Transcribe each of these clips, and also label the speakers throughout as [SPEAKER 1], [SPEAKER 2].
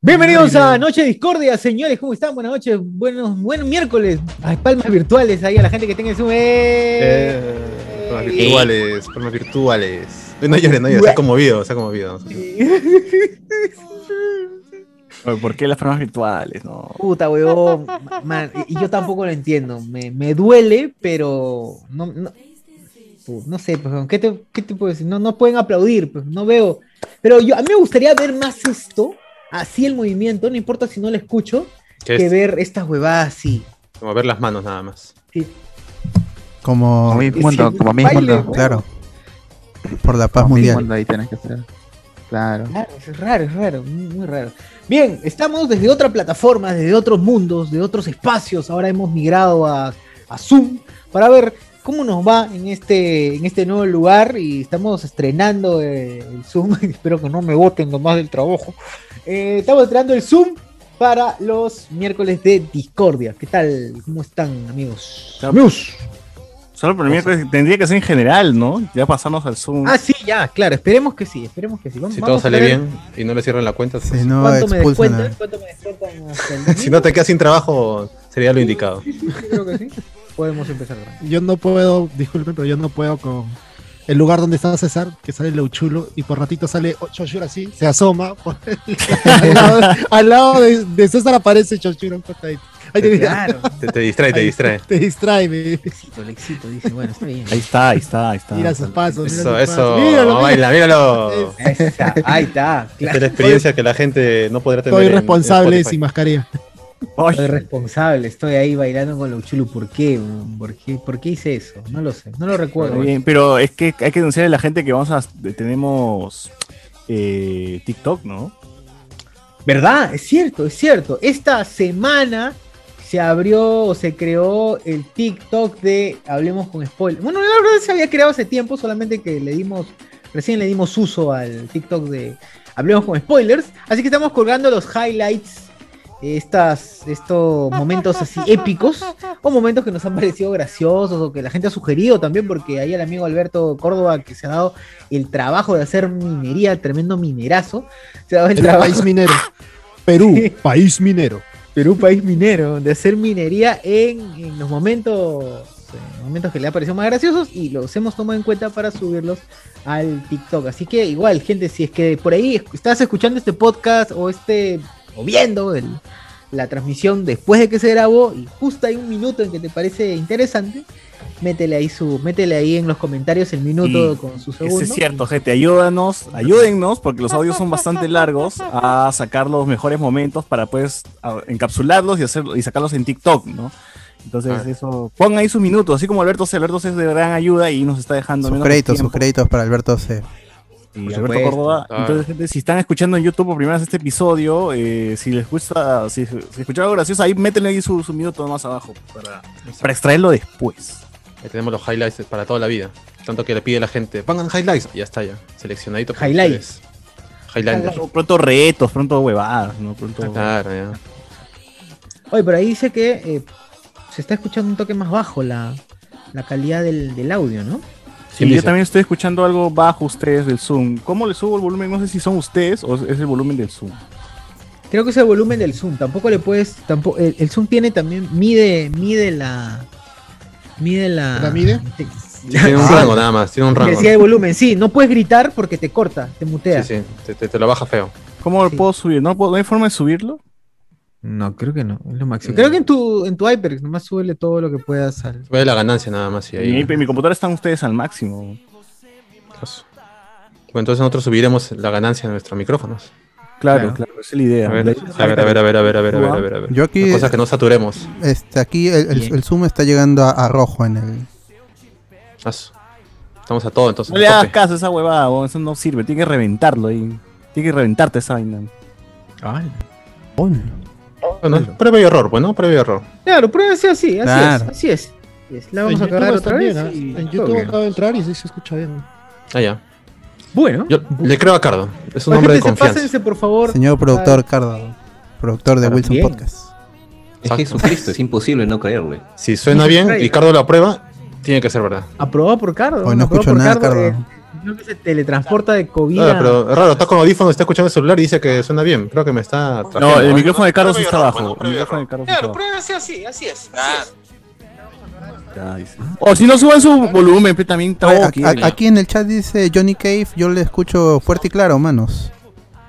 [SPEAKER 1] Bienvenidos a Noche Discordia, señores, ¿cómo están? Buenas noches, buenos, buen miércoles. Ay, palmas virtuales ahí a la gente que tenga el Zoom. ¡Eh!
[SPEAKER 2] Eh, palmas virtuales, palmas virtuales. No llores, no llores, se ha conmovido, se ha conmovido.
[SPEAKER 3] Oye, ¿Por qué las formas virtuales? No.
[SPEAKER 1] Puta, weón. Man, y y yo tampoco lo entiendo. Me, me duele, pero no, no, pu- no sé, pues, ¿qué te, qué te puedo decir? No, no pueden aplaudir, pues, no veo. Pero yo, a mí me gustaría ver más esto, así el movimiento, no importa si no lo escucho,
[SPEAKER 2] ¿Qué
[SPEAKER 1] que
[SPEAKER 2] es?
[SPEAKER 1] ver estas huevadas así.
[SPEAKER 2] Como ver las manos nada más.
[SPEAKER 3] Como
[SPEAKER 4] Como
[SPEAKER 3] mi
[SPEAKER 1] sí,
[SPEAKER 3] mundo, como mi
[SPEAKER 1] baile,
[SPEAKER 3] mundo.
[SPEAKER 1] ¿no?
[SPEAKER 4] claro. Por la paz
[SPEAKER 3] Como mi
[SPEAKER 4] mundial.
[SPEAKER 3] mundo ahí tienes que hacer. Claro.
[SPEAKER 1] Claro, es raro, es raro, muy muy raro. Bien, estamos desde otra plataforma, desde otros mundos, de otros espacios. Ahora hemos migrado a, a Zoom para ver cómo nos va en este, en este nuevo lugar y estamos estrenando eh, el Zoom. Espero que no me voten nomás del trabajo. Eh, estamos estrenando el Zoom para los miércoles de Discordia. ¿Qué tal? ¿Cómo están, amigos?
[SPEAKER 3] Amigos. Solo por mí pues, tendría que ser en general, ¿no? Ya pasarnos al Zoom.
[SPEAKER 1] Ah, sí, ya, claro. Esperemos que sí, esperemos que sí. Vamos-
[SPEAKER 2] Si
[SPEAKER 1] vamos
[SPEAKER 2] todo
[SPEAKER 1] a
[SPEAKER 2] sale
[SPEAKER 1] ver
[SPEAKER 2] bien y no le cierran la cuenta,
[SPEAKER 4] Si
[SPEAKER 2] si,
[SPEAKER 4] no,
[SPEAKER 1] ¿Cuánto me
[SPEAKER 4] expulsan
[SPEAKER 1] descuentan?
[SPEAKER 4] a...
[SPEAKER 1] ¿Cuánto me descuentan? hasta el
[SPEAKER 2] si no te quedas sin trabajo, sería lo indicado.
[SPEAKER 1] Creo que sí. Podemos empezar. Brian.
[SPEAKER 5] Yo no puedo, disculpen, pero yo no puedo con el lugar donde está César, que sale Leuchulo, y por ratito sale Choshura así, se asoma. por el- al lado, al lado de, de César aparece Choshura. un poco Ahí, ahí te,
[SPEAKER 1] Claro.
[SPEAKER 2] Te, te distrae, te
[SPEAKER 5] ahí-
[SPEAKER 2] distrae.
[SPEAKER 5] Te distrae, me-
[SPEAKER 1] éxito, el éxito. Dice, bueno, está bien.
[SPEAKER 3] Ahí está, ahí está, ahí está.
[SPEAKER 5] mira sus pasos. mira
[SPEAKER 2] Eso,
[SPEAKER 5] sus pasos.
[SPEAKER 2] eso.
[SPEAKER 5] Míralo, míralo.
[SPEAKER 2] Baila, míralo.
[SPEAKER 5] Es-
[SPEAKER 1] Esa, ahí está.
[SPEAKER 2] Esta
[SPEAKER 1] Claro.
[SPEAKER 2] es la experiencia que la gente no podrá tener.
[SPEAKER 5] Estoy
[SPEAKER 2] en- en
[SPEAKER 5] responsable
[SPEAKER 2] Spotify.
[SPEAKER 5] sin mascarilla.
[SPEAKER 3] Ay,
[SPEAKER 1] Soy responsable, estoy ahí bailando con los chulu. ¿Por qué? weón? ¿Por qué? ¿Por qué hice eso? No lo sé, no lo
[SPEAKER 3] está
[SPEAKER 1] recuerdo.
[SPEAKER 3] bien, pero es que hay que anunciarle a la gente que vamos a tenemos eh, TikTok, ¿no?
[SPEAKER 1] ¿Verdad? Es cierto, es cierto. Esta semana se abrió o se creó el TikTok de Hablemos con Spoiler. Bueno, la verdad se había creado hace tiempo, solamente que le dimos, recién le dimos uso al TikTok de Hablemos con Spoilers. Así que estamos colgando los highlights, estas, estos momentos así épicos, o momentos que nos han parecido graciosos, o que la gente ha sugerido también, porque ahí el amigo Alberto Córdoba, que se ha dado el trabajo de hacer minería, tremendo minerazo, se ha dado el
[SPEAKER 5] Era
[SPEAKER 1] trabajo.
[SPEAKER 5] país minero. Perú,
[SPEAKER 1] Sí.
[SPEAKER 5] país minero.
[SPEAKER 1] Perú, país minero, de hacer minería en, en los momentos, en momentos que le ha parecido más graciosos y los hemos tomado en cuenta para subirlos al TikTok. Así que igual, gente, si es que por ahí esc- estás escuchando este podcast o este o viendo el- la transmisión después de que se grabó y justo hay un minuto en que te parece interesante, métele ahí su, métele ahí en los comentarios el minuto
[SPEAKER 3] Y
[SPEAKER 1] con su segundo.
[SPEAKER 3] Eso es cierto, gente. Ayúdanos, ayúdennos, porque los audios son bastante largos, a sacar los mejores momentos para pues a- encapsularlos y, hacer, y sacarlos en TikTok, ¿no? Entonces,
[SPEAKER 2] Ah.
[SPEAKER 3] eso. Pongan ahí sus minutos, así como Alberto C. Alberto C es de gran ayuda y nos está dejando
[SPEAKER 4] Sus
[SPEAKER 3] menos
[SPEAKER 4] créditos, sus
[SPEAKER 3] tiempo.
[SPEAKER 4] créditos para Alberto C.
[SPEAKER 3] Y
[SPEAKER 1] Por
[SPEAKER 3] Alberto
[SPEAKER 1] supuesto.
[SPEAKER 3] Córdoba.
[SPEAKER 2] Ah.
[SPEAKER 3] Entonces, gente, si están escuchando en YouTube por primera vez este episodio, eh, si les gusta, si, si escucharon algo gracioso, ahí métenle ahí su, su minuto más abajo pues, para, para extraerlo después.
[SPEAKER 2] Ahí tenemos los highlights para toda la vida. Tanto que le pide la gente, pongan highlights. Ya está, ya. Seleccionadito. por
[SPEAKER 1] Highlights.
[SPEAKER 2] ustedes. Highlander.
[SPEAKER 3] Pronto- Pronto retos, pronto huevadas, ¿no? Pronto.
[SPEAKER 2] Ah, Claro, ya.
[SPEAKER 1] Oye, por ahí dice que eh, se está escuchando un toque más bajo la, la calidad del, del audio, ¿no?
[SPEAKER 3] Sí, yo también estoy escuchando algo bajo ustedes del Zoom. ¿Cómo le subo el volumen? No sé si son ustedes o es el volumen del Zoom.
[SPEAKER 1] Creo que es el volumen del zoom. Tampoco le puedes. Tampoco, el, el zoom tiene también. Mide, mide la. Mide la.
[SPEAKER 5] ¿La mide?
[SPEAKER 2] Tiene un
[SPEAKER 1] Sí.
[SPEAKER 2] rango nada más, tiene un rango.
[SPEAKER 1] Intensidad de volumen, sí. No puedes gritar porque te corta, te mutea.
[SPEAKER 2] Sí, sí, te, te- te lo baja feo.
[SPEAKER 3] ¿Cómo lo
[SPEAKER 1] Sí.
[SPEAKER 3] puedo subir? ¿No, puedo- no hay forma de subirlo?
[SPEAKER 1] No, creo que no. Es lo máximo. Creo que en tu, en tu HyperX nomás súbele todo lo que puedas al.
[SPEAKER 2] Ve la ganancia nada más y
[SPEAKER 3] En mi,
[SPEAKER 2] ahí.
[SPEAKER 3] en mi computadora están ustedes al máximo.
[SPEAKER 2] Bueno, entonces nosotros subiremos la ganancia de nuestros micrófonos.
[SPEAKER 3] Claro,
[SPEAKER 1] Claro.
[SPEAKER 3] claro, esa es la idea.
[SPEAKER 2] A
[SPEAKER 3] De
[SPEAKER 2] ver,
[SPEAKER 3] ahí-
[SPEAKER 2] a ver, a ver, a ver, a ver, a ver, a ver, a ver, a ver.
[SPEAKER 4] Yo aquí-
[SPEAKER 2] La cosa es que no saturemos.
[SPEAKER 4] Este, aquí el, el,
[SPEAKER 1] Bien.
[SPEAKER 4] el Zoom está llegando a, a rojo en el.
[SPEAKER 2] As. Estamos a todo entonces.
[SPEAKER 3] No le
[SPEAKER 2] a
[SPEAKER 3] hagas
[SPEAKER 2] tope.
[SPEAKER 3] caso a esa huevada, bo, eso no sirve. Tiene que reventarlo ahí. Tiene que reventarte esa vaina.
[SPEAKER 2] Bueno, es prueba y error, bueno, prueba y error.
[SPEAKER 1] Claro, pruébese así, así
[SPEAKER 4] Claro.
[SPEAKER 1] es. Así es. Así es. La
[SPEAKER 5] En
[SPEAKER 1] vamos a
[SPEAKER 5] YouTube
[SPEAKER 1] acabar
[SPEAKER 5] está
[SPEAKER 1] otra vez.
[SPEAKER 5] bien, ¿ah?
[SPEAKER 1] y-
[SPEAKER 5] En
[SPEAKER 1] todo
[SPEAKER 5] YouTube
[SPEAKER 1] bien.
[SPEAKER 5] acabo de entrar y sí se escucha bien.
[SPEAKER 2] Ah, ya.
[SPEAKER 1] Bueno.
[SPEAKER 2] Yo le creo a Cardo. Es un
[SPEAKER 3] Pues
[SPEAKER 1] Oye,
[SPEAKER 2] hombre de
[SPEAKER 1] gente,
[SPEAKER 2] confianza.
[SPEAKER 1] Pásense, por favor.
[SPEAKER 4] Señor productor Cardo, productor de
[SPEAKER 2] Claro,
[SPEAKER 4] Wilson
[SPEAKER 1] bien.
[SPEAKER 4] Podcast.
[SPEAKER 6] Es Jesucristo, es imposible no creerle.
[SPEAKER 2] Si suena bien y Cardo lo aprueba, tiene que ser verdad.
[SPEAKER 1] Aprobado por Cardo.
[SPEAKER 4] Hoy no
[SPEAKER 1] aprobado
[SPEAKER 4] escucho
[SPEAKER 1] por
[SPEAKER 4] nada,
[SPEAKER 1] Cardo,
[SPEAKER 4] Cardo.
[SPEAKER 1] eh, Creo que se teletransporta de COVID.
[SPEAKER 2] Claro, Ah, pero es raro, está con audífonos, está escuchando el celular y dice que suena bien. Creo que me está
[SPEAKER 3] No,
[SPEAKER 2] trajeando,
[SPEAKER 3] el
[SPEAKER 2] ¿eh?
[SPEAKER 3] micrófono de Carlos
[SPEAKER 7] Prueba y
[SPEAKER 3] está
[SPEAKER 7] error,
[SPEAKER 3] abajo.
[SPEAKER 7] bueno,
[SPEAKER 3] El
[SPEAKER 7] prueba y
[SPEAKER 3] micrófono de
[SPEAKER 7] error.
[SPEAKER 3] Carlos está
[SPEAKER 7] Claro,
[SPEAKER 3] abajo.
[SPEAKER 7] pruébense así, así es.
[SPEAKER 6] Ah,
[SPEAKER 3] Ya, dice. O si no suban su volumen, pe, también
[SPEAKER 4] A ver,
[SPEAKER 3] todo
[SPEAKER 4] a- a- aquí en el chat dice Johnny Cave, yo le escucho fuerte y claro, manos.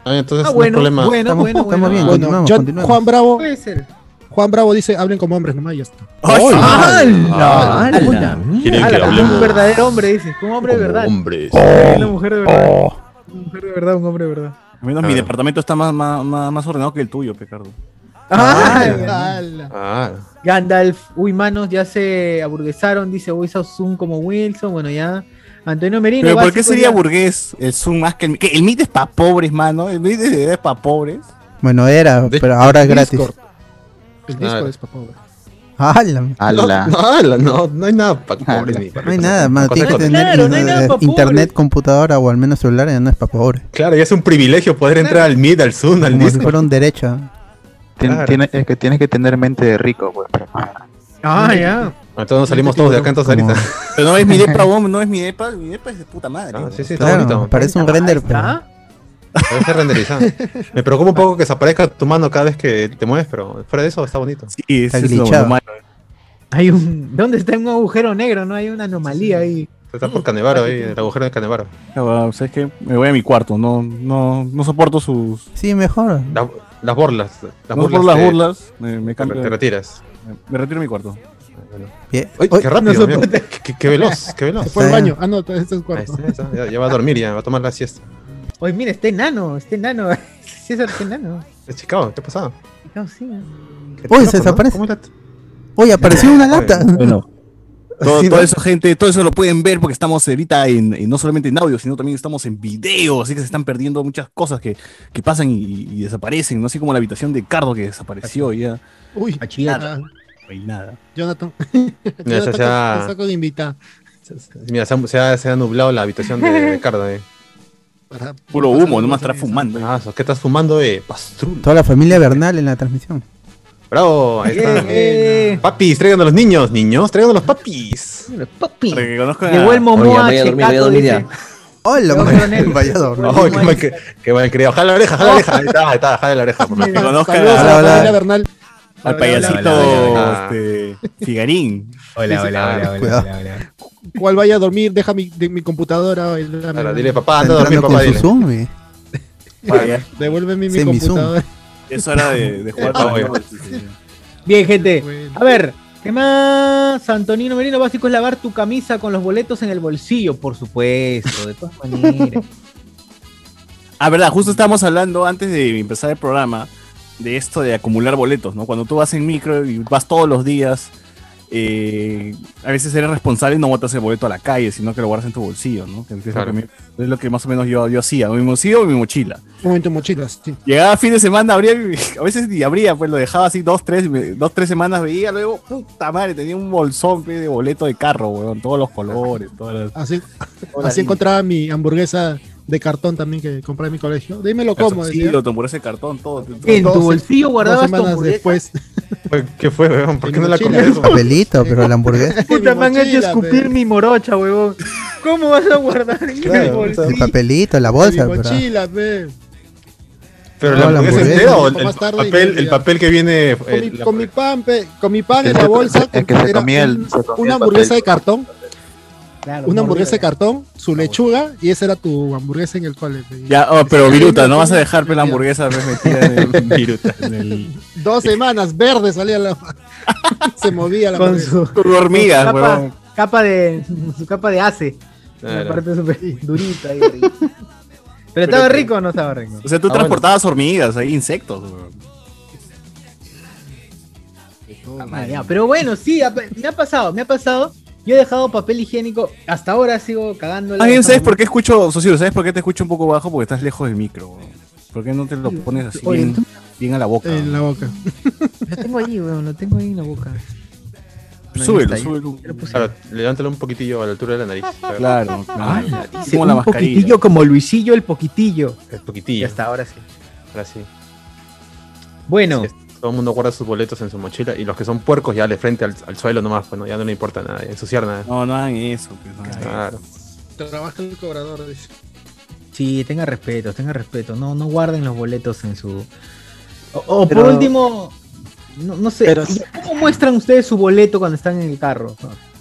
[SPEAKER 2] Ah, entonces no
[SPEAKER 1] Ah,
[SPEAKER 2] hay
[SPEAKER 1] bueno,
[SPEAKER 2] problema.
[SPEAKER 1] bueno,
[SPEAKER 4] Estamos-
[SPEAKER 1] bueno,
[SPEAKER 4] estamos
[SPEAKER 1] bueno.
[SPEAKER 4] bien,
[SPEAKER 5] Bueno,
[SPEAKER 1] Bueno,
[SPEAKER 4] continuamos,
[SPEAKER 5] John-
[SPEAKER 4] continuamos.
[SPEAKER 5] Juan Bravo,
[SPEAKER 1] puede ser.
[SPEAKER 5] Juan Bravo dice, hablen como hombres nomás y ya está.
[SPEAKER 1] ¡Hala!
[SPEAKER 5] Ah,
[SPEAKER 1] ¡Hala!
[SPEAKER 6] ala.
[SPEAKER 7] ¿Quieren
[SPEAKER 1] ¡Hala!
[SPEAKER 7] que
[SPEAKER 1] Como un
[SPEAKER 7] hablemos
[SPEAKER 1] verdadero hombre, dice. Como un hombre de
[SPEAKER 7] como
[SPEAKER 1] verdad.
[SPEAKER 7] hombres?
[SPEAKER 1] Una mujer de verdad. Una mujer de verdad, un hombre de verdad.
[SPEAKER 3] Al menos mi
[SPEAKER 2] Claro.
[SPEAKER 3] departamento está más, más, más- más ordenado que el tuyo, Pecardo.
[SPEAKER 1] ¡Ah!
[SPEAKER 5] ¡Hala!
[SPEAKER 2] Ah,
[SPEAKER 1] Gandalf, uy, manos, ya se aburguesaron, dice Wilson Zoom como Wilson, bueno, ya. Antonio Merino.
[SPEAKER 3] Pero ¿por
[SPEAKER 1] básico,
[SPEAKER 3] qué sería
[SPEAKER 1] ya.
[SPEAKER 3] burgués el Zoom más que el Meet? ¿Qué? El Meet es para pobres, mano. El Meet es de para pobres.
[SPEAKER 4] Bueno, era,
[SPEAKER 2] De-
[SPEAKER 4] pero ahora es gratis.
[SPEAKER 5] Discord. El
[SPEAKER 2] Claro.
[SPEAKER 5] Discord es para pobre.
[SPEAKER 4] ¡Hala! No
[SPEAKER 8] Ala.
[SPEAKER 2] No, no, no, no hay nada para pobres ni para
[SPEAKER 4] hay nada, mano.
[SPEAKER 2] Cosa
[SPEAKER 4] Tienes que
[SPEAKER 2] que-
[SPEAKER 4] tener
[SPEAKER 1] Claro, no hay
[SPEAKER 4] in-
[SPEAKER 1] nada
[SPEAKER 4] eh,
[SPEAKER 1] pa'
[SPEAKER 4] internet,
[SPEAKER 1] pobres.
[SPEAKER 4] computadora o al menos celular, ya no es para pobre.
[SPEAKER 2] Claro, ya es un privilegio poder entrar al MID, al Zoom, al
[SPEAKER 4] Como si
[SPEAKER 2] disco.
[SPEAKER 4] fuera un derecho.
[SPEAKER 8] Tien-
[SPEAKER 2] Claro.
[SPEAKER 8] tiene- es que tienes que tener mente de rico, pues. para-
[SPEAKER 1] Ah, ya.
[SPEAKER 2] Entonces nos salimos todos de acá entonces
[SPEAKER 4] Como-
[SPEAKER 2] ahorita.
[SPEAKER 3] Pero no es mi depa, vos, no es mi depa. Mi depa es de puta madre.
[SPEAKER 2] Ah,
[SPEAKER 3] ¿no?
[SPEAKER 2] sí, sí, está
[SPEAKER 4] Claro,
[SPEAKER 2] bonito.
[SPEAKER 4] parece un render, pero.
[SPEAKER 1] ¿Ah?
[SPEAKER 2] Debe ser renderizado. Me preocupa un poco que desaparezca tu mano cada vez que te mueves, pero fuera de eso está bonito.
[SPEAKER 3] Sí, eso es lo-
[SPEAKER 4] glitchado.
[SPEAKER 3] lo malo.
[SPEAKER 1] Hay un. ¿Dónde está un agujero negro? No hay una anomalía ahí.
[SPEAKER 2] Está por Canevaro ahí, el agujero de Canevaro.
[SPEAKER 3] Ah, bueno, ¿Sabes qué? Me voy a mi cuarto. No, no, no soporto sus.
[SPEAKER 4] Sí, mejor.
[SPEAKER 2] La- las burlas. Las
[SPEAKER 3] no
[SPEAKER 2] burlas.
[SPEAKER 3] soporto las
[SPEAKER 2] te-
[SPEAKER 3] burlas. Me, me
[SPEAKER 2] Te,
[SPEAKER 3] cambio.
[SPEAKER 2] te retiras.
[SPEAKER 3] me retiro a mi cuarto.
[SPEAKER 4] Bien.
[SPEAKER 2] Uy,
[SPEAKER 4] Uy,
[SPEAKER 2] qué rápido,
[SPEAKER 1] no
[SPEAKER 2] mira, qué, qué- qué veloz, qué veloz.
[SPEAKER 5] Se fue al
[SPEAKER 4] Está
[SPEAKER 5] baño. Ah, no, este es
[SPEAKER 2] Ahí
[SPEAKER 5] cuarto.
[SPEAKER 2] está, ahí está. Ya, ya va a dormir, ya va a tomar la siesta.
[SPEAKER 1] Oye, mira, está enano, está enano. César está enano.
[SPEAKER 2] Es Chicago, ¿qué pasaba?
[SPEAKER 1] No, sí, no.
[SPEAKER 4] Uy, se desaparece.
[SPEAKER 2] ¿Cómo es la-
[SPEAKER 4] uy, apareció una lata.
[SPEAKER 3] Bueno. Todo,
[SPEAKER 2] Sí,
[SPEAKER 3] todo
[SPEAKER 2] ¿no?
[SPEAKER 3] eso, gente, todo eso lo pueden ver porque estamos ahorita en, en- no solamente en audio, sino también estamos en video, así que se están perdiendo muchas cosas que, que pasan y, y desaparecen, no así como la habitación de Cardo que desapareció y ya
[SPEAKER 5] Uy,
[SPEAKER 3] Achillada.
[SPEAKER 5] ah,
[SPEAKER 3] no hay nada.
[SPEAKER 5] Jonathan.
[SPEAKER 2] Mira, se, se
[SPEAKER 5] Jonathan
[SPEAKER 2] ha,
[SPEAKER 5] está con invitado.
[SPEAKER 2] mira, se ha- se ha- se ha nublado la habitación de Ricardo. Eh.
[SPEAKER 5] Para-
[SPEAKER 3] Puro
[SPEAKER 5] para-
[SPEAKER 3] humo, nomás
[SPEAKER 5] para-
[SPEAKER 3] estará fumando.
[SPEAKER 2] Ah, ¿qué estás fumando, eh? Pastrul.
[SPEAKER 4] Toda la familia Bernal en la transmisión.
[SPEAKER 2] Bravo, ahí está.
[SPEAKER 1] Eh,
[SPEAKER 2] Papis, traigan a los niños, niños, traigan a los papis.
[SPEAKER 1] papi.
[SPEAKER 3] Para que conozcan
[SPEAKER 1] Llegó el
[SPEAKER 3] a-
[SPEAKER 6] Oye,
[SPEAKER 1] Momoa
[SPEAKER 6] voy a dormir, voy a
[SPEAKER 1] Checato,
[SPEAKER 6] dormir
[SPEAKER 1] dice.
[SPEAKER 6] ya.
[SPEAKER 4] ¡Hola!
[SPEAKER 1] Llegó
[SPEAKER 4] madre!
[SPEAKER 1] Coronel.
[SPEAKER 4] Vaya dormido.
[SPEAKER 2] No, qué mal, que, qué mal criado. Jala la oreja, jala la oreja. Ahí está, ahí está, jala la oreja. Por la
[SPEAKER 3] que
[SPEAKER 2] pena.
[SPEAKER 3] conozcan
[SPEAKER 5] Saludos
[SPEAKER 3] a-
[SPEAKER 5] a la
[SPEAKER 4] Hola, hola.
[SPEAKER 5] familia Bernal.
[SPEAKER 3] al
[SPEAKER 2] hola,
[SPEAKER 3] payasito este, Figarín.
[SPEAKER 9] Hola, hola, hola, hola,
[SPEAKER 4] Cuidado.
[SPEAKER 9] hola, hola.
[SPEAKER 5] Cual vaya a dormir, deja mi, de, mi computadora. el- la-
[SPEAKER 2] Ahora,
[SPEAKER 5] mi-
[SPEAKER 2] dile, papá, anda a dormir,
[SPEAKER 4] Entrando con
[SPEAKER 2] papá,
[SPEAKER 4] su eh.
[SPEAKER 2] dile.
[SPEAKER 4] zombie.
[SPEAKER 5] Devuelve mi, mi
[SPEAKER 4] Sí, mi Zoom.
[SPEAKER 5] computadora.
[SPEAKER 3] Es hora de, de jugar.
[SPEAKER 2] Ah, bueno.
[SPEAKER 1] Bien, gente.
[SPEAKER 5] Bueno.
[SPEAKER 1] A ver, ¿qué más? Antonino Merino básico es lavar tu camisa con los boletos en el bolsillo, por supuesto, de todas maneras.
[SPEAKER 3] Ah, verdad, justo estábamos hablando antes de empezar el programa de esto de acumular boletos, ¿no? Cuando tú vas en micro y vas todos los días, eh, a veces eres responsable y no botas el boleto a la calle, sino que lo guardas en tu bolsillo, ¿no? Que es, lo que
[SPEAKER 2] Claro.
[SPEAKER 3] me- es lo que más o menos yo, yo hacía, mi bolsillo o mi mochila.
[SPEAKER 5] Momento mochilas, sí.
[SPEAKER 3] Llegaba fin de semana, abría, mi- a veces ni abría, pues lo dejaba así dos, tres, me- dos, tres semanas, veía, luego, puta madre, tenía un bolsón pe, de boleto de carro, weón, todos los colores, todas las...
[SPEAKER 5] Así,
[SPEAKER 3] todas las
[SPEAKER 5] así encontraba mi hamburguesa de cartón también que compré en mi colegio. Dímelo cómo. decía.
[SPEAKER 3] calzoncillos, tu ese cartón, todo.
[SPEAKER 1] En tu
[SPEAKER 5] Dos-
[SPEAKER 1] bolsillo
[SPEAKER 5] Dos
[SPEAKER 1] guardabas tu
[SPEAKER 5] semanas
[SPEAKER 1] hamburguesa.
[SPEAKER 5] después.
[SPEAKER 2] Oye, ¿Qué fue, weón? ¿Por qué no la
[SPEAKER 5] Mochila.
[SPEAKER 2] comiste?
[SPEAKER 4] Papelito, pero la hamburguesa.
[SPEAKER 1] Puta, me han hecho
[SPEAKER 5] mochila,
[SPEAKER 1] escupir
[SPEAKER 5] pe.
[SPEAKER 1] mi morocha, huevón. ¿Cómo vas a guardar en el
[SPEAKER 2] Claro,
[SPEAKER 1] bolsillo?
[SPEAKER 4] El papelito, la bolsa.
[SPEAKER 5] mi
[SPEAKER 4] pero-
[SPEAKER 5] mochila, pe.
[SPEAKER 2] ¿Pero
[SPEAKER 4] No,
[SPEAKER 2] la
[SPEAKER 4] la
[SPEAKER 2] hamburguesa
[SPEAKER 4] hamburguesa.
[SPEAKER 2] entera o el, el
[SPEAKER 5] Más tarde y
[SPEAKER 2] papel,
[SPEAKER 5] ya.
[SPEAKER 2] el papel que viene?
[SPEAKER 5] Con, mi,
[SPEAKER 2] eh, la-
[SPEAKER 5] con mi pan, pe. Con mi pan
[SPEAKER 8] Es
[SPEAKER 5] en
[SPEAKER 8] que
[SPEAKER 5] la
[SPEAKER 8] se-
[SPEAKER 5] bolsa.
[SPEAKER 8] es que se
[SPEAKER 5] era
[SPEAKER 8] comía el-
[SPEAKER 5] un-
[SPEAKER 8] se comía
[SPEAKER 5] una
[SPEAKER 8] el
[SPEAKER 5] hamburguesa
[SPEAKER 8] papel.
[SPEAKER 5] de cartón.
[SPEAKER 1] Claro,
[SPEAKER 5] Una hamburguesa de
[SPEAKER 1] mordida.
[SPEAKER 5] cartón, su lechuga, y esa era tu hamburguesa en el cole. pe.
[SPEAKER 3] Ya, oh, pero
[SPEAKER 5] Sí,
[SPEAKER 3] Viruta,
[SPEAKER 5] no,
[SPEAKER 3] no vas a
[SPEAKER 5] sí,
[SPEAKER 3] dejar pe, la
[SPEAKER 5] sí.
[SPEAKER 3] hamburguesa pues, metida en el Viruta.
[SPEAKER 5] Dos semanas, verde salía la. Se movía la
[SPEAKER 1] Con
[SPEAKER 5] hamburguesa.
[SPEAKER 1] su,
[SPEAKER 3] hormigas,
[SPEAKER 1] capa,
[SPEAKER 3] huevón.
[SPEAKER 1] capa de su capa de ace.
[SPEAKER 2] Claro.
[SPEAKER 1] La parte súper durita ahí, rica. Pero estaba rico o no estaba rico.
[SPEAKER 3] O sea, tú
[SPEAKER 2] Ah,
[SPEAKER 3] transportabas hormigas, hay insectos, huevón.
[SPEAKER 1] Ah, ya, pero bueno, sí, ha- me ha pasado, me ha pasado. Yo he dejado papel higiénico, hasta ahora sigo cagando.
[SPEAKER 3] Ah, bien, ¿sabes por qué escucho, Socio? ¿Sabes por qué te escucho un poco bajo? Porque estás lejos del micro, huevón. ¿Por qué no te lo pones así
[SPEAKER 1] Oye,
[SPEAKER 3] bien,
[SPEAKER 1] tú-
[SPEAKER 3] bien a la boca?
[SPEAKER 5] En la boca.
[SPEAKER 1] Lo tengo ahí, weón, lo tengo ahí en la boca.
[SPEAKER 3] Súbelo, súbelo.
[SPEAKER 1] pues,
[SPEAKER 2] Claro, levántalo un poquitillo a la altura de la nariz.
[SPEAKER 3] Claro,
[SPEAKER 1] Ah,
[SPEAKER 3] claro.
[SPEAKER 1] dice,
[SPEAKER 3] Como la
[SPEAKER 1] un
[SPEAKER 3] mascarilla.
[SPEAKER 1] poquitillo como Luisillo el poquitillo.
[SPEAKER 2] El
[SPEAKER 1] Y
[SPEAKER 2] poquitillo.
[SPEAKER 1] hasta ahora sí.
[SPEAKER 2] Ahora sí.
[SPEAKER 1] Bueno,
[SPEAKER 2] Sí, Todo el mundo guarda sus boletos en su mochila y los que son puercos ya de frente al, al suelo nomás, pues, ¿no? ya no le importa nada, ensuciar nada.
[SPEAKER 3] No, no hagan eso. pues, no hagan eso.
[SPEAKER 2] Claro.
[SPEAKER 5] Trabaja el cobrador, dice.
[SPEAKER 1] Sí, tenga respeto, tenga respeto. No, no guarden los boletos en su. O, o
[SPEAKER 7] Pero-
[SPEAKER 1] por último, no, no sé.
[SPEAKER 7] Pero-
[SPEAKER 1] ¿Cómo muestran ustedes su boleto cuando están en el carro?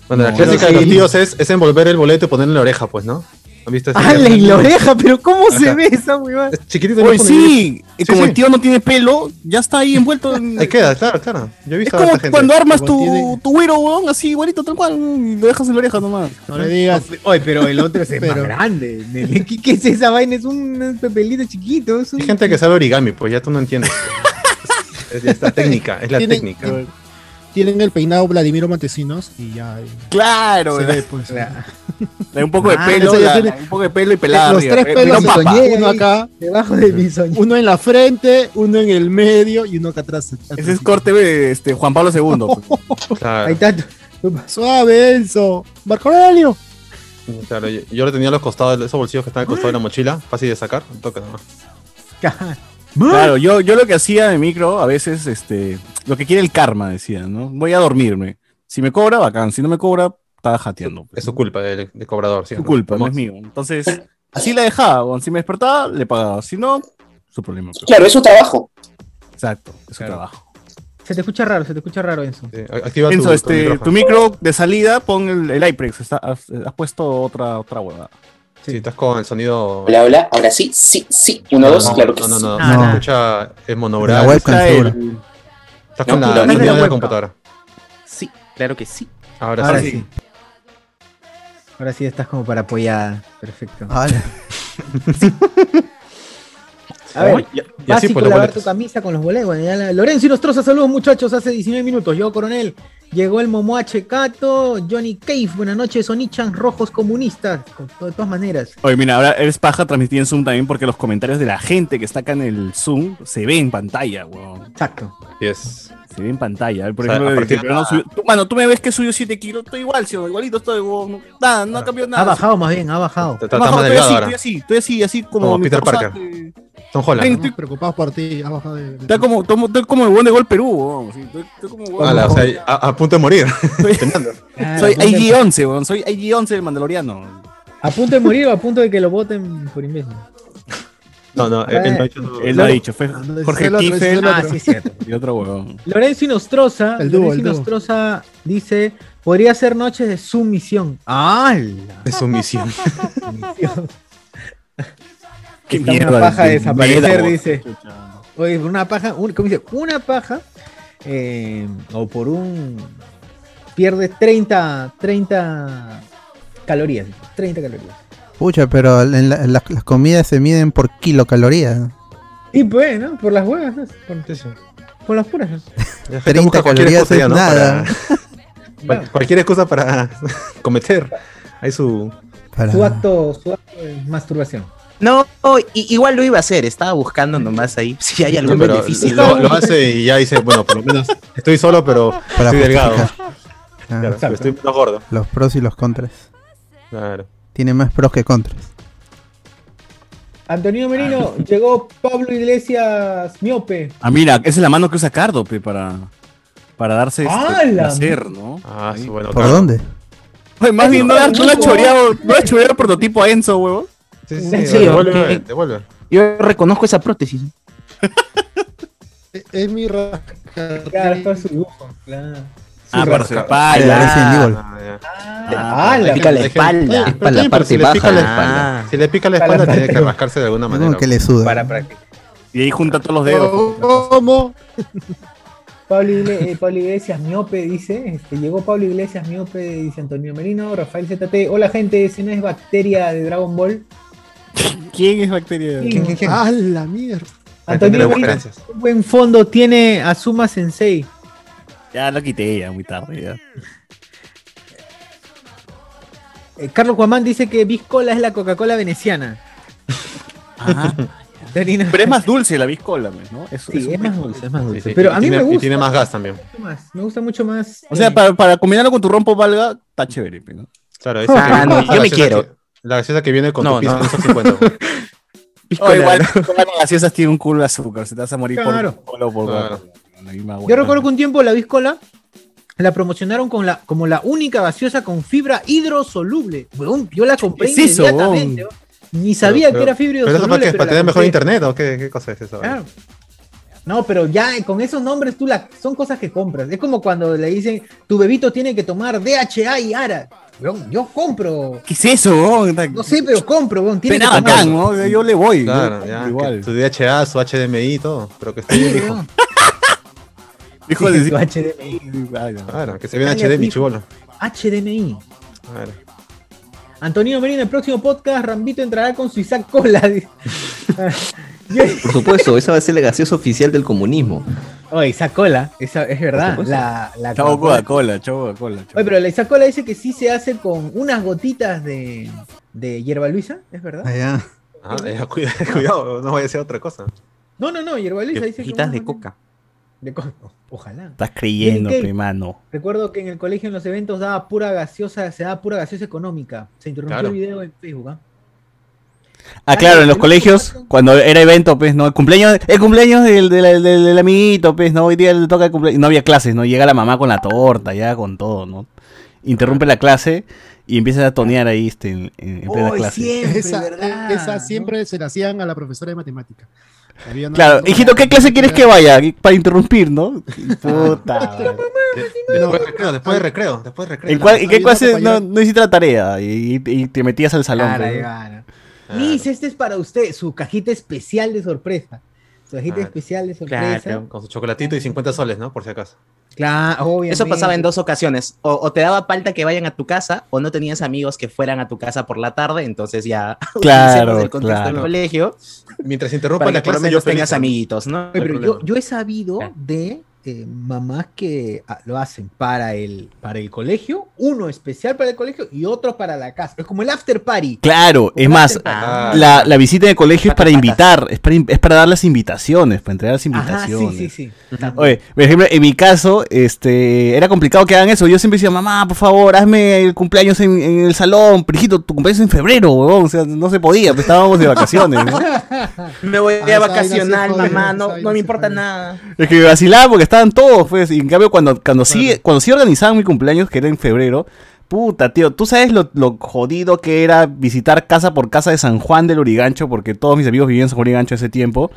[SPEAKER 2] Bueno, la
[SPEAKER 3] No,
[SPEAKER 2] clásica
[SPEAKER 1] pero
[SPEAKER 2] de los
[SPEAKER 1] sí.
[SPEAKER 2] tíos es, es envolver el boleto y ponerle en la oreja, pues, ¿no? ¿Han visto ese-
[SPEAKER 1] ¡Hala, en la oreja! ¿Pero cómo se
[SPEAKER 2] Ajá.
[SPEAKER 1] ve esa huevada?
[SPEAKER 2] Es chiquitito.
[SPEAKER 3] Oye,
[SPEAKER 2] ¿no?
[SPEAKER 3] sí, y
[SPEAKER 2] Sí,
[SPEAKER 3] como
[SPEAKER 2] sí.
[SPEAKER 3] el tío no tiene pelo, ya está ahí envuelto en...
[SPEAKER 2] Ahí queda, claro, claro. Yo he
[SPEAKER 3] Es
[SPEAKER 2] visto a
[SPEAKER 3] como
[SPEAKER 2] esta gente.
[SPEAKER 3] cuando armas
[SPEAKER 5] Como tiene-
[SPEAKER 3] tu, tu güiro, weón, así igualito, tal cual, y lo dejas en la oreja nomás.
[SPEAKER 5] No le digas.
[SPEAKER 1] Oye, pero el otro es
[SPEAKER 5] Pero-
[SPEAKER 1] más grande. Nene. ¿Qué, qué es esa vaina? Es un pepelito chiquito. Es un...
[SPEAKER 2] Hay gente que sabe origami, pues ya tú no entiendes. es, es la técnica, es la
[SPEAKER 5] Tienen-
[SPEAKER 2] técnica.
[SPEAKER 5] tienen- Tienen el peinado Vladimiro Montesinos y ya. eh. y
[SPEAKER 3] Claro,
[SPEAKER 5] se
[SPEAKER 3] weón.
[SPEAKER 5] ve, pues.
[SPEAKER 3] Hay un poco de
[SPEAKER 1] Ah,
[SPEAKER 3] pelo,
[SPEAKER 5] ese ya
[SPEAKER 3] la-
[SPEAKER 5] tiene-
[SPEAKER 3] un poco de pelo y pelada. Eh,
[SPEAKER 5] Los
[SPEAKER 3] arriba,
[SPEAKER 5] tres
[SPEAKER 3] pe-
[SPEAKER 5] pelos
[SPEAKER 3] pelón
[SPEAKER 5] de
[SPEAKER 3] papa.
[SPEAKER 1] soñé.
[SPEAKER 5] Uno acá,
[SPEAKER 1] Debajo de mi soñado.
[SPEAKER 5] uno en la frente, uno en el medio y uno acá atrás.
[SPEAKER 3] Ese es corte de este, Juan Pablo II. pues.
[SPEAKER 1] Ahí
[SPEAKER 2] Claro,
[SPEAKER 1] está. tu-
[SPEAKER 5] Suave, Enzo. Marco Aurelio.
[SPEAKER 2] claro. Yo, yo lo tenía a los costados, esos bolsillos que están al costado de la mochila, fácil de sacar, un toque nomás.
[SPEAKER 3] Claro, yo, yo lo que hacía en el micro, a veces, este, lo que quiere el karma, decía, ¿no? Voy a dormirme. Si me cobra, bacán. Si no me cobra, estaba jateando. pues.
[SPEAKER 2] Es su culpa del, del cobrador, ¿sí?
[SPEAKER 3] Su culpa, no es mío. Entonces, así la dejaba, weón. Si me despertaba, le pagaba. Si no, su problema. pues.
[SPEAKER 7] Claro, es su trabajo.
[SPEAKER 3] Exacto, es su
[SPEAKER 1] Claro.
[SPEAKER 3] trabajo.
[SPEAKER 1] Se te escucha raro, se te escucha raro, Enzo.
[SPEAKER 2] Sí, a- Activa
[SPEAKER 3] Enzo,
[SPEAKER 2] tu,
[SPEAKER 3] este, tu
[SPEAKER 2] micrófono.
[SPEAKER 3] micro de salida, pon el, el iPrex. está- has, has puesto otra, otra huevada.
[SPEAKER 2] Sí, estás con el sonido.
[SPEAKER 7] Hola, hola. Ahora sí, sí, sí. Uno,
[SPEAKER 2] No,
[SPEAKER 7] dos,
[SPEAKER 2] no,
[SPEAKER 7] claro que
[SPEAKER 2] no, no,
[SPEAKER 7] sí.
[SPEAKER 2] no,
[SPEAKER 1] Ah,
[SPEAKER 2] no,
[SPEAKER 1] no.
[SPEAKER 2] escucha el
[SPEAKER 4] La
[SPEAKER 2] monobural.
[SPEAKER 4] webcam
[SPEAKER 3] está
[SPEAKER 4] seguro.
[SPEAKER 7] Mm,
[SPEAKER 2] Estás con
[SPEAKER 7] No, no,
[SPEAKER 2] la
[SPEAKER 7] no,
[SPEAKER 2] sonido
[SPEAKER 1] no,
[SPEAKER 2] de la
[SPEAKER 1] webcam.
[SPEAKER 2] computadora.
[SPEAKER 7] Sí, claro que sí.
[SPEAKER 2] Ahora,
[SPEAKER 1] Ahora
[SPEAKER 2] sí.
[SPEAKER 1] sí. Ahora sí estás como para apoyada. Perfecto.
[SPEAKER 5] Ah,
[SPEAKER 4] Ala.
[SPEAKER 1] A ver,
[SPEAKER 2] y, y así
[SPEAKER 1] Básico
[SPEAKER 2] pues los
[SPEAKER 1] lavar tu
[SPEAKER 2] boletos.
[SPEAKER 1] camisa con los boletos. Bueno, ya la- Lorenzo y Nostroza, saludos muchachos. Hace 19 minutos, yo coronel. Llegó el Momoache Cato, Johnny Cave, buenas noches, Onichan, rojos comunistas, con to- de todas maneras.
[SPEAKER 3] Oye, mira, ahora eres paja transmitir en Zoom también porque los comentarios de la gente que está acá en el Zoom se ve en pantalla, weón.
[SPEAKER 1] Exacto.
[SPEAKER 2] Así es.
[SPEAKER 3] Se ve en pantalla. Por
[SPEAKER 2] O sea, a
[SPEAKER 3] ejemplo, de que
[SPEAKER 2] partir Ah.
[SPEAKER 3] el peruano subió- tú, mano, tú me ves que subió 7 kilos, estoy igual, sí, igualito estoy, weón. Nada, no ha cambiado
[SPEAKER 1] Ha
[SPEAKER 3] nada.
[SPEAKER 1] bajado más bien, ha bajado.
[SPEAKER 2] Está, está
[SPEAKER 3] Más
[SPEAKER 2] más
[SPEAKER 3] bajo, estoy
[SPEAKER 2] delgado
[SPEAKER 3] así,
[SPEAKER 2] ahora.
[SPEAKER 3] estoy así, estoy así, así como,
[SPEAKER 2] Como
[SPEAKER 3] mi
[SPEAKER 2] Peter
[SPEAKER 3] causa,
[SPEAKER 2] Parker.
[SPEAKER 3] eh,
[SPEAKER 2] Son Holland.
[SPEAKER 3] Ven,
[SPEAKER 2] ¿no?
[SPEAKER 5] Estamos preocupados por ti. Ha bajado de. de-
[SPEAKER 3] Está como, tomo- estoy como el buen de Gol Perú, weón. Sí, estoy, estoy como huevón.
[SPEAKER 2] Ala, Ah, o sea, a, a punto de morir.
[SPEAKER 1] Claro,
[SPEAKER 3] Soy
[SPEAKER 1] a punto de-
[SPEAKER 3] IG-11, weón. Soy IG-11 del Mandaloriano.
[SPEAKER 1] A punto de morir o a punto de que lo voten por imbécil.
[SPEAKER 2] No, no, él, él no ha hecho
[SPEAKER 3] Él lo ha dicho, fue Jorge
[SPEAKER 5] el otro,
[SPEAKER 3] Kiffel
[SPEAKER 5] el otro.
[SPEAKER 1] Ah, sí, es cierto.
[SPEAKER 3] y otro huevón.
[SPEAKER 1] Lorenzo y Nostroza,
[SPEAKER 5] El dúo,
[SPEAKER 1] Lorenzo
[SPEAKER 5] el
[SPEAKER 1] y
[SPEAKER 5] dúo.
[SPEAKER 1] Nostroza dice, podría ser noches de sumisión. ¡Hala!
[SPEAKER 2] Es su misión.
[SPEAKER 3] Qué
[SPEAKER 1] Está una
[SPEAKER 3] mierda.
[SPEAKER 1] paja desaparecer,
[SPEAKER 3] mierda, weón.
[SPEAKER 1] dice. Oye, por una paja, un- ¿cómo dice? Una paja, eh, o por un. Pierde 30, 30 calorías. 30 calorías.
[SPEAKER 4] Pucha, pero en la- en las- las comidas se miden por kilocalorías.
[SPEAKER 1] Y pues, ¿no? Por las huevas, ¿no? Por, por las puras. ¿no?
[SPEAKER 2] La gente
[SPEAKER 4] 30
[SPEAKER 2] busca cualquier
[SPEAKER 4] calorías
[SPEAKER 2] excusa
[SPEAKER 4] es
[SPEAKER 2] ya, ¿no?
[SPEAKER 4] nada.
[SPEAKER 2] Para- cual- cualquier excusa para cometer. Hay su.
[SPEAKER 4] Para...
[SPEAKER 1] Su acto, su acto de masturbación.
[SPEAKER 7] No, i- igual lo iba a hacer. Estaba buscando nomás ahí si hay algún
[SPEAKER 2] pero
[SPEAKER 7] beneficio.
[SPEAKER 2] lo, lo hace y ya dice, bueno, por lo menos estoy solo, pero
[SPEAKER 4] para
[SPEAKER 2] estoy delgado.
[SPEAKER 4] justificar. Ah,
[SPEAKER 2] Claro, pero estoy menos gordo.
[SPEAKER 4] Los pros y los contras.
[SPEAKER 2] Claro.
[SPEAKER 4] Tiene más pros que contras.
[SPEAKER 1] Antonio Merino, llegó Pablo Iglesias miope.
[SPEAKER 3] Ah, mira, esa es la mano que usa Cardo, pe, para, para darse este
[SPEAKER 1] ¡Ala!
[SPEAKER 3] placer, ¿no?
[SPEAKER 2] Ah, sí,
[SPEAKER 3] Ahí.
[SPEAKER 2] bueno.
[SPEAKER 4] ¿Por
[SPEAKER 2] claro.
[SPEAKER 4] dónde?
[SPEAKER 3] Oye, más bien, no, la- no le ha choreado, no le ha choreado el prototipo a Enzo, huevón.
[SPEAKER 2] Sí,
[SPEAKER 1] Sí,
[SPEAKER 2] sí, sí.
[SPEAKER 7] sí,
[SPEAKER 2] Devuelve,
[SPEAKER 7] ok.
[SPEAKER 2] devuelve.
[SPEAKER 7] Yo reconozco esa prótesis.
[SPEAKER 5] Es- Es mi raja.
[SPEAKER 1] Claro, está su dibujo. Claro.
[SPEAKER 3] Ah, para
[SPEAKER 2] rasca-
[SPEAKER 3] su paya.
[SPEAKER 4] Sí, Resident Evil.
[SPEAKER 2] Ah, ya.
[SPEAKER 1] Ah,
[SPEAKER 3] Ah,
[SPEAKER 1] la-
[SPEAKER 7] Pica la
[SPEAKER 2] Hay gente-
[SPEAKER 7] espalda.
[SPEAKER 2] Oye, pero
[SPEAKER 6] Para la
[SPEAKER 2] sí, pero
[SPEAKER 6] parte
[SPEAKER 2] si le pica
[SPEAKER 6] baja.
[SPEAKER 2] la espalda.
[SPEAKER 7] Ah.
[SPEAKER 2] Si le pica la
[SPEAKER 1] Para la
[SPEAKER 2] espalda, tiene
[SPEAKER 1] parte
[SPEAKER 2] que rascarse de alguna
[SPEAKER 4] Como
[SPEAKER 2] manera.
[SPEAKER 4] que le suda.
[SPEAKER 1] para practicar.
[SPEAKER 3] Y ahí junta todos los dedos.
[SPEAKER 5] ¿Cómo?
[SPEAKER 1] Pablo, Igle- eh, Pablo Iglesias Miope dice, este, llegó Pablo Iglesias Miope, dice Antonio Merino, Rafael ZT, hola gente, ese no es bacteria de Dragon Ball.
[SPEAKER 3] ¿Quién es bacteria?
[SPEAKER 1] ¿Quién?
[SPEAKER 4] Ah,
[SPEAKER 5] ¡A la mierda!
[SPEAKER 2] Hay que tener
[SPEAKER 1] Antonio Merino,
[SPEAKER 2] referencias.
[SPEAKER 1] un buen fondo tiene Azuma Sensei.
[SPEAKER 3] Ya lo quité, ya muy tarde. Ya.
[SPEAKER 1] Eh, Carlos Guamán dice que Biscola es la Coca-Cola veneciana. Dorina-
[SPEAKER 3] Pero es más dulce la biscola, pues, ¿no? Es-
[SPEAKER 1] Sí,
[SPEAKER 3] es un
[SPEAKER 1] es más
[SPEAKER 3] poco-
[SPEAKER 1] dulce, es más
[SPEAKER 2] Sí,
[SPEAKER 1] dulce.
[SPEAKER 2] sí,
[SPEAKER 1] Pero
[SPEAKER 2] y
[SPEAKER 1] a mí
[SPEAKER 2] tiene-
[SPEAKER 1] me
[SPEAKER 2] Y
[SPEAKER 1] gusta
[SPEAKER 2] tiene más gas también.
[SPEAKER 1] mucho más, me gusta mucho más.
[SPEAKER 3] O sea,
[SPEAKER 1] eh,
[SPEAKER 3] para, para combinarlo con tu rompo valga, está chévere. pe, ¿no?
[SPEAKER 2] Claro,
[SPEAKER 7] Ah,
[SPEAKER 2] esa-
[SPEAKER 7] no,
[SPEAKER 2] la
[SPEAKER 7] yo me
[SPEAKER 2] gaseosa
[SPEAKER 7] quiero.
[SPEAKER 2] que- La gaseosa que viene con
[SPEAKER 7] No,
[SPEAKER 2] tu pizza
[SPEAKER 7] no.
[SPEAKER 2] en esos 50. güey.
[SPEAKER 3] O igual, todas las gaseosas tienen un culo de azúcar, se te vas a morir
[SPEAKER 1] Claro.
[SPEAKER 3] por cola o por
[SPEAKER 2] Claro.
[SPEAKER 3] guapo. No hay más
[SPEAKER 1] yo
[SPEAKER 3] huevada.
[SPEAKER 1] recuerdo que un tiempo la Biscola la promocionaron con la, como la única gaseosa con fibra hidrosoluble. Weón, yo la compré
[SPEAKER 3] ¿Qué es eso,
[SPEAKER 1] inmediatamente.
[SPEAKER 3] weón?
[SPEAKER 1] weón. Ni sabía
[SPEAKER 2] Pero-
[SPEAKER 1] que era fibra
[SPEAKER 2] ¿Pero eso
[SPEAKER 1] hidrosoluble.
[SPEAKER 2] para qué?
[SPEAKER 1] pero
[SPEAKER 2] ¿Para
[SPEAKER 1] la
[SPEAKER 2] tener mejor
[SPEAKER 1] compré.
[SPEAKER 2] internet pues. o qué, qué cosa es eso?
[SPEAKER 1] Claro. No, pero ya eh, con esos nombres tú la, son cosas que compras. Es como cuando le dicen, tu bebito tiene que tomar DHA y ARA. Weón, yo compro.
[SPEAKER 3] ¿Qué es eso, weón?
[SPEAKER 1] No sé, pero compro, weón. Tiene
[SPEAKER 3] Pena
[SPEAKER 1] que tomar.
[SPEAKER 3] bacán, ¿no? Yo le voy. yo le
[SPEAKER 2] Claro,
[SPEAKER 3] compro
[SPEAKER 2] ya. que
[SPEAKER 3] Igual.
[SPEAKER 2] Su DHA, su HDMI y todo. Pero que esté bien, dijo.
[SPEAKER 3] Dijo
[SPEAKER 1] Dije
[SPEAKER 3] de-
[SPEAKER 1] su HDMI.
[SPEAKER 3] Ay, no.
[SPEAKER 2] Claro, que se vea en
[SPEAKER 1] Dale,
[SPEAKER 2] HD, mi
[SPEAKER 1] hijo.
[SPEAKER 2] chivolo.
[SPEAKER 1] HDMI.
[SPEAKER 2] Claro.
[SPEAKER 1] Antonio Merino, en el próximo podcast, Rambito entrará con su Isaac Cola.
[SPEAKER 6] Por supuesto, esa va a ser la gaseosa oficial del comunismo.
[SPEAKER 1] Oye, Isaac Cola, esa, es verdad.
[SPEAKER 6] Por supuesto.
[SPEAKER 1] La, la
[SPEAKER 3] Chau
[SPEAKER 1] Coca-Cola.
[SPEAKER 3] Coca-Cola, chau Coca-Cola. chau.
[SPEAKER 1] Oye, pero la Isaac Cola dice que sí se hace con unas gotitas de, de hierba Luisa, ¿es verdad?
[SPEAKER 4] Allá.
[SPEAKER 2] Ah, ya, cuida- cuidado, no vaya a ser otra cosa.
[SPEAKER 1] No, no, no, hierba Luisa dice que.
[SPEAKER 7] Hojitas
[SPEAKER 1] unas
[SPEAKER 7] de
[SPEAKER 1] gotitas-
[SPEAKER 7] coca.
[SPEAKER 1] De coca. Ojalá.
[SPEAKER 3] Estás creyendo,
[SPEAKER 1] Miren que-
[SPEAKER 3] hermano.
[SPEAKER 1] Recuerdo que en el colegio en los eventos daba pura gaseosa, se daba pura gaseosa económica. Se interrumpió
[SPEAKER 2] Claro.
[SPEAKER 1] el video en Facebook, ¿ah?
[SPEAKER 3] Ah, claro, en los colegios, cuando era evento, pues, ¿no? El cumpleaños, el cumpleaños del, del, del- del amiguito, pues, ¿no? Hoy día le toca el cumpleaños. No había clases, ¿no? Llega la mamá con la torta, ya con todo, ¿no? Interrumpe la clase y empieza a tonear ahí este, en, en- en plena
[SPEAKER 1] Hoy
[SPEAKER 3] clase.
[SPEAKER 1] siempre,
[SPEAKER 5] Esa,
[SPEAKER 1] ¿verdad?
[SPEAKER 5] esa
[SPEAKER 1] ¿no?
[SPEAKER 5] siempre se la hacían a la profesora de matemática. Había una-
[SPEAKER 3] Claro,
[SPEAKER 5] una-
[SPEAKER 3] hijito, ¿qué clase quieres que vaya? Para interrumpir, ¿no? Puta. madre.
[SPEAKER 2] De- Después de recreo, después de recreo, después de recreo.
[SPEAKER 3] ¿En, cuál- en qué
[SPEAKER 5] Había
[SPEAKER 3] clase
[SPEAKER 5] una
[SPEAKER 3] no,
[SPEAKER 5] compañera-
[SPEAKER 3] no hiciste la tarea? Y, y- y te metías al salón.
[SPEAKER 1] Claro,
[SPEAKER 3] pues,
[SPEAKER 1] ahí
[SPEAKER 3] ¿no?
[SPEAKER 1] va, ¿no? Miss, este es para usted, su cajita especial de sorpresa. Su cajita
[SPEAKER 2] Claro.
[SPEAKER 1] especial de sorpresa. Ah, Claro,
[SPEAKER 2] Con su chocolatito y 50 soles, ¿no? Por si acaso.
[SPEAKER 1] obviamente.
[SPEAKER 7] Eso pasaba en dos ocasiones. O, o te daba falta que vayan a tu casa, o no tenías amigos que fueran a tu casa por la tarde, entonces ya
[SPEAKER 3] Claro,
[SPEAKER 7] el contexto del
[SPEAKER 3] claro.
[SPEAKER 7] colegio
[SPEAKER 2] Mientras interrumpa
[SPEAKER 7] para
[SPEAKER 2] la
[SPEAKER 7] que por lo
[SPEAKER 2] clase,
[SPEAKER 7] menos
[SPEAKER 2] yo
[SPEAKER 7] tengas
[SPEAKER 2] feliz, ¿no?
[SPEAKER 7] amiguitos, ¿no?
[SPEAKER 1] Oye, pero
[SPEAKER 2] No hay
[SPEAKER 1] yo,
[SPEAKER 2] problema.
[SPEAKER 1] yo he sabido de eh, mamás que ah, lo hacen para el, para el colegio, uno especial para el colegio y otro para la casa. Es como el after party.
[SPEAKER 3] Claro, es más,
[SPEAKER 2] Ah,
[SPEAKER 3] la, la visita de colegio es para invitar, es para, in- es para dar las invitaciones, para entregar las
[SPEAKER 1] Ajá,
[SPEAKER 3] invitaciones.
[SPEAKER 1] sí, sí, sí.
[SPEAKER 3] Oye, por ejemplo, en mi caso, este, era complicado que hagan eso. Yo siempre decía, mamá, por favor, hazme el cumpleaños en, en el salón. Pero, hijito, tu cumpleaños es en febrero, huevón. O sea, no se podía, pues, estábamos de vacaciones. ¿no?
[SPEAKER 7] Me voy de
[SPEAKER 5] esa
[SPEAKER 7] vacacional,
[SPEAKER 5] vaina sí
[SPEAKER 7] mamá,
[SPEAKER 5] jode, esa
[SPEAKER 7] no,
[SPEAKER 5] vaina
[SPEAKER 7] no me
[SPEAKER 5] sí
[SPEAKER 7] importa
[SPEAKER 5] jode.
[SPEAKER 7] nada.
[SPEAKER 3] Es que me vacilaba porque estaban todos, pues. Y en cambio, cuando, cuando, sí, cuando sí organizaban mi cumpleaños, que era en febrero, puta, tío, tú sabes lo, lo jodido que era visitar casa por casa de San Juan del Urigancho, porque todos mis amigos vivían en San Juan del Urigancho ese tiempo.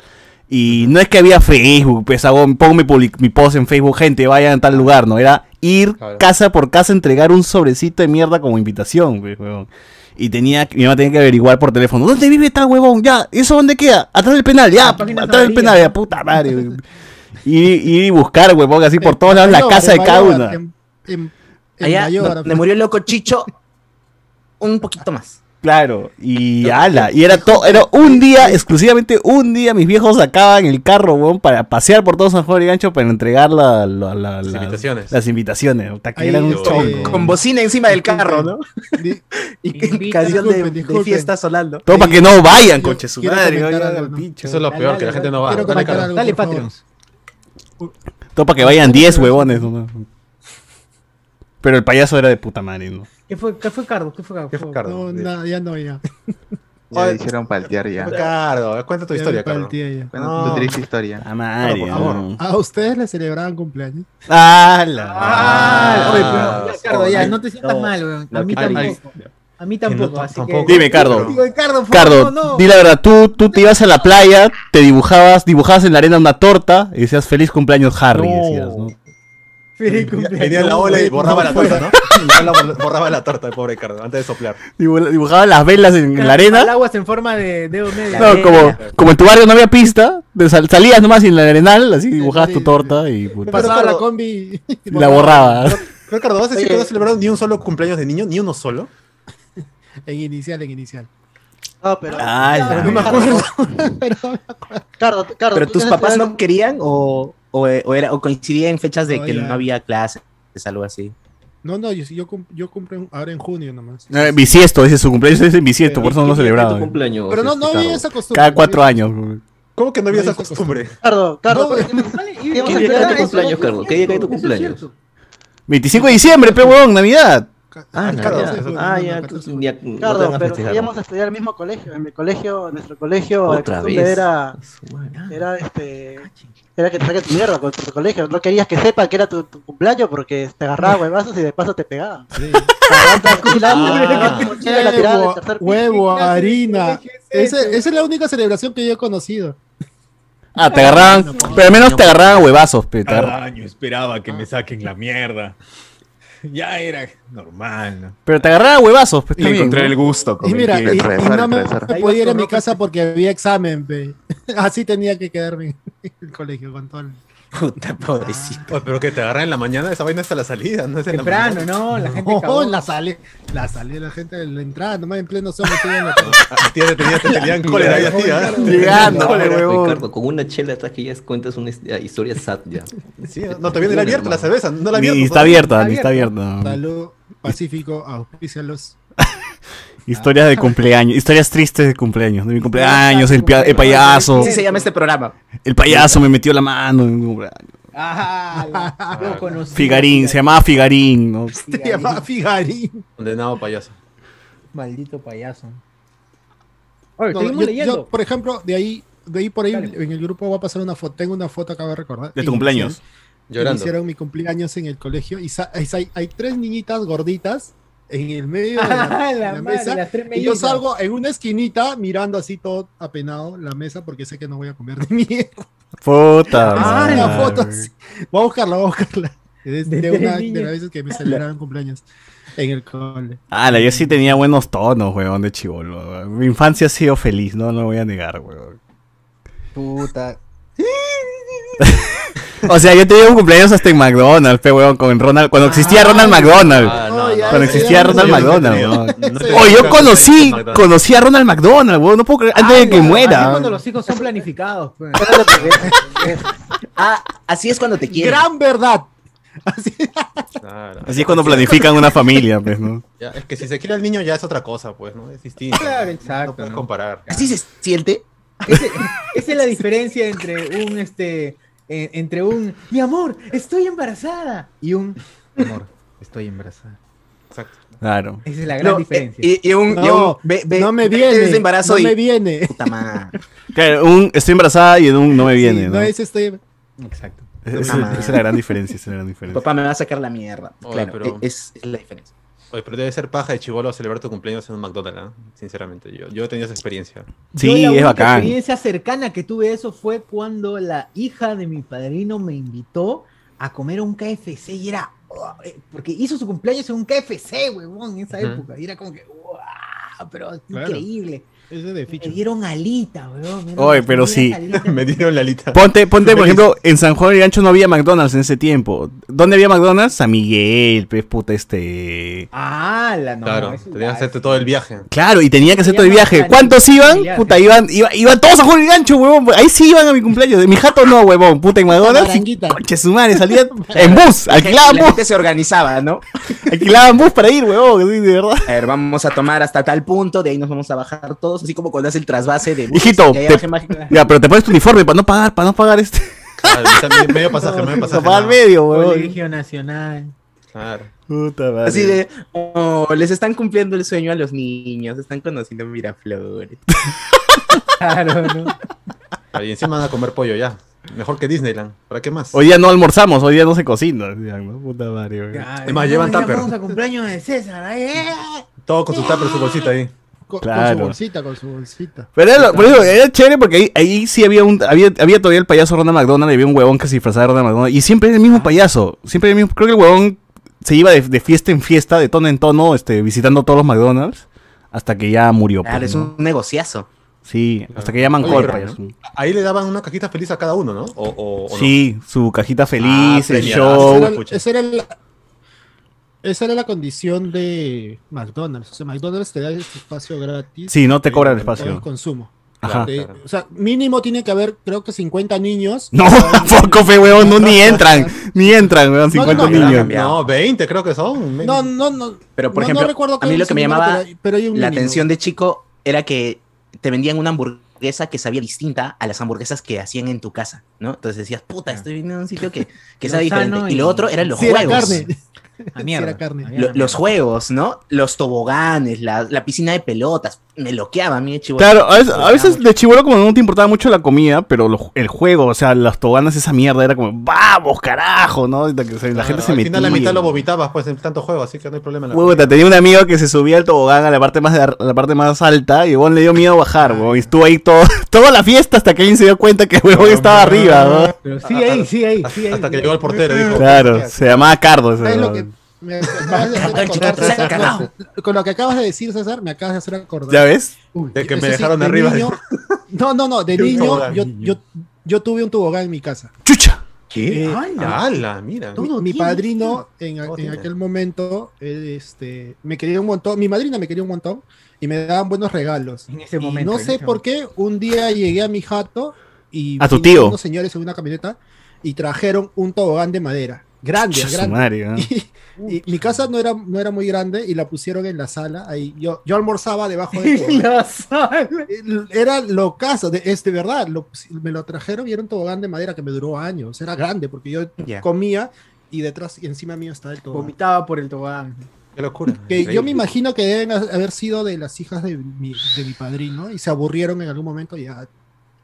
[SPEAKER 3] Y no es que había Facebook, pues hago, pongo mi, public- mi post en Facebook, gente, vayan a tal lugar, ¿no? Era ir
[SPEAKER 2] Claro.
[SPEAKER 3] casa por casa a entregar un sobrecito de mierda como invitación, pues, huevón. Y tenía, que- mi mamá tenía que averiguar por teléfono, ¿dónde vive tal huevón? Ya, ¿eso dónde queda? Atrás del penal, ya,
[SPEAKER 1] Ah, páginas
[SPEAKER 3] atrás del
[SPEAKER 1] amarillas.
[SPEAKER 3] penal, ya, puta madre. huevón. Ir, ir y buscar, huevón, así por todos lados la
[SPEAKER 5] Mayor,
[SPEAKER 3] casa de
[SPEAKER 5] en
[SPEAKER 3] cada
[SPEAKER 5] Mayor, en-
[SPEAKER 3] una.
[SPEAKER 5] en- en pues.
[SPEAKER 7] Allá
[SPEAKER 5] Mayor,
[SPEAKER 7] do- donde murió el loco Chicho, un poquito más.
[SPEAKER 3] Claro, y ala, y era todo, era un día, exclusivamente un día, mis viejos sacaban el carro, huevón, para pasear por todo San Juan de Gancho para entregar la, la- la-
[SPEAKER 2] Las
[SPEAKER 3] las-
[SPEAKER 2] invitaciones.
[SPEAKER 3] las invitaciones, puta, que
[SPEAKER 5] Ahí,
[SPEAKER 3] eran un
[SPEAKER 2] eh,
[SPEAKER 3] chongo.
[SPEAKER 7] Con bocina encima del carro, ¿no?
[SPEAKER 5] Di-
[SPEAKER 7] Y canción de,
[SPEAKER 5] Disculpen,
[SPEAKER 7] de
[SPEAKER 5] disculpen.
[SPEAKER 7] fiesta solando.
[SPEAKER 3] Todo
[SPEAKER 5] ahí-
[SPEAKER 3] para que no vayan,
[SPEAKER 5] quiero-
[SPEAKER 3] coche, su
[SPEAKER 5] quiero
[SPEAKER 3] madre,
[SPEAKER 5] comentar
[SPEAKER 3] oigan,
[SPEAKER 5] algo, ¿no?
[SPEAKER 3] picho.
[SPEAKER 2] Eso es lo
[SPEAKER 1] Dale,
[SPEAKER 2] peor, que la
[SPEAKER 1] dale,
[SPEAKER 2] gente no va.
[SPEAKER 5] quiero
[SPEAKER 2] Dale,
[SPEAKER 5] comentar
[SPEAKER 2] cara.
[SPEAKER 5] algo,
[SPEAKER 1] Dale,
[SPEAKER 5] por favor.
[SPEAKER 1] Patreons.
[SPEAKER 3] Todo para que vayan 10 huevones, ¿no? Pero el payaso era de puta madre, ¿no?
[SPEAKER 1] ¿Qué fue, ¿Qué fue Cardo? ¿Qué fue Cardo?
[SPEAKER 2] ¿Qué fue, Cardo?
[SPEAKER 5] No, nada, ya no, ya.
[SPEAKER 8] Ya le hicieron paltear ya.
[SPEAKER 2] Cardo, Pues cuenta tu
[SPEAKER 5] Ya
[SPEAKER 2] historia,
[SPEAKER 5] me
[SPEAKER 2] Cardo.
[SPEAKER 5] partí, ya.
[SPEAKER 8] Bueno,
[SPEAKER 2] No.
[SPEAKER 8] tu triste historia.
[SPEAKER 3] Ah, madre,
[SPEAKER 2] por favor.
[SPEAKER 3] ¿no?
[SPEAKER 5] A ustedes les celebraban cumpleaños. pues,
[SPEAKER 3] ¡Ala!
[SPEAKER 1] Ah,
[SPEAKER 2] Ah,
[SPEAKER 1] oye, pero, ya, Cardo, ya, no te sientas
[SPEAKER 7] no,
[SPEAKER 1] mal, weón. A
[SPEAKER 7] no,
[SPEAKER 1] mí
[SPEAKER 7] qué mal.
[SPEAKER 1] tampoco. A mí
[SPEAKER 2] no,
[SPEAKER 1] tampoco, así
[SPEAKER 2] tampoco.
[SPEAKER 1] que...
[SPEAKER 3] Dime, Cardo.
[SPEAKER 1] Digo, Cardo, por
[SPEAKER 3] Cardo,
[SPEAKER 1] favor, no.
[SPEAKER 3] di la verdad, tú, tú te ibas a la playa, te dibujabas, dibujabas en la arena una torta y decías feliz cumpleaños Harry,
[SPEAKER 2] No.
[SPEAKER 3] decías, ¿no?
[SPEAKER 1] Feliz
[SPEAKER 2] Venía-
[SPEAKER 1] cumpleaños.
[SPEAKER 2] Venía la ola y borraba la torta, ¿no? Y la ola borraba la torta, el pobre Cardo, antes de soplar.
[SPEAKER 3] Dibu- Dibujabas las velas en, en la
[SPEAKER 1] El
[SPEAKER 3] arena.
[SPEAKER 1] agua en forma de dedo medio.
[SPEAKER 3] No, como, como en tu barrio no había pista, de sal- salías nomás y en la arenal, así dibujabas tu torta y pues, puta,
[SPEAKER 2] Pasaba
[SPEAKER 5] Pasaba la
[SPEAKER 2] lo-
[SPEAKER 5] combi. y-
[SPEAKER 3] la
[SPEAKER 7] Ah.
[SPEAKER 3] borrabas.
[SPEAKER 2] Pero Cardo, ¿vas a decir que no celebraron ni un solo cumpleaños de niño? ¿Ni uno solo?
[SPEAKER 5] En inicial, en inicial.
[SPEAKER 9] No, pero.
[SPEAKER 3] Ala.
[SPEAKER 2] No me acuerdo.
[SPEAKER 9] Cardo, Cardo,
[SPEAKER 5] pues,
[SPEAKER 7] ¿Pero
[SPEAKER 9] tú
[SPEAKER 7] tus
[SPEAKER 9] tienes
[SPEAKER 7] papás
[SPEAKER 9] algo-
[SPEAKER 7] no querían o, o, eh, o era, o coincidía en fechas de
[SPEAKER 5] No,
[SPEAKER 7] que
[SPEAKER 5] ya.
[SPEAKER 7] no había clases, algo así?
[SPEAKER 5] No, no, yo, yo, cum- yo cumplo en- ahora en junio nomás.
[SPEAKER 3] Eh, bisiesto, dice su cumpleaños es en bisiesto, por eso no lo
[SPEAKER 6] Tu
[SPEAKER 3] celebraba. eh.
[SPEAKER 6] cumpleaños,
[SPEAKER 5] Pero no,
[SPEAKER 6] este,
[SPEAKER 5] no había
[SPEAKER 6] Cardo.
[SPEAKER 5] esa costumbre.
[SPEAKER 3] Cada cuatro años. güey.
[SPEAKER 2] ¿Cómo que no había
[SPEAKER 5] No,
[SPEAKER 2] esa
[SPEAKER 5] eso es
[SPEAKER 2] costumbre?
[SPEAKER 9] Cardo, Cardo,
[SPEAKER 5] No,
[SPEAKER 9] ¿por qué no-
[SPEAKER 6] ¿Qué día cae tu cumpleaños, Carlos? ¿Qué día cae tu cumpleaños?
[SPEAKER 3] 25 de diciembre, pe huevón, Navidad.
[SPEAKER 6] Ah,
[SPEAKER 5] Cardo,
[SPEAKER 6] ya.
[SPEAKER 5] sí, pues,
[SPEAKER 6] Ah,
[SPEAKER 5] no,
[SPEAKER 6] ya,
[SPEAKER 5] no,
[SPEAKER 6] tú- ya, no te
[SPEAKER 9] Cardo,
[SPEAKER 6] van a
[SPEAKER 9] pero
[SPEAKER 6] festejar.
[SPEAKER 9] íbamos a estudiar al mismo colegio. En mi colegio, en nuestro colegio, la
[SPEAKER 6] Otra
[SPEAKER 9] costumbre
[SPEAKER 6] vez.
[SPEAKER 9] era,
[SPEAKER 6] Ah.
[SPEAKER 9] era este, era que te saques tu mierda con tu colegio. No querías que sepan que era tu, tu cumpleaños porque te agarraba huevazos y de paso te pegaban.
[SPEAKER 5] Ah,
[SPEAKER 9] Mochila la tirada del
[SPEAKER 5] huevo,
[SPEAKER 9] tercer piso.
[SPEAKER 5] huevo, harina.
[SPEAKER 1] ¿Qué es
[SPEAKER 5] Ese- esa es la única celebración que yo he conocido.
[SPEAKER 3] Ah, te agarraban. Pero al menos te agarraban huevazos, pe, te agarra-
[SPEAKER 10] Cada año esperaba que me saquen la mierda. Ya era normal. ¿no?
[SPEAKER 3] Pero te agarraban huevazos, pe,
[SPEAKER 10] Le
[SPEAKER 3] está bien,
[SPEAKER 10] encontré
[SPEAKER 3] ¿no?
[SPEAKER 10] el gusto.
[SPEAKER 5] Y mira, y,
[SPEAKER 10] cometí-
[SPEAKER 5] y
[SPEAKER 8] Rezar,
[SPEAKER 5] no me
[SPEAKER 8] rezar.
[SPEAKER 5] no
[SPEAKER 1] Ahí
[SPEAKER 5] podía ir a
[SPEAKER 1] vas
[SPEAKER 5] mi
[SPEAKER 1] con
[SPEAKER 5] casa porque había examen, pe. Así tenía que quedarme en el colegio con todo el...
[SPEAKER 7] Puta, pobrecito.
[SPEAKER 2] Oye, pero que te agarran en la mañana, esa vaina hasta la salida, ¿no? Es en la
[SPEAKER 1] Temprano,
[SPEAKER 2] mañana.
[SPEAKER 1] ¿no? La gente
[SPEAKER 5] Oh,
[SPEAKER 1] cagó.
[SPEAKER 5] la sale, la sale la gente de la entrada, nomás en pleno sol. metido en la-
[SPEAKER 2] A ti ya te tenían, te tenían cólera ya, tía.
[SPEAKER 3] Llegándole,
[SPEAKER 6] Ahora,
[SPEAKER 3] huevón.
[SPEAKER 6] Ricardo, con una chela atrás que ya cuentas una his- ah, historia sad ya.
[SPEAKER 2] Sí, no, todavía no era abierta la cerveza, no la
[SPEAKER 3] Ni
[SPEAKER 2] abierta.
[SPEAKER 3] está abierta, ni
[SPEAKER 1] Está
[SPEAKER 3] está abierta.
[SPEAKER 5] Salud, Pacífico, auspícialos.
[SPEAKER 3] Historias de cumpleaños, historias tristes de cumpleaños. De mi cumpleaños, el, pia- el payaso.
[SPEAKER 7] Así se llama este programa.
[SPEAKER 3] El payaso me metió la mano. en mi cumpleaños.
[SPEAKER 1] Ah, la- yo conocí-
[SPEAKER 3] Figarín, se llamaba Figarín. ¿no?
[SPEAKER 5] Te
[SPEAKER 1] Figarín,
[SPEAKER 5] llamaba Figarín.
[SPEAKER 2] Condenado payaso.
[SPEAKER 1] Maldito payaso. Oye,
[SPEAKER 5] No,
[SPEAKER 1] seguimos
[SPEAKER 5] yo,
[SPEAKER 1] leyendo.
[SPEAKER 5] yo, por ejemplo, de ahí, de ahí por ahí,
[SPEAKER 1] Dale.
[SPEAKER 5] en el grupo va a pasar una foto. Tengo una foto, acabo de recordar.
[SPEAKER 3] De tu cumpleaños.
[SPEAKER 5] Que Me
[SPEAKER 2] Llorando.
[SPEAKER 5] hicieron mi cumpleaños en el colegio y sa- hay, hay- hay tres niñitas gorditas en el medio de la,
[SPEAKER 1] Ah,
[SPEAKER 5] de
[SPEAKER 1] la
[SPEAKER 5] la
[SPEAKER 1] madre,
[SPEAKER 5] mesa.
[SPEAKER 1] las tres
[SPEAKER 5] Y yo
[SPEAKER 1] mellizas.
[SPEAKER 5] salgo en una esquinita mirando así todo apenado la mesa porque sé que no voy a comer ni mierda.
[SPEAKER 3] Puta.
[SPEAKER 5] Ah,
[SPEAKER 3] madre.
[SPEAKER 5] la foto. así. Voy a buscarla, voy a buscarla. Es
[SPEAKER 1] De
[SPEAKER 5] de, una
[SPEAKER 1] tres
[SPEAKER 5] de
[SPEAKER 1] niñas.
[SPEAKER 5] las veces que me celebraron cumpleaños en el cole.
[SPEAKER 3] Ah, la yo sí tenía buenos tonos, weón, de chivolo. Mi infancia ha sido feliz, no lo voy a negar, weón.
[SPEAKER 1] Puta.
[SPEAKER 3] O sea, yo tenía un cumpleaños hasta en McDonald's, pe, weón, con Ronald. Cuando existía Ronald McDonald.
[SPEAKER 2] Ah, no, no,
[SPEAKER 3] Cuando existía Ronald McDonald, weón.
[SPEAKER 2] No te-
[SPEAKER 3] Oh, yo
[SPEAKER 2] nunca
[SPEAKER 3] conocí,
[SPEAKER 2] McDonald's.
[SPEAKER 3] conocí a Ronald McDonald, weón. No puedo creer, antes de que
[SPEAKER 1] Así es
[SPEAKER 3] muera.
[SPEAKER 1] cuando los hijos son planificados. pues.
[SPEAKER 7] Eh, Ah, así es cuando te quieren.
[SPEAKER 5] Gran verdad. Así,
[SPEAKER 2] Claro.
[SPEAKER 3] Así es cuando planifican una familia, pues, ¿no?
[SPEAKER 2] Ya, es que si se quiere al niño ya es otra cosa, pues, ¿no? Es distinto.
[SPEAKER 1] Claro,
[SPEAKER 2] No
[SPEAKER 1] exacto.
[SPEAKER 2] puedes
[SPEAKER 1] ¿no?
[SPEAKER 2] comparar.
[SPEAKER 7] Así se siente.
[SPEAKER 1] Ese- esa es la diferencia entre un este eh, entre un mi amor, estoy embarazada y un amor, estoy embarazada.
[SPEAKER 2] Exacto.
[SPEAKER 1] Ah,
[SPEAKER 3] Claro.
[SPEAKER 1] Esa es la gran
[SPEAKER 7] No, eh,
[SPEAKER 1] diferencia.
[SPEAKER 7] Y, y un, y un
[SPEAKER 5] no,
[SPEAKER 7] ve- ve-
[SPEAKER 5] no me
[SPEAKER 7] ve
[SPEAKER 5] viene.
[SPEAKER 7] desde embarazo
[SPEAKER 5] no
[SPEAKER 7] y-
[SPEAKER 5] me viene.
[SPEAKER 7] Puta madre.
[SPEAKER 3] Claro, un estoy embarazada y en un no me
[SPEAKER 5] Sí,
[SPEAKER 3] viene,
[SPEAKER 5] no
[SPEAKER 3] ¿no?
[SPEAKER 5] es este-
[SPEAKER 1] Exacto.
[SPEAKER 3] Esa esa es la gran diferencia, esa es la gran diferencia.
[SPEAKER 7] Papá me va a sacar la mierda.
[SPEAKER 2] Oye,
[SPEAKER 7] claro, e,
[SPEAKER 2] pero-
[SPEAKER 7] es, es la diferencia.
[SPEAKER 2] Oye, pero debe ser paja de chivolo celebrar tu cumpleaños en un McDonald's, ¿ah? sinceramente. Yo, yo he tenido esa experiencia.
[SPEAKER 1] Yo
[SPEAKER 3] Sí,
[SPEAKER 1] la
[SPEAKER 3] es
[SPEAKER 1] única
[SPEAKER 3] bacán.
[SPEAKER 1] experiencia cercana que tuve eso fue cuando la hija de mi padrino me invitó a comer a un KFC y era oh, eh, porque hizo su cumpleaños en un KFC, huevón, en esa
[SPEAKER 2] Ujú.
[SPEAKER 1] época, y era como que wow, pero
[SPEAKER 5] Claro.
[SPEAKER 1] increíble.
[SPEAKER 5] Ese es de
[SPEAKER 1] Me
[SPEAKER 5] ficho.
[SPEAKER 1] dieron alita, huevón. me
[SPEAKER 3] Oye,
[SPEAKER 1] dieron
[SPEAKER 3] pero sí.
[SPEAKER 1] alitas.
[SPEAKER 2] Me dieron la lita.
[SPEAKER 3] Ponte, ponte, por ejemplo, en San Juan y Ancho no había McDonald's en ese tiempo. ¿Dónde había McDonald's? San Miguel, pues puta, este.
[SPEAKER 1] Ah, la no.
[SPEAKER 2] claro,
[SPEAKER 1] eso
[SPEAKER 2] tenías que
[SPEAKER 1] ya
[SPEAKER 2] hacerte
[SPEAKER 1] es-
[SPEAKER 2] todo el viaje.
[SPEAKER 3] Claro, y tenía que hacer todo el
[SPEAKER 1] Había
[SPEAKER 3] viaje.
[SPEAKER 1] más
[SPEAKER 3] ¿Cuántos
[SPEAKER 1] planes
[SPEAKER 3] iban?
[SPEAKER 1] familiares.
[SPEAKER 3] Puta, iban, iba- iban todos a Juan y Gancho, huevón. Pues, Ahí sí iban a mi cumpleaños. De mi jato no, huevón. Puta, en McDonald's. y
[SPEAKER 5] Maranguita.
[SPEAKER 3] Conche su madre, salía en bus. Alquilaban
[SPEAKER 7] La
[SPEAKER 3] bus.
[SPEAKER 7] gente se organizaba, ¿no?
[SPEAKER 3] Alquilaban bus para ir, huevón. sí, de verdad.
[SPEAKER 7] A ver, vamos a tomar hasta tal punto, de ahí nos vamos a bajar todos, así como cuando hace el trasvase de... buses,
[SPEAKER 3] Hijito,
[SPEAKER 7] que ahí
[SPEAKER 3] te-
[SPEAKER 7] baje mágica.
[SPEAKER 3] Ya, pero te pones tu uniforme para no pagar, para no pagar este.
[SPEAKER 2] Claro, está medio- medio pasaje, medio
[SPEAKER 3] Para
[SPEAKER 2] pasaje.
[SPEAKER 3] pagar
[SPEAKER 2] ¿no?
[SPEAKER 3] medio, huevón.
[SPEAKER 1] Colegio Nacional.
[SPEAKER 2] Claro.
[SPEAKER 3] Puta madre.
[SPEAKER 7] Así de, oh, les están cumpliendo el sueño a los niños, están conociendo Miraflores.
[SPEAKER 1] Claro, ¿no?
[SPEAKER 2] Claro, Y encima van a comer pollo ya. Mejor que Disneyland. ¿Para qué más?
[SPEAKER 3] Hoy día no almorzamos, hoy día no se cocina. decían, ¿no? Puta madre, huevón.
[SPEAKER 2] Además, llevan
[SPEAKER 1] ya
[SPEAKER 2] tupper.
[SPEAKER 1] Vamos a cumpleaños de César. ¿eh? ay, ay, ay.
[SPEAKER 2] Todo con su tupper, su bolsita ahí.
[SPEAKER 5] Con, con
[SPEAKER 3] Claro.
[SPEAKER 5] su bolsita, con su bolsita.
[SPEAKER 3] Pero era, lo- por eso, era chévere porque ahí, ahí sí había un había, había todavía el payaso Ronald McDonald y había un huevón que se disfrazaba de Ronald McDonald. Y siempre era el
[SPEAKER 2] Ah.
[SPEAKER 3] mismo payaso. Siempre era el mismo. Creo que el huevón se iba de, de fiesta en fiesta, de tono en tono, este, visitando todos los McDonald's. Hasta que ya
[SPEAKER 2] Ah,
[SPEAKER 3] murió.
[SPEAKER 7] Claro,
[SPEAKER 3] pues,
[SPEAKER 7] es
[SPEAKER 3] ¿no?
[SPEAKER 7] un negociazo.
[SPEAKER 3] Sí, hasta que ya mancó
[SPEAKER 2] Oye,
[SPEAKER 3] el
[SPEAKER 2] pero-
[SPEAKER 3] payaso.
[SPEAKER 2] Ahí le daban una cajita feliz a cada uno, ¿no? O, o- o no.
[SPEAKER 3] Sí, su cajita feliz,
[SPEAKER 2] Ah,
[SPEAKER 3] el
[SPEAKER 2] premiado.
[SPEAKER 5] esa,
[SPEAKER 3] show.
[SPEAKER 5] era,
[SPEAKER 2] escucha.
[SPEAKER 5] esa era la, esa era la condición de McDonald's. O sea, McDonald's te da este espacio gratis.
[SPEAKER 3] Sí, no te cobran el
[SPEAKER 5] para todo
[SPEAKER 3] espacio.
[SPEAKER 5] el consumo.
[SPEAKER 3] Ajá.
[SPEAKER 5] Te-
[SPEAKER 2] Claro.
[SPEAKER 5] O sea, mínimo tiene que haber, creo que 50 niños.
[SPEAKER 3] No, poco fe, huevón, no, ni entran. Ni entran, huevón, 50
[SPEAKER 5] no,
[SPEAKER 2] Era-
[SPEAKER 3] niños.
[SPEAKER 2] No, 20 creo que son.
[SPEAKER 5] No, no, no.
[SPEAKER 7] Pero, por
[SPEAKER 5] no- no
[SPEAKER 7] ejemplo,
[SPEAKER 5] recuerdo
[SPEAKER 7] a mí
[SPEAKER 5] cuál
[SPEAKER 7] lo
[SPEAKER 5] es
[SPEAKER 7] que
[SPEAKER 5] el
[SPEAKER 7] me
[SPEAKER 5] número,
[SPEAKER 7] llamaba
[SPEAKER 5] pero hay- pero hay un
[SPEAKER 7] La
[SPEAKER 5] mínimo.
[SPEAKER 7] atención de chico era que te vendían una hamburguesa que sabía distinta a las hamburguesas que hacían en tu casa, ¿no? Entonces decías, puta, estoy viendo un sitio que, que
[SPEAKER 1] Lo
[SPEAKER 7] sabe diferente.
[SPEAKER 1] sano
[SPEAKER 7] Y
[SPEAKER 1] y-
[SPEAKER 7] lo otro eran los
[SPEAKER 5] Sí, era
[SPEAKER 7] juegos. Ah,
[SPEAKER 5] carne.
[SPEAKER 1] A mierda.
[SPEAKER 5] era carne.
[SPEAKER 7] Lo- los juegos, ¿no? Los toboganes, la, la piscina de pelotas. Me loqueaba a mí, chivo.
[SPEAKER 3] Claro, a veces, a veces de chivolo como no te importaba mucho la comida, pero lo- el juego, o sea, las toganas, esa mierda, era como, vamos, carajo, ¿no? Y La, que se- la gente se
[SPEAKER 2] al
[SPEAKER 3] metía.
[SPEAKER 2] final la mitad lo vomitabas, pues, en tanto juego, así que no hay problema. en la-
[SPEAKER 3] Puta, tenía un amigo que se subía al tobogán a la parte más, de ar- a la parte más alta y Bon le dio miedo bajar, weón. Y estuvo ahí todo, toda la fiesta hasta que alguien se dio cuenta que el huevón
[SPEAKER 5] Ah,
[SPEAKER 3] estaba arriba, ¿no?
[SPEAKER 1] Pero sí ahí, sí ahí, sí ahí.
[SPEAKER 2] Hasta que llegó el portero, dijo.
[SPEAKER 3] Claro, se llamaba Cardo. ese
[SPEAKER 5] ah, ¿Sabes lo
[SPEAKER 3] huevón.
[SPEAKER 5] que me acabas de hacer acordar, César? No, Con lo que acabas de decir, César, me acabas de hacer acordar.
[SPEAKER 3] ¿Ya ves?
[SPEAKER 2] De que
[SPEAKER 5] Eso
[SPEAKER 2] me
[SPEAKER 5] sí,
[SPEAKER 2] dejaron
[SPEAKER 5] de
[SPEAKER 2] arriba.
[SPEAKER 5] niño- no, no, no, de
[SPEAKER 2] De un
[SPEAKER 5] niño
[SPEAKER 2] tobogán.
[SPEAKER 5] yo, yo, yo tuve un tobogán en mi casa.
[SPEAKER 3] ¡Chucha!
[SPEAKER 2] ¿Qué?
[SPEAKER 5] Eh,
[SPEAKER 2] ¡Hala! ¡Hala! Mira.
[SPEAKER 5] Mi- mi padrino en, a-
[SPEAKER 2] Todo
[SPEAKER 5] en
[SPEAKER 2] tiene.
[SPEAKER 5] aquel momento él, este, me quería un montón, mi madrina me quería un montón y me daban buenos regalos.
[SPEAKER 1] En ese
[SPEAKER 5] Y
[SPEAKER 1] momento,
[SPEAKER 5] no
[SPEAKER 1] en
[SPEAKER 5] sé
[SPEAKER 1] ese
[SPEAKER 5] por qué un día llegué a mi jato y
[SPEAKER 3] ¿A tu
[SPEAKER 5] vinieron
[SPEAKER 3] tío?
[SPEAKER 5] unos señores en una camioneta y trajeron un tobogán de madera. Grande,
[SPEAKER 3] Chucha, su
[SPEAKER 5] grande.
[SPEAKER 3] madre, ¿no?
[SPEAKER 5] Y, y mi casa no era, no era muy grande y la pusieron en la sala. Ahí yo, yo almorzaba debajo del tobogán.
[SPEAKER 1] La sal.
[SPEAKER 5] Era lo caso, de, es de verdad. lo pus- me lo trajeron y era un tobogán de madera que me duró años. Era grande porque yo
[SPEAKER 7] Ya.
[SPEAKER 5] comía y detrás y encima mío estaba el tobogán.
[SPEAKER 1] Vomitaba por el tobogán.
[SPEAKER 2] Qué locura.
[SPEAKER 5] Que yo me
[SPEAKER 2] Increíble.
[SPEAKER 5] imagino que deben ha- haber sido de las hijas de mi, de mi padrino y se aburrieron en algún momento y ya.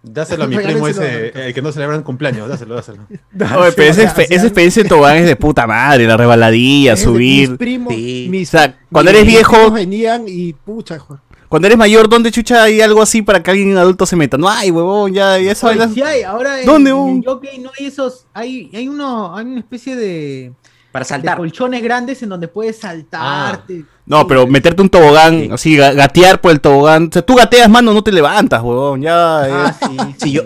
[SPEAKER 2] Dáselo a mi primo
[SPEAKER 5] Regáleselo
[SPEAKER 2] ese,
[SPEAKER 5] a-
[SPEAKER 2] el que no celebran cumpleaños. Dáselo, dáselo.
[SPEAKER 3] Oye, pero esa,
[SPEAKER 5] o sea,
[SPEAKER 3] expe- esa experiencia de tobogán es de puta madre, la rebaladilla,
[SPEAKER 5] Es de-
[SPEAKER 3] subir.
[SPEAKER 5] Mis primos,
[SPEAKER 7] Sí.
[SPEAKER 3] O
[SPEAKER 5] mis,
[SPEAKER 3] sea, cuando
[SPEAKER 5] mis
[SPEAKER 3] eres
[SPEAKER 5] primos
[SPEAKER 3] viejo,
[SPEAKER 5] venían y pucha, jo-
[SPEAKER 3] cuando eres mayor, ¿dónde chucha hay algo así para que alguien adulto se meta? No hay, huevón, ya,
[SPEAKER 5] Pues
[SPEAKER 3] ya esa
[SPEAKER 1] Oye,
[SPEAKER 3] vaina-
[SPEAKER 1] sí hay, ahora en,
[SPEAKER 3] ¿Dónde
[SPEAKER 1] en el
[SPEAKER 3] un-
[SPEAKER 1] jockey no hay esos, hay, hay uno, hay una especie de,
[SPEAKER 7] Para
[SPEAKER 1] de
[SPEAKER 7] saltar. Ah,
[SPEAKER 1] colchones grandes en donde puedes saltarte.
[SPEAKER 3] No, pero meterte un tobogán, así, ga- gatear por el tobogán. O sea, tú gateas, mano, no te levantas, huevón, ya. eh.
[SPEAKER 1] Ah, sí,
[SPEAKER 7] Sí, yo,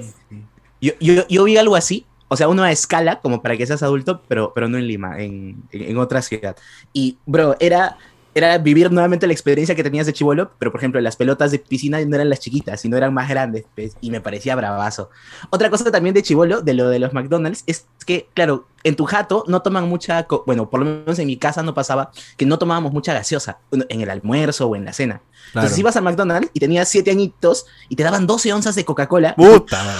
[SPEAKER 7] yo, yo, yo vi algo así, o sea, uno a escala, como para que seas adulto, pero, pero no en Lima, en, en, en otra ciudad. Y, bro, era, era vivir nuevamente la experiencia que tenías de chivolo, pero por ejemplo, las pelotas de piscina no eran las chiquitas, sino eran más grandes, pues, y me parecía bravazo. Otra cosa también de chivolo, de lo de los McDonald's, es que, claro, en tu jato no toman mucha, co- bueno, por lo menos en mi casa no pasaba que no tomábamos mucha gaseosa en el almuerzo o en la cena. Entonces ibas al McDonald's y tenías siete añitos y te daban 12 onzas de Coca-Cola.
[SPEAKER 3] Puta, madre.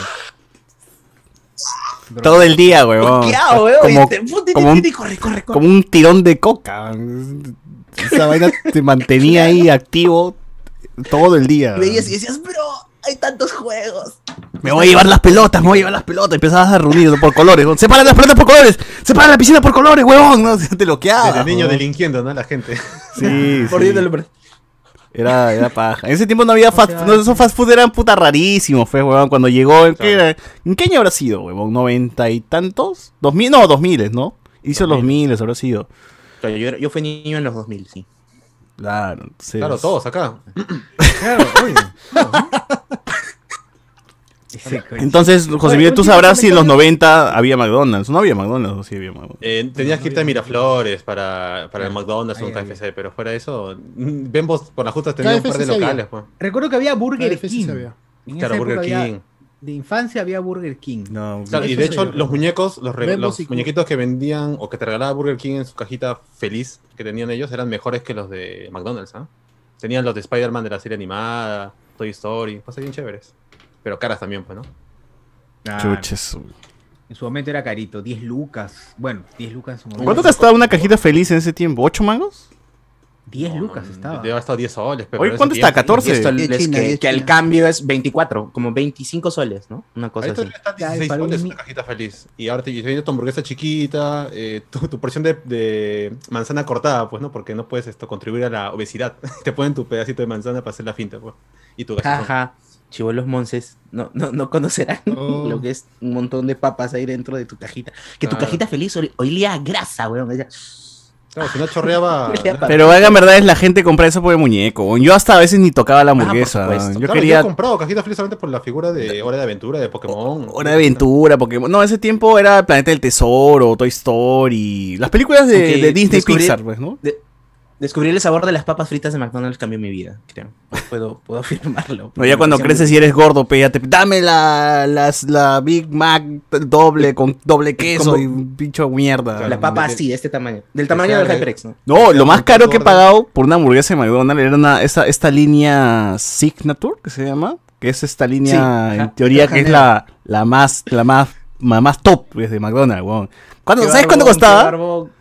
[SPEAKER 3] Todo el día, huevón.
[SPEAKER 7] Coqueado, weón.
[SPEAKER 3] Como-
[SPEAKER 7] y te- este, puta,
[SPEAKER 3] como
[SPEAKER 7] y
[SPEAKER 3] un-
[SPEAKER 7] te- corre, corre, corre.
[SPEAKER 3] Como un tirón de coca. Esa vaina te mantenía ahí activo todo el día.
[SPEAKER 7] Y veías y decías, bro, hay tantos juegos.
[SPEAKER 3] Me voy a llevar las pelotas, me voy a llevar las pelotas. Empezabas a reunir por colores. ¿no? Separan las pelotas por colores. Separan la piscina por colores, huevón. ¿no? Te loqueaba.
[SPEAKER 2] Desde niño
[SPEAKER 3] huevón.
[SPEAKER 2] delinquiendo, ¿no? La gente.
[SPEAKER 3] Sí, sí.
[SPEAKER 7] Mordiéndole, bro.
[SPEAKER 3] Era, era paja. En ese tiempo no había fast food. No, esos fast food eran puta rarísimos, fue, huevón. Cuando llegó, ¿en qué, era? ¿En qué año habrá sido, huevón? ¿Noventa y tantos? ¿Dos mil? No, dos miles, ¿no? Hizo los miles, habrá sido.
[SPEAKER 7] Yo, era- yo fui niño en los 2000, sí.
[SPEAKER 3] Claro, entonces-
[SPEAKER 2] Claro, todos acá.
[SPEAKER 1] claro, oye. Ese coche.
[SPEAKER 3] Entonces, José
[SPEAKER 1] Oye,
[SPEAKER 3] Miguel, tú
[SPEAKER 1] último
[SPEAKER 3] sabrás si en los
[SPEAKER 1] comentario.
[SPEAKER 3] 90 había McDonald's. No había McDonald's, o sí había McDonald's.
[SPEAKER 2] Eh, tenías que irte a Miraflores para, para el McDonald's o un KFC, pero fuera de eso, mm, vemos por las justas tenía un par
[SPEAKER 5] KFC
[SPEAKER 2] de
[SPEAKER 5] sí había.
[SPEAKER 2] locales, pues.
[SPEAKER 1] Recuerdo que había Burger
[SPEAKER 5] KFC
[SPEAKER 1] King.
[SPEAKER 5] se había.
[SPEAKER 1] En
[SPEAKER 2] Claro,
[SPEAKER 1] esa época
[SPEAKER 2] Burger
[SPEAKER 1] había-
[SPEAKER 2] King.
[SPEAKER 1] de infancia había Burger King.
[SPEAKER 3] No,
[SPEAKER 2] Claro, y
[SPEAKER 5] Eso
[SPEAKER 2] de
[SPEAKER 5] sí
[SPEAKER 2] hecho,
[SPEAKER 5] había.
[SPEAKER 2] los muñecos, los, re-
[SPEAKER 5] Vemos
[SPEAKER 2] los
[SPEAKER 5] y-
[SPEAKER 2] muñequitos que vendían o que te regalaba Burger King en su cajita feliz que tenían ellos eran mejores que los de McDonald's, ¿ah? Tenían los de Spider-Man de la serie animada, Toy Story, cosas bien chéveres. Pero caras también, pues, ¿no?
[SPEAKER 1] Ah,
[SPEAKER 3] chuches.
[SPEAKER 1] en su momento era carito, 10 lucas. Bueno, 10 lucas en su momento.
[SPEAKER 3] ¿Cuánto gastaba una cajita feliz en ese tiempo? ¿8 mangos?
[SPEAKER 1] 10
[SPEAKER 2] No,
[SPEAKER 1] lucas
[SPEAKER 2] no,
[SPEAKER 1] estaba.
[SPEAKER 2] Debe haber estado 10 soles, pero.
[SPEAKER 3] Hoy,
[SPEAKER 2] en ese
[SPEAKER 3] ¿cuánto está?
[SPEAKER 2] tiempo-
[SPEAKER 3] 14.
[SPEAKER 7] Y esto
[SPEAKER 4] Sí.
[SPEAKER 7] es
[SPEAKER 4] Es China,
[SPEAKER 7] que,
[SPEAKER 4] es
[SPEAKER 7] que al
[SPEAKER 4] China.
[SPEAKER 7] cambio es 24, como 25 soles, ¿no? Una cosa así.
[SPEAKER 2] Ahorita ya están
[SPEAKER 1] Ya,
[SPEAKER 2] 16
[SPEAKER 1] para un
[SPEAKER 2] soles
[SPEAKER 1] mi-
[SPEAKER 2] una cajita feliz. Y ahora te te viene tu hamburguesa chiquita, eh, tu, tu porción de, de manzana cortada, pues, ¿no? Porque no puedes esto contribuir a la obesidad. te ponen tu pedacito de manzana para hacer la finta, pues. Y tu gaseosa.
[SPEAKER 7] Jaja. Chivolos Monces no, no, no conocerán
[SPEAKER 5] No.
[SPEAKER 7] lo que es un montón de papas ahí dentro de tu cajita. Que tu
[SPEAKER 2] Claro.
[SPEAKER 7] cajita feliz ol- olía a grasa, weón. Ella-
[SPEAKER 2] Claro, si no chorreaba.
[SPEAKER 7] olía a papas.
[SPEAKER 3] Pero valga en verdad es la gente compra eso por el muñeco. Yo hasta a veces ni tocaba la
[SPEAKER 7] Ah, por
[SPEAKER 3] hamburguesa.
[SPEAKER 7] supuesto.
[SPEAKER 3] yo
[SPEAKER 2] Claro,
[SPEAKER 3] quería Oh,
[SPEAKER 2] he comprado cajitas feliz solamente por la figura de Hora de Aventura, de Pokémon.
[SPEAKER 3] Hora de Aventura, Pokémon. No, ese tiempo era Planeta del Tesoro, Toy Story. Las películas de,
[SPEAKER 7] Aunque
[SPEAKER 3] de Disney y
[SPEAKER 7] descubrí-
[SPEAKER 3] Pixar, pues, ¿no?
[SPEAKER 7] Descubrir el sabor de las papas fritas de McDonald's cambió mi vida, creo. Puedo, puedo afirmarlo.
[SPEAKER 3] No, ya cuando
[SPEAKER 7] Siempre-
[SPEAKER 3] creces y eres gordo, pe, ya te dame la, las- la Big Mac doble con doble queso
[SPEAKER 7] Como-
[SPEAKER 3] y un pincho de mierda.
[SPEAKER 7] La papa así, de este tamaño. Del tamaño del
[SPEAKER 2] Exacto.
[SPEAKER 7] HyperX, ¿no?
[SPEAKER 3] No, lo más
[SPEAKER 2] Con
[SPEAKER 3] caro que he
[SPEAKER 2] gordo.
[SPEAKER 3] pagado por una hamburguesa de McDonald's era una- esta, esta línea Signature, que se llama, que es esta línea,
[SPEAKER 7] Sí,
[SPEAKER 3] en
[SPEAKER 7] ajá,
[SPEAKER 3] teoría,
[SPEAKER 7] ajá,
[SPEAKER 3] que es la, la más, la más, la más top pues, de McDonald's, weón. ¿Cuándo-
[SPEAKER 7] Qué
[SPEAKER 3] ¿Sabes cuánto
[SPEAKER 7] barbón, qué
[SPEAKER 3] costaba?
[SPEAKER 7] barbón.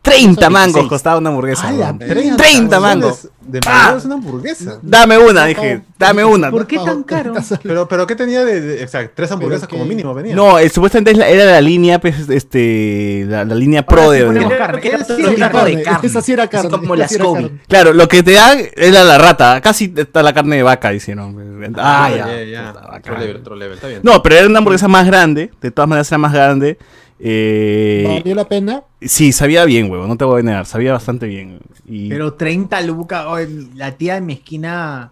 [SPEAKER 7] 30 mangos
[SPEAKER 3] 16.
[SPEAKER 7] costaba una hamburguesa.
[SPEAKER 3] ¡Hala,
[SPEAKER 7] weón.
[SPEAKER 3] 30
[SPEAKER 7] 30
[SPEAKER 2] soles
[SPEAKER 7] mangos.
[SPEAKER 2] de
[SPEAKER 3] Ah.
[SPEAKER 7] ¡Pah!
[SPEAKER 2] McDonald's una hamburguesa.
[SPEAKER 7] Dame una, dije, dame una.
[SPEAKER 2] qué tan caro? Pero, pero ¿qué tenía de, de- o sea, tres hamburguesas como mínimo venía?
[SPEAKER 3] No, eh, supuestamente es la- era la línea, pues, este, la, la línea pro de...
[SPEAKER 2] ponemos
[SPEAKER 3] de-
[SPEAKER 2] carne. Esa sí
[SPEAKER 7] Era
[SPEAKER 2] era
[SPEAKER 7] carne,
[SPEAKER 2] carne.
[SPEAKER 7] carne.
[SPEAKER 5] Esa sí era carne.
[SPEAKER 7] como
[SPEAKER 5] esa
[SPEAKER 7] las
[SPEAKER 5] sí era
[SPEAKER 7] Kobe.
[SPEAKER 5] carne.
[SPEAKER 3] Claro, lo que te dan era la rata, casi está la carne de vaca, hicieron. Ah, ya.
[SPEAKER 2] Otro level, otro level, está bien.
[SPEAKER 3] No, pero era una hamburguesa más grande, de todas maneras era más grande. eh,
[SPEAKER 5] ¿Valió la pena?
[SPEAKER 3] sí, sabía bien, huevo, no te voy a negar, sabía bastante bien. Y,
[SPEAKER 1] Pero 30 lucas, oye, mi- la tía de mi esquina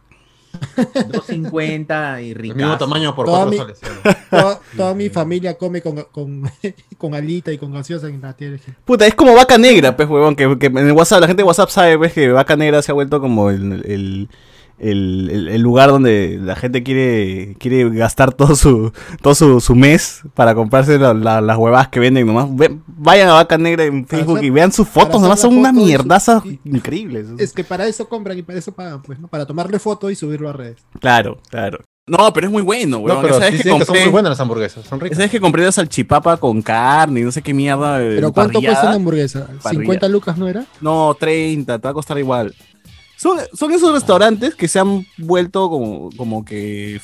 [SPEAKER 1] 250 y rica.
[SPEAKER 2] El mismo tamaño por
[SPEAKER 5] Toda
[SPEAKER 2] cuatro
[SPEAKER 5] mi,
[SPEAKER 2] soles. ¿sí?
[SPEAKER 5] toda, toda mi familia come con, con, con alita y con gaseosa en la tierra.
[SPEAKER 3] Puta, es como vaca negra, pues, huevón, que, que en el WhatsApp, la gente de WhatsApp sabe, pues, que vaca negra se ha vuelto como el, el, el- el- el lugar donde la gente quiere, quiere gastar todo su, todo su, su mes para comprarse la- la- las huevadas que venden nomás. Ve- vayan a vaca negra en Facebook
[SPEAKER 5] hacer-
[SPEAKER 3] y vean sus
[SPEAKER 5] para
[SPEAKER 3] fotos, nomás
[SPEAKER 5] hacer
[SPEAKER 3] son
[SPEAKER 5] la
[SPEAKER 3] unas
[SPEAKER 5] foto y su-
[SPEAKER 3] mierdazas
[SPEAKER 5] y-
[SPEAKER 3] increíbles.
[SPEAKER 5] Es que para eso compran y para eso pagan, pues, ¿no? Para tomarle foto y subirlo a redes.
[SPEAKER 2] Eh,
[SPEAKER 3] Claro, claro. No, pero es muy bueno, huevón.
[SPEAKER 2] No, pero
[SPEAKER 3] Esa vez
[SPEAKER 2] sí,
[SPEAKER 3] que
[SPEAKER 2] sí, que son
[SPEAKER 3] compré-
[SPEAKER 2] muy buenas las hamburguesas, son ricas.
[SPEAKER 3] esa vez que compré la salchipapa con carne y no sé qué mierda. eh,
[SPEAKER 5] Pero ¿cuánto
[SPEAKER 3] parrillada?
[SPEAKER 5] cuesta una hamburguesa?
[SPEAKER 3] Parrilla.
[SPEAKER 5] ¿50 lucas no era?
[SPEAKER 3] No, 30, te va a costar igual. Son, son esos restaurantes que se han vuelto como, como que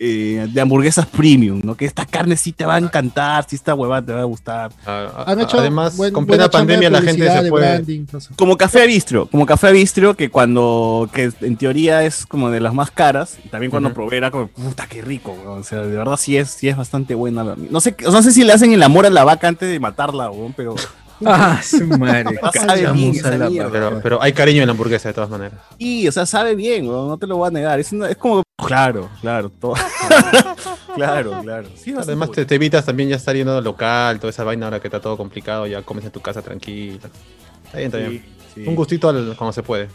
[SPEAKER 3] eh, de hamburguesas premium, ¿no? Que esta carne sí te va a encantar, sí esta huevada te va a gustar.
[SPEAKER 2] A- a-
[SPEAKER 5] Han hecho
[SPEAKER 2] Ah, Además,
[SPEAKER 5] buen-
[SPEAKER 2] con
[SPEAKER 5] buena
[SPEAKER 2] plena
[SPEAKER 5] chamba de
[SPEAKER 2] pandemia la gente
[SPEAKER 5] publicidad,
[SPEAKER 2] se
[SPEAKER 5] de
[SPEAKER 2] fue.
[SPEAKER 5] branding, todo eso.
[SPEAKER 3] Como café a bistro, como café a bistro que cuando, que en teoría es como de las más caras, y también cuando
[SPEAKER 2] Ujú.
[SPEAKER 3] probé era como, puta, qué rico, weón. o sea, de verdad sí es, sí es bastante buena. la- No sé, no sé si le hacen el amor a la vaca antes de matarla, weón, pero...
[SPEAKER 1] Ah, su madre.
[SPEAKER 3] No sabe bien esa mierda.
[SPEAKER 2] Pero, pero hay cariño en la hamburguesa de todas maneras.
[SPEAKER 3] Sí, o sea, sabe bien, weón, no te lo voy a negar. Es, una- es como. Claro, claro, todo. claro, claro. Sí, bastante
[SPEAKER 2] Además, te,
[SPEAKER 3] bueno.
[SPEAKER 2] te evitas también ya estar yendo al local, toda esa vaina ahora que está todo complicado, ya comes en tu casa tranquila. Está bien, está bien.
[SPEAKER 3] Sí, sí.
[SPEAKER 2] Un gustito al- cuando se puede.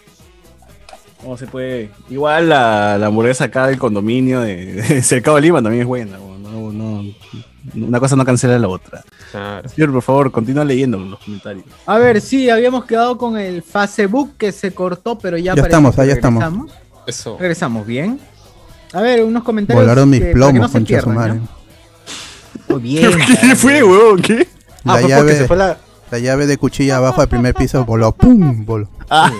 [SPEAKER 3] ¿Cómo se puede? Igual la, la hamburguesa acá del condominio de, de Cercado de Lima también es buena, weón, no, no- Una cosa no cancela la otra.
[SPEAKER 2] Claro.
[SPEAKER 3] Señor, por favor, continúa leyendo los comentarios.
[SPEAKER 1] A ver, sí, habíamos quedado con el Facebook que se cortó, pero ya,
[SPEAKER 4] Ya
[SPEAKER 1] parece
[SPEAKER 4] estamos,
[SPEAKER 1] que
[SPEAKER 4] ah, ya estamos.
[SPEAKER 1] regresamos.
[SPEAKER 2] Eso.
[SPEAKER 1] Regresamos, bien. A ver, unos comentarios.
[SPEAKER 4] Volaron mis
[SPEAKER 1] que- para que no
[SPEAKER 4] plomos,
[SPEAKER 1] se
[SPEAKER 4] concha su
[SPEAKER 1] pierdan,
[SPEAKER 4] madre.
[SPEAKER 1] ¿ya? Muy bien.
[SPEAKER 9] Este,
[SPEAKER 3] ¿Qué fue, weón? ¿Qué?
[SPEAKER 4] La
[SPEAKER 2] Ah, fue porque se
[SPEAKER 4] llave,
[SPEAKER 2] fue la.
[SPEAKER 4] la llave de cuchilla abajo del primer piso voló. ¡Pum! Voló.
[SPEAKER 3] Ah,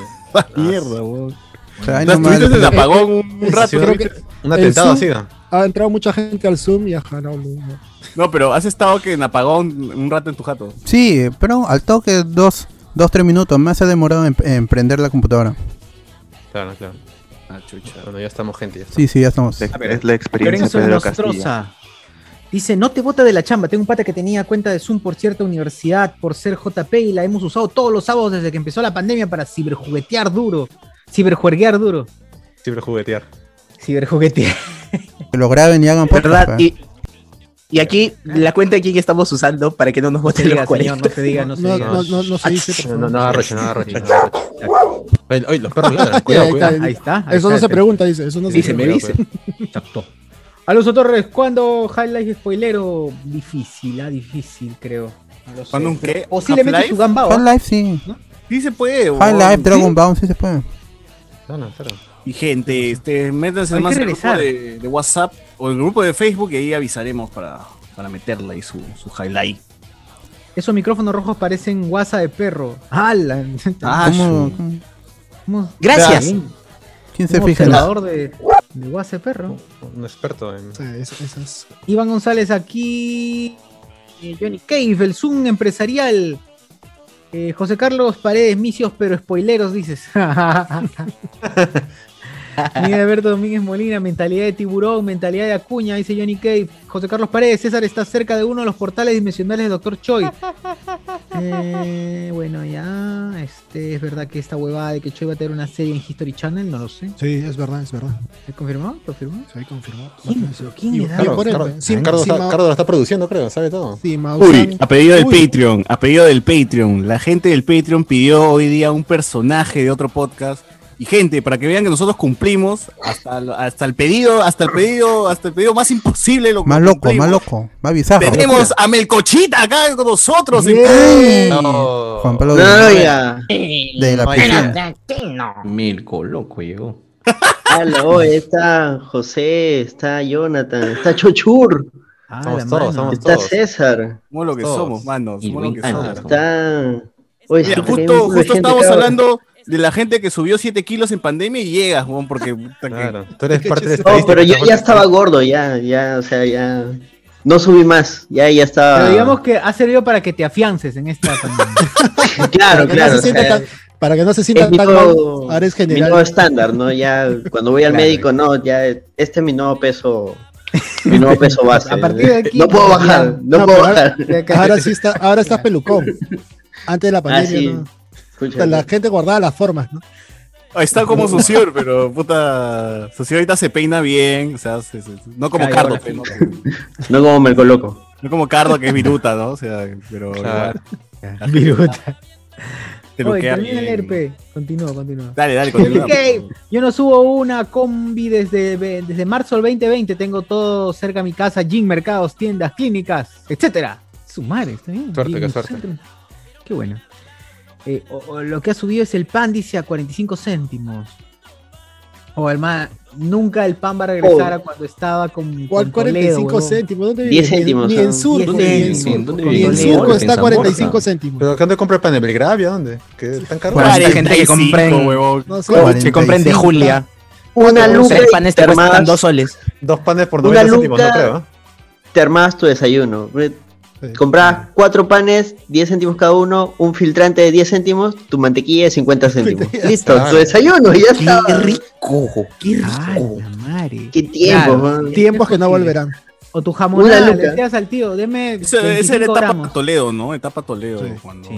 [SPEAKER 3] mierda, weón.
[SPEAKER 4] O sea, ahí
[SPEAKER 3] Entonces,
[SPEAKER 4] nomás
[SPEAKER 3] tuviste
[SPEAKER 4] lo-
[SPEAKER 3] el apagón un, un rato.
[SPEAKER 2] Sí,
[SPEAKER 5] creo
[SPEAKER 2] un-
[SPEAKER 5] que
[SPEAKER 2] un atentado
[SPEAKER 5] el
[SPEAKER 2] así,
[SPEAKER 5] Zoom-
[SPEAKER 2] ¿no?
[SPEAKER 5] Ha entrado mucha gente al Zoom y ajá, no, no, no.
[SPEAKER 3] No, pero has estado que en apagón un rato en tu jato.
[SPEAKER 4] Sí, pero al toque dos, dos, tres minutos. Más se ha demorado en, en prender la computadora.
[SPEAKER 2] Claro, claro.
[SPEAKER 3] Ah, chucha.
[SPEAKER 2] Bueno, ya estamos, gente. Ya está.
[SPEAKER 4] Sí, sí, ya estamos.
[SPEAKER 8] Es- Es la experiencia
[SPEAKER 1] Lorenzo
[SPEAKER 8] Pedro Castillo.
[SPEAKER 1] Nostroza. Dice, no te bota de la chamba. Tengo un pata que tenía cuenta de Zoom por cierta universidad, por ser JP, y la hemos usado todos los sábados desde que empezó la pandemia para ciberjuguetear duro. Ciberjuguetear duro.
[SPEAKER 2] Siempre juguetear.
[SPEAKER 1] Ciberjuguetear.
[SPEAKER 4] Que lo graben y hagan podcast.
[SPEAKER 7] ¿Verdad?
[SPEAKER 4] pues.
[SPEAKER 7] Y, y aquí, la cuenta aquí que estamos usando para que no nos
[SPEAKER 1] No se
[SPEAKER 7] voten
[SPEAKER 1] diga,
[SPEAKER 7] los
[SPEAKER 1] señor,
[SPEAKER 7] 40.
[SPEAKER 1] no se diga, no se
[SPEAKER 5] No,
[SPEAKER 1] diga.
[SPEAKER 5] no, no, no se dice, por
[SPEAKER 2] No, no,
[SPEAKER 5] favor.
[SPEAKER 2] no arroche, no arroche. no arroche. Oye, oye, los perros ladran. Cuidado,
[SPEAKER 5] Ahí está,
[SPEAKER 2] cuidado.
[SPEAKER 1] Ahí está. ahí
[SPEAKER 5] Eso no
[SPEAKER 1] está,
[SPEAKER 5] se pregunta, dice. Eso no se
[SPEAKER 1] Dice, me
[SPEAKER 5] pregunta.
[SPEAKER 1] dice. Exacto. Alonso Torres, ¿cuándo Highlight spoilero? Difícil, ah, difícil, creo. No lo sé.
[SPEAKER 3] ¿Cuándo un qué?
[SPEAKER 1] Posiblemente
[SPEAKER 3] ¿Half-Life?
[SPEAKER 1] su gamba.
[SPEAKER 4] High Life, sí.
[SPEAKER 3] Sí se puede,
[SPEAKER 4] High
[SPEAKER 3] weón.
[SPEAKER 4] Life,
[SPEAKER 3] Sí.
[SPEAKER 4] Dragon Ball, sí se puede.
[SPEAKER 2] No, no, claro.
[SPEAKER 3] Y gente, este, métanse
[SPEAKER 1] Hay que
[SPEAKER 3] más en el grupo
[SPEAKER 1] regresar.
[SPEAKER 3] de, de WhatsApp o el grupo de Facebook y ahí avisaremos para, para meterla ahí su, su highlight.
[SPEAKER 1] Esos micrófonos rojos parecen guasa de perro. ¡Hala!
[SPEAKER 3] Ah,
[SPEAKER 4] ¿Cómo-
[SPEAKER 3] su-
[SPEAKER 4] cómo-
[SPEAKER 1] Somos-
[SPEAKER 7] Gracias.
[SPEAKER 1] Un
[SPEAKER 4] ¿Quién se fija? en la-
[SPEAKER 1] observador de, de guasa de perro.
[SPEAKER 2] Un experto en.
[SPEAKER 5] Sí, es- esas-
[SPEAKER 1] Iván González aquí. eh, Johnny Cave, el Zoom empresarial. Eh, José Carlos Paredes, misios, pero spoileros, dices. Mira, Alberto Domínguez Molina, mentalidad de tiburón, mentalidad de acuña, dice Johnny Cave. José Carlos Paredes, César está cerca de uno de los portales dimensionales de Doctor Choi. Eh, bueno, ya. Este, es verdad que esta huevada de que Choi va a tener una serie en History Channel, no lo sé.
[SPEAKER 5] sí, es verdad, es verdad.
[SPEAKER 1] ¿Es confirmado? ¿Confirmado?
[SPEAKER 5] Se confirmado.
[SPEAKER 1] ¿Quién? ¿Pero quién le da?
[SPEAKER 5] Claro,
[SPEAKER 2] Cardo,
[SPEAKER 5] por él,
[SPEAKER 2] Cardo,
[SPEAKER 5] pues. Sí,
[SPEAKER 2] Cardo
[SPEAKER 5] sí,
[SPEAKER 2] está-
[SPEAKER 5] ma-
[SPEAKER 2] Cardo lo está produciendo, creo, sabe todo.
[SPEAKER 5] Sí, Mausan.
[SPEAKER 3] Uy, a pedido del
[SPEAKER 5] Uy,
[SPEAKER 3] Patreon, a pedido del Patreon. La gente del Patreon pidió hoy día un personaje de otro podcast. Y gente, para que vean que nosotros cumplimos hasta, el- hasta el pedido, hasta el pedido, hasta el pedido más imposible. Lo
[SPEAKER 4] Más loco,
[SPEAKER 3] cumplimos.
[SPEAKER 4] más loco. Más bizarro.
[SPEAKER 3] Tenemos a Melcochita acá con nosotros. pues, en-
[SPEAKER 4] ¡Ey!
[SPEAKER 2] No.
[SPEAKER 4] Juan Pablo
[SPEAKER 7] No,
[SPEAKER 4] de,
[SPEAKER 7] ya.
[SPEAKER 4] de la prisión.
[SPEAKER 6] Milko, loco llegó. Aló, está José, está Jonathan, está Chochur,
[SPEAKER 1] Ah,
[SPEAKER 2] Somos
[SPEAKER 1] la
[SPEAKER 2] todos,
[SPEAKER 1] mano.
[SPEAKER 2] somos
[SPEAKER 6] está
[SPEAKER 2] todos.
[SPEAKER 6] César,
[SPEAKER 3] Somos lo que
[SPEAKER 2] Todos.
[SPEAKER 3] somos, manos.
[SPEAKER 6] y
[SPEAKER 3] somos lo que
[SPEAKER 6] Win- ah,
[SPEAKER 3] somos.
[SPEAKER 6] está Oye, sí,
[SPEAKER 3] Mira,
[SPEAKER 6] tenemos
[SPEAKER 3] este, justo
[SPEAKER 6] un
[SPEAKER 3] justo
[SPEAKER 6] gente,
[SPEAKER 3] estábamos
[SPEAKER 6] cabrón.
[SPEAKER 3] hablando de la gente que subió 7 kilos en pandemia y llegas, weón, porque...
[SPEAKER 2] tú eres parte de
[SPEAKER 6] No, Oh, pero yo ya estaba gordo, ya, ya, o sea, ya. No subí más, ya, ya estaba.
[SPEAKER 1] Pero digamos que ha servido para que te afiances en esta pandemia.
[SPEAKER 6] claro,
[SPEAKER 1] que no
[SPEAKER 6] claro.
[SPEAKER 1] se
[SPEAKER 6] o
[SPEAKER 1] sienta
[SPEAKER 6] sea,
[SPEAKER 1] tan-
[SPEAKER 5] Para que no se
[SPEAKER 1] sienta
[SPEAKER 6] es mi
[SPEAKER 1] tan
[SPEAKER 6] nuevo-
[SPEAKER 1] mal, ahora es
[SPEAKER 6] mi
[SPEAKER 1] general.
[SPEAKER 6] nuevo estándar, ¿no? Ya cuando voy al
[SPEAKER 1] Claro.
[SPEAKER 6] médico, no, ya este es mi nuevo peso, mi nuevo peso base.
[SPEAKER 5] A partir de aquí,
[SPEAKER 6] no puedo
[SPEAKER 5] ya.
[SPEAKER 6] bajar, no,
[SPEAKER 5] No,
[SPEAKER 6] puedo
[SPEAKER 5] pero ahora-
[SPEAKER 6] bajar.
[SPEAKER 5] Ahora sí está, ahora estás pelucón. Antes de la
[SPEAKER 6] Ah,
[SPEAKER 5] pandemia,
[SPEAKER 6] sí.
[SPEAKER 5] ¿no?
[SPEAKER 6] Escucha,
[SPEAKER 5] la gente guardaba las formas, ¿no?
[SPEAKER 3] Está como Sucior, pero puta... Sucior ahorita se peina bien, o sea, se- se- no como
[SPEAKER 6] Ay,
[SPEAKER 3] Cardo,
[SPEAKER 6] ahora
[SPEAKER 3] pe,
[SPEAKER 6] sí.
[SPEAKER 3] ¿no?
[SPEAKER 6] No como me coloco.
[SPEAKER 3] No como Cardo, que es viruta, ¿no? O sea, pero...
[SPEAKER 6] Claro.
[SPEAKER 3] igual.
[SPEAKER 5] Viruta.
[SPEAKER 1] Oye,
[SPEAKER 3] Peluquea
[SPEAKER 1] termina el
[SPEAKER 3] bien.
[SPEAKER 1] ERP. Continúa, continúa.
[SPEAKER 3] Dale, dale, continúa. pues.
[SPEAKER 1] Ok, Yo no subo una combi desde, ve- desde marzo del 2020. Tengo todo cerca de mi casa: gym, mercados, tiendas, clínicas, etcétera. Su madre, está bien.
[SPEAKER 2] Suerte,
[SPEAKER 1] Gym,
[SPEAKER 2] qué suerte.
[SPEAKER 1] centro. Qué bueno. Eh, o- o lo que ha subido es el pan, dice a 45 céntimos. O el más, nunca el pan va a regresar
[SPEAKER 5] Oh.
[SPEAKER 1] a cuando estaba con.
[SPEAKER 5] ¿Cuál
[SPEAKER 1] con Toledo,
[SPEAKER 5] 45
[SPEAKER 1] huevón.
[SPEAKER 5] céntimos? ¿Dónde
[SPEAKER 1] Diez
[SPEAKER 5] vive?
[SPEAKER 1] céntimos,
[SPEAKER 5] Ni
[SPEAKER 1] ah.
[SPEAKER 5] en sur,
[SPEAKER 1] Diez
[SPEAKER 5] ni en
[SPEAKER 1] céntimos.
[SPEAKER 5] sur.
[SPEAKER 1] ¿Dónde
[SPEAKER 5] Ni
[SPEAKER 1] vive?
[SPEAKER 5] en
[SPEAKER 1] ¿Dónde
[SPEAKER 5] sur
[SPEAKER 1] vive?
[SPEAKER 5] está
[SPEAKER 1] ¿En
[SPEAKER 5] 45
[SPEAKER 1] Zamora?
[SPEAKER 5] céntimos.
[SPEAKER 2] ¿Pero dónde compra pan en Belgravia? ¿Dónde? ¿Qué tan caro?
[SPEAKER 7] Para la gente que 45, compren- huevón. que compren de Julia.
[SPEAKER 6] Una
[SPEAKER 7] Tres este
[SPEAKER 6] luca y
[SPEAKER 7] panes
[SPEAKER 6] te
[SPEAKER 7] te cuestan
[SPEAKER 6] armabas-
[SPEAKER 7] dos soles.
[SPEAKER 2] Dos panes por
[SPEAKER 6] Una
[SPEAKER 2] 90 céntimos, no
[SPEAKER 6] luca.
[SPEAKER 2] creo. ¿eh?
[SPEAKER 6] te armabas tu desayuno. Comprabas cuatro panes, 10 céntimos cada uno, un filtrante de 10 céntimos, tu mantequilla de 50 céntimos. Listo,
[SPEAKER 1] Claro.
[SPEAKER 6] tu desayuno, ya está.
[SPEAKER 1] Qué
[SPEAKER 6] rico, qué rico. Qué tiempo,
[SPEAKER 1] Claro,
[SPEAKER 6] man.
[SPEAKER 5] Tiempos que no volverán.
[SPEAKER 1] O tu jamonada,
[SPEAKER 5] Una
[SPEAKER 1] le
[SPEAKER 5] luca.
[SPEAKER 1] decías al tío, deme.
[SPEAKER 3] Esa, esa era
[SPEAKER 1] 25
[SPEAKER 3] etapa
[SPEAKER 1] gramos.
[SPEAKER 3] Toledo, ¿no? Etapa Toledo. de cuando...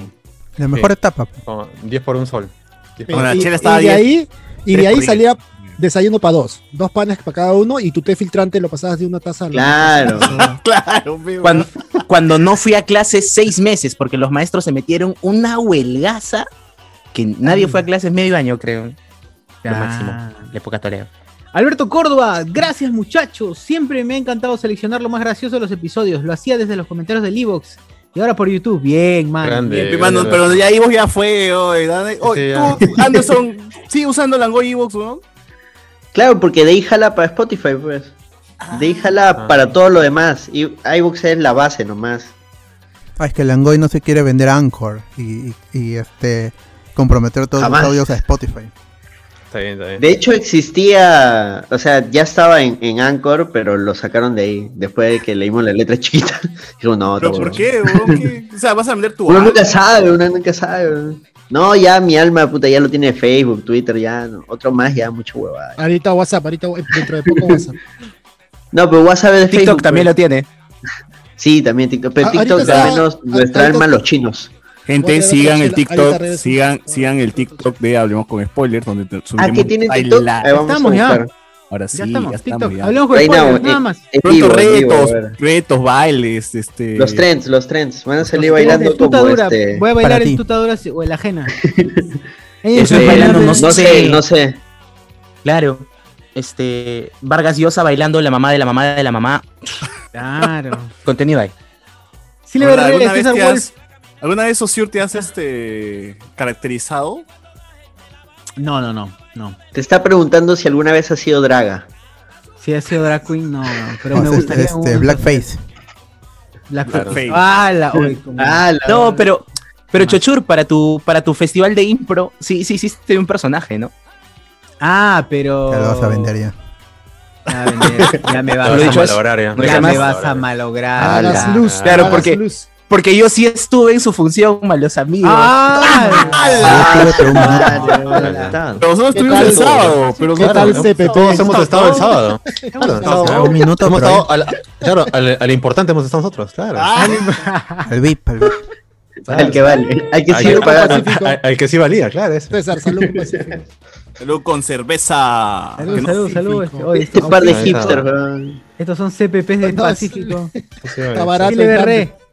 [SPEAKER 4] La mejor etapa.
[SPEAKER 2] Como 10 por un sol. 10 por
[SPEAKER 3] Con la
[SPEAKER 2] un sol.
[SPEAKER 3] chela
[SPEAKER 5] Y de ahí, y de
[SPEAKER 2] Tres
[SPEAKER 5] ahí
[SPEAKER 2] por
[SPEAKER 5] salía desayuno para dos. Dos panes para cada uno y tu té filtrante lo pasabas de una taza a la Ah,
[SPEAKER 6] Claro.
[SPEAKER 3] claro,
[SPEAKER 7] cuando, cuando no fui a clase seis meses, porque los maestros se metieron una huelgaza que
[SPEAKER 5] Ah.
[SPEAKER 7] nadie fue a clases medio año, creo. Lo
[SPEAKER 1] Ah.
[SPEAKER 7] máximo, la época Toledo.
[SPEAKER 1] Alberto Córdoba, gracias muchachos. Siempre me ha encantado seleccionar lo más gracioso de los episodios. Lo hacía desde los comentarios del Evox y ahora por YouTube. Bien, man.
[SPEAKER 2] Grande,
[SPEAKER 1] Bien.
[SPEAKER 2] grande,
[SPEAKER 3] Mano,
[SPEAKER 2] grande.
[SPEAKER 3] pero ya Evox ya fue, oye, dale- oye,
[SPEAKER 2] ya.
[SPEAKER 3] tú, Anderson, sigue usando Langoy Evox, ¿no?
[SPEAKER 6] Claro, porque de ahí jala para Spotify, pues. De ahí jala
[SPEAKER 2] Ah.
[SPEAKER 6] para todo lo demás. Y iVoox es la base nomás.
[SPEAKER 4] Ah, es que Langoy no se quiere vender a Anchor y, y- y, este comprometer todos
[SPEAKER 6] Jamás.
[SPEAKER 4] los audios a Spotify.
[SPEAKER 3] Oh.
[SPEAKER 2] Está bien, está bien.
[SPEAKER 6] De hecho, existía. O sea, ya estaba en, en Anchor, pero lo sacaron de ahí. Después de que leímos la letra chiquita. Digo, no,
[SPEAKER 3] ¿Pero
[SPEAKER 6] está
[SPEAKER 3] por
[SPEAKER 6] bueno.
[SPEAKER 3] qué, weón? ¿Qué? O sea, vas a vender tu
[SPEAKER 6] Uno
[SPEAKER 3] alma.
[SPEAKER 6] nunca sabe, uno nunca sabe. No, ya mi alma, puta, ya lo tiene Facebook, Twitter, ya. no. Otro más, ya, mucha huevada.
[SPEAKER 5] Ahorita WhatsApp, ahorita eh, dentro de poco WhatsApp.
[SPEAKER 6] No, pero WhatsApp es de
[SPEAKER 7] TikTok
[SPEAKER 6] Facebook,
[SPEAKER 7] también
[SPEAKER 6] pues.
[SPEAKER 7] lo tiene.
[SPEAKER 6] Sí, también TikTok. Pero
[SPEAKER 7] Ah,
[SPEAKER 6] TikTok
[SPEAKER 7] ahorita
[SPEAKER 6] al
[SPEAKER 7] está-
[SPEAKER 6] menos
[SPEAKER 7] ahorita
[SPEAKER 6] nuestra alma los chinos.
[SPEAKER 3] Gente,
[SPEAKER 6] Otra
[SPEAKER 3] sigan
[SPEAKER 6] vez,
[SPEAKER 3] el
[SPEAKER 6] ahí está
[SPEAKER 3] TikTok,
[SPEAKER 6] regresando.
[SPEAKER 3] sigan, sigan el TikTok de Hablemos con Spoilers, donde te- subimos
[SPEAKER 6] Ah, ¿que tienen
[SPEAKER 3] baila-
[SPEAKER 6] TikTok? Ahí vamos a
[SPEAKER 1] Estamos ya.
[SPEAKER 6] buscar.
[SPEAKER 3] Ahora sí, ya
[SPEAKER 1] estamos,
[SPEAKER 3] estamos,
[SPEAKER 1] TikTok.
[SPEAKER 3] ya.
[SPEAKER 1] Hablemos con Ahí spoilers, estamos, nada en- más. en
[SPEAKER 3] Pronto
[SPEAKER 6] vivo, en vivo,
[SPEAKER 3] retos,
[SPEAKER 6] a ver.
[SPEAKER 3] retos, bailes, este...
[SPEAKER 6] Los trends, los trends. Van a salir
[SPEAKER 1] Voy a
[SPEAKER 6] bailando
[SPEAKER 1] hacer tuta
[SPEAKER 6] como
[SPEAKER 1] dura.
[SPEAKER 6] este.
[SPEAKER 1] Voy a
[SPEAKER 6] para
[SPEAKER 1] bailar
[SPEAKER 6] ti.
[SPEAKER 1] en tutadura o en la ajena.
[SPEAKER 6] Eso
[SPEAKER 1] Eh,
[SPEAKER 6] es bailando, no
[SPEAKER 1] bailando-
[SPEAKER 6] sé, no sé.
[SPEAKER 7] Claro. Este, Vargas Llosa bailando la mamá de la mamá de la mamá.
[SPEAKER 1] Claro.
[SPEAKER 7] Contenido ahí.
[SPEAKER 1] Silver
[SPEAKER 3] Ahora,
[SPEAKER 1] Reyes,
[SPEAKER 3] ¿alguna, vez
[SPEAKER 1] César
[SPEAKER 3] te
[SPEAKER 1] Wolf.
[SPEAKER 3] has, ¿Alguna vez, Osiur, te has este, caracterizado?
[SPEAKER 1] No, no, no. No.
[SPEAKER 6] Te está preguntando si alguna vez ha sido draga.
[SPEAKER 1] Si ha sido drag queen, no. no, Pero
[SPEAKER 6] No,
[SPEAKER 1] me
[SPEAKER 6] es-
[SPEAKER 1] gustaría.
[SPEAKER 6] este,
[SPEAKER 1] un-
[SPEAKER 4] Blackface.
[SPEAKER 1] Blackface.
[SPEAKER 7] Claro.
[SPEAKER 1] Ah, la. oye, como-
[SPEAKER 7] No, pero, pero Chochur, para tu, para tu festival de impro, sí, sí hiciste un personaje, ¿no?
[SPEAKER 1] Ah, pero.
[SPEAKER 4] Ya lo vas a vender ya.
[SPEAKER 1] Ya, vender, ya me vas
[SPEAKER 7] Lo
[SPEAKER 1] a
[SPEAKER 7] dicho es-
[SPEAKER 1] malograr. Ya,
[SPEAKER 7] no está
[SPEAKER 1] me
[SPEAKER 7] más.
[SPEAKER 1] vas a malograr.
[SPEAKER 7] Hagas
[SPEAKER 1] ya.
[SPEAKER 7] luz, Claro, hagas porque- Porque yo sí estuve en su función, malos amigos.
[SPEAKER 3] Ah,
[SPEAKER 1] Ah,
[SPEAKER 3] Pero nosotros
[SPEAKER 7] ¿Qué
[SPEAKER 3] estuvimos
[SPEAKER 7] tal?
[SPEAKER 3] el sábado. Pero
[SPEAKER 7] ¿Qué
[SPEAKER 3] nosotros-
[SPEAKER 7] tal,
[SPEAKER 3] ¿no?
[SPEAKER 7] CPP?
[SPEAKER 2] Todos hemos estado el sábado. Claro,
[SPEAKER 4] Hemos estado un minuto,
[SPEAKER 2] hemos
[SPEAKER 4] pero
[SPEAKER 2] estado al- claro, al, al importante hemos estado nosotros, claro.
[SPEAKER 3] Ah.
[SPEAKER 4] Al VIP, al VIP.
[SPEAKER 6] Al que vale, al que sí
[SPEAKER 2] Al
[SPEAKER 6] lo pagaron.
[SPEAKER 2] al- al- al que sí valía, claro. eso.
[SPEAKER 5] César, salud. Pacífico.
[SPEAKER 3] Salud con cerveza.
[SPEAKER 1] Salud,
[SPEAKER 3] Que no-
[SPEAKER 1] salud, salud. Este, oye,
[SPEAKER 6] Este
[SPEAKER 1] estos-
[SPEAKER 6] par de
[SPEAKER 1] Ahí está.
[SPEAKER 6] hipsters, weón.
[SPEAKER 1] Estos son CPPs del
[SPEAKER 5] No, es-
[SPEAKER 1] Pacífico.
[SPEAKER 5] Está barato.
[SPEAKER 1] Chile
[SPEAKER 5] el
[SPEAKER 1] Berré.
[SPEAKER 5] cambio.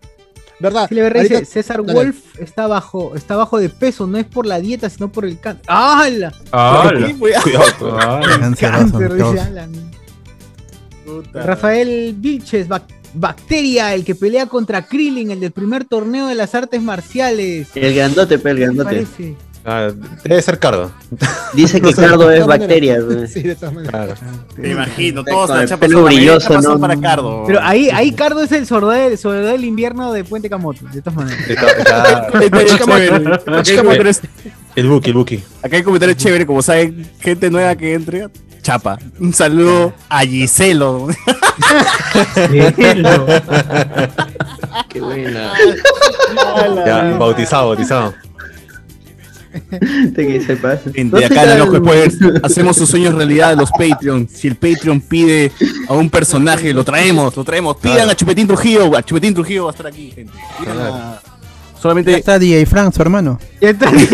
[SPEAKER 5] ¿Verdad?
[SPEAKER 1] Silver Rey
[SPEAKER 5] Ahorita-
[SPEAKER 1] dice, César
[SPEAKER 5] dale.
[SPEAKER 1] Wolf está bajo, está bajo de peso, no es por la dieta, sino por el Ah, cáncer. ¡Hala!
[SPEAKER 2] ¡Hala!
[SPEAKER 1] Cuidado.
[SPEAKER 2] Cuidado.
[SPEAKER 1] Cáncer, dice,
[SPEAKER 4] Dios.
[SPEAKER 1] ala, mi- Rafael Vilches, bac- Bacteria, el que pelea contra Krillin, el del primer torneo de las artes marciales.
[SPEAKER 6] El grandote, pe, el
[SPEAKER 1] ¿Qué te
[SPEAKER 6] grandote.
[SPEAKER 1] parece?
[SPEAKER 2] Ah, debe ser Cardo.
[SPEAKER 6] Dice que
[SPEAKER 2] No sé, de
[SPEAKER 6] Cardo
[SPEAKER 2] todas
[SPEAKER 6] es pues.
[SPEAKER 2] maneras.
[SPEAKER 6] bacterias. güey.
[SPEAKER 5] Sí, de todas maneras.
[SPEAKER 3] Te imagino, todos
[SPEAKER 6] Con
[SPEAKER 3] la
[SPEAKER 6] el
[SPEAKER 3] chapa
[SPEAKER 6] pelo
[SPEAKER 3] son- la mayoría
[SPEAKER 6] brilloso,
[SPEAKER 3] chapas son
[SPEAKER 6] ¿no?
[SPEAKER 3] para Cardo.
[SPEAKER 1] Pero ahí, ahí Cardo es el sordo del, sordo del invierno de Puente Camoto, de todas maneras.
[SPEAKER 2] De todas- claro.
[SPEAKER 3] Acá hay comentarios-
[SPEAKER 2] El Buki, el Buki.
[SPEAKER 3] acá hay comentarios chéveres, como saben, gente nueva que entre, chapa. Un saludo a Giselo.
[SPEAKER 6] Qué buena.
[SPEAKER 2] Ya, bautizado, bautizado.
[SPEAKER 6] Te que sepas.
[SPEAKER 3] De acá en los spoilers hacemos sus sueños realidad de los Patreon. Si el Patreon pide a un personaje, lo traemos, lo traemos. Pidan
[SPEAKER 2] Claro.
[SPEAKER 3] a Chupetín Trujillo, a Chupetín Trujillo va a estar aquí, gente. Pidan
[SPEAKER 2] Claro.
[SPEAKER 3] a-
[SPEAKER 4] Ya
[SPEAKER 3] Solamente
[SPEAKER 4] está DJ Frank, su hermano.
[SPEAKER 1] Ya está bien,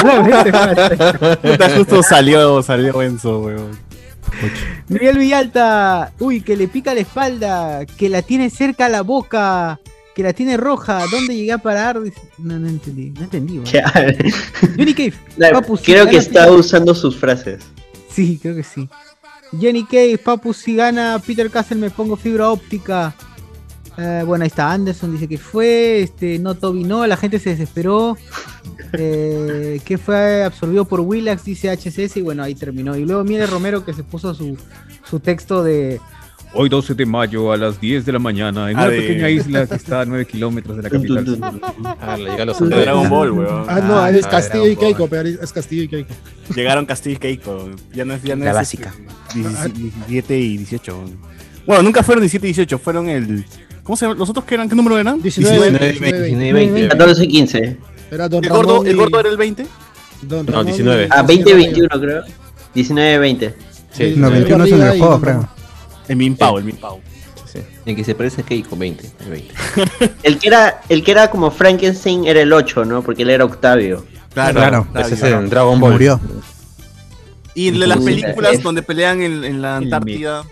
[SPEAKER 1] solamente falta.
[SPEAKER 3] puta, justo salió, salió Enzo, weón.
[SPEAKER 1] Miguel Villalta, uy, que le pica la espalda, que la tiene cerca a la boca, que la tiene roja, ¿dónde llegué a parar? Dice- No, no entendí, no entendí. weón. Johnny Cave, Papu, si
[SPEAKER 6] Creo que
[SPEAKER 1] gana,
[SPEAKER 6] está
[SPEAKER 1] Peter-
[SPEAKER 6] usando sus frases.
[SPEAKER 1] Sí, creo que sí. Johnny Cave, Papu, si gana Peter Castle me pongo fibra óptica. Eh, bueno, ahí está Anderson, dice que fue, este, no Toby, no, la gente se desesperó. Eh, que fue absorbido por Willax, dice HCS, y bueno, ahí terminó. Y luego mire Romero que se puso su, su texto de...
[SPEAKER 10] Hoy 12 de mayo a las 10 de la mañana en
[SPEAKER 3] A
[SPEAKER 10] una
[SPEAKER 3] ver.
[SPEAKER 10] pequeña isla que está a 9 kilómetros de la capital.
[SPEAKER 2] Ah, le llega a los
[SPEAKER 3] De Dragon Ball, weón.
[SPEAKER 5] Ah, no, es
[SPEAKER 2] Ah,
[SPEAKER 5] Castillo y
[SPEAKER 2] Dragon Ball.
[SPEAKER 5] Keiko, pero es Castillo y Keiko.
[SPEAKER 3] Llegaron Castillo y Keiko. Ya no es, ya no
[SPEAKER 7] La
[SPEAKER 3] es,
[SPEAKER 7] básica.
[SPEAKER 3] este, 17 17 y 18. weón. Bueno, nunca fueron 17 y 18, fueron el. ¿Cómo se llaman? ¿Los otros qué eran? ¿Qué número eran?
[SPEAKER 5] 19,
[SPEAKER 2] 19,
[SPEAKER 5] 19.
[SPEAKER 6] 14 15.
[SPEAKER 5] Era Don
[SPEAKER 3] El gordo,
[SPEAKER 5] Ramón
[SPEAKER 3] el
[SPEAKER 5] y-
[SPEAKER 3] gordo era el 20.
[SPEAKER 5] Don
[SPEAKER 2] No,
[SPEAKER 5] Ramón
[SPEAKER 2] 19.
[SPEAKER 5] y-
[SPEAKER 6] Ah, 20 21 creo. 19 20.
[SPEAKER 2] Sí,
[SPEAKER 5] No,
[SPEAKER 2] sí,
[SPEAKER 4] 91 es un
[SPEAKER 5] Arriba y
[SPEAKER 4] videojuego,
[SPEAKER 5] no
[SPEAKER 4] creo.
[SPEAKER 5] más.
[SPEAKER 3] El Minpao, el Minpao.
[SPEAKER 2] sí.
[SPEAKER 11] En que se parece a Keiko, 20. el 20.
[SPEAKER 6] El que era el que era como Frankenstein era el 8, ¿no? Porque él era Octavio.
[SPEAKER 3] Claro,
[SPEAKER 4] Claro.
[SPEAKER 2] Ese es en Dragon Ball.
[SPEAKER 4] Murió.
[SPEAKER 3] Y el de las
[SPEAKER 6] Sí.
[SPEAKER 3] películas donde pelean en, en la
[SPEAKER 10] El
[SPEAKER 3] Antártida.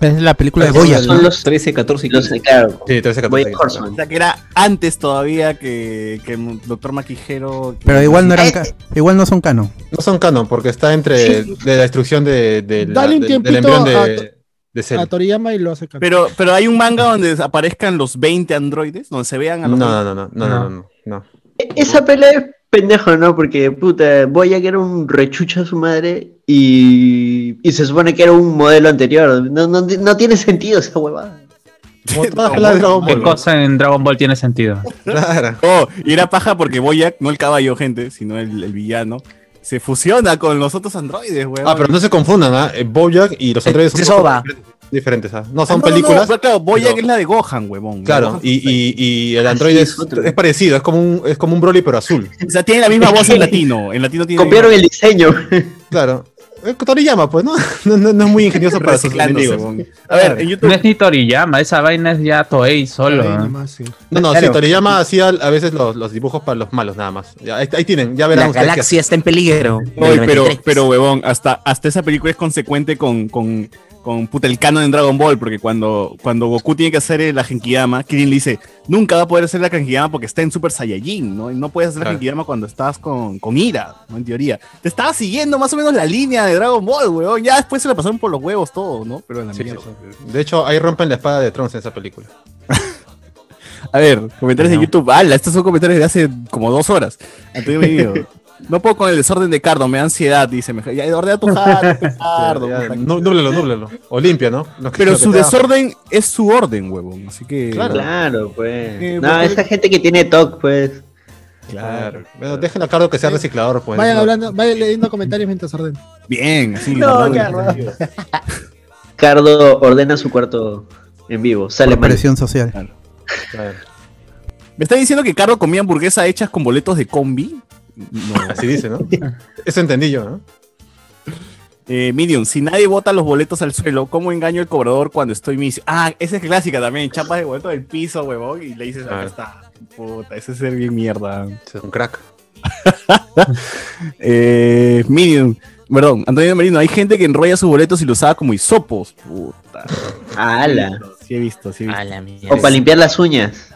[SPEAKER 4] Es la película de
[SPEAKER 6] Son-
[SPEAKER 4] Boya.
[SPEAKER 6] son los
[SPEAKER 11] 13, 14 y
[SPEAKER 6] los
[SPEAKER 11] 15.
[SPEAKER 6] claro.
[SPEAKER 2] Sí, 13,
[SPEAKER 6] Voy a
[SPEAKER 2] 14.
[SPEAKER 3] O
[SPEAKER 6] Horseman.
[SPEAKER 3] sea, que era antes todavía que, que el Doctor Maquijero.
[SPEAKER 4] Pero igual no eran ca- igual no son canon.
[SPEAKER 2] No son canon, porque está entre de la destrucción de, de la-
[SPEAKER 5] Dale un
[SPEAKER 2] de- del
[SPEAKER 5] tiempito
[SPEAKER 2] embrión
[SPEAKER 5] a-
[SPEAKER 2] de, de Cell.
[SPEAKER 5] A Toriyama y lo hace campeón.
[SPEAKER 3] Pero, pero hay un manga donde aparezcan los 20 androides, donde se vean a
[SPEAKER 2] No,
[SPEAKER 3] los.
[SPEAKER 2] no, no, no, no, no, no, no.
[SPEAKER 6] Ah, E- Esa pelea es pendejo, ¿no? Porque puta, Boya que era un rechucha a su madre y y se supone que era un modelo anterior. No, no, no tiene sentido esa huevada.
[SPEAKER 2] Como todas las de Dragon
[SPEAKER 12] ¿Qué
[SPEAKER 2] Ball. ¿no?
[SPEAKER 12] cosa en Dragon Ball tiene sentido?
[SPEAKER 2] Claro.
[SPEAKER 3] Oh, y era paja porque Boyac, no el caballo, gente, sino el, el villano, se fusiona con los otros androides, weón.
[SPEAKER 2] Ah, pero no se confundan, ¿ah? Eh, Bojack y los androides
[SPEAKER 7] es
[SPEAKER 2] son
[SPEAKER 7] Ova.
[SPEAKER 2] diferentes, ¿ah? No,
[SPEAKER 3] Ah,
[SPEAKER 2] son
[SPEAKER 3] no, no,
[SPEAKER 2] películas.
[SPEAKER 3] no, claro, Boyac
[SPEAKER 2] pero-
[SPEAKER 3] es la de Gohan, weón.
[SPEAKER 2] Claro, y, y, y el android
[SPEAKER 6] Así es
[SPEAKER 2] es,
[SPEAKER 6] otro.
[SPEAKER 2] es parecido, es como un, es como un Broly pero azul.
[SPEAKER 3] O sea, tiene la misma voz en latino. En latino tiene.
[SPEAKER 6] Copiaron el diseño.
[SPEAKER 2] Claro. Eh, Toriyama, pues, ¿no? No, no, no es muy ingenioso para sus
[SPEAKER 3] Reciclándose,
[SPEAKER 2] enemigos.
[SPEAKER 3] weón. A ver, en
[SPEAKER 12] No
[SPEAKER 3] YouTube.
[SPEAKER 12] es ni Toriyama, esa vaina es ya Toei solo.
[SPEAKER 5] Ahí
[SPEAKER 12] ¿eh?
[SPEAKER 5] nomás, sí.
[SPEAKER 2] No, no,
[SPEAKER 12] Claro.
[SPEAKER 2] sí, Toriyama hacía a veces los, los dibujos para los malos nada más. Ya, ahí, ahí tienen, ya verán
[SPEAKER 7] La
[SPEAKER 2] ustedes qué
[SPEAKER 7] galaxia está en peligro.
[SPEAKER 3] Oye,
[SPEAKER 7] Del
[SPEAKER 3] pero,
[SPEAKER 7] 93.
[SPEAKER 3] pero huevón, hasta, hasta esa película es consecuente con, con, con puta, el canon en Dragon Ball, porque cuando, cuando Goku tiene que hacer eh, la Genkidama, Kirin le dice, nunca va a poder hacer la Genkidama porque está en Super Saiyajin, ¿no? Y no puedes hacer la
[SPEAKER 2] Claro.
[SPEAKER 3] Genkidama cuando estás con, con ira, ¿no? En teoría. Te estaba siguiendo más o menos la línea de Dragon Ball, huevón. Ya después se la pasaron por los huevos todo, ¿no? Pero en la
[SPEAKER 2] Sí,
[SPEAKER 3] mierda.
[SPEAKER 2] hacen. De hecho, ahí rompen la espada de Trunks en esa película.
[SPEAKER 3] A ver, comentarios
[SPEAKER 2] No.
[SPEAKER 3] de YouTube. ¡Hala! Estos son comentarios de hace como dos horas. Antonio Benito, No puedo con el desorden de Cardo, me da ansiedad, dice. Me, ya, ordena tu jato, pues, Cardo.
[SPEAKER 2] Ya,
[SPEAKER 3] puta,
[SPEAKER 2] nú- núblelo, núblelo. Olimpia, ¿no? Lo que-
[SPEAKER 3] Pero
[SPEAKER 2] lo que
[SPEAKER 3] su
[SPEAKER 2] sea.
[SPEAKER 3] desorden es su orden, huevón. Así que.
[SPEAKER 2] Claro.
[SPEAKER 6] Claro, pues.
[SPEAKER 3] Eh,
[SPEAKER 6] no,
[SPEAKER 3] porque-
[SPEAKER 6] esa gente que tiene TOC, pues.
[SPEAKER 2] Claro. Bueno, déjenlo a Cardo que sea reciclador, pues.
[SPEAKER 5] Vayan
[SPEAKER 2] No.
[SPEAKER 5] hablando, vayan leyendo comentarios mientras ordeno.
[SPEAKER 3] Bien, así.
[SPEAKER 1] No,
[SPEAKER 3] hablando de-
[SPEAKER 6] Cardo ordena su cuarto en vivo. Sale
[SPEAKER 4] Por
[SPEAKER 6] mal.
[SPEAKER 4] presión social.
[SPEAKER 2] Claro.
[SPEAKER 3] ¿Me está diciendo que Cardo comía hamburguesa hechas con boletos de combi? No.
[SPEAKER 2] Así dice, ¿no? Eso entendí yo, ¿no?
[SPEAKER 3] Eh, Minion, si nadie bota los boletos al suelo, ¿cómo engaño al cobrador cuando estoy misio? Ah, esa es clásica también. Chapas de boleto del piso, huevón. Y le dices, acá
[SPEAKER 2] Claro.
[SPEAKER 3] está. Puta, ese es ser bien mierda.
[SPEAKER 2] Es un crack.
[SPEAKER 3] Eh, Minion, perdón, Antonio Marino, hay gente que enrolla sus boletos y los usaba como hisopos. Puta.
[SPEAKER 6] Ala.
[SPEAKER 3] Sí he visto, sí he visto.
[SPEAKER 7] A la
[SPEAKER 6] O para
[SPEAKER 7] mierda.
[SPEAKER 6] limpiar las uñas.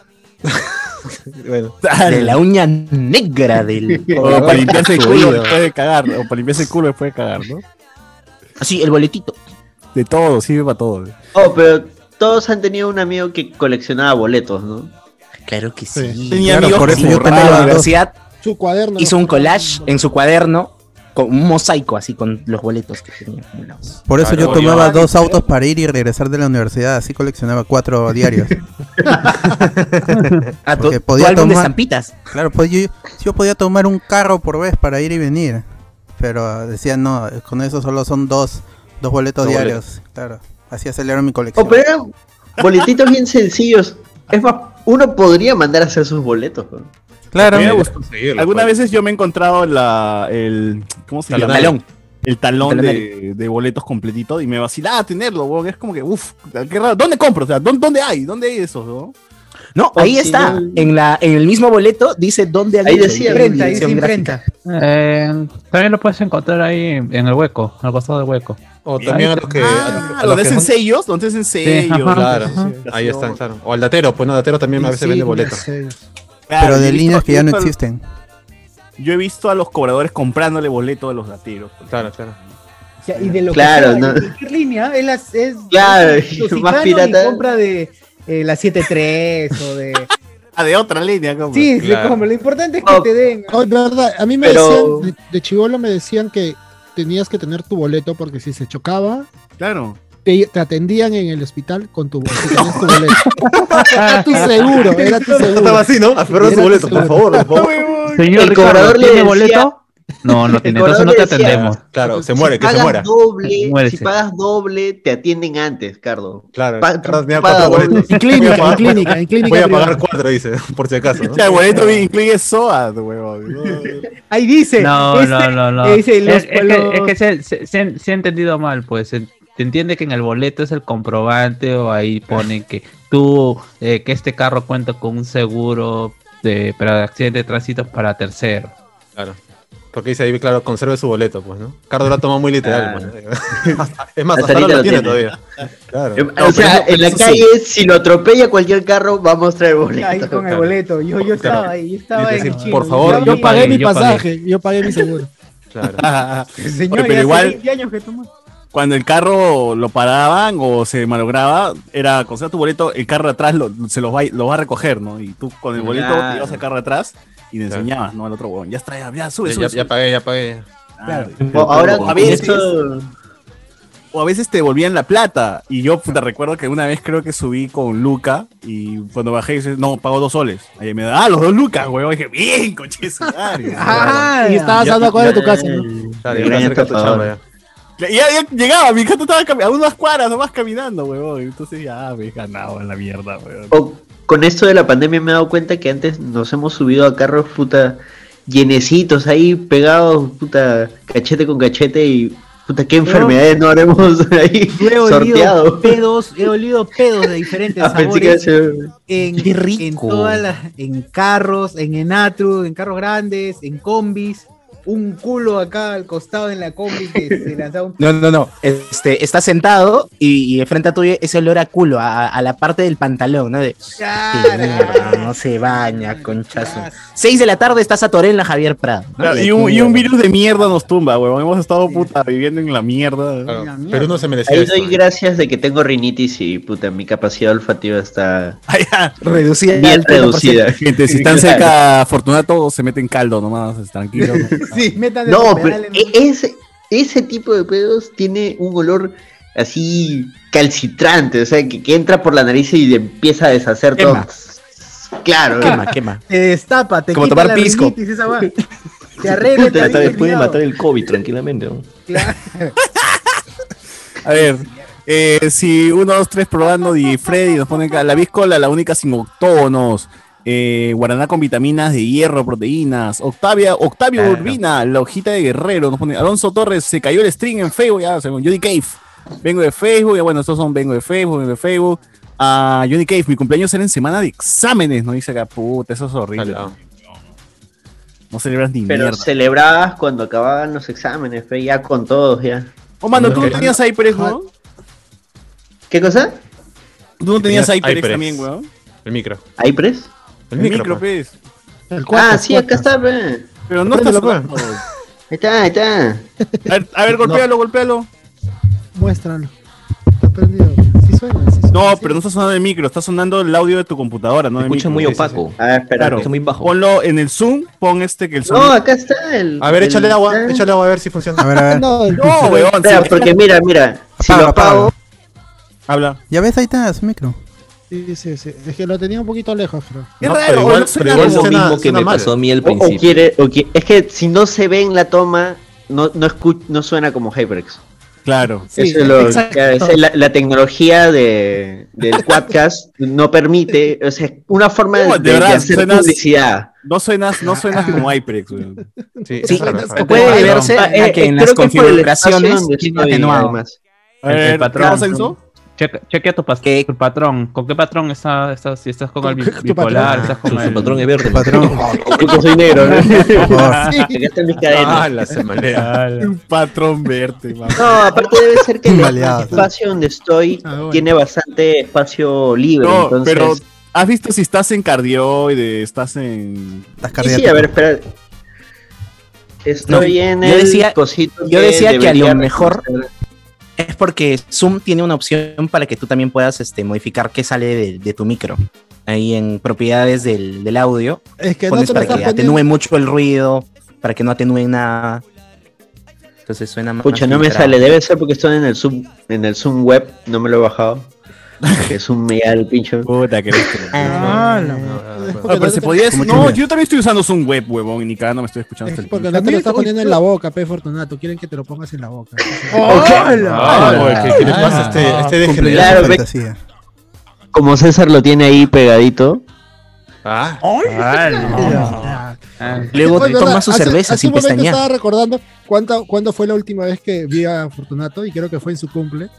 [SPEAKER 2] Bueno,
[SPEAKER 7] De la uña negra del.
[SPEAKER 3] O Oh, para limpiarse el culo pues. después de cagar. O para limpiarse el culo después de cagar, ¿no?
[SPEAKER 7] Así, Ah, el boletito.
[SPEAKER 3] De todo, sirve para todo.
[SPEAKER 6] Oh, pero todos han tenido un amigo que coleccionaba boletos, ¿no?
[SPEAKER 7] Claro que sí.
[SPEAKER 3] Tenía
[SPEAKER 4] Claro,
[SPEAKER 3] amigos
[SPEAKER 4] por eso
[SPEAKER 3] como
[SPEAKER 4] yo
[SPEAKER 3] Ra-
[SPEAKER 7] Para la
[SPEAKER 4] tengo las dos.
[SPEAKER 7] universidad,
[SPEAKER 5] Su cuaderno.
[SPEAKER 7] hizo un collage en su cuaderno con un mosaico así con los boletos que tenía acumulados.
[SPEAKER 4] Por eso yo tomaba dos autos para ir y regresar de la universidad, así coleccionaba cuatro diarios.
[SPEAKER 7] Ah, tu-
[SPEAKER 4] Porque
[SPEAKER 7] tu álbum de estampitas.
[SPEAKER 4] Claro, pues yo, yo podía tomar un carro por vez para ir y venir, pero decían no, con eso solo son dos, dos boletos
[SPEAKER 6] Dos
[SPEAKER 4] diarios, claro. Así acelero mi colección.
[SPEAKER 6] Oh, pero eran boletitos bien sencillos. Es más, uno podría mandar a hacer sus boletos. ¿no?
[SPEAKER 4] Claro.
[SPEAKER 6] Me
[SPEAKER 3] Algunas
[SPEAKER 6] gusta seguirlo, pues.
[SPEAKER 3] veces yo me he encontrado la, el. ¿Cómo se
[SPEAKER 6] Talón.
[SPEAKER 3] llama?
[SPEAKER 6] Talón.
[SPEAKER 3] El talón
[SPEAKER 6] El
[SPEAKER 3] de, de boletos completito y me vacilaba tenerlo, weón. Es como que, uff, qué raro. ¿Dónde compro? O sea, ¿dó- ¿dónde hay? ¿Dónde hay eso, weón?
[SPEAKER 7] No, ahí está. En, la, en el mismo boleto dice dónde hay
[SPEAKER 3] Ahí decía. Imprenta, ahí dice
[SPEAKER 12] Eh, también lo puedes encontrar ahí en el hueco, al costado del hueco.
[SPEAKER 2] O también a los que.
[SPEAKER 3] Ah, ¿Dónde hacen sellos? ¿Dónde hacen sellos?
[SPEAKER 2] Claro,
[SPEAKER 3] Sí.
[SPEAKER 2] ahí están, claro. O al datero, pues no, datero también a veces vende boletos.
[SPEAKER 3] Claro,
[SPEAKER 4] Pero
[SPEAKER 3] yo
[SPEAKER 4] de
[SPEAKER 3] he visto-
[SPEAKER 4] líneas que ya no
[SPEAKER 3] yo he visto a los-
[SPEAKER 4] existen.
[SPEAKER 3] Yo he visto a los cobradores comprándole boletos a los latiros.
[SPEAKER 2] Claro, claro.
[SPEAKER 1] Ya, y de lo
[SPEAKER 3] Claro,
[SPEAKER 1] que sea,
[SPEAKER 3] no.
[SPEAKER 1] de cualquier línea, él las- es,
[SPEAKER 3] Claro,
[SPEAKER 1] es
[SPEAKER 3] más
[SPEAKER 1] mexicano
[SPEAKER 3] pirata.
[SPEAKER 1] y compra de eh, la 7-3 o de...
[SPEAKER 3] Ah, de otra línea, como.
[SPEAKER 1] Sí, sí, como lo importante es que te den...
[SPEAKER 5] Oh, es verdad, a mí me
[SPEAKER 1] Pero-
[SPEAKER 5] decían, de, chivolo me decían que tenías que tener tu boleto porque si se chocaba,
[SPEAKER 3] Claro.
[SPEAKER 5] te, te atendían en el hospital con tu, si tenías tu boleto. era tu seguro, era tu seguro.
[SPEAKER 2] Estaba así, ¿no? Aferra su boleto, por favor, por favor.
[SPEAKER 12] Señor
[SPEAKER 2] El
[SPEAKER 12] Ricardo,
[SPEAKER 2] cobrador le
[SPEAKER 12] ¿tiene
[SPEAKER 2] decía-
[SPEAKER 12] boleto? No, no
[SPEAKER 2] El
[SPEAKER 12] tiene,
[SPEAKER 2] cobrador
[SPEAKER 12] entonces no
[SPEAKER 2] le
[SPEAKER 12] te
[SPEAKER 2] decía-
[SPEAKER 12] atendemos.
[SPEAKER 2] Claro, se muere, que se
[SPEAKER 6] pagas
[SPEAKER 2] muera.
[SPEAKER 6] Doble,
[SPEAKER 12] Muérese.
[SPEAKER 6] si pagas doble, te atienden antes, Cardo.
[SPEAKER 2] Claro,
[SPEAKER 6] Pa-
[SPEAKER 2] Carlos tenía
[SPEAKER 6] paga
[SPEAKER 2] cuatro
[SPEAKER 6] doble.
[SPEAKER 2] boletos.
[SPEAKER 6] En clínica,
[SPEAKER 2] Voy a pagar-
[SPEAKER 6] en clínica, en clínica
[SPEAKER 2] Voy a
[SPEAKER 6] privada.
[SPEAKER 2] pagar cuatro, dice, por si acaso. ¿no?
[SPEAKER 3] Ya, el Este boleto incluye SOAD, weón.
[SPEAKER 1] Ahí dice.
[SPEAKER 12] No,
[SPEAKER 1] este-
[SPEAKER 12] no, no, no.
[SPEAKER 1] eh, dice, los-
[SPEAKER 12] es, es
[SPEAKER 1] los-
[SPEAKER 12] que, es que se, se- se han- se ha entendido mal, pues. Se, se entiende que en el boleto es el comprobante o ahí ponen que tú, eh, que este carro cuenta con un seguro de, para accidente de tránsito para terceros.
[SPEAKER 2] Claro. Porque dice ahí, claro, conserve su boleto, pues, ¿no? Cardo lo ha tomado muy literal, pues. Es más, hasta ahora lo tiene todavía. Claro.
[SPEAKER 6] Eh,
[SPEAKER 2] No,
[SPEAKER 6] o sea,
[SPEAKER 2] pero eso-
[SPEAKER 6] en la
[SPEAKER 2] eso sí.
[SPEAKER 6] calle, si lo atropella cualquier carro, va a mostrar el boleto.
[SPEAKER 1] Ahí con el
[SPEAKER 6] Claro.
[SPEAKER 1] boleto. Yo, yo estaba ahí, yo estaba
[SPEAKER 2] Dice,
[SPEAKER 1] en
[SPEAKER 2] sí,
[SPEAKER 1] Chile,
[SPEAKER 2] por favor,
[SPEAKER 1] estaba
[SPEAKER 2] yo
[SPEAKER 1] ahí.
[SPEAKER 2] pagué mi
[SPEAKER 5] Mi pasaje, yo pagué mi seguro.
[SPEAKER 2] Claro.
[SPEAKER 1] Señor,
[SPEAKER 3] pero
[SPEAKER 1] ya
[SPEAKER 3] igual-
[SPEAKER 1] hace 20 años que tomó.
[SPEAKER 3] Cuando el carro lo paraban o se malograba, era conserva tu boleto, el carro de atrás lo, se los va, lo va a recoger, ¿no? Y tú con el boleto
[SPEAKER 2] Claro.
[SPEAKER 3] te ibas al carro de atrás y le enseñabas, ¿no? Al otro huevón. Ya está, ya, ya sube,
[SPEAKER 2] Ya-
[SPEAKER 3] sube. Ah,
[SPEAKER 2] ya- ya pagué, ya pagué.
[SPEAKER 3] Claro.
[SPEAKER 6] O- ahora
[SPEAKER 3] o a
[SPEAKER 6] con
[SPEAKER 3] veces,
[SPEAKER 6] esto-
[SPEAKER 3] o a veces te devolvían la plata. Y yo te recuerdo que una vez creo que subí con Luca y cuando bajé dices, no, pago dos soles. Ahí me da, ah, los dos Lucas, huevón. Y dije, bien, coche su madre".
[SPEAKER 5] Ah, y estabas
[SPEAKER 3] Ya-
[SPEAKER 5] dando acuerdo de tu
[SPEAKER 3] ya-
[SPEAKER 5] casa. ¿no?
[SPEAKER 2] Claro,
[SPEAKER 3] Gran
[SPEAKER 2] ya acerca tu
[SPEAKER 3] estafador.
[SPEAKER 2] chamba, ya.
[SPEAKER 3] Ya, ya llegaba, mi gato estaba cami- a unas cuadras nomás caminando, huevón. Entonces ya me he ganado en la mierda, huevón.
[SPEAKER 6] O- con esto de la pandemia me he dado cuenta que antes nos hemos subido a carros, puta, llenecitos ahí, pegados, puta, cachete con cachete y, puta, qué enfermedades no habremos ahí
[SPEAKER 1] Yo he olido
[SPEAKER 6] sorteado.
[SPEAKER 1] pedos, he olido pedos de diferentes
[SPEAKER 6] Ah, pensé que
[SPEAKER 1] sabores.
[SPEAKER 6] iba
[SPEAKER 1] En, en todas las, en carros, en enatru, en carros grandes, en combis, un culo acá al costado en la combi que se lanzaba un
[SPEAKER 7] No, no, no. Este, está sentado y, y enfrente a tuyo ese olor a culo, a, a la parte del pantalón, ¿no? De, "Qué mierda, no se baña, conchazo. Seis de la tarde estás a Torella Javier Prado. ¿no?
[SPEAKER 3] Claro, y, un, y un virus de mierda nos tumba, huevón. Hemos estado puta viviendo en la mierda.
[SPEAKER 2] Pero no se merecía
[SPEAKER 6] Ahí
[SPEAKER 2] esto,
[SPEAKER 6] doy
[SPEAKER 2] ¿eh?
[SPEAKER 6] gracias de que tengo rinitis y, puta, mi capacidad olfativa está
[SPEAKER 7] reducida.
[SPEAKER 6] bien reducida.
[SPEAKER 3] Gente, si están
[SPEAKER 6] Claro.
[SPEAKER 3] cerca, Fortunato se mete en caldo nomás, tranquilo.
[SPEAKER 1] Sí, métanle
[SPEAKER 6] No,
[SPEAKER 1] los
[SPEAKER 6] pero
[SPEAKER 1] pedales,
[SPEAKER 6] e- ese, ese tipo de pedos tiene un olor así calcitrante, o sea, que, que entra por la nariz y le empieza a deshacer
[SPEAKER 7] Quema.
[SPEAKER 6] todo. Claro.
[SPEAKER 7] Quema, quema.
[SPEAKER 1] Te destapa, te
[SPEAKER 11] Como
[SPEAKER 1] quita
[SPEAKER 11] tomar
[SPEAKER 1] la
[SPEAKER 11] pisco.
[SPEAKER 1] rinitis, esa va. Te arregla.
[SPEAKER 11] Puta,
[SPEAKER 1] te
[SPEAKER 11] hasta le
[SPEAKER 1] alivia
[SPEAKER 11] puede
[SPEAKER 1] el
[SPEAKER 11] matar el COVID tranquilamente. ¿no?
[SPEAKER 3] A ver, eh, si uno, dos, tres probando, y Freddy nos pone acá, la víscola, la única sin octógonos. Eh, guaraná con vitaminas de hierro, proteínas. Octavia, Octavio
[SPEAKER 12] Claro.
[SPEAKER 3] Urbina, la hojita de guerrero. Nos pone Alonso Torres, se cayó el string en Facebook. Ya, según Johnny Cave. Vengo de Facebook. Ya, bueno, estos son vengo de Facebook, vengo de Facebook. Ah, Johnny Cave, mi cumpleaños era en semana de exámenes. No dice acá, puta, eso es horrible. No celebras ni
[SPEAKER 6] Pero
[SPEAKER 3] mierda.
[SPEAKER 6] celebrabas cuando acababan los exámenes, fe, ya con todos, ya.
[SPEAKER 3] Oh, mano, tú no tenías HyperX, ¿no?
[SPEAKER 6] ¿Qué cosa?
[SPEAKER 3] Tú no tenías
[SPEAKER 2] Tenías
[SPEAKER 3] HyperX
[SPEAKER 2] HyperX.
[SPEAKER 3] también, weón.
[SPEAKER 2] El micro.
[SPEAKER 6] ¿Hay pres?
[SPEAKER 2] El micro, pues.
[SPEAKER 3] pues.
[SPEAKER 6] ah, sí, acá está, pe.
[SPEAKER 3] Pero no está
[SPEAKER 6] Préndelo, pe.
[SPEAKER 3] sonando.
[SPEAKER 11] pues.
[SPEAKER 6] Ahí está, ahí está.
[SPEAKER 3] A ver, a ver, golpéalo, golpéalo.
[SPEAKER 5] Muéstralo. Está prendido. Sí suena. sí suena.
[SPEAKER 3] No, pero no está sonando el micro, está sonando el audio de tu computadora, no de
[SPEAKER 11] escucha
[SPEAKER 3] micro.
[SPEAKER 11] muy
[SPEAKER 3] Sí, sí,
[SPEAKER 11] opaco.
[SPEAKER 3] sí.
[SPEAKER 11] Ah, espera,
[SPEAKER 3] Claro,
[SPEAKER 11] escucha muy bajo.
[SPEAKER 3] Ponlo en el Zoom, pon este que el
[SPEAKER 6] No,
[SPEAKER 3] sonido-
[SPEAKER 6] acá está el.
[SPEAKER 3] A ver,
[SPEAKER 6] el-
[SPEAKER 3] échale agua,
[SPEAKER 6] Ah.
[SPEAKER 2] Échale agua a ver si funciona.
[SPEAKER 4] A ver, a ver.
[SPEAKER 5] No,
[SPEAKER 3] No, weón,
[SPEAKER 6] Espera,
[SPEAKER 3] sí.
[SPEAKER 6] porque mira, mira. Si lo apago.
[SPEAKER 3] Habla.
[SPEAKER 4] Ya ves, ahí está su micro.
[SPEAKER 5] Sí, sí, sí. Es que lo tenía un poquito lejos, creo.
[SPEAKER 3] Es
[SPEAKER 11] No,
[SPEAKER 3] raro,
[SPEAKER 11] pero igual,
[SPEAKER 3] no suena
[SPEAKER 11] pero igual
[SPEAKER 3] como-
[SPEAKER 11] es lo mismo
[SPEAKER 2] suena-
[SPEAKER 11] que me
[SPEAKER 2] suena mal.
[SPEAKER 11] pasó a mí al
[SPEAKER 6] O, o
[SPEAKER 11] principio.
[SPEAKER 6] quiere, o qui- es que si no se ve en la toma, no, no, escu- no suena como Hyperx.
[SPEAKER 3] Claro.
[SPEAKER 5] Sí,
[SPEAKER 6] Eso es lo
[SPEAKER 5] exacto.
[SPEAKER 6] que a veces la, la tecnología de, del Quadcast no permite, o sea, una forma
[SPEAKER 3] No,
[SPEAKER 6] de,
[SPEAKER 3] de
[SPEAKER 6] de
[SPEAKER 3] verdad,
[SPEAKER 6] hacer
[SPEAKER 3] suenas-
[SPEAKER 6] publicidad.
[SPEAKER 3] No suenas, no suenas como Hyprex, weón.
[SPEAKER 2] Sí,
[SPEAKER 7] Sí,
[SPEAKER 2] es raro, es raro.
[SPEAKER 7] puede
[SPEAKER 6] Bueno,
[SPEAKER 7] deberse
[SPEAKER 6] ah,
[SPEAKER 7] a
[SPEAKER 6] eh,
[SPEAKER 7] que en
[SPEAKER 6] creo
[SPEAKER 7] las
[SPEAKER 6] que por el espacio
[SPEAKER 7] configuraciones
[SPEAKER 6] donde
[SPEAKER 7] tiene
[SPEAKER 6] estoy,
[SPEAKER 7] atenuado.
[SPEAKER 6] además.
[SPEAKER 3] A ver,
[SPEAKER 12] El- el patrón.
[SPEAKER 3] ¿cómo, Senso?
[SPEAKER 12] Checa, chequea tu, pas- tu patrón. ¿Con qué patrón está, está- si estás con el
[SPEAKER 5] ¿Con qué-
[SPEAKER 12] bi-
[SPEAKER 5] tu
[SPEAKER 12] bipolar?
[SPEAKER 5] patrón?
[SPEAKER 12] Estás
[SPEAKER 11] Su,
[SPEAKER 12] con
[SPEAKER 11] su
[SPEAKER 12] el
[SPEAKER 11] patrón es verde.
[SPEAKER 4] Patrón.
[SPEAKER 6] Yo que soy negro, ¿no? Acá
[SPEAKER 5] Sí.
[SPEAKER 6] están mis cadenas.
[SPEAKER 2] Ah, la semanera.
[SPEAKER 3] Un patrón verde, mamá.
[SPEAKER 6] No, aparte debe ser que el
[SPEAKER 4] Baleado.
[SPEAKER 6] espacio donde estoy
[SPEAKER 5] Ah, bueno.
[SPEAKER 6] tiene bastante espacio libre,
[SPEAKER 3] No,
[SPEAKER 6] entonces...
[SPEAKER 3] pero ¿has visto si estás en cardioide, estás en
[SPEAKER 4] Estás
[SPEAKER 6] Sí, sí,
[SPEAKER 4] cardíaco.
[SPEAKER 6] a ver, espera. Estoy
[SPEAKER 7] No,
[SPEAKER 6] en
[SPEAKER 7] yo
[SPEAKER 6] el
[SPEAKER 7] decía-
[SPEAKER 6] cosito
[SPEAKER 7] yo decía que a lo
[SPEAKER 6] debería
[SPEAKER 7] mejor-
[SPEAKER 6] reconocer.
[SPEAKER 7] Es porque Zoom tiene una opción para que tú también puedas este, modificar qué sale de, de tu micro. Ahí en propiedades del, del audio,
[SPEAKER 5] Es que no
[SPEAKER 7] pones
[SPEAKER 5] te lo
[SPEAKER 7] para
[SPEAKER 5] estás
[SPEAKER 7] que
[SPEAKER 5] poniendo.
[SPEAKER 7] atenúe mucho el ruido, para que no atenúe nada. Entonces suena más.
[SPEAKER 6] Pucha, no me
[SPEAKER 7] filtrado.
[SPEAKER 6] sale, debe ser porque estoy en el Zoom, en el Zoom web, no me lo he bajado. Que es un mega el pincho.
[SPEAKER 3] puta que eres tú.
[SPEAKER 7] Ah,
[SPEAKER 5] no,
[SPEAKER 2] No, no, no,
[SPEAKER 5] Es
[SPEAKER 2] no.
[SPEAKER 5] porque
[SPEAKER 3] pero
[SPEAKER 5] no
[SPEAKER 3] se
[SPEAKER 5] te-
[SPEAKER 3] podía
[SPEAKER 4] como
[SPEAKER 3] No,
[SPEAKER 4] chunga.
[SPEAKER 3] yo también estoy usando un web, huevón, y ni cada no me estoy escuchando.
[SPEAKER 5] Es
[SPEAKER 3] hasta el
[SPEAKER 5] porque
[SPEAKER 3] final.
[SPEAKER 5] no te lo estás
[SPEAKER 3] También-
[SPEAKER 5] poniendo en la boca, pe Fortunato. Quieren que te lo pongas en la boca.
[SPEAKER 2] Ah, güey, ¿qué- ¿Qué le pasa a este- este degenerado?
[SPEAKER 6] Claro,
[SPEAKER 4] Su
[SPEAKER 6] ve-
[SPEAKER 4] fantasía.
[SPEAKER 6] Como César lo tiene ahí pegadito.
[SPEAKER 2] Ah,
[SPEAKER 5] Ya.
[SPEAKER 12] Ah.
[SPEAKER 7] Luego
[SPEAKER 5] Es pues, verdad,
[SPEAKER 7] toma su
[SPEAKER 5] hace-
[SPEAKER 7] cerveza
[SPEAKER 5] hace
[SPEAKER 7] sin
[SPEAKER 5] un momento
[SPEAKER 7] pestañear.
[SPEAKER 5] estaba recordando cuánta- cuándo fue la última vez que vi a Fortunato y creo que fue en su cumple.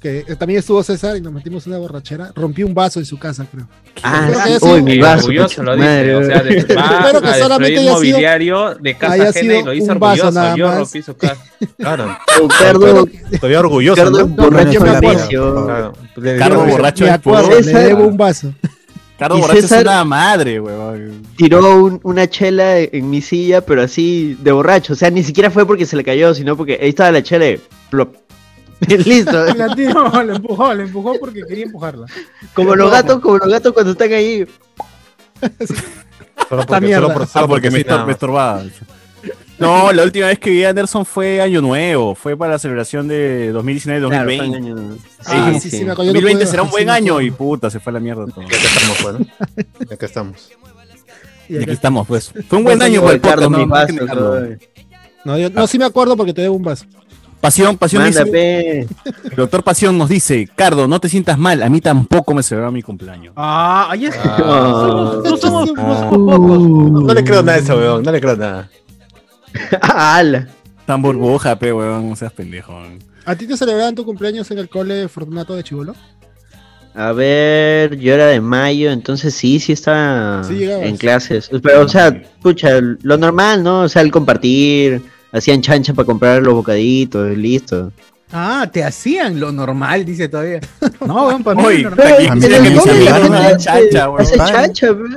[SPEAKER 5] Que eh, también estuvo César y nos metimos una borrachera. Rompí un vaso en su casa, creo.
[SPEAKER 6] Ah,
[SPEAKER 5] Creo que
[SPEAKER 6] sí.
[SPEAKER 5] haya sido-
[SPEAKER 6] Uy, mi vaso.
[SPEAKER 12] orgulloso
[SPEAKER 6] pucha
[SPEAKER 12] lo dice,
[SPEAKER 6] madre,
[SPEAKER 12] o sea, de, va
[SPEAKER 5] Espero que
[SPEAKER 12] a
[SPEAKER 5] solamente
[SPEAKER 12] destruir
[SPEAKER 5] haya sido-
[SPEAKER 12] mobiliario de casa
[SPEAKER 5] haya
[SPEAKER 12] ajena y
[SPEAKER 5] sido
[SPEAKER 12] lo hizo
[SPEAKER 5] un vaso
[SPEAKER 12] orgulloso.
[SPEAKER 5] nada
[SPEAKER 12] Yo
[SPEAKER 5] más.
[SPEAKER 12] rompí su casa.
[SPEAKER 2] claro.
[SPEAKER 6] Ricardo,
[SPEAKER 2] Todavía orgulloso,
[SPEAKER 6] Ricardo
[SPEAKER 2] ¿no?
[SPEAKER 5] no,
[SPEAKER 6] borracho
[SPEAKER 5] no,
[SPEAKER 6] en
[SPEAKER 5] no,
[SPEAKER 6] vicio.
[SPEAKER 2] Claro. Le-
[SPEAKER 3] Cardo
[SPEAKER 2] le-
[SPEAKER 3] borracho
[SPEAKER 5] Me
[SPEAKER 3] es
[SPEAKER 5] acuerdo,
[SPEAKER 3] puro.
[SPEAKER 5] le
[SPEAKER 6] César-
[SPEAKER 5] debo un vaso.
[SPEAKER 3] Cardo
[SPEAKER 6] Y
[SPEAKER 3] borracho
[SPEAKER 6] César-
[SPEAKER 3] es una madre, huevón.
[SPEAKER 6] Tiró un- una chela en mi silla, pero así de borracho. O sea, ni siquiera fue porque se le cayó, sino porque ahí estaba la chela. y Plop. Listo.
[SPEAKER 5] La tiró, la empujó, la empujó porque quería empujarla.
[SPEAKER 6] Como los gatos, como los gatos cuando están ahí.
[SPEAKER 2] Solo
[SPEAKER 5] Esta
[SPEAKER 2] porque,
[SPEAKER 5] mierda.
[SPEAKER 2] solo por,
[SPEAKER 3] Ah,
[SPEAKER 2] solo
[SPEAKER 3] porque
[SPEAKER 2] porque
[SPEAKER 3] me,
[SPEAKER 2] sí, nada
[SPEAKER 3] estor- me
[SPEAKER 2] más.
[SPEAKER 3] estorbaba. No, la última vez que vi a Anderson fue Año Nuevo, fue para la celebración de 2019-2020.
[SPEAKER 5] Ah, sí, sí, me acuerdo, yo no
[SPEAKER 3] 2020
[SPEAKER 5] pude
[SPEAKER 3] será
[SPEAKER 5] bajar,
[SPEAKER 3] un
[SPEAKER 5] sí,
[SPEAKER 3] buen
[SPEAKER 5] me
[SPEAKER 3] año
[SPEAKER 5] acuerdo.
[SPEAKER 3] y puta, se fue a la mierda todo.
[SPEAKER 2] Ya que estamos, bueno. Ya que estamos.
[SPEAKER 5] Y
[SPEAKER 3] Y
[SPEAKER 5] acá-
[SPEAKER 3] aquí estamos, pues. Fue un buen año para el podcast, no, no hay que negarlo.
[SPEAKER 12] eh.
[SPEAKER 5] No, yo- no, sí me acuerdo porque te debo un vaso.
[SPEAKER 3] Pasión, pasión dice,
[SPEAKER 6] Mándame.
[SPEAKER 3] el doctor Pasión nos dice, Cardo, no te sientas mal, a mí tampoco me celebró mi cumpleaños.
[SPEAKER 1] Ah, ahí está.
[SPEAKER 6] Ah.
[SPEAKER 1] No somos, no somos
[SPEAKER 2] No,
[SPEAKER 1] pocos.
[SPEAKER 2] le creo nada a eso, weón. No le creo nada.
[SPEAKER 6] Ala.
[SPEAKER 3] Tan burbuja, pe, weón, no seas pendejo. weón.
[SPEAKER 5] ¿A ti te celebraban tu cumpleaños en el cole Fortunato de Chivolo?
[SPEAKER 6] A ver, yo era de mayo, entonces sí, sí estaba
[SPEAKER 5] Sí llegabas.
[SPEAKER 6] en clases. Pero, o sea, escucha, lo normal, ¿no? O sea, el compartir, hacían chancha para comprar los bocaditos, y listo.
[SPEAKER 1] Ah, te hacían lo normal, dice todavía. No, weón, para mí
[SPEAKER 3] Uy,
[SPEAKER 1] lo normal.
[SPEAKER 3] aquí
[SPEAKER 4] A mí
[SPEAKER 3] dice que
[SPEAKER 4] también.
[SPEAKER 3] mis amigos no
[SPEAKER 6] Hace-
[SPEAKER 3] dan chancha, weón.
[SPEAKER 6] hace
[SPEAKER 4] Vale.
[SPEAKER 6] chancha, weón.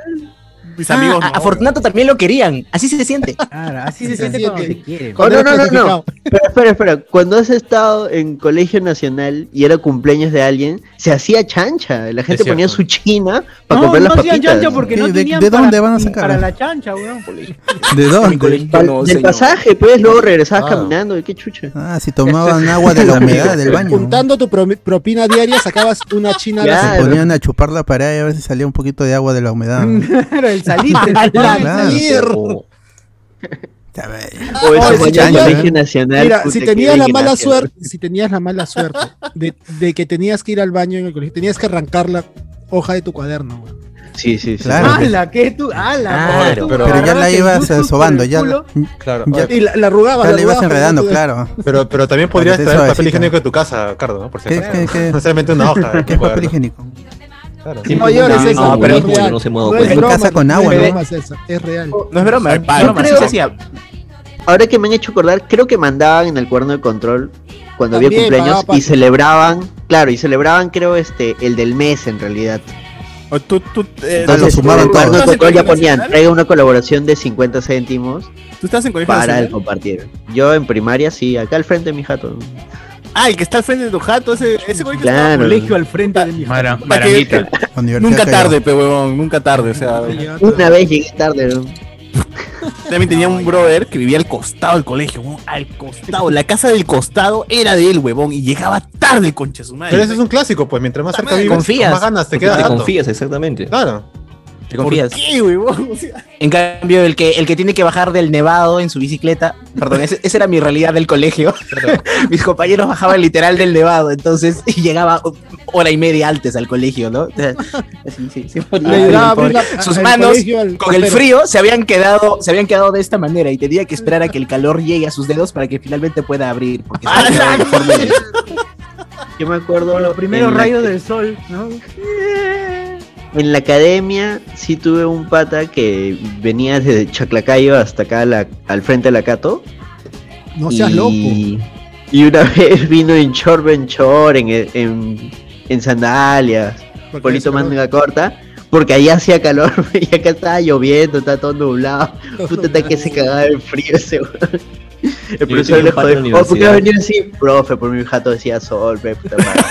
[SPEAKER 3] Mis amigos
[SPEAKER 7] Ah,
[SPEAKER 3] no,
[SPEAKER 7] a Fortunato también lo querían. Así se siente.
[SPEAKER 1] Claro, así
[SPEAKER 5] Sí,
[SPEAKER 1] se siente
[SPEAKER 5] sí,
[SPEAKER 1] cuando
[SPEAKER 5] sí.
[SPEAKER 1] te quieren.
[SPEAKER 5] Cuando
[SPEAKER 6] Oh, no,
[SPEAKER 5] eres
[SPEAKER 6] no, no,
[SPEAKER 5] clasificado.
[SPEAKER 6] Pero espera, espera, cuando has estado en colegio nacional y era cumpleaños de alguien, se hacía chancha. La gente
[SPEAKER 2] cierto.
[SPEAKER 6] ponía su china para
[SPEAKER 1] No,
[SPEAKER 6] comprar
[SPEAKER 1] no
[SPEAKER 6] las
[SPEAKER 1] hacían
[SPEAKER 6] papitas.
[SPEAKER 1] chancha porque
[SPEAKER 4] Sí,
[SPEAKER 1] no
[SPEAKER 4] ¿de-
[SPEAKER 1] tenían
[SPEAKER 4] de dónde
[SPEAKER 1] para,
[SPEAKER 4] van a sacar?
[SPEAKER 1] para la chancha, weón.
[SPEAKER 4] ¿De dónde?
[SPEAKER 6] Pal-
[SPEAKER 11] No,
[SPEAKER 6] del
[SPEAKER 11] señor.
[SPEAKER 6] pasaje, pues luego regresabas
[SPEAKER 2] Ah.
[SPEAKER 6] caminando, y qué chucha.
[SPEAKER 4] Ah, si tomaban agua de la humedad del baño.
[SPEAKER 5] Juntando tu promi- propina diaria sacabas una china a la
[SPEAKER 6] Ya,
[SPEAKER 5] semana.
[SPEAKER 4] Se ponían a chupar la pared y a veces salía un poquito de agua de la humedad.
[SPEAKER 1] Claro, el salir.
[SPEAKER 4] Claro.
[SPEAKER 11] O-
[SPEAKER 6] Oh.
[SPEAKER 4] Ya ves.
[SPEAKER 6] O
[SPEAKER 5] Ah,
[SPEAKER 6] eso
[SPEAKER 5] sí,
[SPEAKER 6] fue en
[SPEAKER 5] ya,
[SPEAKER 6] el
[SPEAKER 5] ya.
[SPEAKER 6] colegio nacional.
[SPEAKER 5] Mira,
[SPEAKER 6] puta,
[SPEAKER 5] si
[SPEAKER 6] qué
[SPEAKER 5] tenías la mala
[SPEAKER 6] desgracia.
[SPEAKER 5] suerte, si tenías la mala suerte de, de que tenías que ir al baño en el colegio, tenías que arrancar la hoja de tu cuaderno, güey.
[SPEAKER 6] Sí, sí, sí.
[SPEAKER 4] Claro.
[SPEAKER 1] ¡Hala! ¿Qué tú? ¡Hala!
[SPEAKER 6] Ah,
[SPEAKER 7] Claro,
[SPEAKER 1] tú
[SPEAKER 2] pero-
[SPEAKER 4] Pero ya
[SPEAKER 1] agarras
[SPEAKER 4] la
[SPEAKER 1] el
[SPEAKER 4] ibas
[SPEAKER 1] Bluetooth
[SPEAKER 4] sobando,
[SPEAKER 1] por el
[SPEAKER 4] ya,
[SPEAKER 1] culo.
[SPEAKER 2] Claro.
[SPEAKER 4] Ya.
[SPEAKER 2] Oye,
[SPEAKER 5] Y la, la arrugabas.
[SPEAKER 4] ya la ibas
[SPEAKER 5] arrugabas,
[SPEAKER 4] enredando,
[SPEAKER 5] pero no te-
[SPEAKER 4] claro.
[SPEAKER 2] Pero, pero también podrías
[SPEAKER 4] Para que
[SPEAKER 2] traer
[SPEAKER 4] esté
[SPEAKER 2] papel
[SPEAKER 4] suavecito.
[SPEAKER 2] higiénico de tu casa, Cardo, ¿no? Por si
[SPEAKER 4] ¿Qué,
[SPEAKER 2] acaso.
[SPEAKER 4] qué, qué?
[SPEAKER 2] No solamente una hoja.
[SPEAKER 4] ¿Qué es papel higiénico?
[SPEAKER 2] Claro.
[SPEAKER 11] Sí,
[SPEAKER 5] No llores,
[SPEAKER 11] no,
[SPEAKER 5] César,
[SPEAKER 11] no,
[SPEAKER 5] no
[SPEAKER 11] pero
[SPEAKER 5] es
[SPEAKER 11] bueno,
[SPEAKER 5] real.
[SPEAKER 11] no se me ha dado
[SPEAKER 5] No es
[SPEAKER 11] cuenta.
[SPEAKER 5] broma,
[SPEAKER 4] Casa con
[SPEAKER 5] no
[SPEAKER 4] agua,
[SPEAKER 5] Es
[SPEAKER 4] ¿no?
[SPEAKER 5] broma, César, es real.
[SPEAKER 7] No es broma.
[SPEAKER 3] Ay,
[SPEAKER 7] no es
[SPEAKER 3] palo,
[SPEAKER 7] broma, así
[SPEAKER 6] creo-
[SPEAKER 7] se hacía.
[SPEAKER 6] Ahora que me han hecho acordar, creo que mandaban en el cuerno de control cuando había
[SPEAKER 5] También,
[SPEAKER 6] cumpleaños
[SPEAKER 5] pagaba
[SPEAKER 6] y
[SPEAKER 5] pa-
[SPEAKER 6] celebraban, claro, y celebraban creo este el del mes en realidad.
[SPEAKER 3] O tú- tú, eh,
[SPEAKER 6] Entonces,
[SPEAKER 4] lo sumaban
[SPEAKER 6] en el cuerno
[SPEAKER 4] todos.
[SPEAKER 6] de control ya ponían,
[SPEAKER 3] ¿Nacional?
[SPEAKER 6] traiga una colaboración de 50 céntimos
[SPEAKER 3] ¿Tú estás en colegio
[SPEAKER 6] para el
[SPEAKER 3] nacional?
[SPEAKER 6] compartir. Yo en primaria sí, acá al frente mi jato.
[SPEAKER 3] Ah, el que está al frente de tu jato, ese, ese güey que
[SPEAKER 6] Claro.
[SPEAKER 3] estaba en el colegio al frente de mi jato. Para que- Nunca
[SPEAKER 6] Universidad
[SPEAKER 3] tarde,
[SPEAKER 6] Callao.
[SPEAKER 3] pe huevón, nunca tarde, o sea.
[SPEAKER 6] Una vez llegué tarde, ¿no?
[SPEAKER 3] También tenía un brother que vivía al costado del colegio, huevón, al costado. La casa del costado era de él, huevón, y llegaba tarde, concha su madre.
[SPEAKER 2] Pero eso es un clásico, pues mientras más cerca vives,
[SPEAKER 7] confías.
[SPEAKER 2] con más ganas te
[SPEAKER 7] Porque
[SPEAKER 2] queda
[SPEAKER 7] te
[SPEAKER 2] rato.
[SPEAKER 7] confías,
[SPEAKER 2] exactamente. Claro.
[SPEAKER 7] Te confías.
[SPEAKER 3] qué, huevón? O sea,
[SPEAKER 7] En cambio, el que, el que tiene que bajar del nevado en su bicicleta, perdón, ese- esa era mi realidad del colegio. Mis compañeros bajaban literal del nevado, entonces y llegaba hora y media antes al colegio, ¿no? O sea, así, sí, sí, ponía
[SPEAKER 5] Le
[SPEAKER 7] ahí,
[SPEAKER 5] daba
[SPEAKER 7] pobre.
[SPEAKER 5] abrir la-
[SPEAKER 7] Sus
[SPEAKER 5] el
[SPEAKER 7] manos
[SPEAKER 5] colegio al
[SPEAKER 7] con el
[SPEAKER 5] portero.
[SPEAKER 7] frío se habían quedado, se habían quedado de esta manera y tenía que esperar a que el calor llegue a sus dedos para que finalmente pueda abrir. porque
[SPEAKER 3] Ah,
[SPEAKER 7] se había quedado deforme.
[SPEAKER 6] Yo me acuerdo. Los
[SPEAKER 13] Primero rayos del sol,
[SPEAKER 3] Ah,
[SPEAKER 13] ¿no?
[SPEAKER 6] En la academia sí tuve un pata que venía desde Chaclacayo hasta acá a la- al frente de la Cato.
[SPEAKER 5] No seas
[SPEAKER 6] Y-
[SPEAKER 5] loco.
[SPEAKER 6] Y una vez vino en short, en short, en, en, en sandalias, polito manga corta, porque allá hacía calor y acá estaba lloviendo, está todo nublado. Puta, está que se cagaba el frío ese weón. El
[SPEAKER 11] Yo
[SPEAKER 6] profesor
[SPEAKER 11] tenía
[SPEAKER 6] le
[SPEAKER 11] un pato en la
[SPEAKER 6] jodió. "Oh, ¿Por qué has
[SPEAKER 11] universidad".
[SPEAKER 6] venido así? Profe, por mi jato decía sol, pe, puta madre".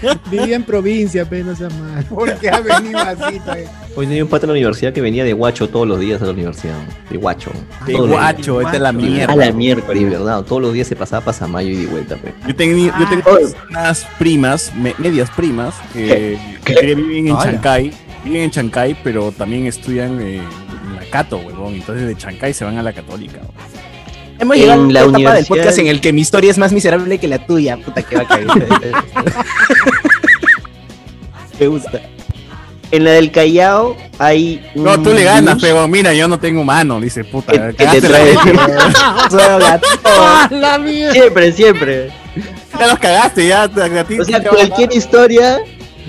[SPEAKER 5] Vivía en provincia, apenas no seas mal. Porque ha venido así, pe?
[SPEAKER 11] Hoy tenía un pato en la universidad que venía de guacho todos los días a la universidad. De guacho.
[SPEAKER 3] Ah, De
[SPEAKER 11] Todos los
[SPEAKER 3] guacho,
[SPEAKER 11] días.
[SPEAKER 3] vete a la mierda.
[SPEAKER 11] A la mierda, de verdad. Todos los días se pasaba pasamayo y de vuelta, pe.
[SPEAKER 3] Yo tengo, yo tengo unas primas, me- medias primas, que, que viven en
[SPEAKER 11] Ala.
[SPEAKER 3] Chancay, viven en Chancay, pero también estudian eh, en la Cato, huevón. Entonces de Chancay se van a la Católica.
[SPEAKER 7] Hemos
[SPEAKER 3] En
[SPEAKER 7] llegado a
[SPEAKER 3] la
[SPEAKER 7] la etapa del
[SPEAKER 3] universidad-
[SPEAKER 7] podcast en el que mi historia es más miserable que la tuya, puta que va a caer.
[SPEAKER 6] Me gusta. En la del Callao hay.
[SPEAKER 3] No,
[SPEAKER 6] un
[SPEAKER 7] Mm.
[SPEAKER 3] tú le ganas,
[SPEAKER 6] bus
[SPEAKER 3] pero mira, yo no tengo mano, dice puta.
[SPEAKER 6] Que, que te
[SPEAKER 3] cagaste la-
[SPEAKER 6] trae.
[SPEAKER 3] Ah,
[SPEAKER 6] siempre, siempre.
[SPEAKER 3] Ya los cagaste, ya. te- A ti,
[SPEAKER 6] O sea,
[SPEAKER 3] te-
[SPEAKER 6] cualquier historia.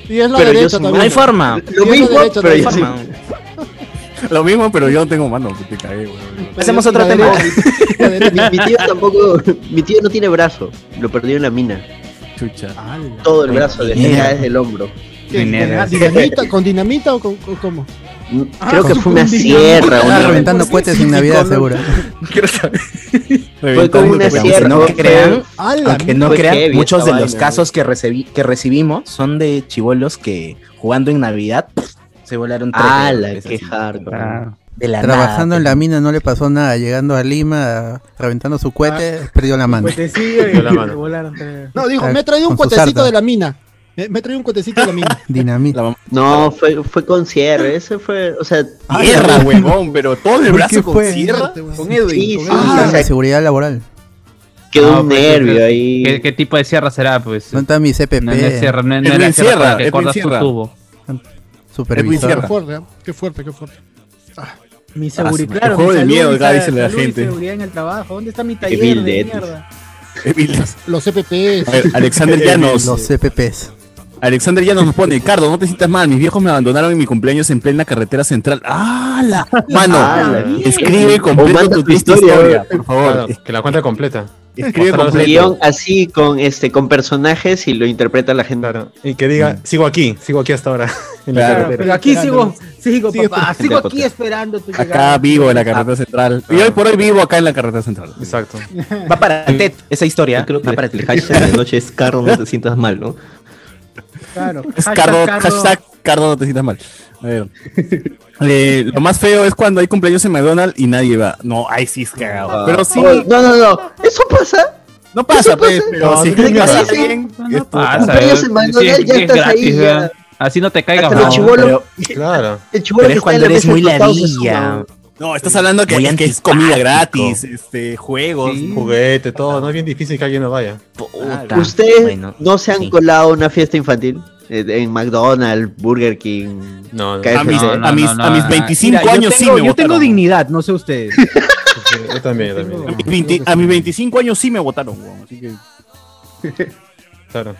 [SPEAKER 5] Y es
[SPEAKER 3] lo derecho también. No hay forma.
[SPEAKER 6] Lo
[SPEAKER 3] Y es lo
[SPEAKER 6] mismo,
[SPEAKER 3] derecho, no
[SPEAKER 6] pero
[SPEAKER 3] hay
[SPEAKER 6] yo
[SPEAKER 3] forma.
[SPEAKER 6] sí.
[SPEAKER 3] Lo mismo, pero yo no tengo mano, que te cagué, huevón.
[SPEAKER 6] Hacemos
[SPEAKER 3] otra
[SPEAKER 6] mi, mi tío tampoco. Mi tío no tiene brazo. Lo perdió en la mina.
[SPEAKER 3] Chucha.
[SPEAKER 6] Todo el brazo, desde
[SPEAKER 5] Mierda.
[SPEAKER 6] acá, desde el hombro.
[SPEAKER 5] ¿Qué, ¿Con Ah, dinamita, ¿Con dinamita o con, o cómo?
[SPEAKER 3] Mm,
[SPEAKER 6] Creo que fue una sierra. una-
[SPEAKER 4] reventando cohetes en Navidad, seguro.
[SPEAKER 7] Fue como una sierra. Aunque
[SPEAKER 6] sierra,
[SPEAKER 7] no
[SPEAKER 6] fue-
[SPEAKER 7] crean,
[SPEAKER 6] ¡A la
[SPEAKER 7] aunque no
[SPEAKER 6] mierda!
[SPEAKER 7] crean,
[SPEAKER 6] Heavy
[SPEAKER 7] muchos
[SPEAKER 6] esta
[SPEAKER 7] de los
[SPEAKER 6] vaina,
[SPEAKER 7] casos que, recibí, que recibimos son de chivolos que jugando en Navidad pff, se volaron tres.
[SPEAKER 6] ¡Hala,
[SPEAKER 7] Es
[SPEAKER 6] qué
[SPEAKER 7] así.
[SPEAKER 6] hardcore!
[SPEAKER 7] De la
[SPEAKER 4] Trabajando
[SPEAKER 7] nada.
[SPEAKER 4] en la mina no le pasó nada. Llegando a Lima, reventando su cohete, perdió la mano.
[SPEAKER 1] Cuetecillo y-
[SPEAKER 4] Perdió la
[SPEAKER 1] y
[SPEAKER 4] mano.
[SPEAKER 1] volaron tres.
[SPEAKER 5] No, dijo,
[SPEAKER 4] Ah,
[SPEAKER 5] me he traído un
[SPEAKER 4] con su
[SPEAKER 5] cuatecito
[SPEAKER 4] sarta.
[SPEAKER 5] de la mina. Me, me he traído un cuatecito de la mina.
[SPEAKER 4] Dinamita.
[SPEAKER 6] No, fue, fue con sierra. Ese fue. O sea.
[SPEAKER 3] Sierra, huevón, pero todo el
[SPEAKER 4] ¿Por
[SPEAKER 3] brazo
[SPEAKER 4] qué
[SPEAKER 3] con
[SPEAKER 4] fue?
[SPEAKER 3] sierra. Con Edwin.
[SPEAKER 6] Sí, sí,
[SPEAKER 4] Ah,
[SPEAKER 6] o
[SPEAKER 4] la
[SPEAKER 6] sea,
[SPEAKER 4] seguridad laboral.
[SPEAKER 6] quedó un nervio ahí.
[SPEAKER 12] pues, ¿Qué, qué tipo de sierra será? Pues.
[SPEAKER 4] ¿Dónde está mi CPP?
[SPEAKER 12] No, no es sierra, no, no
[SPEAKER 4] Edwin
[SPEAKER 12] era sierra,
[SPEAKER 4] Sierra,
[SPEAKER 12] para que
[SPEAKER 4] Edwin
[SPEAKER 12] cortas tu
[SPEAKER 4] Sierra.
[SPEAKER 12] tubo.
[SPEAKER 5] Qué
[SPEAKER 4] Supervisor.
[SPEAKER 5] fuerte, ¿eh? qué fuerte, qué fuerte. Ah.
[SPEAKER 13] Mi seguridad.
[SPEAKER 3] Claro, juego
[SPEAKER 13] mi
[SPEAKER 3] de
[SPEAKER 13] salud,
[SPEAKER 3] miedo,
[SPEAKER 13] mi
[SPEAKER 3] acá
[SPEAKER 13] sa-
[SPEAKER 3] dice la
[SPEAKER 13] salud y
[SPEAKER 3] gente.
[SPEAKER 13] seguridad en el trabajo. ¿Dónde está mi taller
[SPEAKER 3] vil
[SPEAKER 13] de
[SPEAKER 3] de
[SPEAKER 13] mierda?
[SPEAKER 5] Los E CPPs.
[SPEAKER 3] A ver, Alexander Llanos.
[SPEAKER 4] Los CPPs.
[SPEAKER 3] Alexander Llanos nos pone, Cardo, no te sientas mal, mis viejos me abandonaron en mi cumpleaños en plena carretera central. ¡Ah, la! Mano,
[SPEAKER 6] ¡Hala!
[SPEAKER 3] escribe
[SPEAKER 6] O manda
[SPEAKER 3] completo tu
[SPEAKER 6] tu
[SPEAKER 3] triste
[SPEAKER 6] historia,
[SPEAKER 3] historia,
[SPEAKER 6] güey.
[SPEAKER 3] por favor.
[SPEAKER 2] Claro, que la cuenta completa.
[SPEAKER 3] Escribe
[SPEAKER 2] Mostrarlos
[SPEAKER 6] Un
[SPEAKER 2] en-
[SPEAKER 6] guión así con este con personajes y lo interpreta la gente. Mm.
[SPEAKER 2] Y que diga, sigo aquí, sigo aquí hasta ahora. en la
[SPEAKER 3] Claro,
[SPEAKER 2] carretera.
[SPEAKER 13] Pero aquí sigo, sigo,
[SPEAKER 5] Sigue
[SPEAKER 13] papá.
[SPEAKER 2] esperando.
[SPEAKER 13] Sigo aquí esperando tu llegada.
[SPEAKER 3] Acá vivo en la carretera central. Y hoy por hoy vivo acá en la carretera central.
[SPEAKER 2] Exacto.
[SPEAKER 7] Va para TED, esa historia.
[SPEAKER 11] Creo que el hashtag de la noche es carro, no te sientas mal, ¿no?
[SPEAKER 13] Claro.
[SPEAKER 3] Es
[SPEAKER 13] Hashtag
[SPEAKER 3] Cardo,
[SPEAKER 13] Cardo.
[SPEAKER 3] hashtag Cardo, no te sientas mal. A ver. Eh, lo más feo es cuando hay cumpleaños en McDonald's y nadie va. No, ahí sí es cagado. Pero sí,
[SPEAKER 6] Oh, no, no, no. Eso pasa.
[SPEAKER 3] no pasa,
[SPEAKER 6] ¿Eso
[SPEAKER 3] pues,
[SPEAKER 6] pasa?
[SPEAKER 3] pero
[SPEAKER 6] No, no
[SPEAKER 3] si es que
[SPEAKER 6] tiene que
[SPEAKER 3] pasa
[SPEAKER 6] ser.
[SPEAKER 3] bien, es puta.
[SPEAKER 12] Pasa,
[SPEAKER 6] cumpleaños
[SPEAKER 12] eh.
[SPEAKER 6] en McDonald's
[SPEAKER 12] Sí,
[SPEAKER 6] ya
[SPEAKER 12] sí, es
[SPEAKER 6] estás ahí, ya.
[SPEAKER 12] ¿verdad? Así no te caigas,
[SPEAKER 6] Hasta los
[SPEAKER 12] mal.
[SPEAKER 6] chibolos-
[SPEAKER 2] Claro.
[SPEAKER 6] El
[SPEAKER 7] Pero
[SPEAKER 6] chibolo que
[SPEAKER 7] es
[SPEAKER 6] está
[SPEAKER 7] cuando
[SPEAKER 6] en la
[SPEAKER 7] eres
[SPEAKER 6] mesa
[SPEAKER 7] muy
[SPEAKER 6] acostado se
[SPEAKER 7] ladilla.
[SPEAKER 6] suma.
[SPEAKER 3] No, estás hablando que,
[SPEAKER 7] Muy
[SPEAKER 3] que es comida
[SPEAKER 7] antipático.
[SPEAKER 3] gratis, este, juegos.
[SPEAKER 2] Juguete, todo. No es bien difícil que alguien no vaya.
[SPEAKER 7] Puta.
[SPEAKER 6] ¿Ustedes
[SPEAKER 7] Bueno,
[SPEAKER 6] no se han colado a una fiesta infantil? Eh, En McDonald's, Burger King.
[SPEAKER 2] No, no.
[SPEAKER 6] KFC.
[SPEAKER 3] A mis, a mis, a mis 25
[SPEAKER 13] Ah, Mira, yo
[SPEAKER 3] años
[SPEAKER 13] tengo-
[SPEAKER 3] sí me
[SPEAKER 13] Yo tengo
[SPEAKER 3] votaron.
[SPEAKER 13] dignidad, no sé ustedes.
[SPEAKER 2] Yo también, yo también.
[SPEAKER 3] A mis, 20 a mis 25 años sí me votaron, weón, así que
[SPEAKER 2] Claro.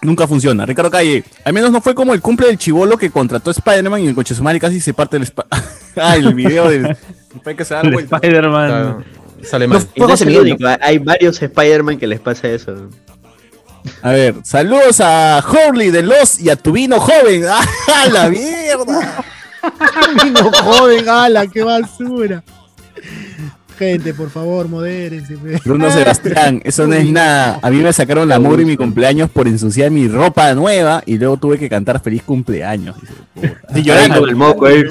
[SPEAKER 3] nunca funciona. Ricardo Calle, al menos no fue como el cumple del chivolo que contrató a Spider-Man y el coche sumar y casi se parte el spa- Ah, el video del fue que se da la vuelta.
[SPEAKER 2] Claro.
[SPEAKER 12] Spider-Man.
[SPEAKER 2] Sale mal.
[SPEAKER 6] Entonces, lo único, hay varios Spider-Man que les pasa eso.
[SPEAKER 3] A ver, saludos a Hurley de Los y a tu vino joven. ¡Ah, la mierda!
[SPEAKER 5] Vino joven, ala, qué basura. Gente, por favor, modérense. pe.
[SPEAKER 3] Bruno Sebastián, eso no es nada. A mí me sacaron la mugre en mi cumpleaños por ensuciar mi ropa nueva y luego tuve que cantar feliz cumpleaños. Dice, puta.
[SPEAKER 6] Y llorando. con el moco, eh.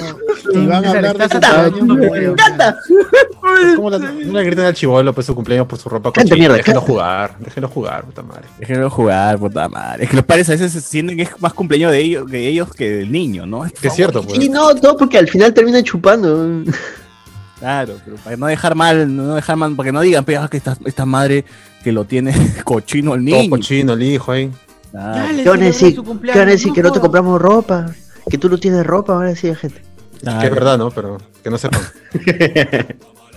[SPEAKER 5] Y van a hablar de
[SPEAKER 6] Canta,
[SPEAKER 5] cumpleaños,
[SPEAKER 6] me
[SPEAKER 5] bueno.
[SPEAKER 2] No le griten al chivolo pues su cumpleaños por su ropa
[SPEAKER 3] Canta,
[SPEAKER 2] cochina.
[SPEAKER 3] mierda,
[SPEAKER 2] Déjenlo jugar, déjenlo jugar, puta madre.
[SPEAKER 3] Déjenlo jugar, puta madre. Es que los padres a veces sienten que es más cumpleaños de ellos, de ellos que del niño, ¿no? Es, cierto,
[SPEAKER 2] pues.
[SPEAKER 6] Y no, no, porque al final termina chupando.
[SPEAKER 3] Claro, pero para no dejar mal, no dejar mal, para que no digan, pero que esta, esta madre que lo tiene cochino el niño. cochino
[SPEAKER 2] el hijo ahí.
[SPEAKER 3] Ah,
[SPEAKER 6] ¿Qué van a decir? ¿Qué van a decir? Que no te compramos ropa. Que tú no tienes ropa, van a decir la gente.
[SPEAKER 2] Que es verdad, ¿no? Pero que no sepan.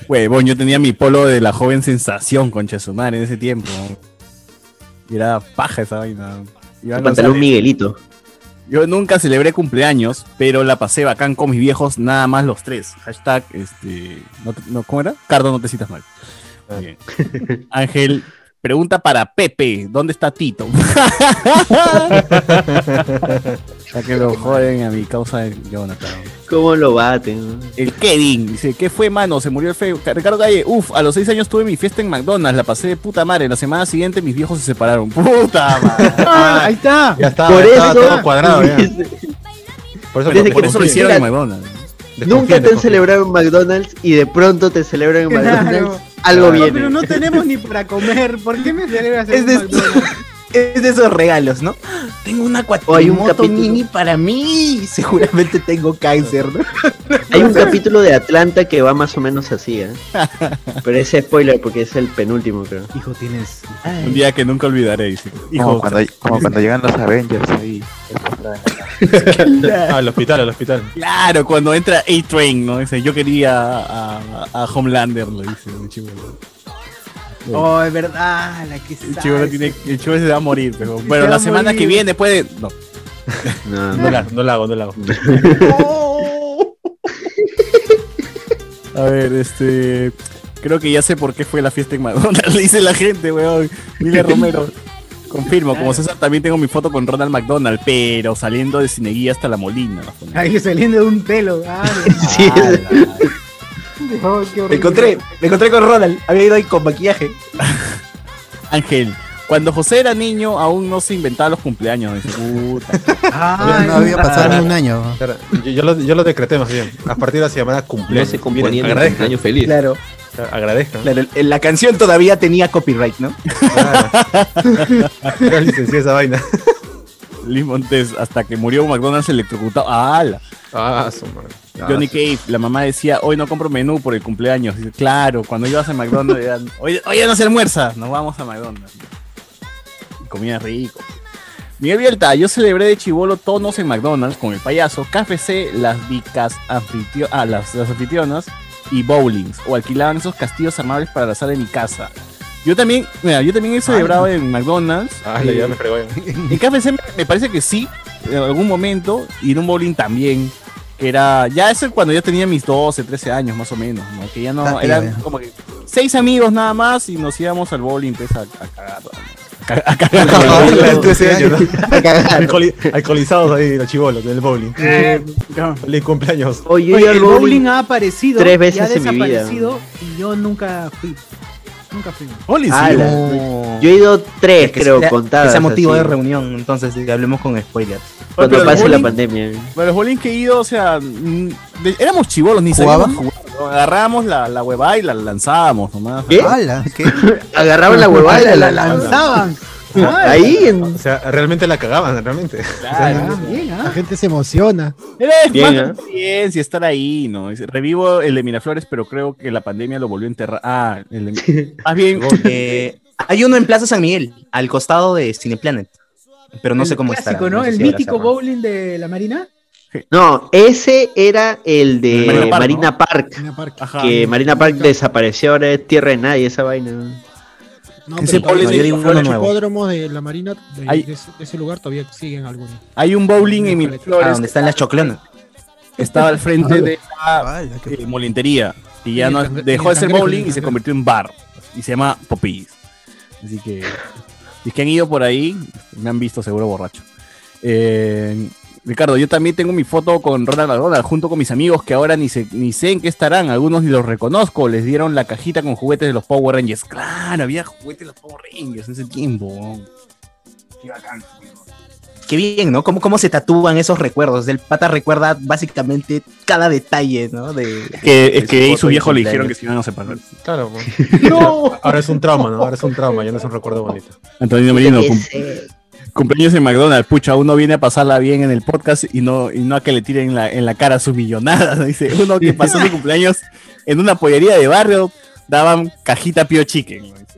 [SPEAKER 3] Huevón, yo tenía mi polo de la joven sensación, concha de su madre, en ese tiempo. Y era paja esa vaina. Iván
[SPEAKER 6] Tu pantalón
[SPEAKER 3] González.
[SPEAKER 6] Miguelito.
[SPEAKER 3] Yo nunca celebré cumpleaños, pero la pasé bacán con mis viejos, nada más los tres. Hashtag, este. no te- no, ¿Cómo era? Cardo, no te citas mal.
[SPEAKER 6] Ah.
[SPEAKER 3] Bien. Ángel, pregunta para Pepe: ¿dónde está Tito? ya que lo joden a mi causa de Jonathan.
[SPEAKER 6] ¿Cómo lo baten?
[SPEAKER 3] El Kevin dice: ¿Qué fue, mano? Se murió el feo. Ricardo Calle, uff, a los seis años tuve mi fiesta en McDonald's, la pasé de puta madre. La semana siguiente mis viejos se separaron. ¡Puta madre!
[SPEAKER 1] Ah, ahí está.
[SPEAKER 3] Ya está,
[SPEAKER 1] Por
[SPEAKER 3] ya está
[SPEAKER 1] eso-
[SPEAKER 3] todo cuadrado. ya.
[SPEAKER 2] Por
[SPEAKER 3] eso,
[SPEAKER 6] Parece que
[SPEAKER 3] por eso lo
[SPEAKER 6] desconfían.
[SPEAKER 3] hicieron en McDonald's.
[SPEAKER 6] Nunca te han
[SPEAKER 3] desconfían.
[SPEAKER 6] celebrado en McDonald's y de pronto te celebran en
[SPEAKER 13] Claro.
[SPEAKER 6] McDonald's. Algo
[SPEAKER 13] No,
[SPEAKER 6] viene.
[SPEAKER 13] Pero no tenemos ni para comer. ¿Por qué me celebras
[SPEAKER 7] Es
[SPEAKER 13] en
[SPEAKER 7] de-
[SPEAKER 13] un McDonald's?
[SPEAKER 7] Es de esos regalos, ¿no? Tengo una
[SPEAKER 6] hay un
[SPEAKER 7] cuatrimoto
[SPEAKER 6] capítulo.
[SPEAKER 7] mini para mí. Seguramente tengo cáncer, ¿no?
[SPEAKER 6] Hay un capítulo de Atlanta que va más o menos así, ¿eh? Pero ese spoiler porque es el penúltimo, creo.
[SPEAKER 1] Hijo, tienes.
[SPEAKER 3] Un día que nunca olvidaré, dice.
[SPEAKER 8] Como
[SPEAKER 3] Hijo,
[SPEAKER 8] cuando, como cuando llegan los Avengers ahí.
[SPEAKER 2] Ah, al hospital, al hospital.
[SPEAKER 3] Claro, cuando entra A-Train, ¿no? Dice, yo quería a, a- a Homelander, lo dice el chivolo.
[SPEAKER 13] Oh, es verdad, la que
[SPEAKER 3] El chivolo, tiene, el chivolo se va a morir, pero bueno,
[SPEAKER 13] va
[SPEAKER 3] la
[SPEAKER 13] a
[SPEAKER 3] semana
[SPEAKER 13] morir.
[SPEAKER 3] que viene puede... No,
[SPEAKER 6] No,
[SPEAKER 3] no la,
[SPEAKER 2] no la hago, no la hago.
[SPEAKER 3] A ver, este... Creo que ya sé por qué fue la fiesta en McDonald's, le dice la gente, weón. Mire Romero. Confirmo, como César también tengo mi foto con Ronald McDonald, pero saliendo de Cineguía hasta La Molina.
[SPEAKER 13] Ahí saliendo de un pelo. Ah,
[SPEAKER 3] Sí,
[SPEAKER 13] no, qué
[SPEAKER 7] Me
[SPEAKER 13] horrible.
[SPEAKER 7] encontré, me encontré con Ronald. Había ido ahí con maquillaje.
[SPEAKER 3] Ángel, cuando José era niño aún no se inventaba los cumpleaños. Dice, puta.
[SPEAKER 4] no había pasado ni un año.
[SPEAKER 2] Claro, Yo, yo lo, yo lo decreté más bien. A partir de la semana cumpleaños.
[SPEAKER 11] No se componía ni cumpleaños feliz.
[SPEAKER 7] Claro.
[SPEAKER 2] Agradezco.
[SPEAKER 7] Claro, el- el- la canción todavía tenía copyright, ¿no?
[SPEAKER 2] Era licenciada esa vaina.
[SPEAKER 3] Luis Montes, hasta que murió McDonald's electrocutado. ¡Ah, ala!
[SPEAKER 2] Ah, su madre.
[SPEAKER 3] Johnny Cave, la mamá decía, hoy no compro menú por el cumpleaños. Dice, claro, cuando ibas a McDonald's, eran, hoy, hoy ya no se almuerza, nos vamos a McDonald's. Y comía rico. Miguel Vialta, yo celebré de chivolo tonos en McDonald's con el payaso, KFC, las vicas anfitrio- ah, las, las anfitrionas y bowlings, o alquilaban esos castillos armables para la sala de mi casa. Yo también, mira, yo también he celebrado en McDonald's.
[SPEAKER 2] Ah, la
[SPEAKER 3] eh,
[SPEAKER 2] ya me fregó ya.
[SPEAKER 3] en KFC me- me parece que sí, en algún momento, y en un bowling también. Que era, ya eso cuando yo tenía mis 12, 13 años más o menos, ¿no? Que ya no,
[SPEAKER 4] Ah,
[SPEAKER 3] eran
[SPEAKER 4] tío, ya.
[SPEAKER 3] como que seis amigos nada más y nos íbamos al bowling pues, a, a cagar. ¿no? A ca- a cagar.
[SPEAKER 2] Los 13 años, ¿no?
[SPEAKER 6] A cagar.
[SPEAKER 2] Alcoholi- Alcoholizados ahí, los chivolos del bowling.
[SPEAKER 13] Eh,
[SPEAKER 2] Feliz cumpleaños.
[SPEAKER 6] Oye,
[SPEAKER 13] Oye, el bowling ha aparecido.
[SPEAKER 6] tres
[SPEAKER 13] y
[SPEAKER 6] veces
[SPEAKER 13] ha
[SPEAKER 6] en mi vida.
[SPEAKER 13] desaparecido Y yo nunca fui. Nunca fui.
[SPEAKER 6] Ala. Ah, Yo he ido tres, creo,
[SPEAKER 7] sea-
[SPEAKER 6] contadas.
[SPEAKER 7] Que sea motivo
[SPEAKER 6] así.
[SPEAKER 7] de reunión, entonces y hablemos con spoilers.
[SPEAKER 6] Cuando
[SPEAKER 3] Pero el
[SPEAKER 6] pase la
[SPEAKER 3] bowling-
[SPEAKER 6] pandemia.
[SPEAKER 3] Pero los bowling que he ido, o sea, mm, de- éramos chivolos, ni
[SPEAKER 6] ¿Jugaban?
[SPEAKER 3] sabíamos jugar. ¿no? Agarrábamos la, la huevada y la lanzábamos nomás.
[SPEAKER 6] ¿Qué?
[SPEAKER 4] Ala, ¿qué?
[SPEAKER 6] Agarraban la huevada y la, Ah,
[SPEAKER 13] lanzaban.
[SPEAKER 3] Ah,
[SPEAKER 6] Ahí en.
[SPEAKER 2] Ah, O sea, realmente la cagaban, realmente.
[SPEAKER 5] Ah,
[SPEAKER 3] Claro.
[SPEAKER 5] La gente se emociona.
[SPEAKER 3] Era
[SPEAKER 2] Bien,
[SPEAKER 3] más
[SPEAKER 2] ¿eh?
[SPEAKER 3] experiencia estar ahí, ¿no? Dice, Revivo el de Miraflores, pero creo que la pandemia lo volvió a enterrar. Ah, el de- más bien.
[SPEAKER 7] Eh, hay uno en Plaza San Miguel, al costado de Cineplanet. Pero no
[SPEAKER 13] El
[SPEAKER 7] sé cómo está.
[SPEAKER 13] clásico, ¿no? el mítico bowling de la Marina.
[SPEAKER 6] No, ese era el de
[SPEAKER 7] Marina
[SPEAKER 6] Marina
[SPEAKER 7] Park,
[SPEAKER 6] Park.
[SPEAKER 7] ¿no?
[SPEAKER 3] Ajá.
[SPEAKER 6] Que Marina Park desapareció, ahora es tierra de nadie esa vaina.
[SPEAKER 5] No,
[SPEAKER 3] Ese
[SPEAKER 5] pero
[SPEAKER 3] bowling
[SPEAKER 5] los-
[SPEAKER 3] yo digo uno
[SPEAKER 5] los
[SPEAKER 3] nuevo.
[SPEAKER 5] hipódromos de la marina de,
[SPEAKER 3] Hay-
[SPEAKER 5] de ese, de ese lugar todavía siguen algunos.
[SPEAKER 3] Hay un bowling en
[SPEAKER 7] Ah,
[SPEAKER 3] Miraflores.
[SPEAKER 7] donde están las choclonas.
[SPEAKER 3] Estaba al frente de la eh, molintería. Y ya
[SPEAKER 5] Y el
[SPEAKER 3] no
[SPEAKER 5] cangre-
[SPEAKER 3] dejó
[SPEAKER 5] y
[SPEAKER 3] de
[SPEAKER 5] el
[SPEAKER 3] ser
[SPEAKER 5] cangrejo, y el
[SPEAKER 3] bowling y se
[SPEAKER 5] cangrejo.
[SPEAKER 3] convirtió en bar. Y se llama Popis. Así que. Si es que han ido por ahí, me han visto seguro borracho. Eh, Ricardo, yo también tengo mi foto con Ronald McDonald junto con mis amigos que ahora ni, sé- ni sé en qué estarán. Algunos ni los reconozco. Les dieron la cajita con juguetes de los Power Rangers. Claro, había juguetes de los Power Rangers en ese tiempo. weón.
[SPEAKER 7] Qué bien, ¿no? ¿Cómo, cómo se tatúan esos recuerdos? El pata recuerda básicamente cada detalle, ¿no? De,
[SPEAKER 3] Que, es
[SPEAKER 7] de
[SPEAKER 3] que ahí su
[SPEAKER 7] foto de
[SPEAKER 3] viejo le dijeron que
[SPEAKER 7] cumpleaños.
[SPEAKER 3] se iban a separar.
[SPEAKER 2] Claro, pues. Ahora es un trauma, ¿no? Ahora es un trauma, ya no es un recuerdo bonito.
[SPEAKER 3] Antonio Merino,
[SPEAKER 2] Yo qué
[SPEAKER 3] cum- cumpleaños en McDonald's. Pucha, uno viene a pasarla bien en el podcast y no, y no a que le tiren la, en la cara sus millonadas. ¿no? Dice, uno que pasó su cumpleaños en una pollería de barrio, daban cajita Pio Chicken. ¿no? Dice,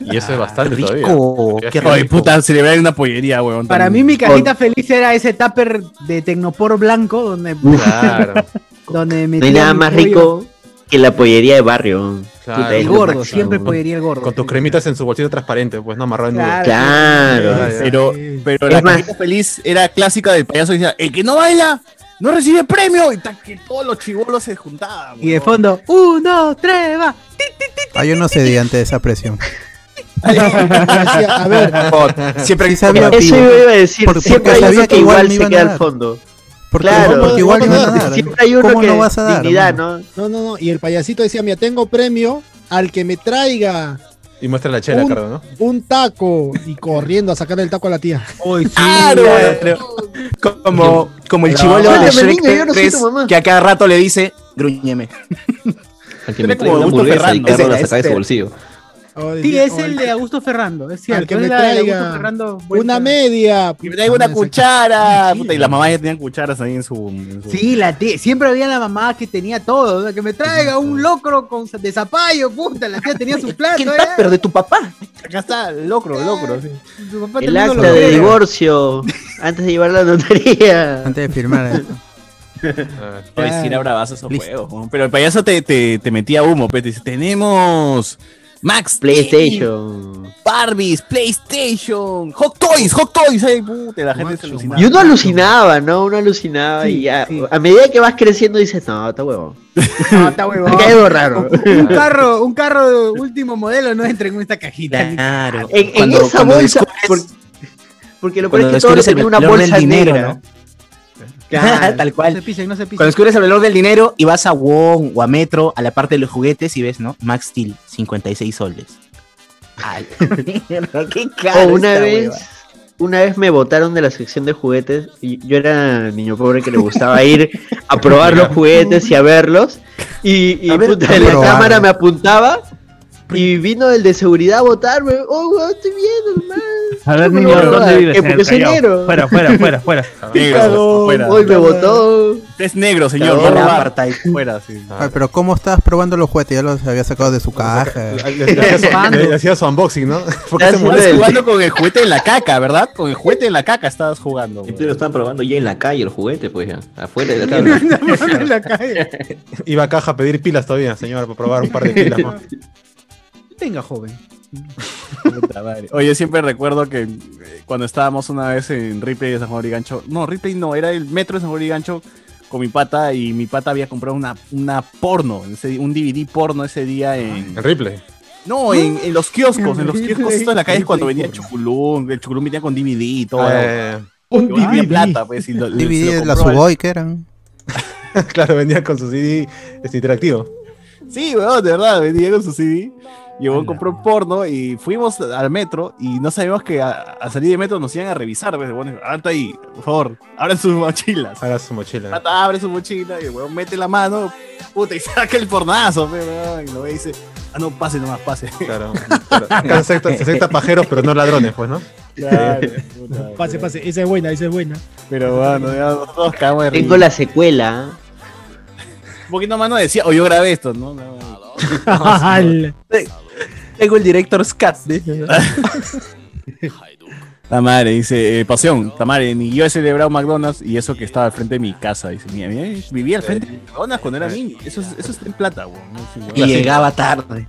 [SPEAKER 2] Y eso es bastante
[SPEAKER 3] rico,
[SPEAKER 2] todavía.
[SPEAKER 3] qué Ay, puta, celebrar en una pollería, weón.
[SPEAKER 13] Para mí,
[SPEAKER 3] también.
[SPEAKER 13] mi cajita feliz era ese tupper de Tecnopor blanco donde.
[SPEAKER 6] Claro.
[SPEAKER 13] donde
[SPEAKER 6] No hay nada más rico que la pollería de barrio. Puta, es
[SPEAKER 13] El
[SPEAKER 6] lo
[SPEAKER 13] gordo,
[SPEAKER 6] máximo.
[SPEAKER 13] siempre pollería el gordo.
[SPEAKER 2] Con tus cremitas en su bolsita transparente, pues no amarrado en nudo.
[SPEAKER 6] Claro.
[SPEAKER 2] Ya, ya.
[SPEAKER 3] Pero, pero
[SPEAKER 2] Es
[SPEAKER 3] la
[SPEAKER 2] más-
[SPEAKER 3] cajita feliz era clásica del payaso. Decía, el que no baila, no recibe premio. Y ta- que todos los chivolos se juntaban.
[SPEAKER 13] Y de fondo, uno, tres, va.
[SPEAKER 4] Ay, yo no cedí ante esa presión.
[SPEAKER 5] a ver,
[SPEAKER 6] siempre-
[SPEAKER 4] Sí sabía
[SPEAKER 6] Eso
[SPEAKER 4] que-
[SPEAKER 6] yo iba a decir, siempre
[SPEAKER 4] sabía
[SPEAKER 6] hay uno que igual
[SPEAKER 4] me
[SPEAKER 6] se
[SPEAKER 4] iban a
[SPEAKER 6] queda al
[SPEAKER 4] dar.
[SPEAKER 6] fondo.
[SPEAKER 4] Porque,
[SPEAKER 6] Claro.
[SPEAKER 4] porque igual me iban a dar.
[SPEAKER 6] Siempre hay uno
[SPEAKER 4] ¿Cómo
[SPEAKER 6] que
[SPEAKER 4] no vas a dar?
[SPEAKER 6] dignidad,
[SPEAKER 4] hermano?
[SPEAKER 6] ¿no?
[SPEAKER 5] No, no, no. Y el payasito decía, mira, tengo premio al que me traiga
[SPEAKER 2] Y muestra la
[SPEAKER 13] Uh.
[SPEAKER 2] chela,
[SPEAKER 5] Un-
[SPEAKER 2] Cardo, ¿no?
[SPEAKER 5] un taco. Y corriendo a sacar el taco a la tía.
[SPEAKER 7] Claro,
[SPEAKER 5] eh.
[SPEAKER 7] Como, como el
[SPEAKER 5] No.
[SPEAKER 7] chivolo de
[SPEAKER 5] Suéltame,
[SPEAKER 7] Shrek
[SPEAKER 5] niño, yo no soy tu
[SPEAKER 7] 3,
[SPEAKER 5] mamá.
[SPEAKER 7] que a cada rato le dice, gruñeme.
[SPEAKER 11] Al que
[SPEAKER 7] Tiene
[SPEAKER 11] me trae
[SPEAKER 7] como
[SPEAKER 11] una
[SPEAKER 7] gusto
[SPEAKER 11] hamburguesa y
[SPEAKER 7] Ferrando.
[SPEAKER 11] Carlos la
[SPEAKER 7] Ese-
[SPEAKER 11] saca de
[SPEAKER 7] este-
[SPEAKER 11] su bolsillo.
[SPEAKER 13] Sí, es el de Augusto Ferrando, es
[SPEAKER 5] Al
[SPEAKER 13] cierto.
[SPEAKER 5] que
[SPEAKER 13] es
[SPEAKER 5] me
[SPEAKER 13] la de
[SPEAKER 5] traiga
[SPEAKER 13] Augusto Ferrando.
[SPEAKER 5] una media.
[SPEAKER 3] Que me traiga una cuchara. Puta, y las mamás ya tenían cucharas ahí en su. en su-
[SPEAKER 13] Sí, la tía. Siempre había la mamá que tenía todo. ¿no? Que me traiga un locro con, de zapallo, puta. La tía tenía su plato. ¿eh?
[SPEAKER 7] Pero de tu papá.
[SPEAKER 3] Acá está, locro, locro. sí.
[SPEAKER 13] Tu papá
[SPEAKER 6] El
[SPEAKER 13] también lo
[SPEAKER 6] acta de
[SPEAKER 13] logró.
[SPEAKER 6] divorcio antes de llevar la notaría.
[SPEAKER 4] Antes de firmar.
[SPEAKER 3] Hoy sí era bravazo esos juegos. weón. Pero el payaso te, te, te metía humo. Pero te dice, tenemos Max
[SPEAKER 6] PlayStation.
[SPEAKER 3] Barbies, PlayStation, Hot Toys, Hot Toys. Ay, puta, la gente se alucinaba.
[SPEAKER 6] Y uno alucinaba, ¿no? Uno alucinaba y ya. A medida que vas creciendo dices, no, está huevo.
[SPEAKER 13] No, Ah, está huevón.
[SPEAKER 6] Acá hay algo raro.
[SPEAKER 13] Un carro, un carro de último modelo no entra en esta cajita.
[SPEAKER 7] Claro.
[SPEAKER 6] En, en
[SPEAKER 7] Cuando-
[SPEAKER 6] esa
[SPEAKER 7] cuando
[SPEAKER 6] bolsa.
[SPEAKER 7] descubres-
[SPEAKER 6] por- porque lo peor
[SPEAKER 7] cuando
[SPEAKER 6] es que todo
[SPEAKER 7] descubres el
[SPEAKER 6] tenía una
[SPEAKER 7] valor del
[SPEAKER 6] bolsa
[SPEAKER 7] dinero,
[SPEAKER 6] negra.
[SPEAKER 7] ¿no? Claro, tal
[SPEAKER 13] No
[SPEAKER 7] cual.
[SPEAKER 13] se pisen, no se
[SPEAKER 7] Cuando
[SPEAKER 13] pisen.
[SPEAKER 7] descubres el valor del dinero y vas a Wong o a Metro, a la parte de los juguetes y ves, ¿no? Max Steel, 56 soles. Al- qué caro
[SPEAKER 6] O Oh, una
[SPEAKER 7] esta
[SPEAKER 6] vez,
[SPEAKER 7] hueva.
[SPEAKER 6] una vez me botaron de la sección de juguetes y yo era niño pobre que le gustaba ir a probar los juguetes y a verlos. Y, y puta,
[SPEAKER 4] a
[SPEAKER 6] la
[SPEAKER 4] probar.
[SPEAKER 6] cámara me apuntaba y vino el de seguridad a botarme. Oh, weón, estoy viendo, hermano.
[SPEAKER 12] A ver,
[SPEAKER 6] ¿Cómo
[SPEAKER 12] niño,
[SPEAKER 6] lo
[SPEAKER 12] ¿dónde
[SPEAKER 6] hago?
[SPEAKER 12] vives?
[SPEAKER 6] Eh,
[SPEAKER 12] En el
[SPEAKER 6] porque soy
[SPEAKER 12] Callao.
[SPEAKER 6] negro.
[SPEAKER 12] Fuera, fuera, fuera, fuera.
[SPEAKER 3] Negro, fuera.
[SPEAKER 6] Hoy me botó.
[SPEAKER 3] Usted es negro, señor.
[SPEAKER 6] Cagón.
[SPEAKER 3] va a robar. Fuera, sí.
[SPEAKER 4] Ay, pero ¿cómo estabas probando los juguetes? Ya los había sacado de su caja.
[SPEAKER 2] Le, le hacía su, le- le hacía su unboxing, ¿no? Porque se
[SPEAKER 3] Estabas
[SPEAKER 2] murió.
[SPEAKER 3] jugando con el juguete en la caca, ¿verdad? Con el juguete en la caca estabas jugando. weón.
[SPEAKER 11] Ustedes lo están probando ya en la calle el juguete, pues ya. Afuera de la tabla.
[SPEAKER 2] Iba a caja a pedir pilas todavía, señor, para probar un par de pilas más.
[SPEAKER 13] Venga, joven.
[SPEAKER 3] Puta madre. Oye, siempre recuerdo que eh, cuando estábamos una vez en Ripley de San Juan y Gancho, no, Ripley no, era el metro de San Juan y Gancho con mi pata y mi pata había comprado una, una porno, ese- un DVD porno ese día en...
[SPEAKER 2] Ah, En Ripley.
[SPEAKER 3] No, en, en los kioscos, en los
[SPEAKER 2] Ripley,
[SPEAKER 3] kioscos esto en la calle es cuando
[SPEAKER 2] Ripley
[SPEAKER 3] venía Chuculum, el Chuculum venía con DVD y todo.
[SPEAKER 2] Eh,
[SPEAKER 3] un DVD. plata, pues, y lo- lo- se lo
[SPEAKER 4] DVD, la
[SPEAKER 3] compró al-
[SPEAKER 4] Suboy que eran.
[SPEAKER 2] claro, venía con su CD este, interactivo.
[SPEAKER 3] Sí, weón, de verdad, venía con su CD. Y weón compró porno y fuimos al metro y no sabíamos que a- al salir de metro nos iban a revisar. Pues, bueno, alta ahí, por favor, abran sus mochilas.
[SPEAKER 2] Ahora su mochila.
[SPEAKER 3] Pata abre su mochila y el weón mete la mano, puta, y saca el pornazo, pe, weón, y lo ve y dice, ah, no, pase nomás, pase.
[SPEAKER 2] Claro.
[SPEAKER 3] Ah,
[SPEAKER 2] Acá se acepta, se acepta pajeros, pero no ladrones, pues, ¿no?
[SPEAKER 3] Claro, puta,
[SPEAKER 5] Pase, pase. Esa es buena, esa es buena.
[SPEAKER 3] Pero bueno, ya, todos cagamos de
[SPEAKER 6] Tengo
[SPEAKER 3] risa.
[SPEAKER 6] la secuela.
[SPEAKER 3] Un poquito más no decía, o yo grabé esto, ¿no? No, no.
[SPEAKER 7] Tengo el director's cut.
[SPEAKER 3] La madre dice, eh, pasión, la madre, ni yo he celebrado McDonald's y eso que estaba al frente de mi casa. Dice, mira, mira, vivía al frente de McDonald's cuando era niño. Eso, es- eso está en plata, weón. No sé, weón.
[SPEAKER 7] Y llegaba tarde.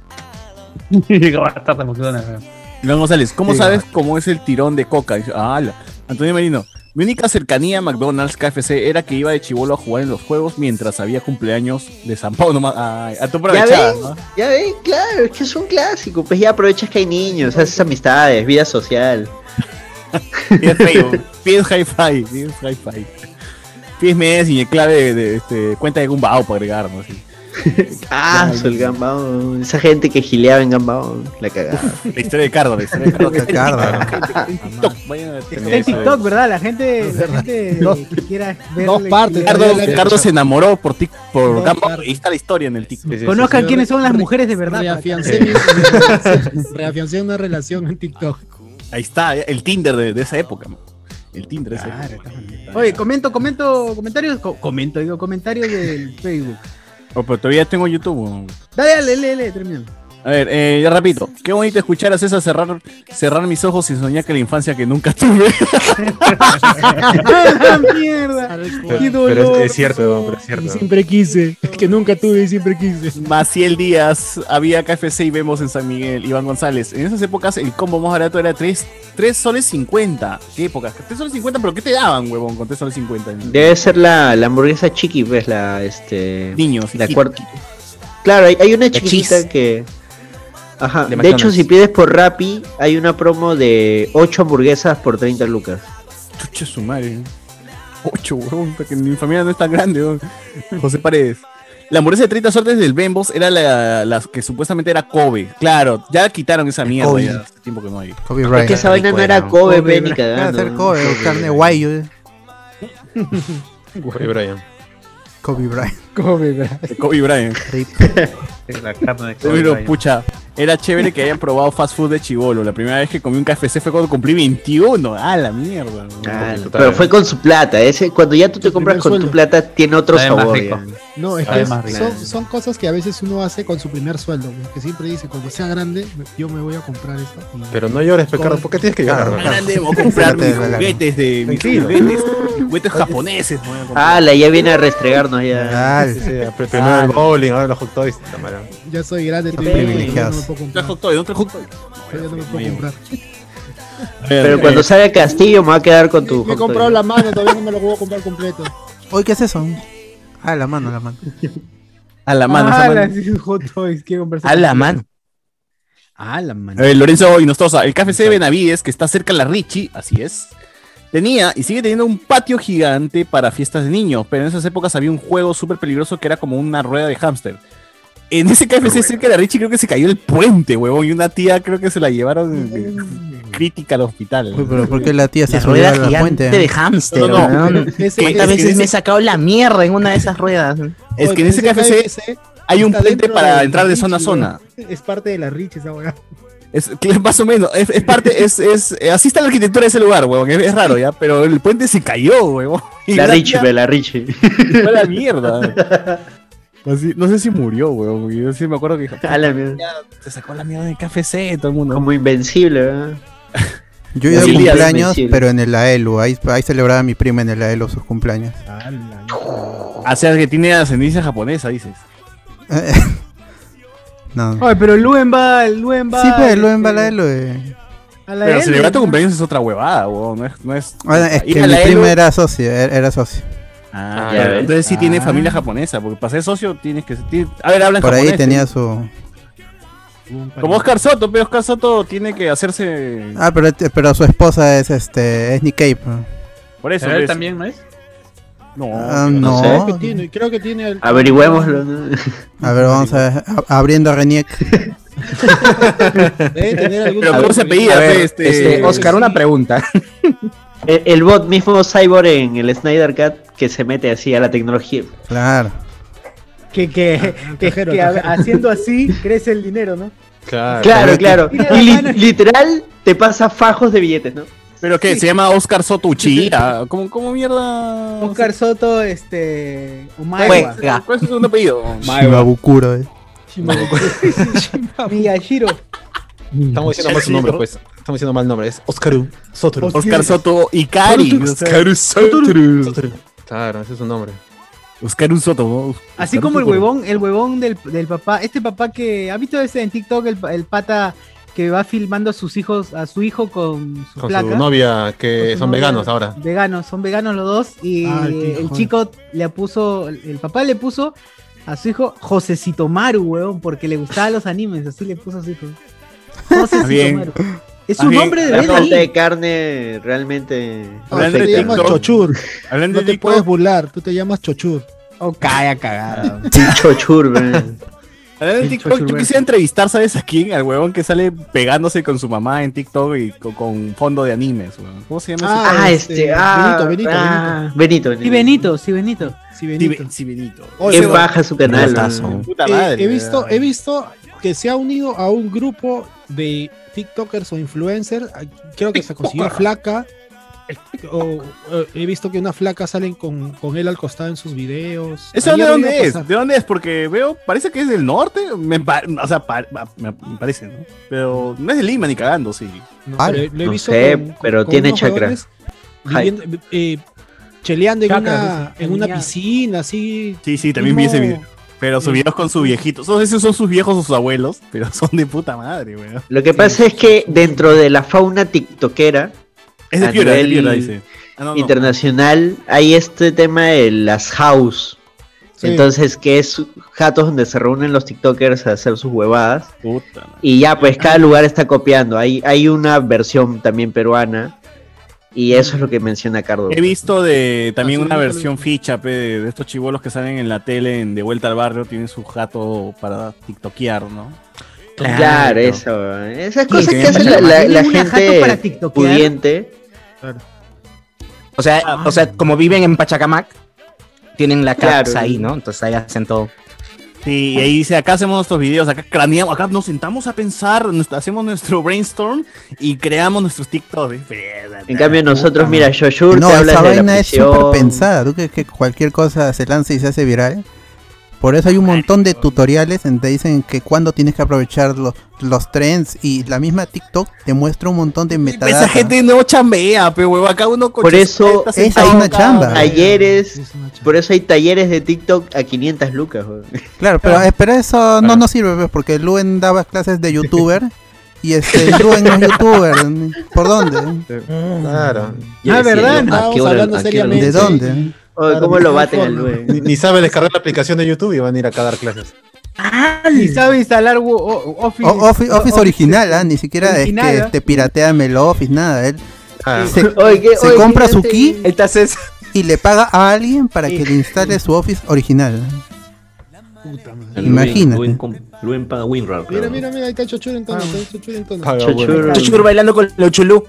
[SPEAKER 12] Llegaba tarde McDonald's. weón.
[SPEAKER 3] Iván González, ¿cómo
[SPEAKER 12] Sí,
[SPEAKER 3] sabes cómo es el tirón de coca? Dice, "Ala". Antonio Merino, mi única cercanía a McDonald's KFC era que iba de chivolo a jugar en los juegos mientras había cumpleaños de San Paulo. ma- ay, a
[SPEAKER 6] Ya
[SPEAKER 3] tu aprovechada,
[SPEAKER 6] ven,
[SPEAKER 3] ¿no?
[SPEAKER 6] ya ven, claro, es que es un clásico. Pues ya aprovechas que hay niños, haces amistades, vida social.
[SPEAKER 3] Pies feo. Pies hi-fi. Pies hi-fi. Pies mes y el clave de, de, este, cuenta de Gumbao para agregar, ¿no? Así.
[SPEAKER 6] Ah, su, el Gambao. Esa gente que gileaba en Gambao, la cagada.
[SPEAKER 3] La historia de Cardo, la historia de Cardo.
[SPEAKER 1] Está en TikTok, ¿verdad? La gente, la gente que quiera ver.
[SPEAKER 3] Dos partes. Cardo, Cardo se enamoró por, tic, por
[SPEAKER 1] Dos
[SPEAKER 3] Gambao. Ahí está la historia en el TikTok.
[SPEAKER 1] Conozcan quiénes son las mujeres de verdad.
[SPEAKER 5] Reafiancé,
[SPEAKER 1] para que-
[SPEAKER 5] mi- reafiancé una relación en TikTok.
[SPEAKER 3] Ahí está, eh, el Tinder de, de esa época. man. El Tinder de esa época.
[SPEAKER 1] Oye, comento, comento, comentarios. co- comento, digo, comentarios del Facebook.
[SPEAKER 3] Oh, pero todavía tengo YouTube. weón.
[SPEAKER 1] Dale, dale, dale, dale, termina.
[SPEAKER 3] A ver, eh, ya repito. Qué bonito escuchar a César cerrar, cerrar mis ojos y soñar que la infancia que nunca tuve.
[SPEAKER 1] ¡Ah, la mierda! ¡Qué
[SPEAKER 2] Pero, pero
[SPEAKER 1] dolor!
[SPEAKER 2] es, es cierto, pero es
[SPEAKER 5] Y
[SPEAKER 2] cierto.
[SPEAKER 5] siempre quise, que nunca tuve y siempre quise.
[SPEAKER 3] Maciel Díaz, había KFC y vemos en San Miguel, Iván González. En esas épocas el combo más barato era 3, soles 50. ¿Qué épocas? 3 soles 50, pero ¿qué te daban, huevón, con 3 soles 50?
[SPEAKER 6] Debe ser la, la hamburguesa chiqui, pues la este.
[SPEAKER 3] Niños,
[SPEAKER 6] la
[SPEAKER 3] chiqui.
[SPEAKER 6] cuarta. Claro, hay, hay una
[SPEAKER 3] La
[SPEAKER 6] chiquita
[SPEAKER 3] cheese.
[SPEAKER 6] que. Ajá.
[SPEAKER 3] De
[SPEAKER 6] De,
[SPEAKER 3] McDonald's.
[SPEAKER 6] hecho, si pides por Rappi, hay una promo de 8 hamburguesas por 30 lucas.
[SPEAKER 3] Chucha su madre. 8, huevón, que mi familia no es tan grande, huevón. José Paredes. La hamburguesa de 30 sortes del Bembos era la, la que supuestamente era Kobe. Claro, ya quitaron esa mierda.
[SPEAKER 4] Kobe.
[SPEAKER 3] ya, hace tiempo que no hay.
[SPEAKER 4] Kobe Bryant.
[SPEAKER 6] que esa vaina no era Kobe, pe, ni cagando.
[SPEAKER 4] Era ser Kobe,
[SPEAKER 6] Kobe
[SPEAKER 4] carne
[SPEAKER 6] Bryant.
[SPEAKER 4] guayo. eh.
[SPEAKER 2] Kobe Bryant.
[SPEAKER 4] Kobe Bryant.
[SPEAKER 1] Kobe Bryant.
[SPEAKER 3] Kobe Bryant.
[SPEAKER 12] La carne de
[SPEAKER 3] Pero
[SPEAKER 12] Kobe
[SPEAKER 3] pucha, era chévere que hayan probado fast food de chivolo. La primera vez que comí un KFC fue cuando cumplí 21. ¡Ah, la mierda! ¿no?
[SPEAKER 6] Ah, pero fue con su plata. Ese, cuando ya tú te compras con tu plata, tiene otro
[SPEAKER 3] Sabe más
[SPEAKER 6] sabor.
[SPEAKER 3] rico.
[SPEAKER 6] ya.
[SPEAKER 5] No, es
[SPEAKER 6] Sabe
[SPEAKER 5] que
[SPEAKER 6] más rico.
[SPEAKER 5] son, son cosas que a veces uno hace con su primer sueldo, güey, que siempre dice, cuando sea grande, me- yo me voy a comprar esto.
[SPEAKER 2] Pero no llores, Pecardo, ¿por qué tienes que llorar?
[SPEAKER 3] Grande, debo comprar mis juguetes de mis
[SPEAKER 2] Tranquilo.
[SPEAKER 3] juguetes, juguetes japoneses. me voy a comprar.
[SPEAKER 6] Ah, la ya viene a restregarnos ya.
[SPEAKER 2] Sí, sí, sí, primero el bowling, ahora los hot toys. puta madre.
[SPEAKER 5] Ya soy grande, estoy
[SPEAKER 6] privilegiados.
[SPEAKER 5] no me puedo comprar.
[SPEAKER 3] hot toys, hot toys.
[SPEAKER 5] no me puedo comprar.
[SPEAKER 6] Pero cuando sale Castillo, me va a quedar con tu.
[SPEAKER 5] eh, Me he
[SPEAKER 6] hot dog.
[SPEAKER 5] comprado la mano, todavía no me lo voy a comprar completo.
[SPEAKER 4] Oye, ¿qué es eso? Ah, la mano, la mano.
[SPEAKER 3] A la mano, esa
[SPEAKER 1] Ah,
[SPEAKER 3] mano.
[SPEAKER 1] la- sí, Hot Toys, quiero conversar.
[SPEAKER 3] A la mano.
[SPEAKER 1] A la mano.
[SPEAKER 3] A ver, Eh, Lorenzo Hinostosa, el KFC de Benavides, que está cerca de la Richie, así es, tenía y sigue teniendo un patio gigante para fiestas de niños, pero en esas épocas había un juego súper peligroso que era como una rueda de hámster. En ese KFC cerca de la Richie creo que se cayó el puente, huevón, y una tía creo que se la llevaron eh, crítica al hospital.
[SPEAKER 4] Mm. Uy, pero ¿por qué la tía se
[SPEAKER 7] La
[SPEAKER 4] subió
[SPEAKER 7] rueda
[SPEAKER 4] a la
[SPEAKER 7] gigante
[SPEAKER 4] puente?
[SPEAKER 7] de hámster.
[SPEAKER 3] No, no, no.
[SPEAKER 7] weón.
[SPEAKER 5] Ese-
[SPEAKER 7] ¿Cuántas
[SPEAKER 3] ese-
[SPEAKER 7] veces
[SPEAKER 3] ese-
[SPEAKER 7] me he sacado la mierda en una de esas ruedas?
[SPEAKER 3] Es que en ese KFC hay un
[SPEAKER 5] Está
[SPEAKER 3] puente
[SPEAKER 5] dentro
[SPEAKER 3] para
[SPEAKER 5] de-
[SPEAKER 3] entrar de
[SPEAKER 5] Richie,
[SPEAKER 3] zona a
[SPEAKER 5] güey.
[SPEAKER 3] zona.
[SPEAKER 5] Es parte de la Rich esa weá.
[SPEAKER 3] Es, que más o menos, es, es parte, es, es, eh, así está la arquitectura de ese lugar, huevón, es, es raro ya, pero el puente se cayó, huevón. Y
[SPEAKER 6] La
[SPEAKER 3] una
[SPEAKER 6] Richie,
[SPEAKER 3] tía-
[SPEAKER 6] ve, la Richie.
[SPEAKER 3] Se fue a la mierda. Así- no sé si murió, weón. Yo sí me acuerdo que dijo,
[SPEAKER 6] A la mierda.
[SPEAKER 3] se sacó la mierda de KFC, todo el mundo.
[SPEAKER 6] Como invencible, ¿verdad?
[SPEAKER 4] Yo he ido a
[SPEAKER 6] Sí, día de
[SPEAKER 4] cumpleaños,
[SPEAKER 6] Messi.
[SPEAKER 4] pero en el AELU. Ahí, ahí celebraba mi prima en el AELU sus cumpleaños.
[SPEAKER 3] O sea, que tiene ascendencia japonesa, dices.
[SPEAKER 4] No.
[SPEAKER 1] Oye, pero Luen va, Luen va.
[SPEAKER 4] Sí, pues, Luen va a
[SPEAKER 1] este,
[SPEAKER 4] la ELU. eh.
[SPEAKER 1] a la
[SPEAKER 3] Pero
[SPEAKER 1] L.
[SPEAKER 3] celebrar tu cumpleaños es otra huevada, weón. No es. No es,
[SPEAKER 4] Ahora, Ah, es
[SPEAKER 3] Ir
[SPEAKER 4] que
[SPEAKER 3] a
[SPEAKER 4] mi
[SPEAKER 3] la
[SPEAKER 4] prima
[SPEAKER 3] ELU-
[SPEAKER 4] era socio, era era socio.
[SPEAKER 3] Ah,
[SPEAKER 6] Ah,
[SPEAKER 3] ya,
[SPEAKER 6] ya ves.
[SPEAKER 3] entonces sí tiene
[SPEAKER 4] Ah.
[SPEAKER 3] familia japonesa, porque para ser socio tienes que. ti- a ver, hablan
[SPEAKER 4] Por ahí
[SPEAKER 3] japonés,
[SPEAKER 4] tenía
[SPEAKER 3] ¿eh?
[SPEAKER 4] su...
[SPEAKER 3] Como Oscar Soto, pero Oscar Soto tiene que hacerse.
[SPEAKER 4] Ah, pero, pero su esposa es este es Nikkei. pues.
[SPEAKER 3] Por eso.
[SPEAKER 12] Pero él
[SPEAKER 3] pues.
[SPEAKER 12] también, ¿no es?
[SPEAKER 3] No.
[SPEAKER 4] Ah,
[SPEAKER 3] no.
[SPEAKER 4] no.
[SPEAKER 5] Creo que tiene, creo que tiene el-
[SPEAKER 6] Averigüémoslo. ¿no?
[SPEAKER 4] A ver, vamos a ver. a- Abriendo Reniec.
[SPEAKER 5] Debe tener algún
[SPEAKER 3] Pero ¿cómo se pedía?
[SPEAKER 7] A ver,
[SPEAKER 3] pues,
[SPEAKER 7] este...
[SPEAKER 3] este,
[SPEAKER 7] Oscar, una pregunta.
[SPEAKER 6] El, el bot mismo Cyborg en el Snyder Cat que se mete así a la tecnología.
[SPEAKER 4] Claro.
[SPEAKER 1] Que, que,
[SPEAKER 3] Ah,
[SPEAKER 1] que,
[SPEAKER 5] cajero,
[SPEAKER 1] que a-
[SPEAKER 5] cajero.
[SPEAKER 1] haciendo así crece el dinero, ¿no?
[SPEAKER 2] Claro.
[SPEAKER 6] Claro, claro.
[SPEAKER 1] Mira la
[SPEAKER 6] Y li-
[SPEAKER 1] mano.
[SPEAKER 6] literal te pasa fajos de billetes, ¿no?
[SPEAKER 3] ¿Pero qué? ¿Se llama Oscar Soto Uchida? ah, ¿Cómo, cómo mierda?
[SPEAKER 1] Oscar Soto, este. Umaewa.
[SPEAKER 7] Juega.
[SPEAKER 3] ¿Cuál es su segundo apellido?
[SPEAKER 4] Shibabukuro. eh.
[SPEAKER 1] Miyashiro.
[SPEAKER 2] Estamos diciendo mal su nombre, pues. Estamos diciendo mal nombre. Es Oscaru Sotoru.
[SPEAKER 3] Oscar Soto Ikari. Oscar Soto.
[SPEAKER 2] Claro, ese es su nombre.
[SPEAKER 3] Oscar Soto. ¿no?
[SPEAKER 1] Así
[SPEAKER 3] Oscar
[SPEAKER 1] como el
[SPEAKER 3] Soto.
[SPEAKER 1] huevón, el huevón del, del papá, este papá que ha visto ese en TikTok, el, el pata que va filmando a sus hijos, a su hijo con su
[SPEAKER 2] Con
[SPEAKER 1] placa.
[SPEAKER 2] su novia, que
[SPEAKER 1] Con su
[SPEAKER 2] son
[SPEAKER 1] novia,
[SPEAKER 2] veganos ahora.
[SPEAKER 1] Veganos, son veganos los dos. Y
[SPEAKER 5] Ah, el
[SPEAKER 1] eh, el
[SPEAKER 5] hijo.
[SPEAKER 1] chico le puso, el papá le puso a su hijo Josecito Maru, huevón, porque le gustaban los animes, así le puso a su hijo.
[SPEAKER 3] Está bien.
[SPEAKER 1] Josecito Maru. Es
[SPEAKER 6] Más
[SPEAKER 1] un
[SPEAKER 6] bien,
[SPEAKER 1] hombre de
[SPEAKER 6] La
[SPEAKER 1] verdad. Ah,
[SPEAKER 6] falta de carne realmente.
[SPEAKER 5] Hablando de
[SPEAKER 6] afecta, ¿no?
[SPEAKER 5] chochur.
[SPEAKER 3] Hablando
[SPEAKER 5] Tú te puedes burlar, tú te llamas chochur.
[SPEAKER 1] Oh, calla cagada.
[SPEAKER 6] Chochur,
[SPEAKER 3] Hablando de TikTok, yo quisiera entrevistar, ¿sabes a quién? Al huevón que sale pegándose con su mamá en TikTok y co- con, fondo de animes, huevón. ¿Cómo se llama? ese-
[SPEAKER 6] Ah, este, ah, ah, Benito,
[SPEAKER 13] Sí, Benito, sí, Benito.
[SPEAKER 5] Sí,
[SPEAKER 3] Benito. Sí, Benito.
[SPEAKER 6] Qué baja su canal.
[SPEAKER 3] Bravazo.
[SPEAKER 6] ¿no?
[SPEAKER 3] Puta
[SPEAKER 5] Eh,
[SPEAKER 3] madre,
[SPEAKER 5] he, visto, he visto que se ha unido a un grupo de TikTokers o influencers. Ay, Creo que se consiguió flaca. O, eh, he visto que una flaca salen con, con él al costado en sus videos.
[SPEAKER 3] ¿Eso de
[SPEAKER 5] Ayer lo
[SPEAKER 3] dónde
[SPEAKER 5] iba a
[SPEAKER 3] es?
[SPEAKER 5] pasar.
[SPEAKER 3] ¿De dónde es? Porque veo, parece que es del norte. Me pa- o sea, pa- pa- me, me parece, ¿no? Pero no es de Lima ni cagando, sí.
[SPEAKER 5] No, pero lo he
[SPEAKER 6] no
[SPEAKER 5] visto
[SPEAKER 6] sé,
[SPEAKER 5] con- con-
[SPEAKER 6] pero
[SPEAKER 5] con
[SPEAKER 6] tiene
[SPEAKER 5] unos
[SPEAKER 6] chakra.
[SPEAKER 5] huevones
[SPEAKER 6] Hype.
[SPEAKER 5] viviendo, eh, cheleando en
[SPEAKER 6] Chakra,
[SPEAKER 5] una,
[SPEAKER 6] dice.
[SPEAKER 5] en una
[SPEAKER 6] Genial.
[SPEAKER 5] piscina, así.
[SPEAKER 3] Sí, sí, también vi ese video. Pero sus videos con su viejito. No sé si son sus viejos o sus abuelos, pero son de puta madre, weón.
[SPEAKER 6] Lo que pasa es que dentro de la fauna tiktokera,
[SPEAKER 3] Es de
[SPEAKER 6] a
[SPEAKER 3] Piura, es de
[SPEAKER 6] nivel
[SPEAKER 3] Piura, dice. Ah, no, no.
[SPEAKER 6] internacional, hay este tema de las house.
[SPEAKER 3] Sí.
[SPEAKER 6] Entonces, que es jatos donde se reúnen los tiktokers a hacer sus huevadas.
[SPEAKER 3] Puta madre.
[SPEAKER 6] Y ya, pues cada lugar está copiando. Hay, hay una versión también peruana. Y
[SPEAKER 3] Mm.
[SPEAKER 6] eso es lo que menciona Cardo.
[SPEAKER 3] He visto de también una versión ficha pe, de, de estos chivolos que salen en la tele en De Vuelta al Barrio, tienen su gato para tiktokear, ¿no?
[SPEAKER 6] Claro,
[SPEAKER 3] Claro.
[SPEAKER 6] eso. eh, Esas
[SPEAKER 3] Sí,
[SPEAKER 6] cosas
[SPEAKER 3] sí,
[SPEAKER 6] que hace
[SPEAKER 3] sí.
[SPEAKER 6] la, la- la
[SPEAKER 3] ¿Tienen una jato para
[SPEAKER 6] gente
[SPEAKER 3] tiktokear?
[SPEAKER 6] pudiente.
[SPEAKER 7] O sea, o sea, como viven en Pachacamac, tienen la casa
[SPEAKER 3] Claro.
[SPEAKER 7] ahí, ¿no? Entonces ahí hacen todo.
[SPEAKER 3] Sí, y ahí dice, acá hacemos nuestros videos, acá craneamos, acá nos sentamos a pensar, nos- hacemos nuestro brainstorm y creamos nuestros TikToks.
[SPEAKER 6] En cambio, nosotros, mira, yo
[SPEAKER 4] No,
[SPEAKER 6] te
[SPEAKER 4] esa
[SPEAKER 6] hablas de
[SPEAKER 4] vaina
[SPEAKER 6] la
[SPEAKER 4] es súper
[SPEAKER 6] prisión.
[SPEAKER 4] pensada. Tú crees que cualquier cosa se lanza y se hace viral. Por eso hay un montón de tutoriales en te dicen que cuando tienes que aprovechar los, los trends y la misma TikTok te muestra un montón
[SPEAKER 3] Pues,
[SPEAKER 4] de metadatos.
[SPEAKER 3] Esa gente no chambea, pero huevo, acá uno con
[SPEAKER 6] Por eso
[SPEAKER 3] chaquetas
[SPEAKER 6] hay
[SPEAKER 3] sentado acá.
[SPEAKER 6] Talleres, por eso hay talleres de TikTok a 500 lucas. weón.
[SPEAKER 4] Claro, pero, eh, pero eso no nos sirve pues, porque Luen daba clases de youtuber y este Luen no es youtuber. ¿Por dónde?
[SPEAKER 2] Claro.
[SPEAKER 4] Ah, ¿verdad?
[SPEAKER 2] Estábamos
[SPEAKER 4] ¿A qué hora- a qué hora- ¿De dónde?
[SPEAKER 6] Oye, ¿cómo
[SPEAKER 2] Claro,
[SPEAKER 6] lo
[SPEAKER 2] ni
[SPEAKER 6] baten
[SPEAKER 2] sabe
[SPEAKER 6] al
[SPEAKER 2] forma.
[SPEAKER 6] nueve?
[SPEAKER 2] Ni, ni sabe descargar la aplicación de YouTube y van a ir acá a dar clases.
[SPEAKER 1] Y sabe instalar wo- o- o- Office.
[SPEAKER 4] O- Office, Office original, ¿ah? ni siquiera
[SPEAKER 1] Original,
[SPEAKER 4] es
[SPEAKER 1] ¿ah?
[SPEAKER 4] que te piratean el Office, nada. Él se,
[SPEAKER 6] Oye, ¿qué-
[SPEAKER 4] se
[SPEAKER 6] oye,
[SPEAKER 4] compra
[SPEAKER 6] qué
[SPEAKER 4] su
[SPEAKER 6] hace?
[SPEAKER 4] key y le paga a alguien para que le instale su Office original. Imagínate.
[SPEAKER 11] Luen, com- Luen paga WinRAR. creo,
[SPEAKER 5] Mira,
[SPEAKER 11] ¿no?
[SPEAKER 5] mira, mira, ahí está chochur en tono, está chochur en tono.
[SPEAKER 11] Ah, bueno. Chochur.
[SPEAKER 7] Chuchur bailando con lo chulú.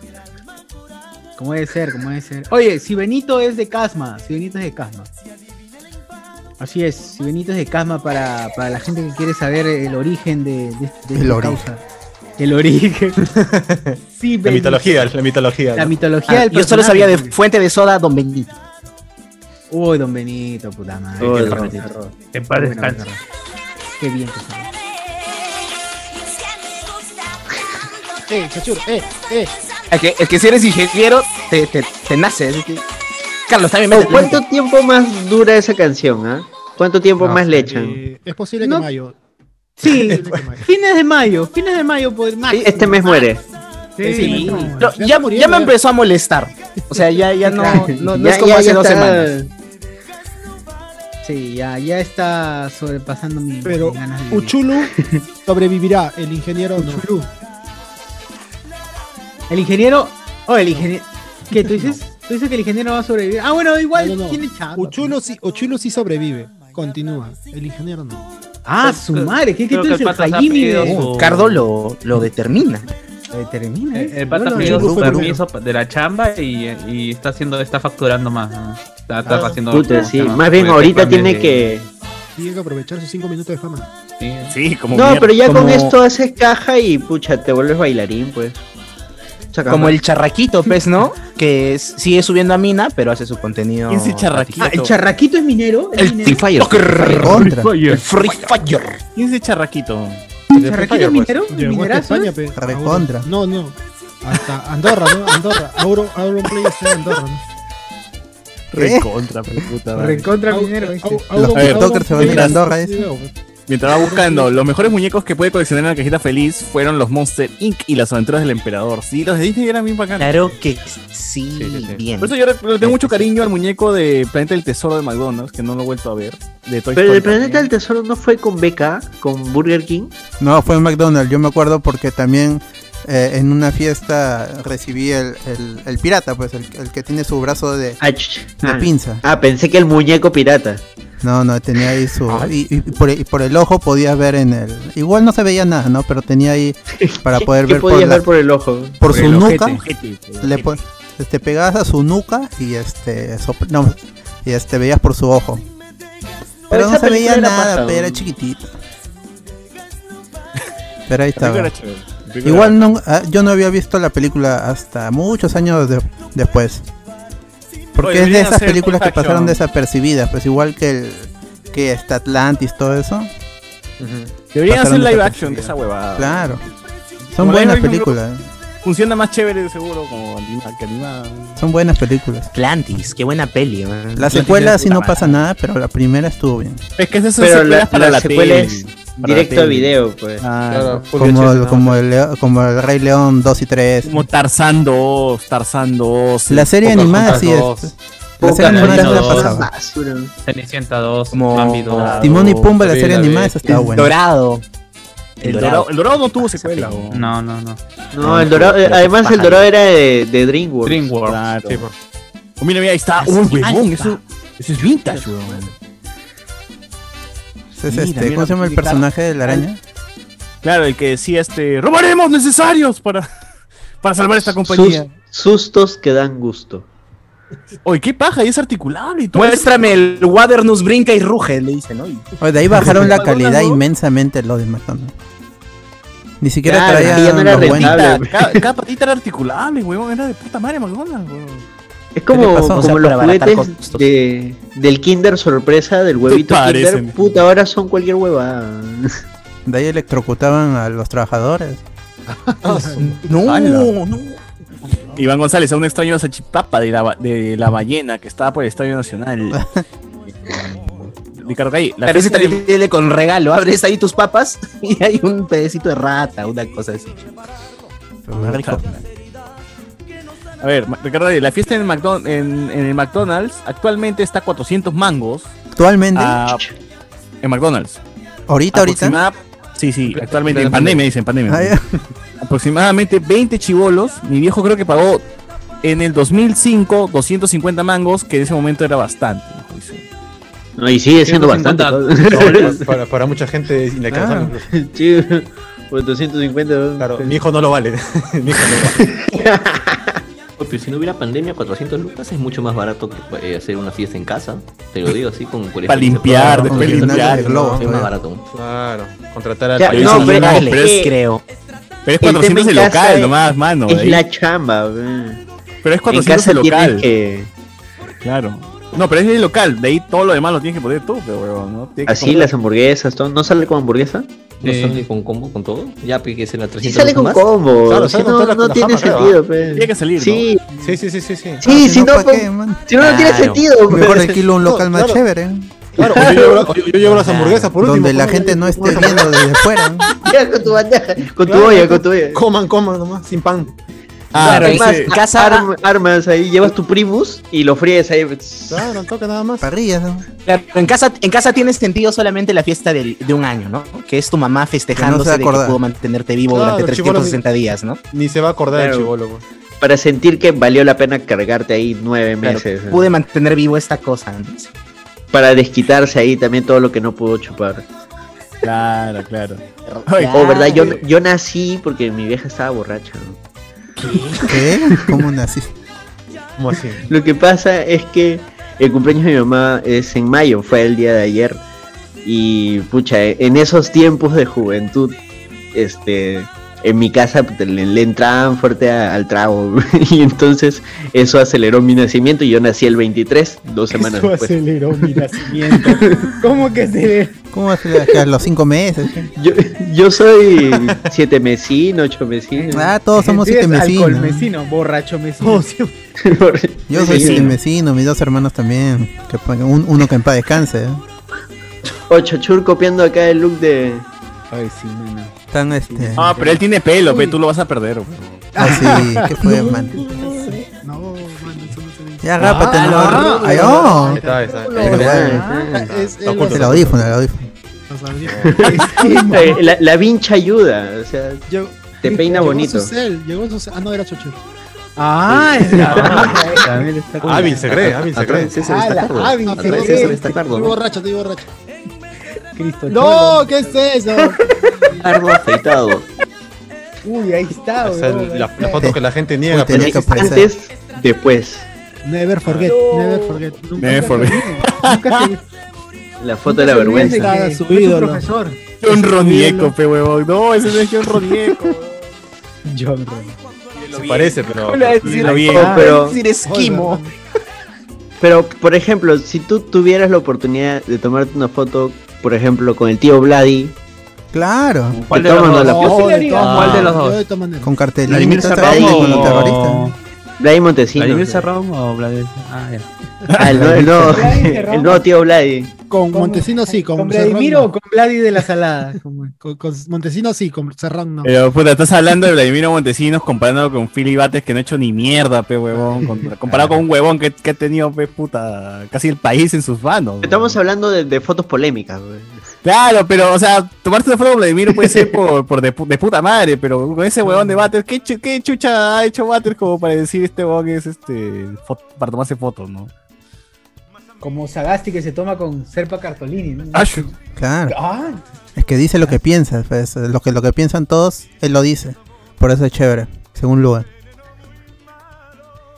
[SPEAKER 1] Como debe ser, como debe ser. Oye, si Benito es de Casma, si Benito es de Casma. Así es, si Benito es de Casma para, para la gente que quiere saber el origen de, de- de
[SPEAKER 4] El
[SPEAKER 1] esta
[SPEAKER 4] origen.
[SPEAKER 1] causa. El origen. sí,
[SPEAKER 2] La
[SPEAKER 1] Benito.
[SPEAKER 2] mitología, la mitología.
[SPEAKER 1] La
[SPEAKER 2] ¿no?
[SPEAKER 1] mitología
[SPEAKER 7] Ah,
[SPEAKER 1] del
[SPEAKER 7] yo solo sabía de
[SPEAKER 1] personaje. pues.
[SPEAKER 7] fuente de soda, don Benito.
[SPEAKER 1] Uy, don Benito, puta madre.
[SPEAKER 7] Uy,
[SPEAKER 1] qué
[SPEAKER 7] don
[SPEAKER 1] horror, qué
[SPEAKER 7] Benito.
[SPEAKER 1] horror.
[SPEAKER 7] En paz
[SPEAKER 1] Qué bueno,
[SPEAKER 7] descanse.
[SPEAKER 1] qué horror. Qué bien que está.
[SPEAKER 5] Eh, chochur, eh, eh.
[SPEAKER 7] Es que, es que si eres ingeniero, te, te, te nace. es que- Carlos, también
[SPEAKER 6] Oh,
[SPEAKER 7] me
[SPEAKER 6] ¿Cuánto tiempo más dura esa canción? ah? ¿Cuánto tiempo
[SPEAKER 7] No,
[SPEAKER 6] más le echan?
[SPEAKER 5] Eh, es posible que
[SPEAKER 1] No.
[SPEAKER 5] mayo.
[SPEAKER 1] Sí, fines de mayo, fines de mayo pues, por máximo.
[SPEAKER 6] Este mes muere.
[SPEAKER 1] Sí,
[SPEAKER 7] Sí.
[SPEAKER 1] no.
[SPEAKER 7] No, ya, ya me empezó a molestar. O sea, ya, ya no, no, no es como hace dos semanas.
[SPEAKER 1] Sí, ya, ya está sobrepasando mi,
[SPEAKER 5] Pero
[SPEAKER 1] mis ganas de vivir.
[SPEAKER 5] Uchulu sobrevivirá, el ingeniero no.
[SPEAKER 1] El ingeniero. Oh, el ingeniero. ¿Qué? ¿Tú dices? ¿Tú dices que el ingeniero va a sobrevivir? Ah, bueno, igual
[SPEAKER 5] No, no, no.
[SPEAKER 1] tiene chamba. pues.
[SPEAKER 5] Uchulu sí, Uchulu sí sobrevive. Continúa. El ingeniero no.
[SPEAKER 1] Ah, su madre, ¿qué, qué
[SPEAKER 12] creo
[SPEAKER 1] tú
[SPEAKER 12] que
[SPEAKER 1] dices?
[SPEAKER 12] el pata se ha
[SPEAKER 1] Jaime
[SPEAKER 12] pedido
[SPEAKER 1] de-
[SPEAKER 12] su-
[SPEAKER 7] Cardo lo, lo determina.
[SPEAKER 1] Lo determina.
[SPEAKER 12] El,
[SPEAKER 1] ¿eh?
[SPEAKER 12] el pata
[SPEAKER 1] No, no,
[SPEAKER 12] pidió
[SPEAKER 1] no,
[SPEAKER 12] su
[SPEAKER 1] fue primero.
[SPEAKER 12] permiso pa- de la chamba y, y está haciendo, está facturando más. ¿no? Está, está haciendo.
[SPEAKER 6] Puta,
[SPEAKER 12] ¿cómo se
[SPEAKER 6] sí.
[SPEAKER 12] llama?
[SPEAKER 6] Más bien,
[SPEAKER 12] Porque
[SPEAKER 6] ahorita
[SPEAKER 12] compran
[SPEAKER 6] tiene
[SPEAKER 12] pues, de-
[SPEAKER 6] que.
[SPEAKER 5] Tiene que aprovechar sus 5 minutos de fama.
[SPEAKER 12] Sí,
[SPEAKER 3] como
[SPEAKER 6] No,
[SPEAKER 3] mierda.
[SPEAKER 6] pero ya con
[SPEAKER 7] Como-
[SPEAKER 6] esto haces caja y pucha, te vuelves bailarín, pues. Saca
[SPEAKER 7] Como
[SPEAKER 6] más.
[SPEAKER 7] el charraquito, pues, ¿no? Que es- sigue subiendo a mina, pero hace su contenido.
[SPEAKER 3] ¿Quién es el charraquito?
[SPEAKER 1] Ah, el charraquito es minero. ¿Es minero?
[SPEAKER 7] Free Fire.
[SPEAKER 4] Contra.
[SPEAKER 7] El Free Fire.
[SPEAKER 3] ¿Quién es el charraquito?
[SPEAKER 1] ¿El charraquito
[SPEAKER 3] pues?
[SPEAKER 1] es minero? ¿El
[SPEAKER 5] Llegó hasta
[SPEAKER 1] minerazo?
[SPEAKER 5] España,
[SPEAKER 1] es?
[SPEAKER 5] pe. a Oro.
[SPEAKER 4] Recontra.
[SPEAKER 5] No, no. Hasta Andorra, ¿no? Andorra. Auro, Auro Play está en Andorra, ¿no? ¿Eh?
[SPEAKER 3] Recontra, pe, puta madre.
[SPEAKER 1] Recontra
[SPEAKER 5] Au-
[SPEAKER 1] minero.
[SPEAKER 5] au-
[SPEAKER 1] dice.
[SPEAKER 5] Auro-
[SPEAKER 3] A ver,
[SPEAKER 5] Auro
[SPEAKER 4] TikTokers se van a ir a
[SPEAKER 5] Play
[SPEAKER 4] Andorra,
[SPEAKER 5] está en
[SPEAKER 4] ¿eh?
[SPEAKER 5] video, pe.
[SPEAKER 3] Mientras va buscando, los mejores muñecos que puede coleccionar en la cajita feliz fueron los Monster Inc. y las aventuras del emperador. Sí, los de Disney eran bien bacanos.
[SPEAKER 7] Claro que sí, bien.
[SPEAKER 3] Por eso yo le le tengo mucho cariño al muñeco de Planeta del Tesoro de McDonald's, que no lo he vuelto a ver. De Toy
[SPEAKER 6] Pero
[SPEAKER 3] Story
[SPEAKER 6] el planeta
[SPEAKER 3] también.
[SPEAKER 6] del tesoro no fue con BK, con Burger King.
[SPEAKER 4] No, fue en McDonald's, yo me acuerdo porque también eh, en una fiesta recibí el, el- el pirata, pues el, el que tiene su brazo de, de
[SPEAKER 6] Ah.
[SPEAKER 4] pinza.
[SPEAKER 6] Ah, pensé que el muñeco pirata.
[SPEAKER 4] No, no, tenía ahí su... Y, y por, y por el ojo podías ver en el... Igual no se veía nada, ¿no? Pero tenía ahí para poder
[SPEAKER 6] ¿Qué
[SPEAKER 4] ver
[SPEAKER 6] podías
[SPEAKER 4] la-
[SPEAKER 6] ver por el ojo?
[SPEAKER 4] Por
[SPEAKER 6] Por
[SPEAKER 4] su
[SPEAKER 6] el ojete,
[SPEAKER 4] nuca.
[SPEAKER 6] ojete, por el
[SPEAKER 4] le pon- te pegabas a su nuca y este... sopl- no, y este veías por su ojo. Pero
[SPEAKER 6] esa
[SPEAKER 4] no se veía
[SPEAKER 6] película era
[SPEAKER 4] nada,
[SPEAKER 6] paja,
[SPEAKER 4] pero era
[SPEAKER 6] ¿no?
[SPEAKER 4] chiquitito. Pero ahí
[SPEAKER 3] La película
[SPEAKER 4] estaba.
[SPEAKER 3] era chévere, la película
[SPEAKER 4] Igual no, ah, yo no había visto la película hasta muchos años de- después. Porque
[SPEAKER 3] Oye,
[SPEAKER 4] es de
[SPEAKER 3] deberían
[SPEAKER 4] esas
[SPEAKER 3] hacer
[SPEAKER 4] películas que
[SPEAKER 3] live
[SPEAKER 4] pasaron
[SPEAKER 3] action.
[SPEAKER 4] desapercibidas, pues igual que el que esta Atlantis, todo eso.
[SPEAKER 3] Deberían hacer
[SPEAKER 4] Pasaron
[SPEAKER 3] live
[SPEAKER 4] desapercibidas.
[SPEAKER 3] action de esa huevada.
[SPEAKER 4] Claro.
[SPEAKER 3] Como
[SPEAKER 4] Son
[SPEAKER 3] live
[SPEAKER 4] buenas
[SPEAKER 3] action,
[SPEAKER 4] películas,
[SPEAKER 3] Funciona más chévere de seguro como anima- que animada.
[SPEAKER 4] son buenas películas.
[SPEAKER 7] Atlantis, qué buena peli. man.
[SPEAKER 4] La secuela sí no pasa nada, pero la primera estuvo bien.
[SPEAKER 3] Es que esas son
[SPEAKER 6] Pero
[SPEAKER 3] secuelas
[SPEAKER 6] la,
[SPEAKER 3] para
[SPEAKER 6] la
[SPEAKER 3] la
[SPEAKER 6] secuela
[SPEAKER 3] tele,
[SPEAKER 6] es
[SPEAKER 3] para la
[SPEAKER 6] directo a
[SPEAKER 3] tele.
[SPEAKER 6] video, pues.
[SPEAKER 3] Ah, Claro, full
[SPEAKER 4] Como,
[SPEAKER 3] VHS,
[SPEAKER 4] el,
[SPEAKER 3] ¿no?
[SPEAKER 4] como, el, Leo- como el Rey León 2 y 3.
[SPEAKER 3] Como Tarzán 2, Tarzán 2.
[SPEAKER 4] La serie animada sí es. La serie animada sí la pasaba.
[SPEAKER 12] Cenicienta 2,
[SPEAKER 7] Como
[SPEAKER 12] Bambi 2.
[SPEAKER 4] Timón y Pumba, la serie animada, esa estaba
[SPEAKER 12] El
[SPEAKER 4] buena.
[SPEAKER 7] Dorado.
[SPEAKER 3] El Dorado, el Dorado no tuvo secuela. o-
[SPEAKER 12] No, no, no.
[SPEAKER 6] No, el dorado, eh, además el dorado era de, de DreamWorks.
[SPEAKER 12] DreamWorks. pues.
[SPEAKER 3] Claro. Oh, mira, mira, ahí está. Uy, huevón, eso, eso es vintage, huevón.
[SPEAKER 4] Es
[SPEAKER 3] Mira,
[SPEAKER 4] este,
[SPEAKER 3] mira,
[SPEAKER 4] ¿Cómo se llama el
[SPEAKER 3] claro.
[SPEAKER 4] personaje de la araña?
[SPEAKER 3] Claro, el que decía este, robaremos necesarios para, para salvar esta compañía.
[SPEAKER 6] Sus- sustos que dan gusto.
[SPEAKER 3] Oye, qué paja, y es articulable y todo.
[SPEAKER 7] Muéstrame el Waternus brinca y ruge, le dice, ¿no? Y-
[SPEAKER 4] Oye, de ahí bajaron la
[SPEAKER 7] Algunas,
[SPEAKER 4] calidad
[SPEAKER 7] ¿no?
[SPEAKER 4] inmensamente lo de McDonald's. Ni siquiera
[SPEAKER 6] Claro,
[SPEAKER 4] traían
[SPEAKER 6] y ya no era
[SPEAKER 4] lo bueno.
[SPEAKER 3] Cada, cada- cada patita era articulable, huevón, era de puta madre McDonald's, huevón.
[SPEAKER 6] Es
[SPEAKER 4] ¿Qué
[SPEAKER 6] como,
[SPEAKER 4] le pasó?
[SPEAKER 6] como
[SPEAKER 4] O sea,
[SPEAKER 6] los
[SPEAKER 4] para abaratar
[SPEAKER 6] juguetes de, del Kinder sorpresa, del huevito
[SPEAKER 4] parecen?
[SPEAKER 6] Kinder. Puta, ahora son cualquier huevada.
[SPEAKER 4] De ahí electrocutaban a los trabajadores.
[SPEAKER 3] Ah,
[SPEAKER 7] Mm,
[SPEAKER 3] No, no. Iván González, a un extraño salchipapa de la, de la ballena que estaba por el Estadio Nacional. Ricardo Calle, la
[SPEAKER 7] Pero ese
[SPEAKER 3] fiesta
[SPEAKER 7] también viene con regalo. Abres ahí tus papas y hay un pedacito de rata, una cosa así.
[SPEAKER 3] de- A ver, Ma- Ricardo Calle, la fiesta en, el McDon- en, en el McDonald's actualmente está a 400 mangos.
[SPEAKER 4] Actualmente,
[SPEAKER 3] Ah, en McDonald's.
[SPEAKER 4] ahorita, ahorita.
[SPEAKER 3] Aproxima- Sí, sí, actualmente. En
[SPEAKER 4] plena
[SPEAKER 3] pandemia, dicen, pandemia.
[SPEAKER 4] Ah, ya.
[SPEAKER 3] Aproximadamente 20 chivolos. Mi viejo creo que pagó en el 2005 250 mangos, que en ese momento era bastante. hijo de su-
[SPEAKER 6] No, y sigue siendo bastante.
[SPEAKER 2] 150 para- para, para mucha gente es inalcanzable.
[SPEAKER 6] Claro. Sí, por 250.
[SPEAKER 2] Claro, mi hijo no lo vale. Mi hijo
[SPEAKER 11] Oye, pero si no hubiera pandemia, 400 lucas es mucho más barato que eh, hacer una fiesta en casa. Te lo digo así, con con
[SPEAKER 3] Para
[SPEAKER 11] experiencia
[SPEAKER 3] limpiar,
[SPEAKER 11] propia, ¿no?
[SPEAKER 3] después
[SPEAKER 11] Sí,
[SPEAKER 3] limpiar,
[SPEAKER 11] Es
[SPEAKER 3] ¿no?
[SPEAKER 11] más barato.
[SPEAKER 2] no- Claro, contratar al
[SPEAKER 6] Ya,
[SPEAKER 2] país.
[SPEAKER 6] no, pero-
[SPEAKER 2] Claro,
[SPEAKER 6] pero es-
[SPEAKER 7] creo.
[SPEAKER 3] Pero es
[SPEAKER 6] El tema
[SPEAKER 3] 400
[SPEAKER 6] en
[SPEAKER 3] el
[SPEAKER 6] casa
[SPEAKER 3] local
[SPEAKER 6] es-
[SPEAKER 3] nomás, mano.
[SPEAKER 6] Es
[SPEAKER 3] ahí.
[SPEAKER 6] la chamba. ve.
[SPEAKER 3] Pero es
[SPEAKER 6] En
[SPEAKER 3] 400
[SPEAKER 6] casa
[SPEAKER 3] el
[SPEAKER 6] tienes
[SPEAKER 3] local.
[SPEAKER 6] que.
[SPEAKER 3] Claro. No, pero es el local. De ahí todo lo demás lo tienes que poner tú, pero huevón, ¿no? Tienes que
[SPEAKER 6] Así
[SPEAKER 3] comprar-
[SPEAKER 6] las hamburguesas, todo. ¿No sale con hamburguesa?
[SPEAKER 11] ¿No sale con combo, con todo? Ya,
[SPEAKER 6] pues,
[SPEAKER 11] porque es en la
[SPEAKER 6] Sí
[SPEAKER 11] 300
[SPEAKER 6] sale con
[SPEAKER 11] lucas más.
[SPEAKER 6] combo.
[SPEAKER 2] claro,
[SPEAKER 6] si
[SPEAKER 2] sale con
[SPEAKER 6] no,
[SPEAKER 2] todas las-
[SPEAKER 6] no
[SPEAKER 2] las
[SPEAKER 6] tiene
[SPEAKER 2] papas, creo,
[SPEAKER 6] sentido.
[SPEAKER 2] ¿ah?
[SPEAKER 6] pe.
[SPEAKER 3] Tiene que salir,
[SPEAKER 6] Sí,
[SPEAKER 2] Sí, sí, sí, sí, sí.
[SPEAKER 6] sí,
[SPEAKER 4] Ah,
[SPEAKER 6] si no,
[SPEAKER 4] ¿pa'
[SPEAKER 6] pues,
[SPEAKER 4] qué, man?
[SPEAKER 6] si no, no tiene
[SPEAKER 7] Claro.
[SPEAKER 6] sentido. pe.
[SPEAKER 4] Mejor alquilo un local más
[SPEAKER 2] claro.
[SPEAKER 4] chévere.
[SPEAKER 2] Claro, yo llevo, yo- yo llevo las hamburguesas por último.
[SPEAKER 4] Donde la
[SPEAKER 2] coman.
[SPEAKER 4] gente no esté viendo desde fuera.
[SPEAKER 6] Ya, con tu bandeja, con tu
[SPEAKER 2] Claro,
[SPEAKER 6] olla, con tu olla.
[SPEAKER 2] Coman, coman nomás, sin pan.
[SPEAKER 3] Ah,
[SPEAKER 6] Claro,
[SPEAKER 3] pero
[SPEAKER 6] armas,
[SPEAKER 3] ese-
[SPEAKER 7] casa-
[SPEAKER 6] arm- armas ahí, llevas tu primus y lo fríes ahí.
[SPEAKER 2] Claro, no toca nada más.
[SPEAKER 4] Parrillas. ¿no?
[SPEAKER 7] Claro, en casa, en casa tiene sentido solamente la fiesta del- de un año, ¿no? Que es tu mamá festejándose de que
[SPEAKER 4] acordar.
[SPEAKER 7] pudo mantenerte vivo
[SPEAKER 2] Claro,
[SPEAKER 7] durante
[SPEAKER 2] el
[SPEAKER 7] 360 días, ¿no?
[SPEAKER 2] Ni se va a acordar el
[SPEAKER 6] Claro.
[SPEAKER 2] chivolo. pues.
[SPEAKER 6] Para sentir que valió la pena cargarte ahí nueve
[SPEAKER 7] Claro,
[SPEAKER 6] meses. ¿no?
[SPEAKER 7] pude mantener vivo esta cosa. ¿no? Sí.
[SPEAKER 6] Para desquitarse ahí también todo lo que no pudo chupar.
[SPEAKER 3] Claro, claro.
[SPEAKER 6] Oh, verdad, yo, yo nací porque mi vieja estaba borracha. ¿no?
[SPEAKER 4] ¿Qué? ¿Cómo naciste?
[SPEAKER 2] ¿Cómo así?
[SPEAKER 6] Lo que pasa es que el cumpleaños de mi mamá es en mayo, fue el día de ayer. Y pucha, eh, en esos tiempos de juventud, este, en mi casa puta, le, le entraban fuerte a- al trago. y entonces eso aceleró mi nacimiento y yo nací el 23, dos semanas
[SPEAKER 10] Eso
[SPEAKER 6] después.
[SPEAKER 10] aceleró mi nacimiento. ¿Cómo que se
[SPEAKER 4] ¿Cómo hace que a los cinco meses?
[SPEAKER 6] Yo, yo soy siete mesino, ocho mesino.
[SPEAKER 4] Ah, todos somos
[SPEAKER 10] Sí, es
[SPEAKER 4] siete
[SPEAKER 10] Alcohol
[SPEAKER 4] mesinos.
[SPEAKER 10] mesino, borracho mesino.
[SPEAKER 4] Oh, Yo soy
[SPEAKER 6] Sí.
[SPEAKER 4] siete mesinos, mis dos hermanos también. Que, pa- un- uno que en paz descanse. ¿eh?
[SPEAKER 6] Ocho chur copiando acá el look de.
[SPEAKER 10] Ay, sí, mano.
[SPEAKER 4] Están este.
[SPEAKER 3] Ah, pero él tiene pelo, pe, tú lo vas a perder. huevón.
[SPEAKER 4] Así, ¿qué Ah, fue, man?
[SPEAKER 5] No, man, eso no se dice.
[SPEAKER 4] Ya, rápate,
[SPEAKER 2] Ah,
[SPEAKER 4] no. Ay, oh.
[SPEAKER 2] Ahí está, ahí está.
[SPEAKER 4] Pero bueno,
[SPEAKER 6] Ah,
[SPEAKER 5] Es,
[SPEAKER 2] Está
[SPEAKER 5] es
[SPEAKER 2] oculto,
[SPEAKER 4] El
[SPEAKER 2] está
[SPEAKER 4] audífono, el audífono.
[SPEAKER 5] los- los audífonos.
[SPEAKER 6] eh, la, la vincha ayuda. O sea,
[SPEAKER 5] Yo,
[SPEAKER 11] Te peina bonito.
[SPEAKER 5] Susel, llegó Susel. Ah, no, era Chochur.
[SPEAKER 13] Ah,
[SPEAKER 11] Sí.
[SPEAKER 13] es la-
[SPEAKER 11] Ah,
[SPEAKER 13] También está con-
[SPEAKER 11] Hábil se cree, hábil se cree.
[SPEAKER 13] Atrás de
[SPEAKER 11] Ah,
[SPEAKER 13] está
[SPEAKER 11] la
[SPEAKER 13] Cardo.
[SPEAKER 11] hábil
[SPEAKER 13] Atrás
[SPEAKER 11] se
[SPEAKER 13] de
[SPEAKER 11] cree.
[SPEAKER 13] César
[SPEAKER 11] está Cardo.
[SPEAKER 5] Estoy borracho, estoy borracho.
[SPEAKER 1] Cristo.
[SPEAKER 5] No, ¿qué es eso?
[SPEAKER 11] Cardo afeitado.
[SPEAKER 1] Uy, ahí está,
[SPEAKER 2] O sea,
[SPEAKER 1] weón.
[SPEAKER 2] la, la foto que la gente niega.
[SPEAKER 11] tenía
[SPEAKER 2] pero-
[SPEAKER 11] que aparecer. Antes, después.
[SPEAKER 5] Never forget, never forget. Nunca
[SPEAKER 2] Never
[SPEAKER 5] se
[SPEAKER 2] forget.
[SPEAKER 5] olvide. Nunca se-
[SPEAKER 11] La foto de la vergüenza.
[SPEAKER 5] Está su ídolo.
[SPEAKER 3] John Ronieco, pe huevón. No, ese no es John Ronieco.
[SPEAKER 1] John
[SPEAKER 2] Se parece, pero.
[SPEAKER 11] Iba a decir-
[SPEAKER 2] lo vi.
[SPEAKER 11] Oh, pero-
[SPEAKER 7] decir esquimo.
[SPEAKER 11] Pero, por ejemplo, si tú tuvieras la oportunidad de tomarte una foto, por ejemplo, con el tío Vladi.
[SPEAKER 4] Claro.
[SPEAKER 11] ¿Cuál de los dos?
[SPEAKER 4] No, de todas
[SPEAKER 11] ¿Cuál de los
[SPEAKER 4] maneras.
[SPEAKER 11] dos?
[SPEAKER 4] Yo de todas maneras. Oh. Con
[SPEAKER 11] Vladimir
[SPEAKER 4] cartelinitas
[SPEAKER 11] Serrano
[SPEAKER 4] ahí con los
[SPEAKER 11] o-
[SPEAKER 4] terroristas.
[SPEAKER 11] Vladi Montesinos.
[SPEAKER 12] ¿Vladimir Serrón o Vladimir? Ah, ya.
[SPEAKER 11] Ah, el, nuevo- el nuevo,
[SPEAKER 1] Vladi
[SPEAKER 11] el
[SPEAKER 1] Serrano.
[SPEAKER 11] nuevo tío Vladi.
[SPEAKER 5] Con Montesino sí, con,
[SPEAKER 1] ¿Con
[SPEAKER 5] Serrano
[SPEAKER 1] Vladimir
[SPEAKER 5] no.
[SPEAKER 1] o con Vladi de la Salada?
[SPEAKER 5] Con, con Montesino sí, con Serrano no.
[SPEAKER 3] Pero Eh, puta, estás hablando de Vladimiro Montesinos comparándolo con Philly Bates que no ha hecho ni mierda, pe huevón. Con- Comparado con un huevón que, que ha tenido, pe puta, casi el país en sus manos.
[SPEAKER 11] Estamos hablando de, de fotos polémicas. güey.
[SPEAKER 3] Claro, pero, o sea, tomarte una foto con Vladimiro puede ser por, por de, pu- de puta madre, pero con ese huevón de Bates, ¿qué, chu- qué chucha ha hecho Bates como para decir este huevón es este. fo- para tomarse fotos, ¿no?
[SPEAKER 1] Como Sagasti que se toma con Serpa Cartolini, ¿no?
[SPEAKER 4] Claro.
[SPEAKER 1] Ah,
[SPEAKER 4] Es que dice lo que piensa, pues, lo que lo que piensan todos, él lo dice. Por eso es chévere, según lugar.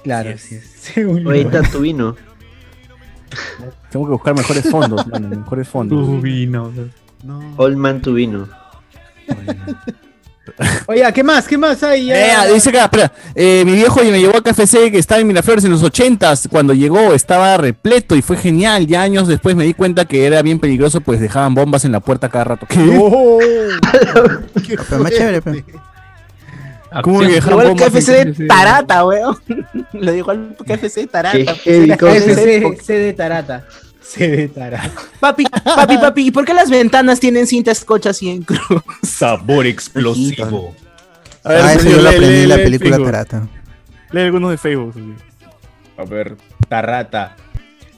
[SPEAKER 1] claro, sí es. Según
[SPEAKER 11] Oye,
[SPEAKER 1] yo.
[SPEAKER 11] está tu vino.
[SPEAKER 3] Tengo que buscar mejores fondos, mano, mejores fondos.
[SPEAKER 11] vino. Old man tu vino.
[SPEAKER 1] Oiga, ¿qué más? ¿Qué más hay? Ya-
[SPEAKER 3] Vea, dice acá, espera, eh, mi viejo me llevó a KFC que estaba en Miraflores en los 80s, cuando llegó estaba repleto y fue genial, ya años después me di cuenta que era bien peligroso pues dejaban bombas en la puerta cada rato. ¿Qué?
[SPEAKER 4] Pero más chévere, pe.
[SPEAKER 3] ¿Cómo que dejaban
[SPEAKER 7] Igual
[SPEAKER 3] bombas en
[SPEAKER 7] KFC de Tarata, weón. Lo dijo al KFC de Tarata.
[SPEAKER 1] La
[SPEAKER 7] KFC
[SPEAKER 1] FC, C de Tarata. C de Tarata.
[SPEAKER 7] Papi, papi, papi, ¿y por qué las ventanas tienen cinta escocha así en cruz?
[SPEAKER 10] Sabor explosivo.
[SPEAKER 3] A ver,
[SPEAKER 4] Ah, eso
[SPEAKER 3] señor,
[SPEAKER 4] yo lo
[SPEAKER 3] lee,
[SPEAKER 4] aprendí
[SPEAKER 3] lee,
[SPEAKER 4] en la
[SPEAKER 3] lee el
[SPEAKER 4] película
[SPEAKER 3] Facebook.
[SPEAKER 4] Tarata.
[SPEAKER 3] Lee algunos de Facebook. señor.
[SPEAKER 10] A ver, Tarrata.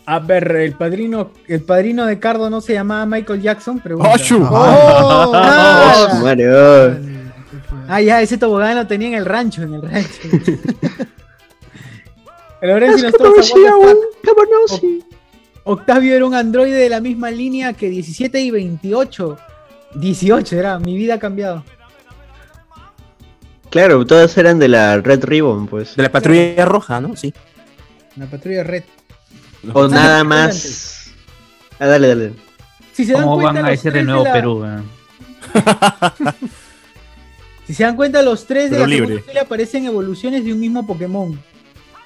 [SPEAKER 1] A ver, el padrino, el padrino de Cardo no se llamaba Michael Jackson,
[SPEAKER 5] ¡Ah,
[SPEAKER 1] pregunta.
[SPEAKER 3] ¡Ochu!
[SPEAKER 1] ¡Oh!
[SPEAKER 11] Oh,
[SPEAKER 1] ¡Ah!
[SPEAKER 11] madre, oh.
[SPEAKER 1] Ah, ya, ese tobogán lo tenía en el rancho, en el rancho. Lorenzo nos trae esa buena O- Octavio era un androide de la misma línea que 17 y 28. 18 era, mi vida ha cambiado.
[SPEAKER 11] Claro, todas eran de la Red Ribbon, pues.
[SPEAKER 7] De la patrulla roja, ¿no? Sí.
[SPEAKER 1] La patrulla red.
[SPEAKER 11] O
[SPEAKER 1] Ah,
[SPEAKER 11] nada
[SPEAKER 1] no,
[SPEAKER 11] más. Ah, dale, dale.
[SPEAKER 1] Si se dan
[SPEAKER 12] ¿Cómo
[SPEAKER 1] cuenta,
[SPEAKER 12] van a
[SPEAKER 1] los
[SPEAKER 12] decir de
[SPEAKER 1] tres
[SPEAKER 12] nuevo
[SPEAKER 1] la-
[SPEAKER 12] Perú? weón?
[SPEAKER 1] Si se dan cuenta, los tres de
[SPEAKER 3] Pero
[SPEAKER 1] la segunda
[SPEAKER 3] libre.
[SPEAKER 1] fila aparecen evoluciones de un mismo Pokémon.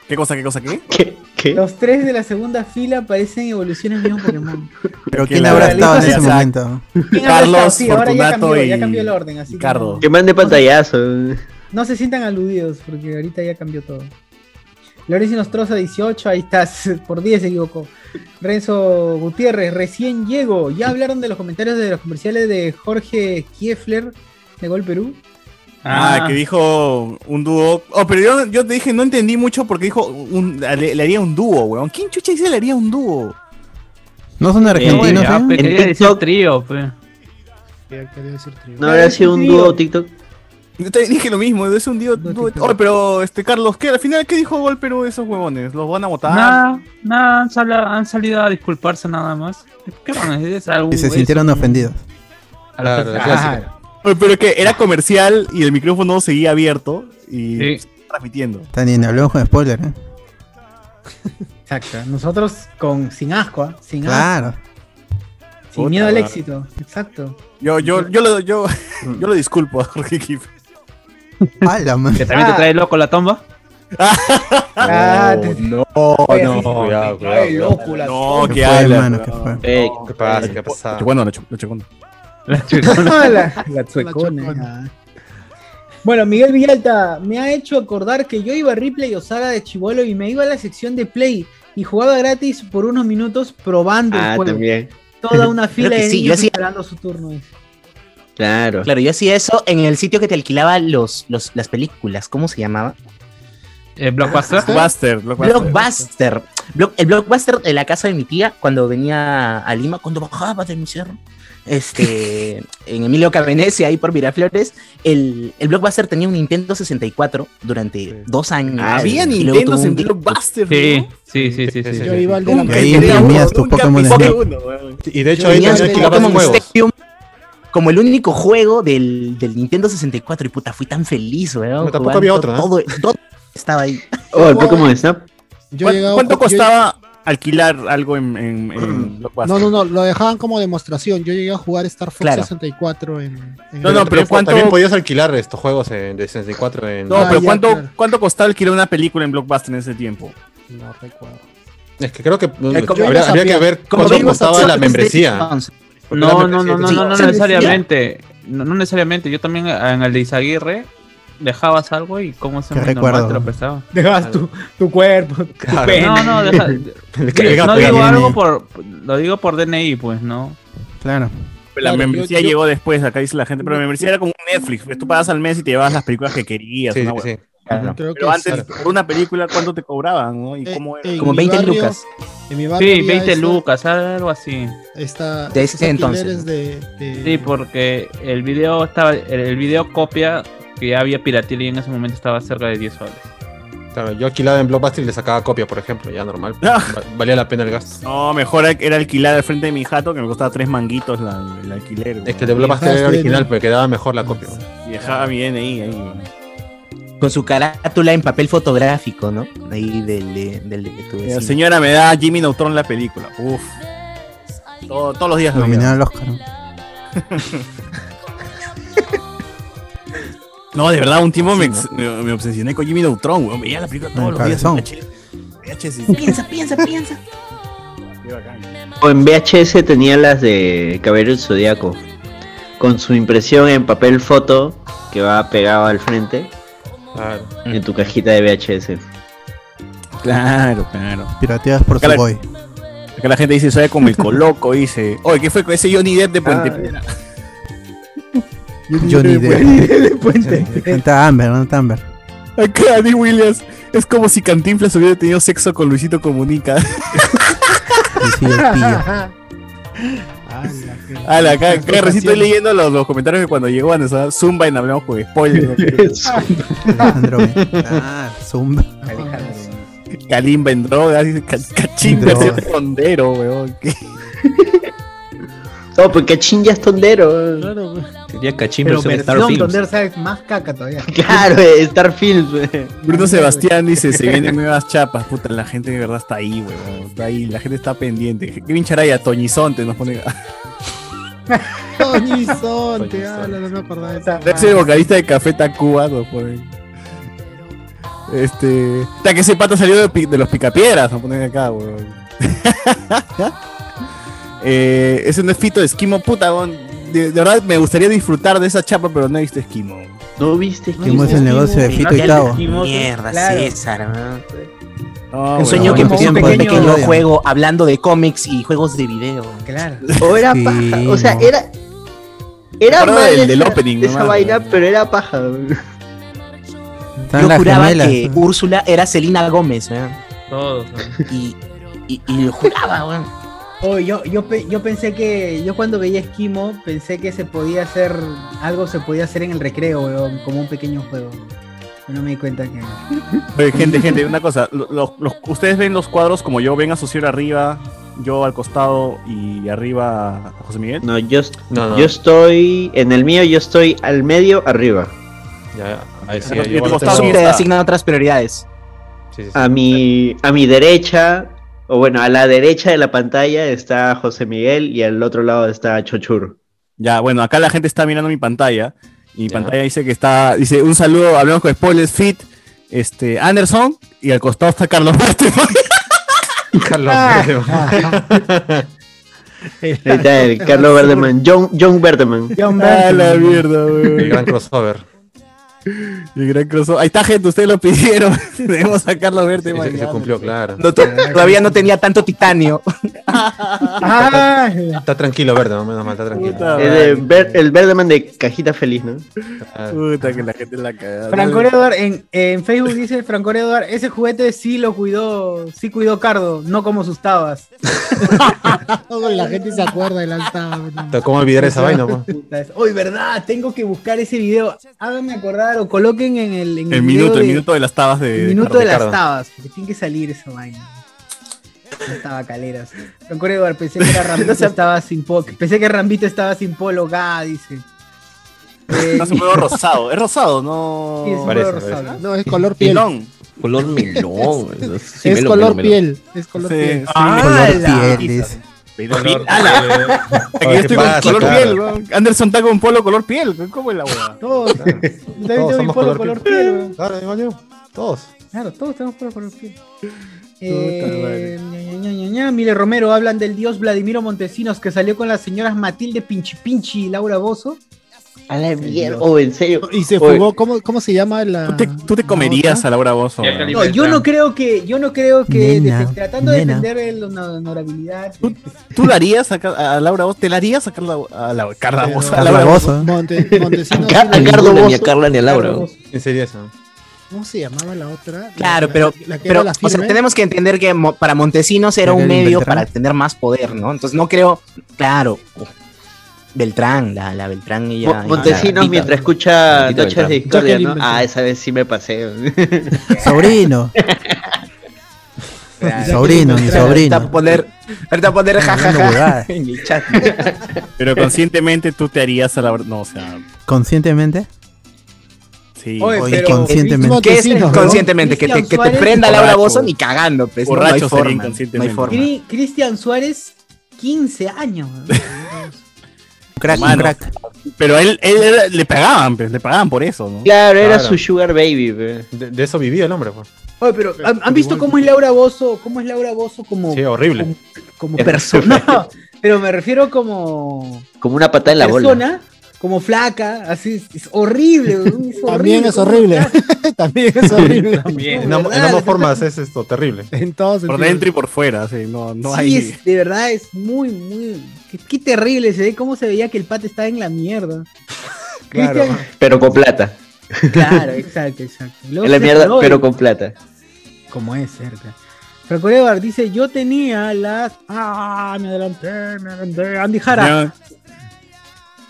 [SPEAKER 3] ¿Qué cosa, qué cosa, qué?
[SPEAKER 1] Los tres de la segunda fila parecen evoluciones de un Pokémon.
[SPEAKER 4] Pero
[SPEAKER 3] Que
[SPEAKER 4] quién
[SPEAKER 3] la
[SPEAKER 4] habrá
[SPEAKER 3] verdad,
[SPEAKER 4] estado en ese
[SPEAKER 3] exacto.
[SPEAKER 4] momento.
[SPEAKER 1] ¿Quién habrá estado?
[SPEAKER 3] Carlos,
[SPEAKER 1] Sí, ahora ya
[SPEAKER 3] Fortunato
[SPEAKER 1] cambió, ya
[SPEAKER 3] y-
[SPEAKER 1] cambió el orden, así
[SPEAKER 3] y
[SPEAKER 1] que
[SPEAKER 3] Cardo.
[SPEAKER 11] Que mande pantallazo.
[SPEAKER 1] No se sientan aludidos, porque ahorita ya cambió todo. Lorenzo Nostroza 18, ahí estás, por 10 se equivocó. Renzo Gutiérrez, recién llego. Ya hablaron de los comentarios de los comerciales de Jorge Kiefler de Gol Perú.
[SPEAKER 3] Ah,
[SPEAKER 12] Ah.
[SPEAKER 3] que dijo un dúo. Oh, pero yo, yo te dije, no entendí mucho porque dijo, un- le, le haría un dúo, weón. ¿Quién chucha dice le haría un dúo?
[SPEAKER 4] ¿No son
[SPEAKER 12] Eh,
[SPEAKER 4] argentinos?
[SPEAKER 12] ya,
[SPEAKER 4] eh?
[SPEAKER 12] pe, quería decir trío, pe.
[SPEAKER 11] ¿No habrá sido un dúo TikTok?
[SPEAKER 3] Yo te dije lo mismo, es un dúo. dúo- Oh, pero este Carlos, ¿qué? Al final, ¿qué dijo Gol Perú de esos huevones? ¿Los van a votar?
[SPEAKER 12] Nada, nada, han, sal- han salido a disculparse nada más. ¿Qué van a decir? Es algo-
[SPEAKER 4] Y se
[SPEAKER 12] es
[SPEAKER 4] sintieron
[SPEAKER 12] un-
[SPEAKER 4] ofendidos.
[SPEAKER 12] a la-
[SPEAKER 2] Claro, la clásica.
[SPEAKER 3] Oye, Oh, Pero que era comercial y el micrófono seguía abierto
[SPEAKER 12] Sí.
[SPEAKER 3] y seguía transmitiendo.
[SPEAKER 4] Está bien, hablamos con spoiler, ¿eh?
[SPEAKER 1] Exacto. Nosotros con sin asco, ¿ah? sin asco,
[SPEAKER 4] Claro.
[SPEAKER 1] sin
[SPEAKER 3] Puta
[SPEAKER 1] miedo al
[SPEAKER 3] madre.
[SPEAKER 1] éxito. Exacto.
[SPEAKER 3] Yo, yo, yo, lo, yo, yo lo disculpo a Jorge Kif.
[SPEAKER 4] Ala, man.
[SPEAKER 12] ¿Que también te trae loco la tomba?
[SPEAKER 1] Ah, te-
[SPEAKER 2] No,
[SPEAKER 3] Oh,
[SPEAKER 1] Oye,
[SPEAKER 2] no,
[SPEAKER 1] sí,
[SPEAKER 2] cuidado,
[SPEAKER 1] Ay,
[SPEAKER 2] cuidado.
[SPEAKER 1] loco, la
[SPEAKER 3] No,
[SPEAKER 4] ¿Qué
[SPEAKER 3] que
[SPEAKER 4] fue,
[SPEAKER 3] habla.
[SPEAKER 4] hermano? ¿Qué
[SPEAKER 3] no.
[SPEAKER 4] fue?
[SPEAKER 11] Ey,
[SPEAKER 2] ¿Qué pasa? ¿Qué pasa?
[SPEAKER 3] Lo Bueno, lo chu- lo chocó.
[SPEAKER 1] Ah, la, la chuecona, ya. Bueno, Miguel Villalta me ha hecho acordar que yo iba a Ripley Osara de Chivolo y me iba a la sección de Play y jugaba gratis por unos minutos probando
[SPEAKER 11] Ah,
[SPEAKER 1] el juego.
[SPEAKER 11] también.
[SPEAKER 1] Toda una fila
[SPEAKER 7] Creo que
[SPEAKER 1] de
[SPEAKER 7] sí, yo
[SPEAKER 1] niños
[SPEAKER 7] hacía-
[SPEAKER 1] esperando su turno. dice.
[SPEAKER 11] Claro.
[SPEAKER 7] Claro, yo hacía eso en el sitio que te alquilaba los, los, las películas. ¿Cómo se llamaba?
[SPEAKER 12] Eh, Blockbuster.
[SPEAKER 3] Blockbuster, Blockbuster.
[SPEAKER 7] Blockbuster. Block- el Blockbuster de la casa de mi tía, cuando venía a Lima, cuando bajaba de mi cerro, este, en Emilio Cabenesi, ahí por Miraflores, el, el Blockbuster tenía un Nintendo 64 durante dos años.
[SPEAKER 3] Ah, Había
[SPEAKER 7] Y luego
[SPEAKER 3] Nintendos
[SPEAKER 7] tuvo un
[SPEAKER 3] en
[SPEAKER 7] Di-
[SPEAKER 3] Blockbuster,
[SPEAKER 12] Sí, sí, sí, sí, sí, sí.
[SPEAKER 7] Yo iba al de la
[SPEAKER 12] Nunca
[SPEAKER 7] Ahí
[SPEAKER 12] quería
[SPEAKER 7] imprimías
[SPEAKER 12] uno,
[SPEAKER 7] tus
[SPEAKER 12] nunca
[SPEAKER 7] Pokémon
[SPEAKER 12] quise
[SPEAKER 7] Snap.
[SPEAKER 12] uno, weón.
[SPEAKER 2] Y de hecho, ahí
[SPEAKER 7] Tenías
[SPEAKER 2] también
[SPEAKER 7] el
[SPEAKER 2] alquilabas
[SPEAKER 7] Pokémon
[SPEAKER 2] juegos.
[SPEAKER 7] Stadium como el único juego del, del Nintendo 64 y puta, fui tan feliz, weón.
[SPEAKER 2] Pero tampoco había otro, ¿eh?
[SPEAKER 7] Todo, todo estaba ahí.
[SPEAKER 6] Oh, el Pokémon Snap.
[SPEAKER 5] Yo he llegado-
[SPEAKER 3] ¿Cuánto
[SPEAKER 5] yo-
[SPEAKER 3] costaba alquilar algo en, en, en Blockbuster?
[SPEAKER 5] No, no, no, lo dejaban como demostración. Yo llegué a jugar Star Fox
[SPEAKER 3] Claro.
[SPEAKER 5] 64 en, en-
[SPEAKER 3] No, no, pero
[SPEAKER 2] también-
[SPEAKER 3] ¿cuánto-
[SPEAKER 2] También podías alquilar estos juegos en, de 64 en... Ah,
[SPEAKER 3] No, pero ¿cuánto, ¿cuánto costaba alquilar una película en Blockbuster en ese tiempo?
[SPEAKER 5] No recuerdo.
[SPEAKER 2] Es que creo que
[SPEAKER 3] Eh, como-
[SPEAKER 2] habría, habría que ver
[SPEAKER 3] como
[SPEAKER 2] cuánto
[SPEAKER 3] vimos
[SPEAKER 2] costaba
[SPEAKER 3] acciones
[SPEAKER 2] la
[SPEAKER 3] de
[SPEAKER 2] membresía.
[SPEAKER 3] Johnson.
[SPEAKER 2] Porque la
[SPEAKER 12] No, no, no,
[SPEAKER 2] membresía
[SPEAKER 12] no, no,
[SPEAKER 2] tiene-
[SPEAKER 12] no, necesariamente. No, no necesariamente. Yo también eh, en el de Izaguirre dejabas algo y como se
[SPEAKER 4] Qué
[SPEAKER 12] me
[SPEAKER 4] recuerdo.
[SPEAKER 12] te lo prestaba.
[SPEAKER 13] Dejabas tu, tu cuerpo, tu
[SPEAKER 12] Claro.
[SPEAKER 13] pene.
[SPEAKER 12] No, no, deja-
[SPEAKER 4] caiga
[SPEAKER 12] no digo
[SPEAKER 4] pegado.
[SPEAKER 12] algo por, lo digo por DNI, pues, ¿no?
[SPEAKER 4] Claro.
[SPEAKER 2] Pues
[SPEAKER 3] La
[SPEAKER 12] Claro,
[SPEAKER 3] membresía
[SPEAKER 12] yo- yo-
[SPEAKER 3] llegó después, acá dice la gente, pero la membresía era como un Netflix, pues tú pagas al mes y te llevas las películas que querías.
[SPEAKER 2] Sí,
[SPEAKER 3] una
[SPEAKER 2] sí,
[SPEAKER 3] hueva.
[SPEAKER 2] sí.
[SPEAKER 3] Claro.
[SPEAKER 5] Ujú, creo
[SPEAKER 3] Pero
[SPEAKER 5] que
[SPEAKER 3] antes,
[SPEAKER 5] sí.
[SPEAKER 3] por una película, ¿cuánto te cobraban? no? ¿Y cómo era?
[SPEAKER 5] en mi barrio- En mi barrio
[SPEAKER 12] Sí,
[SPEAKER 5] había
[SPEAKER 12] 20
[SPEAKER 5] esa-
[SPEAKER 12] lucas, algo así.
[SPEAKER 5] Esta,
[SPEAKER 12] De
[SPEAKER 5] estos
[SPEAKER 12] ese entonces,
[SPEAKER 5] alquileres
[SPEAKER 12] ¿no?
[SPEAKER 5] de- de-
[SPEAKER 12] Sí, porque el video estaba, el, el video copia que ya había piratería y en ese momento estaba cerca de 10 soles.
[SPEAKER 2] Claro, yo alquilaba en Blockbuster y le sacaba copia, por ejemplo, ya normal.
[SPEAKER 3] Ah.
[SPEAKER 2] Va- Valía la pena el gasto.
[SPEAKER 3] No, mejor al- era alquilar al frente de mi jato que me costaba tres manguitos la- el alquiler.
[SPEAKER 2] Es
[SPEAKER 3] weón.
[SPEAKER 5] Este,
[SPEAKER 2] que el de Blockbuster era original, pero quedaba mejor la copia.
[SPEAKER 5] pues.
[SPEAKER 3] Y dejaba mi DNI ahí, weón.
[SPEAKER 7] Con su carátula en papel fotográfico, ¿no? Ahí del, de- del, de tu
[SPEAKER 3] La
[SPEAKER 7] vecino.
[SPEAKER 3] señora me da Jimmy Neutron la película. Uf. Todo- todos los días lo
[SPEAKER 4] Nominada al Oscar. ¿no?
[SPEAKER 3] No, de verdad, un tiempo me, ex- me- me obsesioné con Jimmy Neutron, weón. Veía la película todos
[SPEAKER 4] El
[SPEAKER 3] los días.
[SPEAKER 4] cabezón.
[SPEAKER 7] Piensa, piensa, piensa.
[SPEAKER 6] O en VHS tenía las de Caballero del Zodíaco. Con su impresión en papel foto que va pegado al frente
[SPEAKER 2] Claro.
[SPEAKER 6] en tu cajita de VHS.
[SPEAKER 3] Claro, claro.
[SPEAKER 4] Pirateadas por
[SPEAKER 3] Acá la-
[SPEAKER 4] su boy.
[SPEAKER 3] Acá la gente dice, soy como el coloco, dice. Oye, ¿qué fue con ese Johnny Depp de Puente Piedra?
[SPEAKER 4] Johnny Depp. ¿Dónde está Amber? ¿Dónde está Amber?
[SPEAKER 3] Acá Andy Williams. Es como si Cantinflas hubiera tenido sexo con Luisito Comunica.
[SPEAKER 4] Y sigue el pillo.
[SPEAKER 3] Ala, acá, acá recién estoy leyendo los, los comentarios que cuando llegó Andes, ¿ah? Zumba en Hablamos con Spoiler.
[SPEAKER 4] Alejandro Benar, Ah, Zumba.
[SPEAKER 3] Kalimba en drogas, dice, "Ca- Cachín
[SPEAKER 4] Drogas.
[SPEAKER 3] versión rondero, weón. ¿Qué?
[SPEAKER 6] No, porque Chin ya es tondero.
[SPEAKER 5] Claro,
[SPEAKER 11] Sería Cachín
[SPEAKER 13] Pero
[SPEAKER 11] versión Star
[SPEAKER 13] versión
[SPEAKER 11] Films.
[SPEAKER 13] donde sabes más caca todavía.
[SPEAKER 6] claro, eh, Star Films. eh.
[SPEAKER 3] Bruno Sebastián dice, se vienen nuevas chapas. Puta, la gente de verdad está ahí, weón. Está ahí, la gente está pendiente. Kevin Charaya, Toñizonte nos pone...
[SPEAKER 5] Tony Sonte, ala, no me acordaba de esa.
[SPEAKER 3] Debe ser el vocalista de Café Tacuba, nos ponen. Este... Hasta que ese pata salió de, pi- de los picapiedras, nos ponen acá, weón. eh, ese no es Fito de Esquimo, puta, weón. De, de verdad me gustaría disfrutar de esa chapa, pero no he visto Esquimo.
[SPEAKER 6] ¿No viste?
[SPEAKER 4] Que hemos el negocio de Fito y Tavo.
[SPEAKER 7] Mierda,
[SPEAKER 13] Claro.
[SPEAKER 7] César,
[SPEAKER 1] Ah,
[SPEAKER 7] man.
[SPEAKER 3] No,
[SPEAKER 7] Un
[SPEAKER 3] weón.
[SPEAKER 7] sueño que
[SPEAKER 4] Ah, bueno,
[SPEAKER 7] me dio un
[SPEAKER 4] tiempo de
[SPEAKER 7] pequeño
[SPEAKER 4] pequeño.
[SPEAKER 7] juego hablando de cómics y juegos de video.
[SPEAKER 13] Claro.
[SPEAKER 6] O era
[SPEAKER 4] Sí,
[SPEAKER 6] paja. O sea,
[SPEAKER 4] no.
[SPEAKER 6] era. Era
[SPEAKER 3] acuerdo
[SPEAKER 6] mal
[SPEAKER 3] del-
[SPEAKER 6] esa-
[SPEAKER 3] del opening,
[SPEAKER 6] esa
[SPEAKER 3] nomás.
[SPEAKER 6] vaina, pero era paja.
[SPEAKER 4] Están
[SPEAKER 7] Yo
[SPEAKER 4] las
[SPEAKER 7] juraba
[SPEAKER 4] gemelas.
[SPEAKER 7] que Úrsula era Selena Gómez, weón.
[SPEAKER 12] Todos. ¿no?
[SPEAKER 7] Y, y, y lo juraba, weón.
[SPEAKER 13] Oh, yo, yo, pe- yo pensé que, yo cuando veía Esquimo, pensé que se podía hacer, algo se podía hacer en el recreo, weón, como un pequeño juego. Pero no me di cuenta que...
[SPEAKER 3] Oye, Eh, gente, gente, una cosa. lo- lo- los- ustedes ven los cuadros como yo, ven a Sucio arriba, yo al costado y arriba a José Miguel.
[SPEAKER 6] No, yo,
[SPEAKER 2] No, no.
[SPEAKER 6] yo estoy. En el mío, yo estoy al medio, arriba.
[SPEAKER 2] Ya, ahí sí,
[SPEAKER 3] Pero
[SPEAKER 2] ahí
[SPEAKER 3] yo
[SPEAKER 2] igual
[SPEAKER 3] como
[SPEAKER 2] tengo-
[SPEAKER 7] Eso
[SPEAKER 3] bien.
[SPEAKER 7] te asignan otras prioridades.
[SPEAKER 2] sí, sí, sí.
[SPEAKER 6] A mi, a mi derecha, o bueno, a la derecha de la pantalla está José Miguel y al otro lado está Chochur.
[SPEAKER 3] Ya, bueno, acá la gente está mirando mi pantalla. Y mi pantalla dice que está. Dice un saludo, hablamos con spoilers, fit, este, Anderson. Y al costado está Carlos Martín.
[SPEAKER 2] Carlos,
[SPEAKER 5] ah,
[SPEAKER 6] Ahí está el Carlos Verdeman, John, John Verdeman.
[SPEAKER 13] John
[SPEAKER 3] ¡A
[SPEAKER 13] Burton.
[SPEAKER 3] la Ah, mierda,
[SPEAKER 2] el
[SPEAKER 3] weón!
[SPEAKER 2] gran crossover.
[SPEAKER 3] El gran crossover. Ahí está, gente, ustedes lo pidieron. Debemos sacarlo a verte
[SPEAKER 2] Ese que se
[SPEAKER 3] mañana.
[SPEAKER 2] cumplió, claro.
[SPEAKER 7] No, to- todavía no tenía tanto titanio.
[SPEAKER 4] Ah.
[SPEAKER 2] Está tranquilo, Verde, no, menos mal, está tranquilo.
[SPEAKER 6] El, de ver- el Verdeman de cajita feliz, ¿no?
[SPEAKER 2] Ah.
[SPEAKER 3] Puta, que la gente la cagada.
[SPEAKER 1] Franco Eduard en, en Facebook dice Franco Eduard, ese juguete sí lo cuidó, sí cuidó Cardo, no como sus tabas.
[SPEAKER 5] La gente se acuerda de las tablas.
[SPEAKER 2] ¿Cómo olvidar esa vaina, po?
[SPEAKER 1] Puta, es- Hoy, verdad, tengo que buscar ese video. Háganme acordar o coloquen en el, en
[SPEAKER 3] El minuto, el
[SPEAKER 1] video de-
[SPEAKER 3] minuto de las tabas de.
[SPEAKER 1] el minuto de las
[SPEAKER 3] Ricardo.
[SPEAKER 1] tabas, porque tiene que salir esa vaina. Estaba caleras. Franco Eduard, pensé que era Rambito estaba sin polo. Pensé que Rambito estaba sin polo, ga, dice. Eh,
[SPEAKER 3] No, es un juego rosado. Es rosado, no.
[SPEAKER 1] Sí, es un Parece, juego rosado, parece.
[SPEAKER 5] No, es color piel.
[SPEAKER 3] Melón.
[SPEAKER 14] Color melón. Sí,
[SPEAKER 5] es
[SPEAKER 14] melón,
[SPEAKER 5] color
[SPEAKER 14] melón, melón.
[SPEAKER 5] piel. Es color
[SPEAKER 3] Sí,
[SPEAKER 5] piel.
[SPEAKER 3] sí. Ah,
[SPEAKER 4] Color
[SPEAKER 3] la-
[SPEAKER 4] piel, dice.
[SPEAKER 3] Color- ¡Ala! Aquí yo
[SPEAKER 2] ¿qué
[SPEAKER 3] estoy con
[SPEAKER 2] pasa,
[SPEAKER 3] color
[SPEAKER 2] cara?
[SPEAKER 3] piel, weón. Anderson está con polo color piel. ¿Cómo es la hueá?
[SPEAKER 1] Todos. Yo también tengo mi
[SPEAKER 2] somos
[SPEAKER 1] polo
[SPEAKER 2] color
[SPEAKER 1] color piel, weón.
[SPEAKER 2] Claro, igual yo. Todos.
[SPEAKER 1] Claro, todos tenemos polo color piel. Eh, ña, ña, ña, ña. Mire Romero, hablan del dios Vladimiro Montesinos que salió con las señoras Matilde Pinchi Pinchi y Laura Bozo.
[SPEAKER 6] A la mierda. O en serio.
[SPEAKER 5] Y se
[SPEAKER 6] Oye,
[SPEAKER 5] fugó, ¿cómo, cómo se llama la.
[SPEAKER 3] ¿Tú te, tú te comerías a Laura Bozo.
[SPEAKER 12] Ya,
[SPEAKER 3] weón.
[SPEAKER 12] Cali-
[SPEAKER 1] No, yo no creo que, yo no creo que
[SPEAKER 3] Nena,
[SPEAKER 1] defe- tratando de
[SPEAKER 3] nena.
[SPEAKER 1] defender el- la honorabilidad.
[SPEAKER 3] ¿Tú la harías a, Car- a Laura Bozo? ¿Te la harías a Carla a la, Carla Bozo? A Laura
[SPEAKER 4] Carla
[SPEAKER 3] Bozo.
[SPEAKER 4] Bozo.
[SPEAKER 5] Monte- Montesinos.
[SPEAKER 14] Ca- a
[SPEAKER 5] sí,
[SPEAKER 14] Cardo
[SPEAKER 5] Cardo
[SPEAKER 14] ni a
[SPEAKER 5] Bozo.
[SPEAKER 14] Carla ni a Laura.
[SPEAKER 5] Cardo
[SPEAKER 14] weón.
[SPEAKER 5] Bozo.
[SPEAKER 2] En serio, eso.
[SPEAKER 5] ¿Cómo se llamaba la otra? La-
[SPEAKER 7] Claro,
[SPEAKER 5] la-
[SPEAKER 7] pero,
[SPEAKER 5] la que
[SPEAKER 7] pero
[SPEAKER 5] era la
[SPEAKER 7] o sea,
[SPEAKER 5] firme.
[SPEAKER 7] tenemos que entender que mo- para Montesinos era
[SPEAKER 4] Era
[SPEAKER 7] un
[SPEAKER 4] el
[SPEAKER 7] medio
[SPEAKER 4] Beltrán.
[SPEAKER 7] para tener más poder, ¿no? Entonces no creo, claro, oh, Beltrán, la, la Beltrán y
[SPEAKER 6] Mo-
[SPEAKER 7] ya.
[SPEAKER 6] Montesinos mientras escucha
[SPEAKER 14] Tita
[SPEAKER 6] Noches de
[SPEAKER 14] Beltrán.
[SPEAKER 6] Discordia, ¿no?
[SPEAKER 5] Jacqueline
[SPEAKER 6] Ah, esa vez sí me pasé.
[SPEAKER 4] Sobrino. Mi sobrino, mi
[SPEAKER 7] Ahorita
[SPEAKER 4] sobrino.
[SPEAKER 7] poner, ahorita poner
[SPEAKER 4] Hablando
[SPEAKER 7] jajaja
[SPEAKER 4] huevadas.
[SPEAKER 7] en el chat.
[SPEAKER 3] Pero conscientemente tú te harías a Laura. No, o sea,
[SPEAKER 4] ¿Conscientemente?
[SPEAKER 3] sí.
[SPEAKER 1] Oye,
[SPEAKER 4] O
[SPEAKER 1] pero-
[SPEAKER 4] inconscientemente.
[SPEAKER 7] ¿Qué es
[SPEAKER 5] Montesinos, ¿no?
[SPEAKER 7] conscientemente? Que te,
[SPEAKER 1] Cristian
[SPEAKER 7] que te
[SPEAKER 1] Suárez-
[SPEAKER 7] prenda Laura
[SPEAKER 3] Borracho.
[SPEAKER 7] Bozo ni cagando, pues, no, no hay
[SPEAKER 3] Borracho sería
[SPEAKER 7] forma. No hay
[SPEAKER 3] inconscientemente.
[SPEAKER 7] forma.
[SPEAKER 1] Cri- Cristian Suárez, 15 años. weón.
[SPEAKER 4] Crack,
[SPEAKER 3] Mano.
[SPEAKER 4] crack.
[SPEAKER 3] Pero él, él, era- le pagaban, pues, le pagaban por eso, ¿no?
[SPEAKER 6] Claro, era
[SPEAKER 2] Claro.
[SPEAKER 6] su Sugar Baby. pe.
[SPEAKER 2] De, de eso vivía el hombre, pues.
[SPEAKER 1] Oye, pero ¿han, han visto cómo es Laura Bozo? ¿Cómo es Laura Bozo como,
[SPEAKER 2] Sí, horrible.
[SPEAKER 1] como persona? No, pero me refiero como
[SPEAKER 6] Como una patada en la bola.
[SPEAKER 1] persona, como flaca, así es, es horrible, weón, es horrible.
[SPEAKER 5] También es
[SPEAKER 1] ¿Cómo
[SPEAKER 5] horrible. También es horrible.
[SPEAKER 2] En, am- en ambas formas es esto, terrible.
[SPEAKER 5] En todos
[SPEAKER 3] Por dentro y por fuera, sí. No, no
[SPEAKER 1] sí,
[SPEAKER 3] hay.
[SPEAKER 1] es- de verdad es muy, muy. Qué, qué terrible se ve cómo se veía que el pata estaba en la mierda.
[SPEAKER 2] Claro.
[SPEAKER 1] Cristian-
[SPEAKER 6] Pero con plata.
[SPEAKER 1] claro, exacto, exacto. Luego
[SPEAKER 6] En la
[SPEAKER 1] se
[SPEAKER 6] mierda,
[SPEAKER 1] paró y-
[SPEAKER 6] pero con plata.
[SPEAKER 1] Como es cerca. Franco Levar dice: Yo tenía las. Ah, me adelanté, me adelanté. Andy Jara.
[SPEAKER 3] Ya,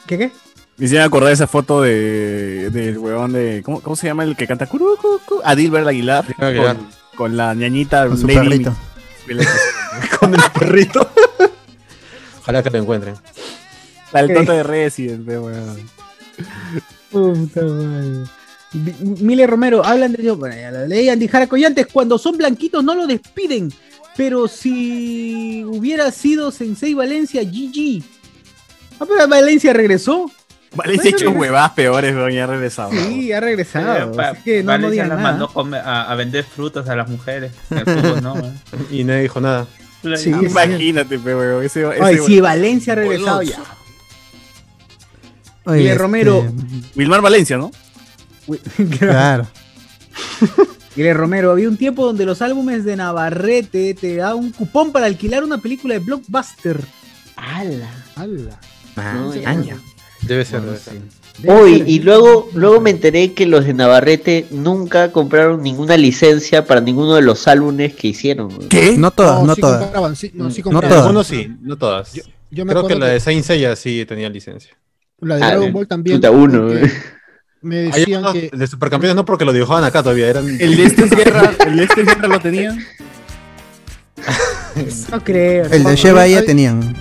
[SPEAKER 1] ¿Qué qué?
[SPEAKER 3] me hicieron acordar esa foto de, del huevón de. ¿cómo, ¿Cómo se llama el que canta? Curu, cu, cu? Adilbert Aguilar.
[SPEAKER 2] Aguilar.
[SPEAKER 3] Con, con la ñañita.
[SPEAKER 4] Ah, Con su
[SPEAKER 3] Lady
[SPEAKER 4] perrito.
[SPEAKER 3] Mi-
[SPEAKER 2] Con el perrito. Ojalá que lo encuentren.
[SPEAKER 3] La del tonto de Resident, pe, weón.
[SPEAKER 1] Puta madre. Vi- Mile Romero, hablan de Dios. Bueno, ya la ley Andy Jara Collantes. Cuando son blanquitos no lo despiden. Pero si hubiera sido Sensei Valencia, GG. Ah, pero Valencia regresó.
[SPEAKER 3] Valencia ha hecho
[SPEAKER 1] Bueno,
[SPEAKER 3] huevadas peores, weón. Ya ha regresado.
[SPEAKER 1] Sí, ha regresado.
[SPEAKER 12] Pa-
[SPEAKER 1] así que no, no
[SPEAKER 12] Valencia
[SPEAKER 1] digan
[SPEAKER 12] las
[SPEAKER 1] nada.
[SPEAKER 12] mandó come- a, a vender frutas a las mujeres. al fútbol, ¿no, man?
[SPEAKER 2] Y nadie dijo nada.
[SPEAKER 1] Sí,
[SPEAKER 12] Ay,
[SPEAKER 1] es
[SPEAKER 3] Imagínate, pe, weón. Ese, ese
[SPEAKER 1] Ay,
[SPEAKER 3] weón.
[SPEAKER 1] si Valencia ha regresado ya.
[SPEAKER 4] Oye,
[SPEAKER 1] Mire, Romero.
[SPEAKER 3] Wilmar Valencia, ¿no?
[SPEAKER 4] Claro.
[SPEAKER 1] Mire Romero, había un tiempo donde los álbumes de Navarrete te da un cupón para alquilar una película de blockbuster.
[SPEAKER 5] Ala.
[SPEAKER 7] Ah,
[SPEAKER 6] ya.
[SPEAKER 7] aña.
[SPEAKER 2] Debe ser. debe ser.
[SPEAKER 6] Uy, y luego, luego me enteré que los de Navarrete nunca compraron ninguna licencia para ninguno de los álbumes que hicieron. güey.
[SPEAKER 3] ¿Qué?
[SPEAKER 4] No todas, no
[SPEAKER 5] sí
[SPEAKER 4] todas.
[SPEAKER 5] compraban, sí, no, sí
[SPEAKER 4] No
[SPEAKER 5] compraban.
[SPEAKER 4] todas.
[SPEAKER 2] Algunos sí, no todas.
[SPEAKER 5] Yo, yo me
[SPEAKER 2] Creo que
[SPEAKER 5] acuerdo
[SPEAKER 2] la de Saint Seiya sí tenía licencia.
[SPEAKER 5] la de
[SPEAKER 6] Ah,
[SPEAKER 5] Dragon
[SPEAKER 6] de-
[SPEAKER 5] Ball también.
[SPEAKER 6] puta uno,
[SPEAKER 5] porque
[SPEAKER 14] eh.
[SPEAKER 6] güey.
[SPEAKER 5] Me
[SPEAKER 2] Hay
[SPEAKER 5] decían
[SPEAKER 2] unos
[SPEAKER 5] que.
[SPEAKER 2] de Supercampeones no porque lo dibujaban acá todavía. Eran...
[SPEAKER 3] El de Estes Guerra, el de Estes Guerra lo tenía.
[SPEAKER 1] No creo.
[SPEAKER 4] El de Sheba ahí ya tenían.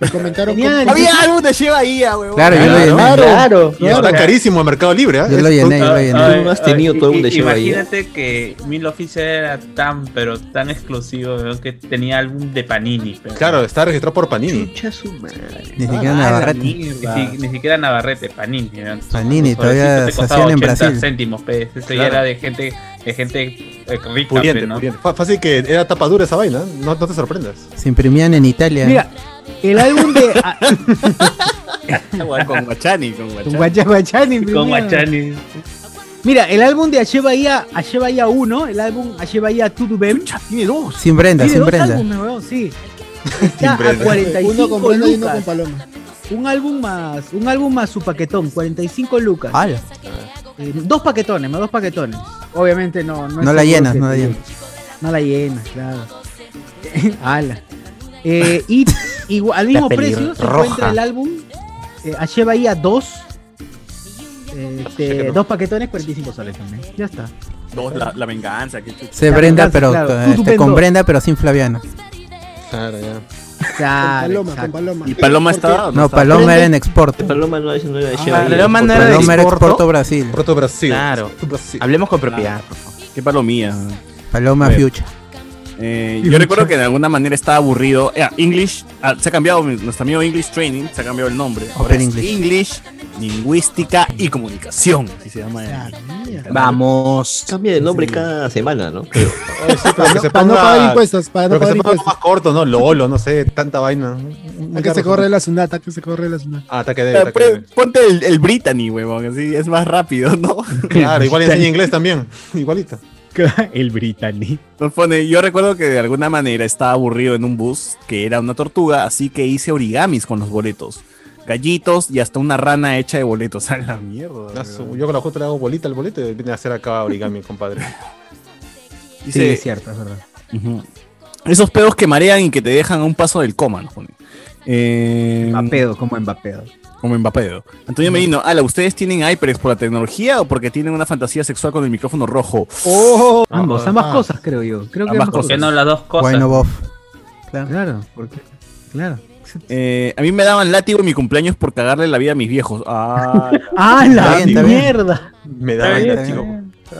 [SPEAKER 5] Me comentaron.
[SPEAKER 1] Genial.
[SPEAKER 5] cómo-
[SPEAKER 3] Había algo de Lleva ahí, ah, weón.
[SPEAKER 4] Claro, yo lo
[SPEAKER 2] Claro.
[SPEAKER 4] llené.
[SPEAKER 6] Claro.
[SPEAKER 2] Y está carísimo en Mercado Libre. ¿eh?
[SPEAKER 4] Yo lo
[SPEAKER 2] Es-
[SPEAKER 4] llené, yo lo
[SPEAKER 12] Ay,
[SPEAKER 4] llené.
[SPEAKER 12] ay,
[SPEAKER 14] Tú no has
[SPEAKER 12] ay,
[SPEAKER 14] tenido
[SPEAKER 12] y-
[SPEAKER 14] todo un
[SPEAKER 12] y-
[SPEAKER 14] deseo ahí, ¿eh?
[SPEAKER 12] eh, ah, Imagínate que Mil Officer era tan, pero tan exclusivo, weón, que tenía álbum de Panini. pero-
[SPEAKER 2] Claro, está registrado por Panini.
[SPEAKER 6] Chucha su madre.
[SPEAKER 4] Ni siquiera
[SPEAKER 12] Ah, la
[SPEAKER 4] Navarrete.
[SPEAKER 12] mierda. Ni, si- ni siquiera Navarrete, Panini. weón.
[SPEAKER 4] Panini,
[SPEAKER 12] Su
[SPEAKER 4] todavía
[SPEAKER 12] sobrecito te
[SPEAKER 4] se
[SPEAKER 12] costaba
[SPEAKER 4] hacían en
[SPEAKER 12] 80
[SPEAKER 4] Brasil.
[SPEAKER 12] céntimos, pe. Eso ya
[SPEAKER 2] Claro.
[SPEAKER 12] era de gente, de gente eh, rica,
[SPEAKER 2] Pudiente,
[SPEAKER 12] pe, ¿no?
[SPEAKER 2] pudiente. Fa- Fácil que era tapa dura esa vaina. ¿eh? No, no te sorprendas.
[SPEAKER 4] Se imprimían en Italia.
[SPEAKER 1] Mira, el álbum de ah,
[SPEAKER 3] Con Guachani, con Guachani.
[SPEAKER 1] Guacha- Guachani.
[SPEAKER 12] Con
[SPEAKER 1] primero.
[SPEAKER 12] Guachani.
[SPEAKER 1] Mira, el álbum de Ache Bahía, Ache Bahía 1, el álbum Ache Bahía Tutu Bem. Tiene dos.
[SPEAKER 4] Sin Brenda,
[SPEAKER 1] Tiene
[SPEAKER 4] sin
[SPEAKER 1] dos
[SPEAKER 4] Brenda.
[SPEAKER 1] álbumes, weón, sí. Está a
[SPEAKER 4] Brenda.
[SPEAKER 1] 45
[SPEAKER 5] Uno con Brenda y uno
[SPEAKER 1] lucas.
[SPEAKER 5] con Paloma.
[SPEAKER 1] Un álbum más, un álbum más su paquetón, 45 lucas. Eh, dos paquetones, más dos paquetones. Obviamente no. No, es
[SPEAKER 4] No la
[SPEAKER 1] seguro
[SPEAKER 4] llenas,
[SPEAKER 1] que-
[SPEAKER 4] no la llenas.
[SPEAKER 1] No la llenas, claro. Ala. Eh, y igual- al
[SPEAKER 4] La
[SPEAKER 1] mismo precio se
[SPEAKER 4] pelirroja.
[SPEAKER 1] encuentra el álbum eh, Ache Bahía 2. Este, Dos paquetones, 45 soles también. Ya está.
[SPEAKER 3] No, la, la venganza. que-
[SPEAKER 4] Se
[SPEAKER 1] La
[SPEAKER 4] Brenda,
[SPEAKER 1] venganza,
[SPEAKER 4] pero
[SPEAKER 1] claro.
[SPEAKER 4] eh,
[SPEAKER 1] Tú, tú,
[SPEAKER 4] este,
[SPEAKER 1] Bendo.
[SPEAKER 4] con Brenda, pero sin Flaviano.
[SPEAKER 2] Claro, ya.
[SPEAKER 1] Claro,
[SPEAKER 5] Paloma,
[SPEAKER 1] exacto.
[SPEAKER 5] con Paloma.
[SPEAKER 3] ¿Y Paloma estaba?
[SPEAKER 4] No, Paloma era en
[SPEAKER 6] Eh,
[SPEAKER 4] exporto.
[SPEAKER 6] Paloma no es no era de Sheba
[SPEAKER 7] Ah,
[SPEAKER 6] ahí,
[SPEAKER 7] Paloma no era de
[SPEAKER 4] Paloma era
[SPEAKER 7] Exporto.
[SPEAKER 4] exporto Brasil.
[SPEAKER 2] Proto Brasil.
[SPEAKER 7] Claro. Hablemos con propiedad. por favor.
[SPEAKER 3] Qué palomía.
[SPEAKER 4] Paloma
[SPEAKER 3] Bueno.
[SPEAKER 4] Future.
[SPEAKER 3] Eh, yo recuerdo que de alguna manera estaba aburrido. Eh, English, ah, se ha cambiado, mi- nuestro amigo English Training, se ha cambiado el nombre. Ahora
[SPEAKER 4] Open
[SPEAKER 3] es
[SPEAKER 4] English.
[SPEAKER 3] English, Lingüística y Comunicación. Así se llama. el-
[SPEAKER 7] Vamos.
[SPEAKER 6] Cambia de nombre cada semana, ¿no? Creo.
[SPEAKER 2] Para,
[SPEAKER 5] no- para no pagar impuestos, para no
[SPEAKER 2] pero que
[SPEAKER 5] pagar
[SPEAKER 2] se ponga
[SPEAKER 5] impuestos.
[SPEAKER 2] más corto, ¿no? Lolo, no sé, tanta vaina.
[SPEAKER 5] A que se corre la sunata, a que se corre la sunata.
[SPEAKER 2] Ah, ataque de
[SPEAKER 3] Eh,
[SPEAKER 2] ataque
[SPEAKER 3] pre-
[SPEAKER 2] de-
[SPEAKER 3] Ponte el, el Brittany, huevón, así es más rápido, ¿no?
[SPEAKER 2] Claro, igual enseña inglés también. Igualito.
[SPEAKER 15] El Brittany.
[SPEAKER 3] Nos pone, yo recuerdo que de alguna manera estaba aburrido en un bus que era una tortuga, así que hice origamis con los boletos. Gallitos y hasta una rana hecha de boletos. A la mierda.
[SPEAKER 2] Ah, su- Yo con la justa le hago bolita al boleto y viene a hacer acá origami, compadre.
[SPEAKER 3] Dice-
[SPEAKER 1] Sí, es cierto, es verdad.
[SPEAKER 3] Ujú. Esos pedos que marean y que te dejan a un paso del coma, nos pone. Eh,
[SPEAKER 1] Mbappeo, como Mbappeo.
[SPEAKER 3] Como Mbappeo. Antonio Medino, ala, ¿ustedes tienen HyperX por la tecnología o porque tienen una fantasía sexual con el micrófono rojo?
[SPEAKER 1] Oh, ambos, ambas
[SPEAKER 3] ah.
[SPEAKER 1] cosas, creo yo. Creo que
[SPEAKER 3] Ambas
[SPEAKER 1] ambas
[SPEAKER 3] cosas.
[SPEAKER 1] cosas.
[SPEAKER 12] ¿Por qué no las dos cosas?
[SPEAKER 4] Bueno, Bob.
[SPEAKER 1] Claro, claro, porque, claro.
[SPEAKER 3] Eh, a mí me daban látigo en mi cumpleaños por cagarle la vida a mis viejos. Ah,
[SPEAKER 1] ¡Ah, la
[SPEAKER 3] Está bien, está bien.
[SPEAKER 1] mierda!
[SPEAKER 2] Me
[SPEAKER 12] Está
[SPEAKER 2] daban
[SPEAKER 12] bien,
[SPEAKER 2] látigo.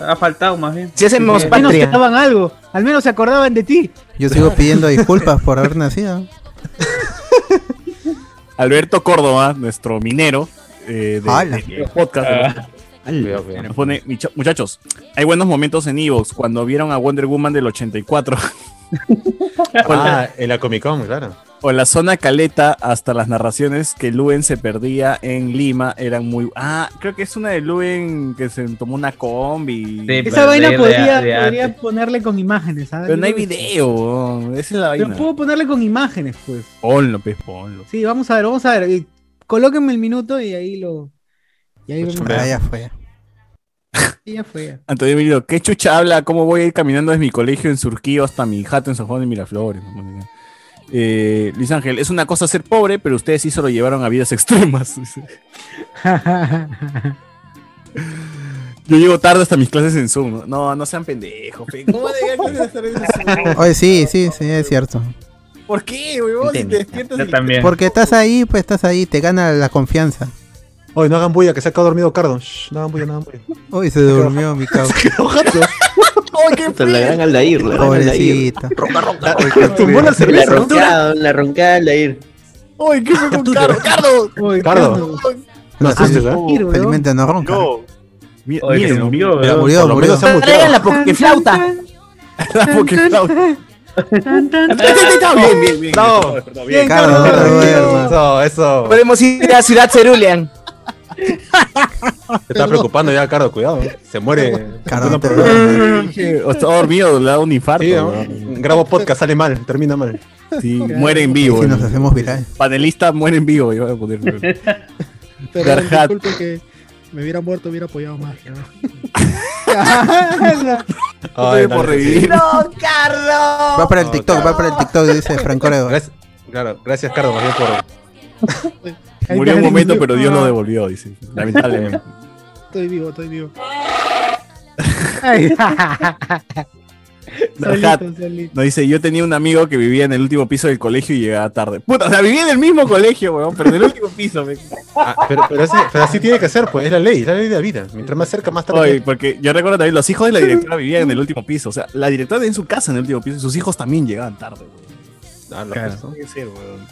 [SPEAKER 12] Ha faltado más bien.
[SPEAKER 7] Si hacemos
[SPEAKER 1] Al "Oh". menos te
[SPEAKER 7] patria.
[SPEAKER 1] daban algo, al menos se acordaban de ti.
[SPEAKER 4] Yo sigo pidiendo disculpas por haber nacido.
[SPEAKER 3] Alberto Córdoba, nuestro minero eh, de,
[SPEAKER 4] Ala.
[SPEAKER 3] de- de podcast.
[SPEAKER 12] Ah.
[SPEAKER 2] Cuidado, cuidado.
[SPEAKER 3] Nos pone, "Micha- muchachos, hay buenos momentos en Evox cuando vieron a Wonder Woman del 84
[SPEAKER 2] Ah, en la Comic Con, claro.
[SPEAKER 3] o la zona Caleta hasta las narraciones que Luen se perdía en Lima eran muy... Ah, creo que es una de Luen que se tomó una combi.
[SPEAKER 12] Sí,
[SPEAKER 1] Esa vaina
[SPEAKER 12] de- de-
[SPEAKER 1] podría,
[SPEAKER 12] de arte.
[SPEAKER 1] podría ponerle con imágenes, ¿sabes?
[SPEAKER 3] Pero no hay
[SPEAKER 1] Yo creo que-
[SPEAKER 3] video, esa es la
[SPEAKER 1] Pero
[SPEAKER 3] vaina.
[SPEAKER 1] puedo ponerle con imágenes, pues.
[SPEAKER 3] Ponlo, pues, ponlo.
[SPEAKER 1] Sí, vamos a ver, vamos a ver. Y Colóquenme el minuto y ahí lo. Y ahí vemos.
[SPEAKER 4] Ah, ya fue.
[SPEAKER 1] Sí, ya fue. ya.
[SPEAKER 3] Antonio Emilio, ¿qué chucha habla? ¿Cómo voy a ir caminando desde mi colegio en Surquillo hasta mi jato en San Juan de Miraflores? Eh, Luis Ángel, es una cosa ser pobre, pero ustedes sí se lo llevaron a vidas extremas. dice. Yo llego tarde hasta mis clases en Zoom. ¿no? No, no sean pendejos. pe. ¿Cómo van a llegar clases hasta en Zoom?
[SPEAKER 4] Oye, sí, sí, sí, es cierto.
[SPEAKER 3] ¿Por qué, huevón? Si te despiertas
[SPEAKER 12] Yo
[SPEAKER 3] y-
[SPEAKER 12] también.
[SPEAKER 4] Porque estás ahí, pues estás ahí, te gana la confianza.
[SPEAKER 2] Oye, no hagan bulla, que se ha quedado dormido Cardo. Shh, no hagan bulla, no hagan bulla.
[SPEAKER 4] Uy, se durmió mi causa.
[SPEAKER 3] ¡Ay, qué
[SPEAKER 6] Puta, La gran Aldair, la gran Aldair.
[SPEAKER 4] Pobrecito.
[SPEAKER 2] Tumbó la
[SPEAKER 6] La
[SPEAKER 2] cerveza, ¿no?
[SPEAKER 6] roncada, la roncada Aldair.
[SPEAKER 3] ¡Ay, qué fue con Cardo! ¡Cardo!
[SPEAKER 1] Uy,
[SPEAKER 2] Cardo. No,
[SPEAKER 4] No,
[SPEAKER 2] sí, sí,
[SPEAKER 4] sí,
[SPEAKER 2] sí.
[SPEAKER 1] Mira, weón.
[SPEAKER 4] Felizmente no ronca.
[SPEAKER 3] No. Mi-
[SPEAKER 12] Oye, que se
[SPEAKER 3] Miren,
[SPEAKER 12] murió,
[SPEAKER 4] Ya
[SPEAKER 12] weón.
[SPEAKER 4] murió,
[SPEAKER 2] lo
[SPEAKER 4] murió.
[SPEAKER 2] menos se ha muteado.
[SPEAKER 7] la pokeflauta.
[SPEAKER 3] la Pokeflauta. Bien, bien, bien.
[SPEAKER 2] No.
[SPEAKER 3] Despertó, bien.
[SPEAKER 4] Cardo, no te duermas.
[SPEAKER 2] Eso, eso.
[SPEAKER 7] Podemos ir a Ciudad Cerulean.
[SPEAKER 2] Te está preocupando ya, Cardo, cuidado. eh. Se muere.
[SPEAKER 4] Cardo, no te duermas.
[SPEAKER 3] Dije, o está dormido, le ha dado un infarto.
[SPEAKER 2] Sí, ¿no?
[SPEAKER 3] weón.
[SPEAKER 2] Grabo podcast, sale mal, termina mal.
[SPEAKER 3] Sí, muere en vivo.
[SPEAKER 4] Si nos
[SPEAKER 3] ¿no?
[SPEAKER 4] hacemos viral.
[SPEAKER 3] Panelista muere en vivo. Yo voy a poner, weón.
[SPEAKER 5] Pero
[SPEAKER 3] Garjat.
[SPEAKER 5] disculpen que me hubiera muerto, hubiera apoyado más. ¿no?
[SPEAKER 2] Ay,
[SPEAKER 3] por
[SPEAKER 2] dale, sí.
[SPEAKER 3] revivir.
[SPEAKER 7] ¡No, Carlos!
[SPEAKER 4] Va para el TikTok, va para el TikTok, dice Franco Oredo.
[SPEAKER 2] Gracias, claro, gracias, Cardo, más bien por.
[SPEAKER 3] Murió un momento, pero Dios lo devolvió, dice. Lamentablemente.
[SPEAKER 5] Estoy vivo, estoy vivo.
[SPEAKER 1] Ay,
[SPEAKER 3] Darhat
[SPEAKER 5] Solito, solito.
[SPEAKER 3] nos dice, yo tenía un amigo que vivía en el último piso del colegio y llegaba tarde. Puta, o sea, vivía en el mismo colegio, weón, pero en el último piso. me-
[SPEAKER 2] Ah, pero, pero, así, pero así tiene que ser, pues, es la ley, es la ley de la vida. Mientras más cerca, más tarde.
[SPEAKER 3] Oye, porque yo recuerdo también, los hijos de la directora vivían en el último piso. O sea, la directora tenía en su casa en el último piso y sus hijos también llegaban tarde, weón.
[SPEAKER 2] Ah, la
[SPEAKER 1] Claro.
[SPEAKER 2] justo.
[SPEAKER 3] Puede ser, weón.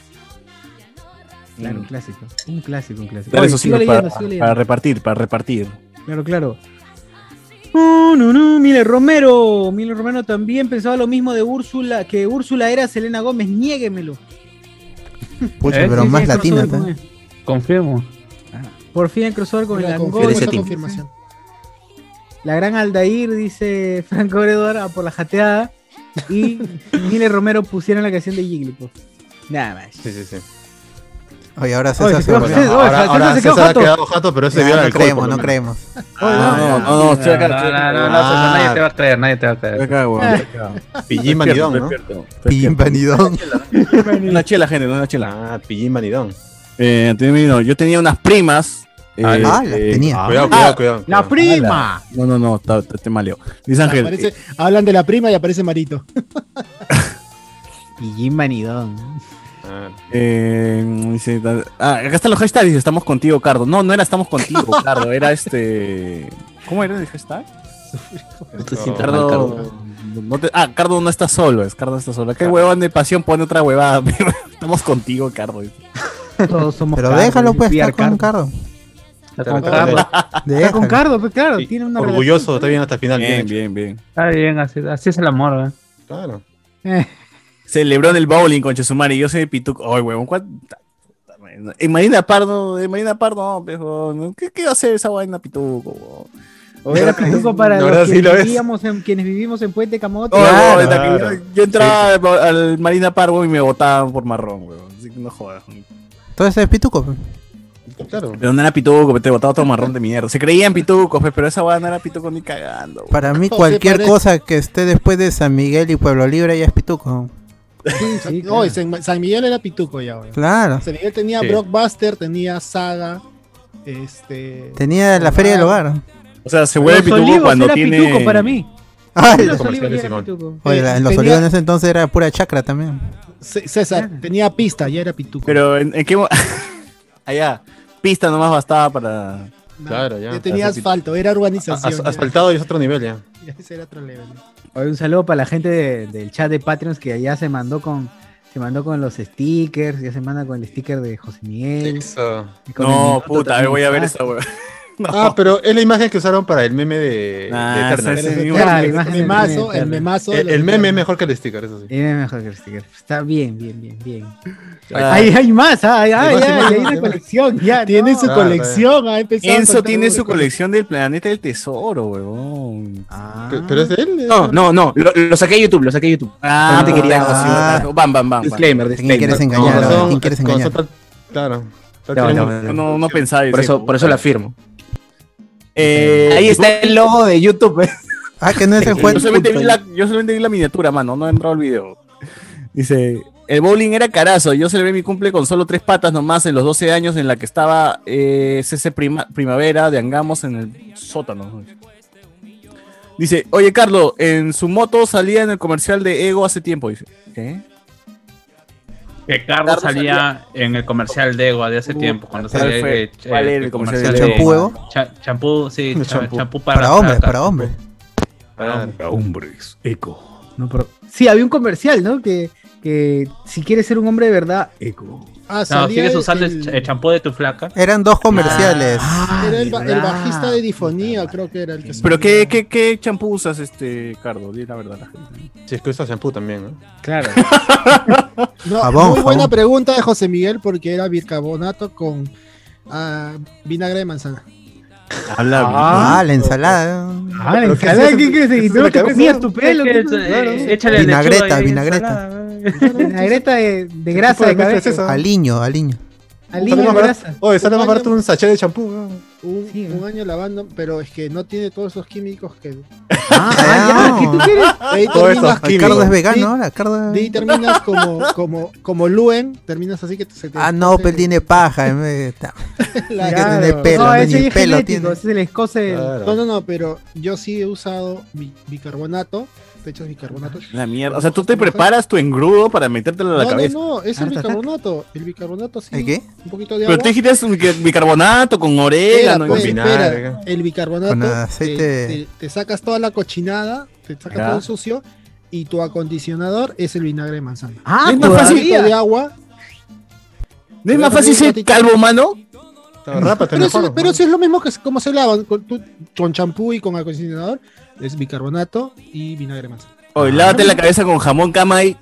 [SPEAKER 1] Claro, un clásico. Un clásico, un clásico.
[SPEAKER 3] Dale
[SPEAKER 1] Oye,
[SPEAKER 3] esos
[SPEAKER 1] sigo
[SPEAKER 3] hijos
[SPEAKER 1] leyendo,
[SPEAKER 3] para,
[SPEAKER 1] sigo
[SPEAKER 3] para
[SPEAKER 1] leyendo.
[SPEAKER 3] repartir, para repartir.
[SPEAKER 1] Claro, claro. No, no, no, Miller Romero. Miller Romero también pensaba lo mismo de Úrsula, que Úrsula era Selena Gómez, niéguemelo.
[SPEAKER 4] Pucha,
[SPEAKER 12] Eh,
[SPEAKER 4] pero
[SPEAKER 1] Sí, sí,
[SPEAKER 4] más
[SPEAKER 1] hay
[SPEAKER 4] latina.
[SPEAKER 1] crossover
[SPEAKER 4] ¿tá?
[SPEAKER 1] con él.
[SPEAKER 12] Confirmo.
[SPEAKER 1] Por fin hay crossover con el
[SPEAKER 5] Mira,
[SPEAKER 1] Angol.
[SPEAKER 5] confirmo esa
[SPEAKER 7] team.
[SPEAKER 5] confirmación.
[SPEAKER 1] La gran Aldair, dice Franco Bredor, a por la jateada. Y Mile Romero pusieron la canción de Jigglypuff. Nada más.
[SPEAKER 2] Sí, sí, sí.
[SPEAKER 4] Oye, ahora César se
[SPEAKER 2] quedó-
[SPEAKER 4] volvió-
[SPEAKER 2] César- ahora- ahora César ha quedado jato, pero ese
[SPEAKER 4] Ya,
[SPEAKER 2] vio
[SPEAKER 4] No
[SPEAKER 2] alcohol,
[SPEAKER 4] creemos,
[SPEAKER 2] por lo
[SPEAKER 4] no
[SPEAKER 2] menos.
[SPEAKER 4] creemos.
[SPEAKER 2] Ah,
[SPEAKER 12] no,
[SPEAKER 2] no, no, estoy acá, estoy acá.
[SPEAKER 12] no, no, no,
[SPEAKER 4] Ah.
[SPEAKER 12] César, nadie te va a creer, nadie te va a Eh,
[SPEAKER 3] Estoy
[SPEAKER 12] creer.
[SPEAKER 3] acá, huevón, estoy acá.
[SPEAKER 2] Pillín Manidón, ¿no?
[SPEAKER 4] Pillín Manidón.
[SPEAKER 3] Una chela, gente, una chela.
[SPEAKER 2] Ah, Pillín Manidón.
[SPEAKER 3] Eh, termino. Yo tenía unas primas. eh,
[SPEAKER 2] Ah, las
[SPEAKER 3] eh,
[SPEAKER 2] tenía. Cuidado, cuidado, cuidado,
[SPEAKER 5] ¡La prima!
[SPEAKER 3] No, no, no, ta- ta- te maleo. Dice Ángel.
[SPEAKER 5] Aparece- hablan de la prima y aparece Marito.
[SPEAKER 1] Pillín Manidón.
[SPEAKER 2] Ah.
[SPEAKER 3] Eh, dice, ah, acá están los hashtags, dice, estamos contigo, Cardo. No, no era estamos contigo, Cardo, era este... ¿Cómo era el hashtag?
[SPEAKER 11] No te sientas mal,
[SPEAKER 3] Cardo,
[SPEAKER 11] Cardo.
[SPEAKER 3] no te- ah, Cardo no está solo, es Cardo no está solo. Qué huevón de pasión pone otra huevada. estamos contigo, Cardo.
[SPEAKER 1] Todos somos
[SPEAKER 4] Pero
[SPEAKER 3] Cardo,
[SPEAKER 4] déjalo,
[SPEAKER 3] yo
[SPEAKER 4] pues,
[SPEAKER 3] fui
[SPEAKER 4] está
[SPEAKER 3] al
[SPEAKER 4] con Cardo.
[SPEAKER 2] Está con Cardo.
[SPEAKER 4] Déjalo.
[SPEAKER 1] Con Cardo, pues claro, tiene una
[SPEAKER 2] Orgulloso, está bien hasta el final.
[SPEAKER 3] Bien, bien,
[SPEAKER 2] Bien,
[SPEAKER 3] bien.
[SPEAKER 12] Está bien, así, así es el amor, ¿eh?
[SPEAKER 2] Claro.
[SPEAKER 3] Celebró en el bowling con Chesumari. Yo soy Pituco. Ay, huevón, ¿cuál? En Marina Pardo, en Marina Pardo, no, pejo, no. ¿Qué, ¿qué va a hacer esa vaina Pituco? huevón?
[SPEAKER 1] Era Pituco para
[SPEAKER 3] La
[SPEAKER 1] los
[SPEAKER 3] verdad,
[SPEAKER 1] que
[SPEAKER 3] sí lo es.
[SPEAKER 1] vivíamos en, quienes vivimos en Puente Camote.
[SPEAKER 4] Oh,
[SPEAKER 3] No, no, la que yo, yo entraba al, al Marina Parvo y me botaban por marrón, weón. Así que no jodas.
[SPEAKER 4] Entonces es pituco. pe.
[SPEAKER 2] Claro.
[SPEAKER 3] Pero no era pituco, te botaba todo marrón de mierda. Se creían pitucos, pe, pero esa weá no era pituco ni cagando. weón.
[SPEAKER 4] Para mí
[SPEAKER 3] No,
[SPEAKER 4] cualquier
[SPEAKER 3] se
[SPEAKER 4] cosa que esté después de San Miguel y Pueblo Libre ya es pituco.
[SPEAKER 5] No, y San, San Miguel era pituco ya, güey.
[SPEAKER 4] Claro.
[SPEAKER 5] San Miguel tenía
[SPEAKER 4] Sí.
[SPEAKER 5] Blockbuster, tenía Saga, este...
[SPEAKER 4] Tenía la feria del hogar.
[SPEAKER 3] parece. O sea, se vuelve pituco cuando tiene.
[SPEAKER 4] Ay,
[SPEAKER 5] Los
[SPEAKER 4] los
[SPEAKER 5] Olivos
[SPEAKER 4] olivos
[SPEAKER 5] ya era pituco.
[SPEAKER 4] Oye, la- en los
[SPEAKER 5] Tenía-
[SPEAKER 4] olivos en ese entonces era pura chacra también.
[SPEAKER 5] C- César, tenía pista, ya era pituco.
[SPEAKER 3] Pero en, en qué. mo- Allá, pista nomás bastaba para.
[SPEAKER 2] Claro, ya.
[SPEAKER 5] Ya tenía
[SPEAKER 2] Así-
[SPEAKER 5] asfalto, era urbanización.
[SPEAKER 2] as-
[SPEAKER 5] ya.
[SPEAKER 2] Asfaltado y es otro nivel ya.
[SPEAKER 5] Ya, ese era otro level.
[SPEAKER 1] Oye, un saludo para la gente de- del chat de Patreons que allá se mandó con se mandó con los stickers, ya se manda con el sticker de José Miguel.
[SPEAKER 2] Eso.
[SPEAKER 1] Y con el
[SPEAKER 3] No,
[SPEAKER 1] minuto
[SPEAKER 3] puta, a ver,
[SPEAKER 1] también
[SPEAKER 3] voy a ver
[SPEAKER 1] está.
[SPEAKER 3] esa weá.
[SPEAKER 2] Ah, pero es la imagen que usaron para el meme de, de
[SPEAKER 3] Ah,
[SPEAKER 2] Eternals.
[SPEAKER 3] sí, sí,
[SPEAKER 2] El-
[SPEAKER 3] sí. Ah, la
[SPEAKER 2] el
[SPEAKER 3] imagen
[SPEAKER 5] del meme de Eternals.
[SPEAKER 2] El, el meme es mejor que el sticker, eso sí.
[SPEAKER 1] El meme es mejor que el sticker. Está bien, bien, bien, bien.
[SPEAKER 2] Ah.
[SPEAKER 1] Hay, hay más, ah, hay, hay,
[SPEAKER 2] más, hay
[SPEAKER 1] hay,
[SPEAKER 2] más,
[SPEAKER 1] hay
[SPEAKER 2] hay
[SPEAKER 1] una
[SPEAKER 2] más.
[SPEAKER 1] colección. Ya,
[SPEAKER 5] Tiene
[SPEAKER 1] no.
[SPEAKER 3] Ah,
[SPEAKER 5] su colección,
[SPEAKER 2] eh.
[SPEAKER 1] ah,
[SPEAKER 5] ha empezado.
[SPEAKER 3] Enzo
[SPEAKER 5] con-
[SPEAKER 3] tiene su colección del planeta del tesoro, weón.
[SPEAKER 2] Pero es de él.
[SPEAKER 7] No, no, no. Lo, lo saqué de YouTube, lo saqué de YouTube.
[SPEAKER 3] Ah,
[SPEAKER 7] no te quería.
[SPEAKER 3] ah, bam, bam, bam.
[SPEAKER 7] Disclaimer,
[SPEAKER 3] ¿A quién
[SPEAKER 7] disclaimer.
[SPEAKER 3] quieres engañar?
[SPEAKER 7] Con
[SPEAKER 3] ¿A
[SPEAKER 7] razón,
[SPEAKER 3] quién quieres
[SPEAKER 7] con
[SPEAKER 3] engañar?
[SPEAKER 7] razón,
[SPEAKER 2] Claro.
[SPEAKER 7] No, no, no.
[SPEAKER 3] No, no pensaba
[SPEAKER 7] Por
[SPEAKER 3] sí,
[SPEAKER 7] eso, por eso la firmo.
[SPEAKER 3] Eh,
[SPEAKER 7] Ahí está el logo de YouTube.
[SPEAKER 4] Ah, que no es el
[SPEAKER 3] Yo
[SPEAKER 4] juego.
[SPEAKER 3] solamente, vi la, yo solamente vi la miniatura, mano, no he entrado al video. Dice, el bowling era carazo, yo celebré mi cumple con solo tres patas nomás en los 12 años en la que estaba eh, CC Prima- Primavera de Angamos en el sótano. Dice, oye Carlos, en su moto salía en el comercial de Ego hace tiempo. Dice, ¿qué?
[SPEAKER 12] Que Carlos salía en el comercial de Ego de hace tiempo, cuando
[SPEAKER 3] ¿cuál
[SPEAKER 12] salía
[SPEAKER 3] fue?
[SPEAKER 12] eh,
[SPEAKER 3] ¿Cuál era el comercial de
[SPEAKER 12] de-
[SPEAKER 3] Ego?
[SPEAKER 16] eh?
[SPEAKER 12] Cha- Champú, sí,
[SPEAKER 3] El
[SPEAKER 12] cha-
[SPEAKER 3] champú.
[SPEAKER 12] champú. para,
[SPEAKER 4] Para hombres,
[SPEAKER 12] para-
[SPEAKER 4] para hombres.
[SPEAKER 2] Ah,
[SPEAKER 10] Para hombres, eco.
[SPEAKER 1] No, pero- Sí, había un comercial, ¿no? Que, que si quieres ser un hombre de verdad.
[SPEAKER 5] Ah,
[SPEAKER 12] No,
[SPEAKER 5] salía
[SPEAKER 12] sigues
[SPEAKER 5] el-
[SPEAKER 12] usando el ch- el champú de tu flaca.
[SPEAKER 4] Eran dos comerciales.
[SPEAKER 1] Ah,
[SPEAKER 3] Ah,
[SPEAKER 5] Era el, ba-
[SPEAKER 2] Ah,
[SPEAKER 5] el
[SPEAKER 4] ¿verdad?
[SPEAKER 5] bajista de difonía, creo que era el que
[SPEAKER 3] ¿Pero qué, qué, qué champú usas, este, Cardo? Di la verdad. a la gente.
[SPEAKER 2] Si es que usa shampoo también, ¿no?
[SPEAKER 1] Claro.
[SPEAKER 5] No,
[SPEAKER 3] Jabón,
[SPEAKER 5] muy buena
[SPEAKER 3] jabón.
[SPEAKER 5] pregunta de José Miguel, porque era bicarbonato con ah, vinagre de manzana.
[SPEAKER 3] Habla
[SPEAKER 4] Ah, la ensalada.
[SPEAKER 1] Ah, la ensalada, ¿qué crees? Y tú no te comías tu pelo.
[SPEAKER 12] Es que,
[SPEAKER 1] tú-
[SPEAKER 12] eh,
[SPEAKER 1] claro.
[SPEAKER 12] échale lechuga
[SPEAKER 4] Vinagreta,
[SPEAKER 12] ahí,
[SPEAKER 4] vinagreta.
[SPEAKER 1] Vinagreta de, de grasa
[SPEAKER 2] tipo de
[SPEAKER 1] de
[SPEAKER 2] mezcla es
[SPEAKER 1] cabeza.
[SPEAKER 2] esa?
[SPEAKER 4] Aliño, aliño.
[SPEAKER 1] Aliño
[SPEAKER 2] Sale más
[SPEAKER 1] de
[SPEAKER 2] barato-
[SPEAKER 1] grasa.
[SPEAKER 2] Oye, sale más barato un sachet de champú. weón.
[SPEAKER 5] Un, un año lavando, pero es que no tiene todos esos químicos que.
[SPEAKER 4] Ah, no.
[SPEAKER 5] Ahí
[SPEAKER 4] Todo eso.
[SPEAKER 5] terminas-
[SPEAKER 4] Ay, Cardo es
[SPEAKER 5] Di-
[SPEAKER 4] vegano ahora. Cardo...
[SPEAKER 5] Di, terminas como, como, como Luen, terminas así que se te.
[SPEAKER 4] Ah, no, pero tiene paja. eh, en vez de-
[SPEAKER 5] La-
[SPEAKER 4] Tiene pelo,
[SPEAKER 1] no,
[SPEAKER 4] ni
[SPEAKER 1] ese es
[SPEAKER 4] pelo
[SPEAKER 1] genético,
[SPEAKER 4] tiene.
[SPEAKER 1] ese es el escoce.
[SPEAKER 5] No, no, no, pero yo sí he usado bi- bicarbonato. Te echas bicarbonato.
[SPEAKER 3] La mierda. O sea, tú te preparas tu engrudo para metértelo en la
[SPEAKER 5] no,
[SPEAKER 3] cabeza.
[SPEAKER 5] no, no, es el bicarbonato. El bicarbonato sí.
[SPEAKER 3] ¿El qué?
[SPEAKER 5] Un poquito de agua.
[SPEAKER 3] Pero tú dijiste es un bica- bicarbonato con
[SPEAKER 5] Espera,
[SPEAKER 3] orégano.
[SPEAKER 5] pues,
[SPEAKER 3] y-
[SPEAKER 5] espera, el bicarbonato
[SPEAKER 3] Con
[SPEAKER 5] te-
[SPEAKER 3] aceite.
[SPEAKER 5] Te, te sacas toda la cochinada, te sacas
[SPEAKER 3] Ya.
[SPEAKER 5] todo sucio y tu acondicionador es el vinagre de manzana.
[SPEAKER 1] Ah,
[SPEAKER 5] es
[SPEAKER 3] más
[SPEAKER 5] más
[SPEAKER 3] fácil.
[SPEAKER 5] fácil de agua.
[SPEAKER 3] ¿No es más fácil ser calvo, mano?
[SPEAKER 2] Rápate,
[SPEAKER 5] Pero eso,
[SPEAKER 2] mejor,
[SPEAKER 5] pero eso es lo mismo que es- como se lavan con, tú- con champú y con acondicionador, es bicarbonato y vinagre de manzana.
[SPEAKER 6] Ah.
[SPEAKER 3] Oye, lávate la cabeza con jamón cama y,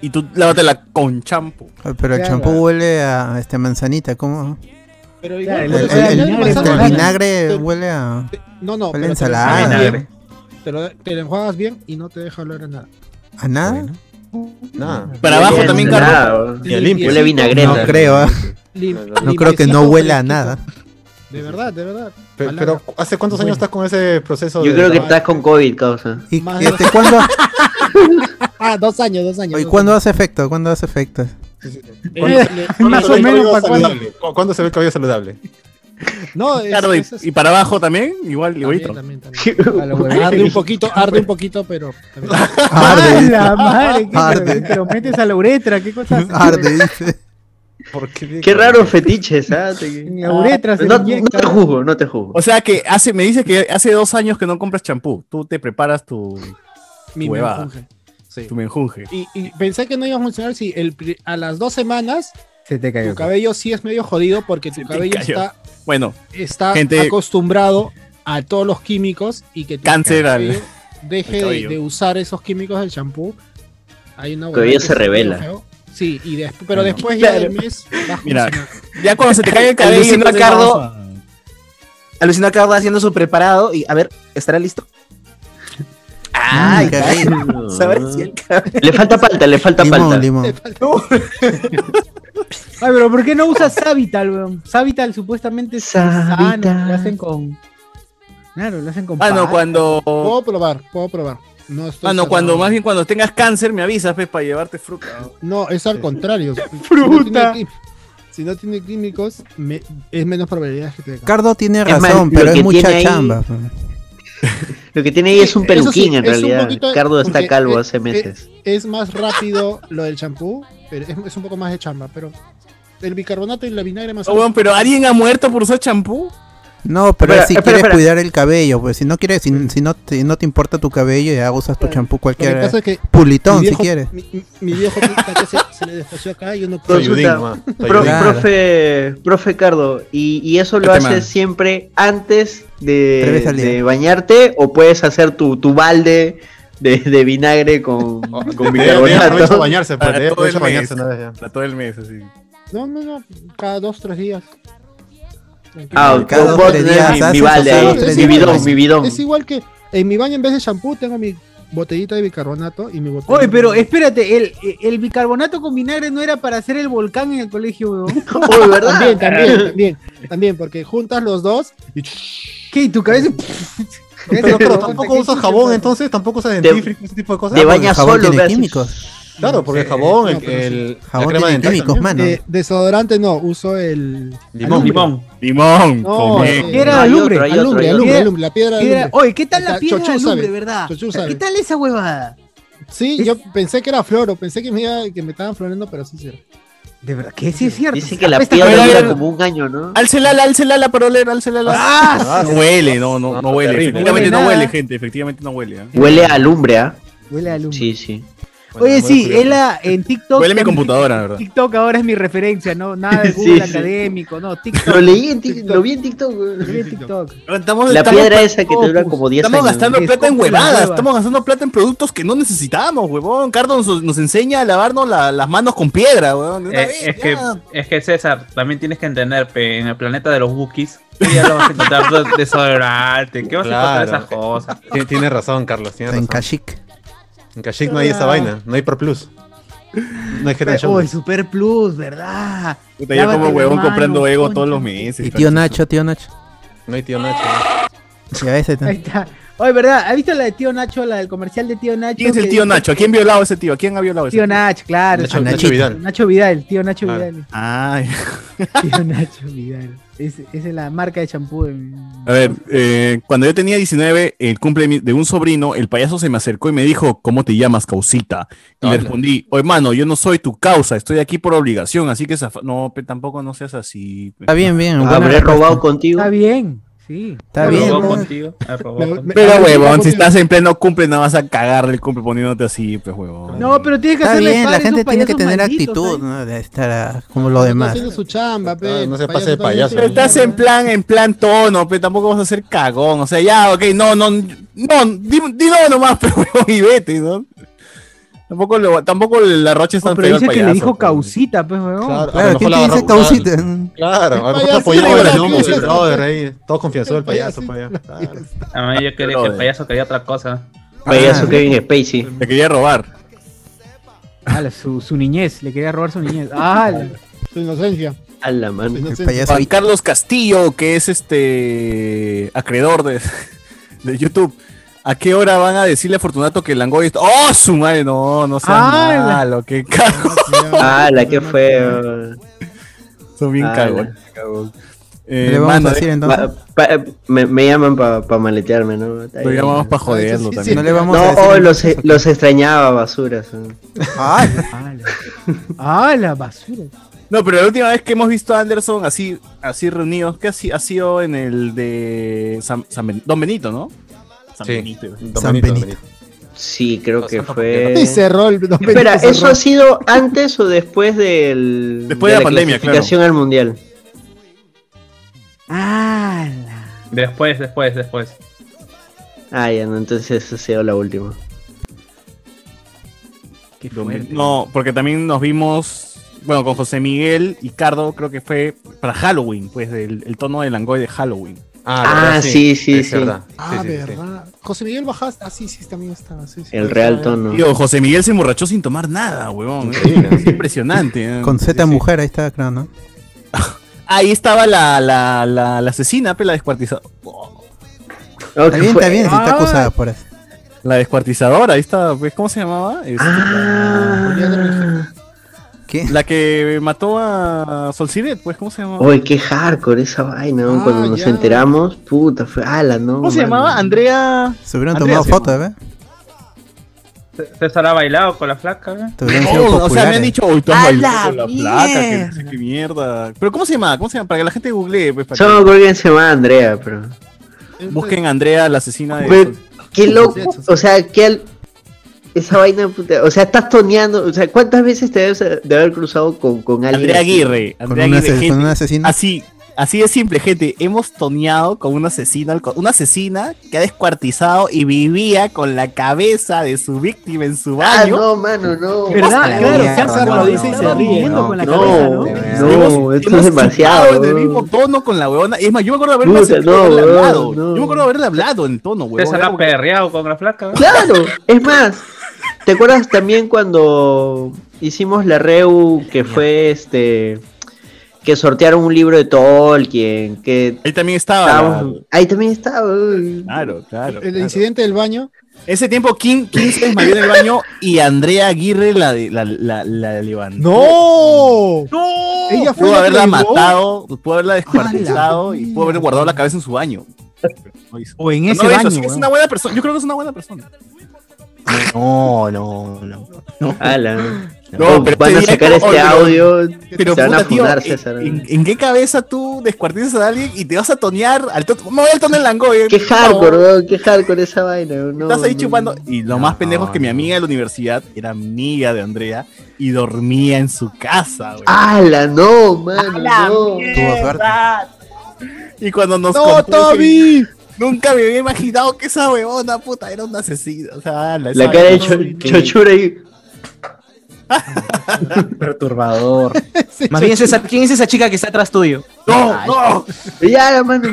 [SPEAKER 3] y tú lávatela con champo.
[SPEAKER 4] Ay, Ah, Pero el
[SPEAKER 5] Claro.
[SPEAKER 4] champú huele a este manzanita, ¿cómo?
[SPEAKER 5] Pero
[SPEAKER 4] El,
[SPEAKER 5] igual,
[SPEAKER 4] el-
[SPEAKER 5] pues, o sea,
[SPEAKER 4] el- este,
[SPEAKER 5] el año
[SPEAKER 4] el
[SPEAKER 5] pasado-
[SPEAKER 4] vinagre huele a.
[SPEAKER 5] No, no,
[SPEAKER 4] Huele a
[SPEAKER 5] pero te lo-
[SPEAKER 4] ensalada.
[SPEAKER 5] Vinagre. Te lo, te lo enjuagas bien y no te deja oler a nada.
[SPEAKER 4] ¿A nada?
[SPEAKER 2] Nada.
[SPEAKER 4] Para abajo también,
[SPEAKER 5] Carlos.
[SPEAKER 4] Ni a limpio. Huele a vinagreta. No creo, ah. No creo que no huela a nada.
[SPEAKER 5] De verdad, de verdad.
[SPEAKER 2] Pe- Pero, ¿hace cuántos años estás con ese proceso?
[SPEAKER 6] Yo
[SPEAKER 2] de
[SPEAKER 6] creo que
[SPEAKER 2] trabajo?
[SPEAKER 6] estás con COVID, causa.
[SPEAKER 4] ¿Y este, cuándo,
[SPEAKER 5] Ah, dos años, dos años.
[SPEAKER 4] y
[SPEAKER 5] dos
[SPEAKER 4] cuándo hace efecto? ¿Cuándo hace efecto?
[SPEAKER 2] ¿Cuándo-
[SPEAKER 5] Eh,
[SPEAKER 2] ¿cuándo
[SPEAKER 5] más
[SPEAKER 2] se ve
[SPEAKER 5] o
[SPEAKER 2] el
[SPEAKER 5] menos,
[SPEAKER 2] cabello
[SPEAKER 5] ¿para cuándo?
[SPEAKER 2] saludable? ¿Cu- ¿Cuándo se ve el cabello saludable?
[SPEAKER 5] años. No, es-
[SPEAKER 3] Claro, y,
[SPEAKER 5] es- es-
[SPEAKER 3] y para abajo también, igual, igualito.
[SPEAKER 5] A lo huevón. Arde un poquito, arde un poquito, pero.
[SPEAKER 1] ¡A la madre! ¿qué
[SPEAKER 5] Arde.
[SPEAKER 1] Te lo metes a la uretra, qué cosa.
[SPEAKER 4] Arde, dice.
[SPEAKER 6] Qué raros fetiches, ¿ah? Te-
[SPEAKER 1] la uretra se
[SPEAKER 6] Ah, no,
[SPEAKER 1] le
[SPEAKER 6] no te juzgo, no te juzgo.
[SPEAKER 3] O sea que hace, me dice que hace dos años que no compras champú. Tú te preparas tu,
[SPEAKER 5] Mi
[SPEAKER 3] tu huevada.
[SPEAKER 5] menjunje.
[SPEAKER 3] Tu menjunje.
[SPEAKER 5] Y, y pensé que no iba a funcionar si el, pri- a las dos semanas
[SPEAKER 1] Se te
[SPEAKER 5] tu cabello sí es medio jodido porque tu cabello
[SPEAKER 3] cayó.
[SPEAKER 5] está,
[SPEAKER 3] Bueno,
[SPEAKER 5] está
[SPEAKER 3] gente-
[SPEAKER 5] acostumbrado a todos los químicos y que tu
[SPEAKER 3] Cáncer al-
[SPEAKER 5] cabello
[SPEAKER 3] al
[SPEAKER 5] deje de,
[SPEAKER 3] cabello.
[SPEAKER 5] de usar esos químicos del champú. Hay una
[SPEAKER 6] Cabello
[SPEAKER 5] huevada que
[SPEAKER 6] se
[SPEAKER 5] está medio
[SPEAKER 6] revela.
[SPEAKER 5] feo. Sí, y después, pero
[SPEAKER 6] Bueno.
[SPEAKER 5] después ya
[SPEAKER 6] Claro.
[SPEAKER 5] del mes vas a
[SPEAKER 3] Mira,
[SPEAKER 5] funcionar.
[SPEAKER 3] ya cuando se te cae el cabello,
[SPEAKER 7] Alucino a
[SPEAKER 3] entonces
[SPEAKER 7] Cardo.
[SPEAKER 3] vamos
[SPEAKER 7] Alucino a Cardo haciendo su preparado y a ver, ¿estará listo? Ay,
[SPEAKER 4] qué
[SPEAKER 7] caray.
[SPEAKER 4] rico.
[SPEAKER 7] Saber si el cabello-
[SPEAKER 6] Le falta palta, le falta
[SPEAKER 4] Limón,
[SPEAKER 6] palta.
[SPEAKER 4] limón.
[SPEAKER 1] Ay, pero ¿por qué no usas Savital, weón? Savital supuestamente es sano, lo hacen con... Claro, lo hacen con
[SPEAKER 3] Ah, no,
[SPEAKER 1] pata.
[SPEAKER 3] cuando.
[SPEAKER 5] Puedo probar, puedo probar. No estoy
[SPEAKER 3] Ah, no,
[SPEAKER 5] cerrado.
[SPEAKER 3] cuando, más bien cuando tengas cáncer, me avisas, pues, para llevarte fruta. ¿no?
[SPEAKER 5] No, es al contrario. Si no
[SPEAKER 3] Fruta.
[SPEAKER 5] tiene quí- Si no tiene químicos, me- es menos probabilidad que te dé cáncer.
[SPEAKER 4] Cardo tiene
[SPEAKER 6] Es más,
[SPEAKER 4] razón,
[SPEAKER 6] lo
[SPEAKER 4] pero es
[SPEAKER 6] que
[SPEAKER 4] mucha
[SPEAKER 6] tiene ahí-
[SPEAKER 4] chamba. pues.
[SPEAKER 6] Lo que tiene ahí es un
[SPEAKER 5] Eso
[SPEAKER 6] peluquín en
[SPEAKER 5] sí, es un
[SPEAKER 6] realidad.
[SPEAKER 5] poquito-
[SPEAKER 6] Cardo está
[SPEAKER 5] porque
[SPEAKER 6] calvo
[SPEAKER 5] es-
[SPEAKER 6] hace meses.
[SPEAKER 5] Es, más rápido lo del champú, pero es, es un poco más de chamba, pero el bicarbonato y la vinagre más.
[SPEAKER 3] Oh, weón, pero ¿alguien ha muerto por usar champú?
[SPEAKER 4] No, pero
[SPEAKER 5] Espera,
[SPEAKER 4] si
[SPEAKER 5] espera,
[SPEAKER 4] quieres
[SPEAKER 5] espera.
[SPEAKER 4] cuidar el cabello, pues si no quieres, si, si no, te- no te importa tu cabello, ya usas tu champú
[SPEAKER 5] Lo que
[SPEAKER 4] cualquiera.
[SPEAKER 5] pasa es que
[SPEAKER 4] Pulitón,
[SPEAKER 5] mi viejo-
[SPEAKER 4] si quieres.
[SPEAKER 5] Mi, mi- mi viejo puta, se, se le desfació acá y yo no
[SPEAKER 6] Consulta, pro- profe, profe Cardo, ¿y, y eso lo
[SPEAKER 4] Este man.
[SPEAKER 6] haces siempre antes
[SPEAKER 4] Tres
[SPEAKER 6] de,
[SPEAKER 4] veces al día.
[SPEAKER 6] de bañarte o puedes hacer tu, tu balde de, de vinagre con, con
[SPEAKER 2] Debería- debería aprovechar
[SPEAKER 6] bicarbonato?
[SPEAKER 2] bañarse, pues, debería
[SPEAKER 3] todo el
[SPEAKER 2] aprovechar bañarse
[SPEAKER 3] mes.
[SPEAKER 2] una vez ya.
[SPEAKER 3] Para todo el mes, así.
[SPEAKER 5] No, no, no, cada dos, tres días. Tranquilo.
[SPEAKER 6] Ah, ok. Cada dos, Puedo tres tener días mi- mi haces, o balde sea, ahí, dos, tres mi días. bidón,
[SPEAKER 5] es-
[SPEAKER 6] mi bidón.
[SPEAKER 5] Es igual que en mi baño en vez de shampoo tengo mi botellita de bicarbonato y mi botella.
[SPEAKER 1] Oye, pero espérate, el, el bicarbonato con vinagre no era para hacer el volcán en el colegio, weón.
[SPEAKER 6] Uy, ¿verdad?
[SPEAKER 5] También, también, también, también, porque juntas los dos y
[SPEAKER 1] ¿Qué? ¿Y tu cabeza?
[SPEAKER 2] Pero, pero tampoco usas jabón, entonces, tampoco usas dentífrico, ese tipo de cosas.
[SPEAKER 6] te
[SPEAKER 2] Ah, porque
[SPEAKER 6] bañas
[SPEAKER 2] el jabón
[SPEAKER 6] solo,
[SPEAKER 2] tiene
[SPEAKER 6] ve así.
[SPEAKER 4] químicos.
[SPEAKER 2] Claro, porque el jabón, el, el- la crema dental también.
[SPEAKER 5] Eh, desodorante no, uso el
[SPEAKER 2] Limón.
[SPEAKER 5] Limón.
[SPEAKER 3] Limón,
[SPEAKER 5] No,
[SPEAKER 3] come.
[SPEAKER 5] eh,
[SPEAKER 1] Era alumbre,
[SPEAKER 5] alumbre, alumbre, alumbre, la piedra de alumbre.
[SPEAKER 1] Oye, ¿qué tal la
[SPEAKER 5] Está-
[SPEAKER 1] piedra de
[SPEAKER 5] Chochú sabe,
[SPEAKER 1] alumbre, verdad?
[SPEAKER 5] Chochú sabe.
[SPEAKER 1] ¿Qué tal esa huevada?
[SPEAKER 5] Sí, yo pensé que era floro, pensé que me, iba- que me estaban floreando, pero sí, sí.
[SPEAKER 1] De verdad, que sí es cierto.
[SPEAKER 6] Dice que la
[SPEAKER 1] Apesta
[SPEAKER 6] piedra
[SPEAKER 1] como
[SPEAKER 6] dura
[SPEAKER 1] el-
[SPEAKER 6] como un año, ¿no?
[SPEAKER 3] Álcela, álcela la parolera, álcela la.
[SPEAKER 1] Ah,
[SPEAKER 3] No huele, no, no, no huele.
[SPEAKER 2] terrible.
[SPEAKER 3] Efectivamente
[SPEAKER 1] No
[SPEAKER 3] no
[SPEAKER 1] huele
[SPEAKER 3] huele,
[SPEAKER 1] nada.
[SPEAKER 3] gente, efectivamente no huele. ¿ah?
[SPEAKER 6] Huele a lumbre, ¿ah?
[SPEAKER 1] Huele a alumbre.
[SPEAKER 6] Sí, sí.
[SPEAKER 1] Oye,
[SPEAKER 3] bueno,
[SPEAKER 1] sí,
[SPEAKER 3] curioso.
[SPEAKER 1] él ah, en TikTok.
[SPEAKER 3] Huele mi computadora, la verdad.
[SPEAKER 1] TikTok ahora es mi referencia, ¿no? Nada de Google
[SPEAKER 6] Sí, sí.
[SPEAKER 1] académico, no. TikTok.
[SPEAKER 6] Lo leí en Tik- lo vi en TikTok.
[SPEAKER 1] Lo vi en
[SPEAKER 6] güey.
[SPEAKER 1] TikTok.
[SPEAKER 3] Ahora Estamos,
[SPEAKER 6] La
[SPEAKER 3] estamos
[SPEAKER 6] piedra
[SPEAKER 3] pa- Oh,
[SPEAKER 6] esa que te
[SPEAKER 1] pues.
[SPEAKER 6] dura como 10
[SPEAKER 3] Estamos
[SPEAKER 6] años.
[SPEAKER 3] gastando
[SPEAKER 1] Les
[SPEAKER 3] plata en
[SPEAKER 1] compro las
[SPEAKER 3] huevadas,
[SPEAKER 1] huevas.
[SPEAKER 3] estamos gastando plata en productos que no necesitamos, huevón. Cardo nos, nos enseña a lavarnos la- las manos con piedra, huevón. de una
[SPEAKER 12] Eh,
[SPEAKER 3] vez,
[SPEAKER 12] es, que,
[SPEAKER 3] ya.
[SPEAKER 12] es que César, también tienes que entender, pe, en el planeta de los Wookiees, tú ya lo vas a encontrar todo desodorante, ¿qué vas a encontrar
[SPEAKER 2] Claro.
[SPEAKER 12] esas cosas?
[SPEAKER 2] Tien- Tiene razón, Carlos. Tiene
[SPEAKER 4] En
[SPEAKER 2] razón.
[SPEAKER 4] Kashik.
[SPEAKER 2] En Kashik no hay esa vaina, no hay Pro Plus. No hay Hidden
[SPEAKER 1] Oye,
[SPEAKER 2] Shoulders.
[SPEAKER 1] Super Plus, ¿verdad?
[SPEAKER 3] Puta, yo como
[SPEAKER 1] Lávate
[SPEAKER 3] huevón
[SPEAKER 1] las
[SPEAKER 3] comprando
[SPEAKER 1] manos,
[SPEAKER 3] ego
[SPEAKER 1] concha.
[SPEAKER 3] todos los meses.
[SPEAKER 4] Y tío Nacho, tío Nacho.
[SPEAKER 2] No hay tío Nacho.
[SPEAKER 4] Ya ese
[SPEAKER 1] Ahí
[SPEAKER 4] también.
[SPEAKER 1] está. Oye, ¿verdad? ¿Has visto la de tío Nacho, la del comercial de tío Nacho?
[SPEAKER 3] ¿Quién es
[SPEAKER 1] que
[SPEAKER 3] el tío
[SPEAKER 1] dice-
[SPEAKER 3] Nacho? ¿A quién violado ese tío? ¿A quién ha violado ese
[SPEAKER 1] Tío Nacho, claro.
[SPEAKER 2] Nacho,
[SPEAKER 4] A
[SPEAKER 2] Nacho
[SPEAKER 4] Nachito.
[SPEAKER 2] Vidal.
[SPEAKER 1] Nacho Vidal, tío Nacho
[SPEAKER 2] Claro.
[SPEAKER 1] Vidal.
[SPEAKER 3] Ay.
[SPEAKER 1] Tío Nacho Vidal. Es, esa es la marca de champú. de mi-
[SPEAKER 3] A ver, eh, cuando yo tenía 19, el cumple de mi- de un sobrino, el payaso se me acercó y me dijo, ¿cómo te llamas, causita? Y le
[SPEAKER 2] Hola.
[SPEAKER 3] respondí, oye, mano, yo no soy tu causa, estoy aquí por obligación, así que zafa- no, pe, tampoco no seas así. pe".
[SPEAKER 4] Está bien, bien. buena
[SPEAKER 6] Habré
[SPEAKER 4] respuesta.
[SPEAKER 6] robado contigo.
[SPEAKER 1] Está bien, sí.
[SPEAKER 4] Está bien.
[SPEAKER 12] Robó
[SPEAKER 4] ¿no?
[SPEAKER 12] contigo, ah,
[SPEAKER 1] pues,
[SPEAKER 12] robó contigo.
[SPEAKER 3] Pero, huevón, si estás en pleno cumple, no vas a cagarle el cumple poniéndote así, pues, huevón.
[SPEAKER 1] No, pero tienes que
[SPEAKER 4] Está
[SPEAKER 1] hacerle
[SPEAKER 4] bien,
[SPEAKER 1] par
[SPEAKER 4] la
[SPEAKER 1] a esos
[SPEAKER 4] gente tiene que
[SPEAKER 1] payasos
[SPEAKER 4] tener
[SPEAKER 1] malditos,
[SPEAKER 5] ¿eh?
[SPEAKER 4] actitud, ¿no?
[SPEAKER 1] ¿sabes?
[SPEAKER 4] De estar ah, como los
[SPEAKER 5] Está
[SPEAKER 4] demás.
[SPEAKER 5] haciendo su chamba, pe,
[SPEAKER 2] Ah,
[SPEAKER 5] el
[SPEAKER 2] no se pase de
[SPEAKER 5] también
[SPEAKER 2] payaso.
[SPEAKER 5] tiene
[SPEAKER 3] Pero
[SPEAKER 5] su
[SPEAKER 3] estás en
[SPEAKER 5] chamba.
[SPEAKER 3] plan, en plan tono, pero tampoco vas a ser cagón. O sea, ya, ok, no, no, no, di, di no nomás, pero huevón, y vete, ¿no? Tampoco, lo, tampoco la Roche está
[SPEAKER 1] Oh, pero dice que le dijo causita, pues, weón.
[SPEAKER 2] Claro, a lo mejor la agarró- Claro, a lo mejor apoyó el gnomo, el brother ahí. Todo confianzudo el payaso, pues ya. Claro.
[SPEAKER 12] A mí Ah, yo quería que el payaso quería otra cosa.
[SPEAKER 6] Payaso Kevin Spacey.
[SPEAKER 3] Te quería robar.
[SPEAKER 1] Ah, la- su, su niñez, le quería robar su niñez. Ah, la-
[SPEAKER 5] Su inocencia.
[SPEAKER 6] A la mano.
[SPEAKER 3] Juan Carlos Castillo, que es este acreedor de, de YouTube. ¿A qué hora van a decirle a Fortunato que el Langoy está- ¡Oh, su madre! No, no sea
[SPEAKER 6] Ah, la-
[SPEAKER 3] malo, que cago.
[SPEAKER 6] Ah, la que fue.
[SPEAKER 3] Son bien
[SPEAKER 6] Ah,
[SPEAKER 3] cagón. Eh,
[SPEAKER 6] Le vamos
[SPEAKER 3] manda-
[SPEAKER 6] a decir, entonces. Pa- pa- me, me llaman para maletearme, ¿no?
[SPEAKER 3] Lo llamamos pa' joderlo también.
[SPEAKER 6] No,
[SPEAKER 3] No le vamos a decir
[SPEAKER 6] oh,
[SPEAKER 3] nada.
[SPEAKER 6] los, los extrañaba, basuras.
[SPEAKER 1] Ah, la basura.
[SPEAKER 3] No, pero la última vez que hemos visto a Anderson así, así reunidos, que ha, si- ha sido en el de San, San Ben- Don Benito, ¿no? San Benito.
[SPEAKER 6] San Benito, Benito. Sí, creo que fue.
[SPEAKER 5] Y cerró el Don Benito,
[SPEAKER 6] Espera, ¿eso
[SPEAKER 5] cerró.
[SPEAKER 6] ha sido antes o después del.
[SPEAKER 3] Después de la pandemia, claro.
[SPEAKER 6] clasificación al mundial.
[SPEAKER 1] Ah,
[SPEAKER 12] Después, después, después.
[SPEAKER 6] Ah, ya no, entonces esa ha sido la última.
[SPEAKER 3] Don Ben- No, porque también nos vimos, bueno, con José Miguel y Cardo, creo que fue para Halloween, pues, del, el tono del Langoy de Halloween.
[SPEAKER 6] Ah, verdad, sí. sí, sí, Es sí. verdad.
[SPEAKER 5] Ah, verdad. José Miguel Bajas, ah, sí, sí, también estaba. Sí, sí.
[SPEAKER 3] Tío, José Miguel se emborrachó sin tomar nada, huevón. Es impresionante. ¿eh?
[SPEAKER 4] Con Z mujer, ahí está, creo, ¿no?
[SPEAKER 3] Ahí estaba la, la, la, la asesina, pe, la descuartizadora.
[SPEAKER 6] Oh,
[SPEAKER 4] Está bien, está bien, si está acusada por eso.
[SPEAKER 3] Ah. La descuartizadora, ahí está, pues, ¿cómo se llamaba? Este,
[SPEAKER 4] Ah.
[SPEAKER 3] la... La que mató a Solcidet, pues, ¿cómo se llamaba?
[SPEAKER 6] Uy, qué hardcore esa vaina, ¿no? Cuando nos enteramos, puta, fue. ¡Ala, no!
[SPEAKER 3] ¿Cómo se llamaba? Andrea.
[SPEAKER 4] Se hubieran
[SPEAKER 6] Andrea
[SPEAKER 4] tomado
[SPEAKER 6] se
[SPEAKER 4] fotos, ¿ves?
[SPEAKER 12] César ha bailado con la flaca, ¿eh?
[SPEAKER 4] Te hubieran
[SPEAKER 3] No,
[SPEAKER 4] sido
[SPEAKER 3] o sea, me
[SPEAKER 4] populares.
[SPEAKER 3] han dicho, uy, tú has
[SPEAKER 4] ¡A
[SPEAKER 3] bailado
[SPEAKER 4] la
[SPEAKER 3] con la placa, que no sé qué mierda. Pero ¿cómo se llama? ¿Cómo se llama? Para que la gente googlee, pues, para
[SPEAKER 6] Solo me
[SPEAKER 3] que
[SPEAKER 6] acuerdo quién se llamaba Andrea, pero.
[SPEAKER 3] busquen a Andrea, la asesina de...
[SPEAKER 6] Pero, qué loco. O sea, qué. al- Esa vaina, puta. O sea, estás toneando. O sea, ¿cuántas veces te debes de haber cruzado con, con alguien?
[SPEAKER 3] Andrea
[SPEAKER 6] así?
[SPEAKER 3] Aguirre. Andrea
[SPEAKER 4] un
[SPEAKER 3] Aguirre,
[SPEAKER 4] ase-
[SPEAKER 3] gente.
[SPEAKER 4] con un asesino.
[SPEAKER 3] Así, así de simple, gente. Hemos toneado con una asesina, alco- una asesina que ha descuartizado y vivía con la cabeza de su víctima en su
[SPEAKER 6] Ah,
[SPEAKER 3] baño.
[SPEAKER 6] no, mano, no.
[SPEAKER 3] Hasta la mierda, no, no,
[SPEAKER 6] No,
[SPEAKER 3] no, no,
[SPEAKER 6] no, no, esto es
[SPEAKER 3] Hemos chupado
[SPEAKER 6] demasiado.
[SPEAKER 3] en el
[SPEAKER 6] weón.
[SPEAKER 3] mismo tono con la huevona. Es más, yo me acuerdo de
[SPEAKER 6] Puta,
[SPEAKER 3] haberla
[SPEAKER 6] no,
[SPEAKER 3] haberle
[SPEAKER 6] weón,
[SPEAKER 3] hablado.
[SPEAKER 6] no.
[SPEAKER 3] Yo me acuerdo de haberle hablado en tono, huevón.
[SPEAKER 12] César
[SPEAKER 3] Era
[SPEAKER 12] ha
[SPEAKER 3] como-
[SPEAKER 12] perreado con la flaca. ¿eh?
[SPEAKER 6] Claro, es más, ¿te acuerdas también cuando hicimos la reu que fue este que sortearon un libro de Tolkien, que
[SPEAKER 3] Ahí también estaba.
[SPEAKER 6] estábamos- ahí también estaba. uy.
[SPEAKER 3] Claro, claro.
[SPEAKER 5] El incidente del baño.
[SPEAKER 3] Ese tiempo, King, King se desmayó en el baño y Andrea Aguirre la, de- la, la, la levantó.
[SPEAKER 5] ¡No!
[SPEAKER 3] ¡No!
[SPEAKER 5] Ella fue
[SPEAKER 3] Pudo
[SPEAKER 5] la que lo
[SPEAKER 3] haberla
[SPEAKER 5] llevó. Ah,
[SPEAKER 3] matado, pudo haberla descuartizado y pudo haber guardado la cabeza en su baño.
[SPEAKER 1] O en
[SPEAKER 3] No
[SPEAKER 1] ese
[SPEAKER 3] lo hizo,
[SPEAKER 1] baño.
[SPEAKER 3] sí, es
[SPEAKER 1] weón.
[SPEAKER 3] una buena persona. Yo creo que es una buena persona.
[SPEAKER 6] No, no, no. Ala.
[SPEAKER 3] No,
[SPEAKER 6] No,
[SPEAKER 3] pero
[SPEAKER 6] van
[SPEAKER 3] te
[SPEAKER 6] a
[SPEAKER 3] diré
[SPEAKER 6] sacar
[SPEAKER 3] que-
[SPEAKER 6] este
[SPEAKER 3] oye, pero-
[SPEAKER 6] audio,
[SPEAKER 3] Pero
[SPEAKER 6] se van a
[SPEAKER 3] puta, tío, eh,
[SPEAKER 6] funar,
[SPEAKER 3] ¿en-
[SPEAKER 6] César.
[SPEAKER 3] ¿en, en qué cabeza tú descuartizas a alguien y te vas a tonear al tono? Me voy al tono del langoy.
[SPEAKER 6] Qué
[SPEAKER 3] por favor.
[SPEAKER 6] hardcore, weón, qué hardcore esa vaina. weón, no,
[SPEAKER 3] Estás ahí
[SPEAKER 6] no.
[SPEAKER 3] chupando. Y lo más pendejo es que mi amiga de la universidad era amiga de Andrea y dormía en su casa, güey.
[SPEAKER 6] Ala, no, mano,
[SPEAKER 3] ¡Ala,
[SPEAKER 6] no.
[SPEAKER 3] mierda! Y cuando nos
[SPEAKER 6] ¡No,
[SPEAKER 3] contó
[SPEAKER 6] Toby!
[SPEAKER 3] que- Nunca me había imaginado que esa huevona puta era una asesina. O sea, ala,
[SPEAKER 6] La
[SPEAKER 3] esa
[SPEAKER 6] cara de
[SPEAKER 3] huevona-
[SPEAKER 6] Cho- Chochura ahí.
[SPEAKER 7] Perturbador. Más bien, César, ¿quién es esa chica que está atrás tuyo?
[SPEAKER 3] ¡No! ¡No!
[SPEAKER 6] Ya, mano.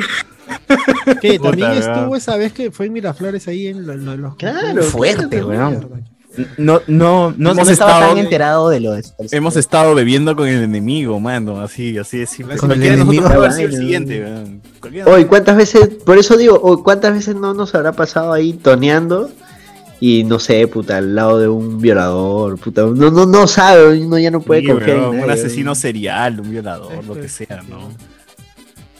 [SPEAKER 5] Que también
[SPEAKER 7] Puta,
[SPEAKER 5] estuvo
[SPEAKER 7] weón.
[SPEAKER 5] esa vez que fue en Miraflores ahí en lo- lo- los.
[SPEAKER 6] Claro.
[SPEAKER 7] Fuerte, weón. No, no, no, no estaba tan enterado de lo de
[SPEAKER 3] Hemos estado bebiendo con el enemigo, mano. Así, así de simple.
[SPEAKER 6] Con el
[SPEAKER 3] Cualquiera de nosotros
[SPEAKER 6] enemigo.
[SPEAKER 3] puede haber sido el
[SPEAKER 6] Ay,
[SPEAKER 3] siguiente, weón. Cualquiera de
[SPEAKER 6] Hoy, ¿cuántas veces, por eso digo, hoy, ¿cuántas veces no nos habrá pasado ahí toneando? Y no sé, puta, al lado de un violador, puta, no, no, no sabe, uno ya no puede
[SPEAKER 3] Sí,
[SPEAKER 6] confiar
[SPEAKER 3] weón,
[SPEAKER 6] en nadie,
[SPEAKER 3] un
[SPEAKER 6] weón.
[SPEAKER 3] asesino serial, un violador, lo que sea, ¿no?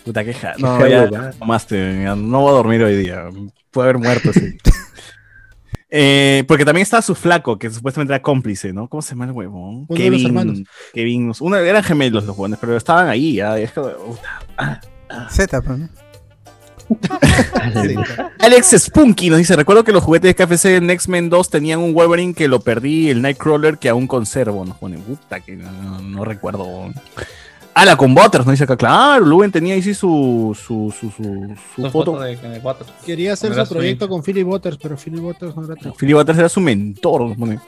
[SPEAKER 3] Puta queja.
[SPEAKER 6] Qué
[SPEAKER 3] No,
[SPEAKER 6] feo,
[SPEAKER 3] ya,
[SPEAKER 6] weón.
[SPEAKER 3] tomaste, ya no voy a dormir hoy día. Puede haber muerto, sí. Eh, porque también estaba su flaco, que supuestamente era cómplice, ¿no? ¿Cómo se llama el huevón?
[SPEAKER 5] Uno de los hermanos.
[SPEAKER 3] Kevin. Uno, eran gemelos los huevones, pero estaban ahí. ya, es que- puta.
[SPEAKER 4] Z, pues, ¿no?
[SPEAKER 3] Alex Spunky nos dice: Recuerdo que los juguetes de KFC en X-Men 2 tenían un Wolverine que lo perdí, el Nightcrawler que aún conservo. Nos pone, puta, que no, no- no recuerdo. Ah, la con Butters nos dice acá: Claro, Luven tenía ahí sí su, su, su, su, su foto.
[SPEAKER 5] Quería hacer
[SPEAKER 3] Era
[SPEAKER 5] su
[SPEAKER 3] su eh.
[SPEAKER 5] proyecto con Philly Waters, pero Philly Waters no era tan.
[SPEAKER 3] Philip Butters era su mentor, nos pone.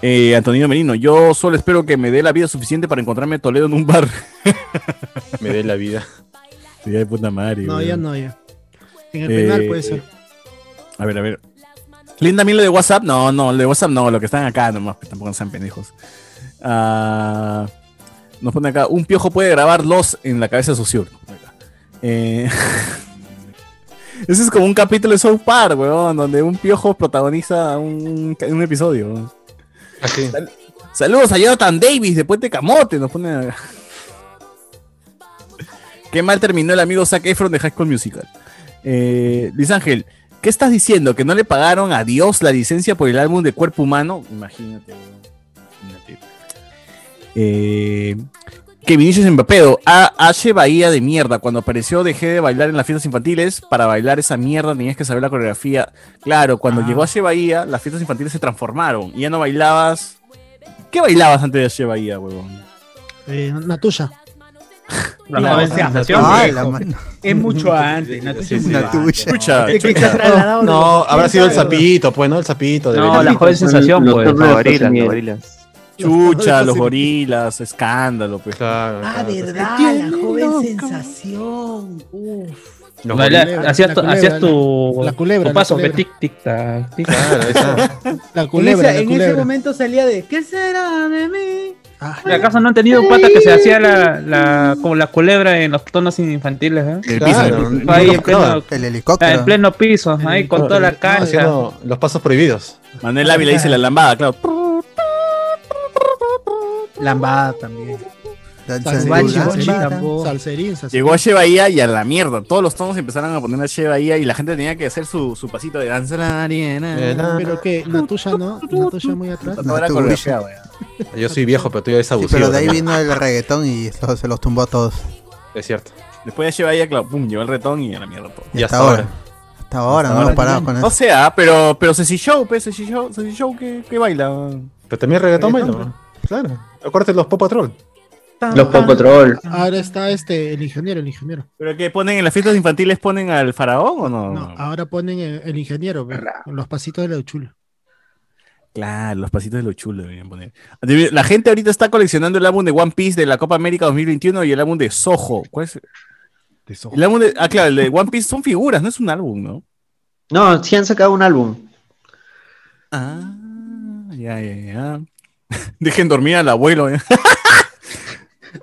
[SPEAKER 3] Eh, Antonino Merino, yo solo espero que me dé la vida suficiente para encontrarme a Toledo en un bar.
[SPEAKER 2] me dé la vida.
[SPEAKER 3] Sí, de puta madre.
[SPEAKER 5] No,
[SPEAKER 3] weón.
[SPEAKER 5] ya no, ya. En el
[SPEAKER 3] Eh,
[SPEAKER 5] penal puede ser.
[SPEAKER 3] A ver, a ver. Linda, también lo de WhatsApp. No, no, lo de WhatsApp no, lo que están acá nomás, pues, tampoco sean pendejos. Ah, nos pone acá, un piojo puede grabar los en la cabeza de su ciur. Eh, ese es como un capítulo de South Park, weón, donde un piojo protagoniza un, un episodio. Sal- saludos a Jonathan Davis de Puente Camote, nos pone acá. Qué mal terminó el amigo Zac Efron de High School Musical. Eh, Luis Ángel, ¿qué estás diciendo? ¿Que no le pagaron a Dios la licencia por el álbum de Cuerpo Humano? Imagínate, weón. imagínate. Eh, que Vinicius Mbappé, a H Bahía de mierda. Cuando apareció dejé de bailar en las fiestas infantiles. Para bailar esa mierda tenías que saber la coreografía. Claro,
[SPEAKER 13] Ah.
[SPEAKER 3] cuando llegó H Bahía, las fiestas infantiles se transformaron. Y ya no bailabas. ¿Qué bailabas antes de H Bahía, huevón?
[SPEAKER 5] Eh, Natuya.
[SPEAKER 3] La joven sensación,
[SPEAKER 5] Ah,
[SPEAKER 3] viejo.
[SPEAKER 5] la mano.
[SPEAKER 13] Es mucho antes. Natuya es mucho antes.
[SPEAKER 2] Escucha,
[SPEAKER 13] Es que estás trasladado de
[SPEAKER 2] no, no,
[SPEAKER 13] los
[SPEAKER 2] habrá sido el
[SPEAKER 13] 80, weón.
[SPEAKER 2] sapito, pues, ¿no? El sapito.
[SPEAKER 13] No,
[SPEAKER 2] Benito.
[SPEAKER 13] la joven sensación, Los pues.
[SPEAKER 2] Los
[SPEAKER 13] hombres de
[SPEAKER 2] gorilas,
[SPEAKER 13] José
[SPEAKER 2] los
[SPEAKER 13] Miguel.
[SPEAKER 2] gorilas.
[SPEAKER 3] Chucha, los gorilas, escándalo, pues.
[SPEAKER 13] Ah, verdad, la joven sensación. Uf.
[SPEAKER 3] Los
[SPEAKER 12] No, la-
[SPEAKER 3] gorilas,
[SPEAKER 12] hacías
[SPEAKER 3] la
[SPEAKER 12] tu,
[SPEAKER 3] culebra,
[SPEAKER 12] hacías tu,
[SPEAKER 5] la culebra,
[SPEAKER 12] tu paso
[SPEAKER 5] la
[SPEAKER 12] de
[SPEAKER 5] culebra.
[SPEAKER 12] tic tic tac. Tic,
[SPEAKER 2] Claro,
[SPEAKER 12] esa.
[SPEAKER 5] La
[SPEAKER 13] en
[SPEAKER 5] culebra,
[SPEAKER 13] ese,
[SPEAKER 5] la
[SPEAKER 13] en ese
[SPEAKER 5] culebra.
[SPEAKER 13] momento salía de ¿Qué será de mí?
[SPEAKER 12] ¿Y ¿Acaso no han tenido un pata que se hacía la, la, como la culebra en los tonos infantiles? ¿eh?
[SPEAKER 2] El piso, Claro, el piso.
[SPEAKER 12] Ahí
[SPEAKER 2] el
[SPEAKER 12] en pleno,
[SPEAKER 2] helicóptero. El helicóptero.
[SPEAKER 12] En pleno piso, ahí con toda la cancha.
[SPEAKER 2] Haciendo Los pasos prohibidos.
[SPEAKER 3] Manuel Ávila dice la lambada, claro.
[SPEAKER 13] Lambada también.
[SPEAKER 5] Salserín,
[SPEAKER 3] Salserín,
[SPEAKER 5] salserín, salserín,
[SPEAKER 3] Llegó a Che Bahía y a la mierda. Todos los tonos empezaron a poner a Che Bahía y la gente tenía que hacer su, su pasito de danza. La
[SPEAKER 4] Eh,
[SPEAKER 3] arena.
[SPEAKER 5] Eh, Pero que Natuya no, Natuya muy atrás.
[SPEAKER 3] Toda la coreografía, weón.
[SPEAKER 2] Yo soy viejo, pero tú ya eres
[SPEAKER 4] Sí,
[SPEAKER 2] abusivo.
[SPEAKER 4] pero de ahí
[SPEAKER 2] también.
[SPEAKER 4] vino el reggaetón y se- se los tumbó a todos.
[SPEAKER 2] Es cierto.
[SPEAKER 3] Después de Che Bahía, claro, pum, llegó el retón y a la mierda todo.
[SPEAKER 4] Y hasta ahora. Hasta ahora, no hemos parado con
[SPEAKER 3] No
[SPEAKER 4] eso.
[SPEAKER 3] sea, pero, pero Ceci Show, pues, Ceci Show, Ceci Show, ¿qué, qué baila?
[SPEAKER 2] Pero también reggaetón,
[SPEAKER 3] Reggaetón,
[SPEAKER 2] baila, Claro. Acuérdate los Pop Patrol.
[SPEAKER 3] Los Paw Patrol.
[SPEAKER 5] Ahora está este, el ingeniero, el ingeniero.
[SPEAKER 3] ¿Pero qué ponen en las fiestas infantiles? ¿Ponen al faraón o no?
[SPEAKER 5] No, ahora ponen el, el ingeniero, ve, con los pasitos de la Uchula.
[SPEAKER 3] Claro, los pasitos de lo chulo deberían poner. La gente ahorita está coleccionando el álbum de One Piece de la Copa América 2021 y el álbum de Soho. ¿Cuál es? El álbum de, ah, claro, el de One Piece son figuras, no es un álbum, ¿no?
[SPEAKER 11] No, sí han sacado un álbum.
[SPEAKER 3] Ah, ya, ya, ya. Dejen dormir al abuelo. ¿eh?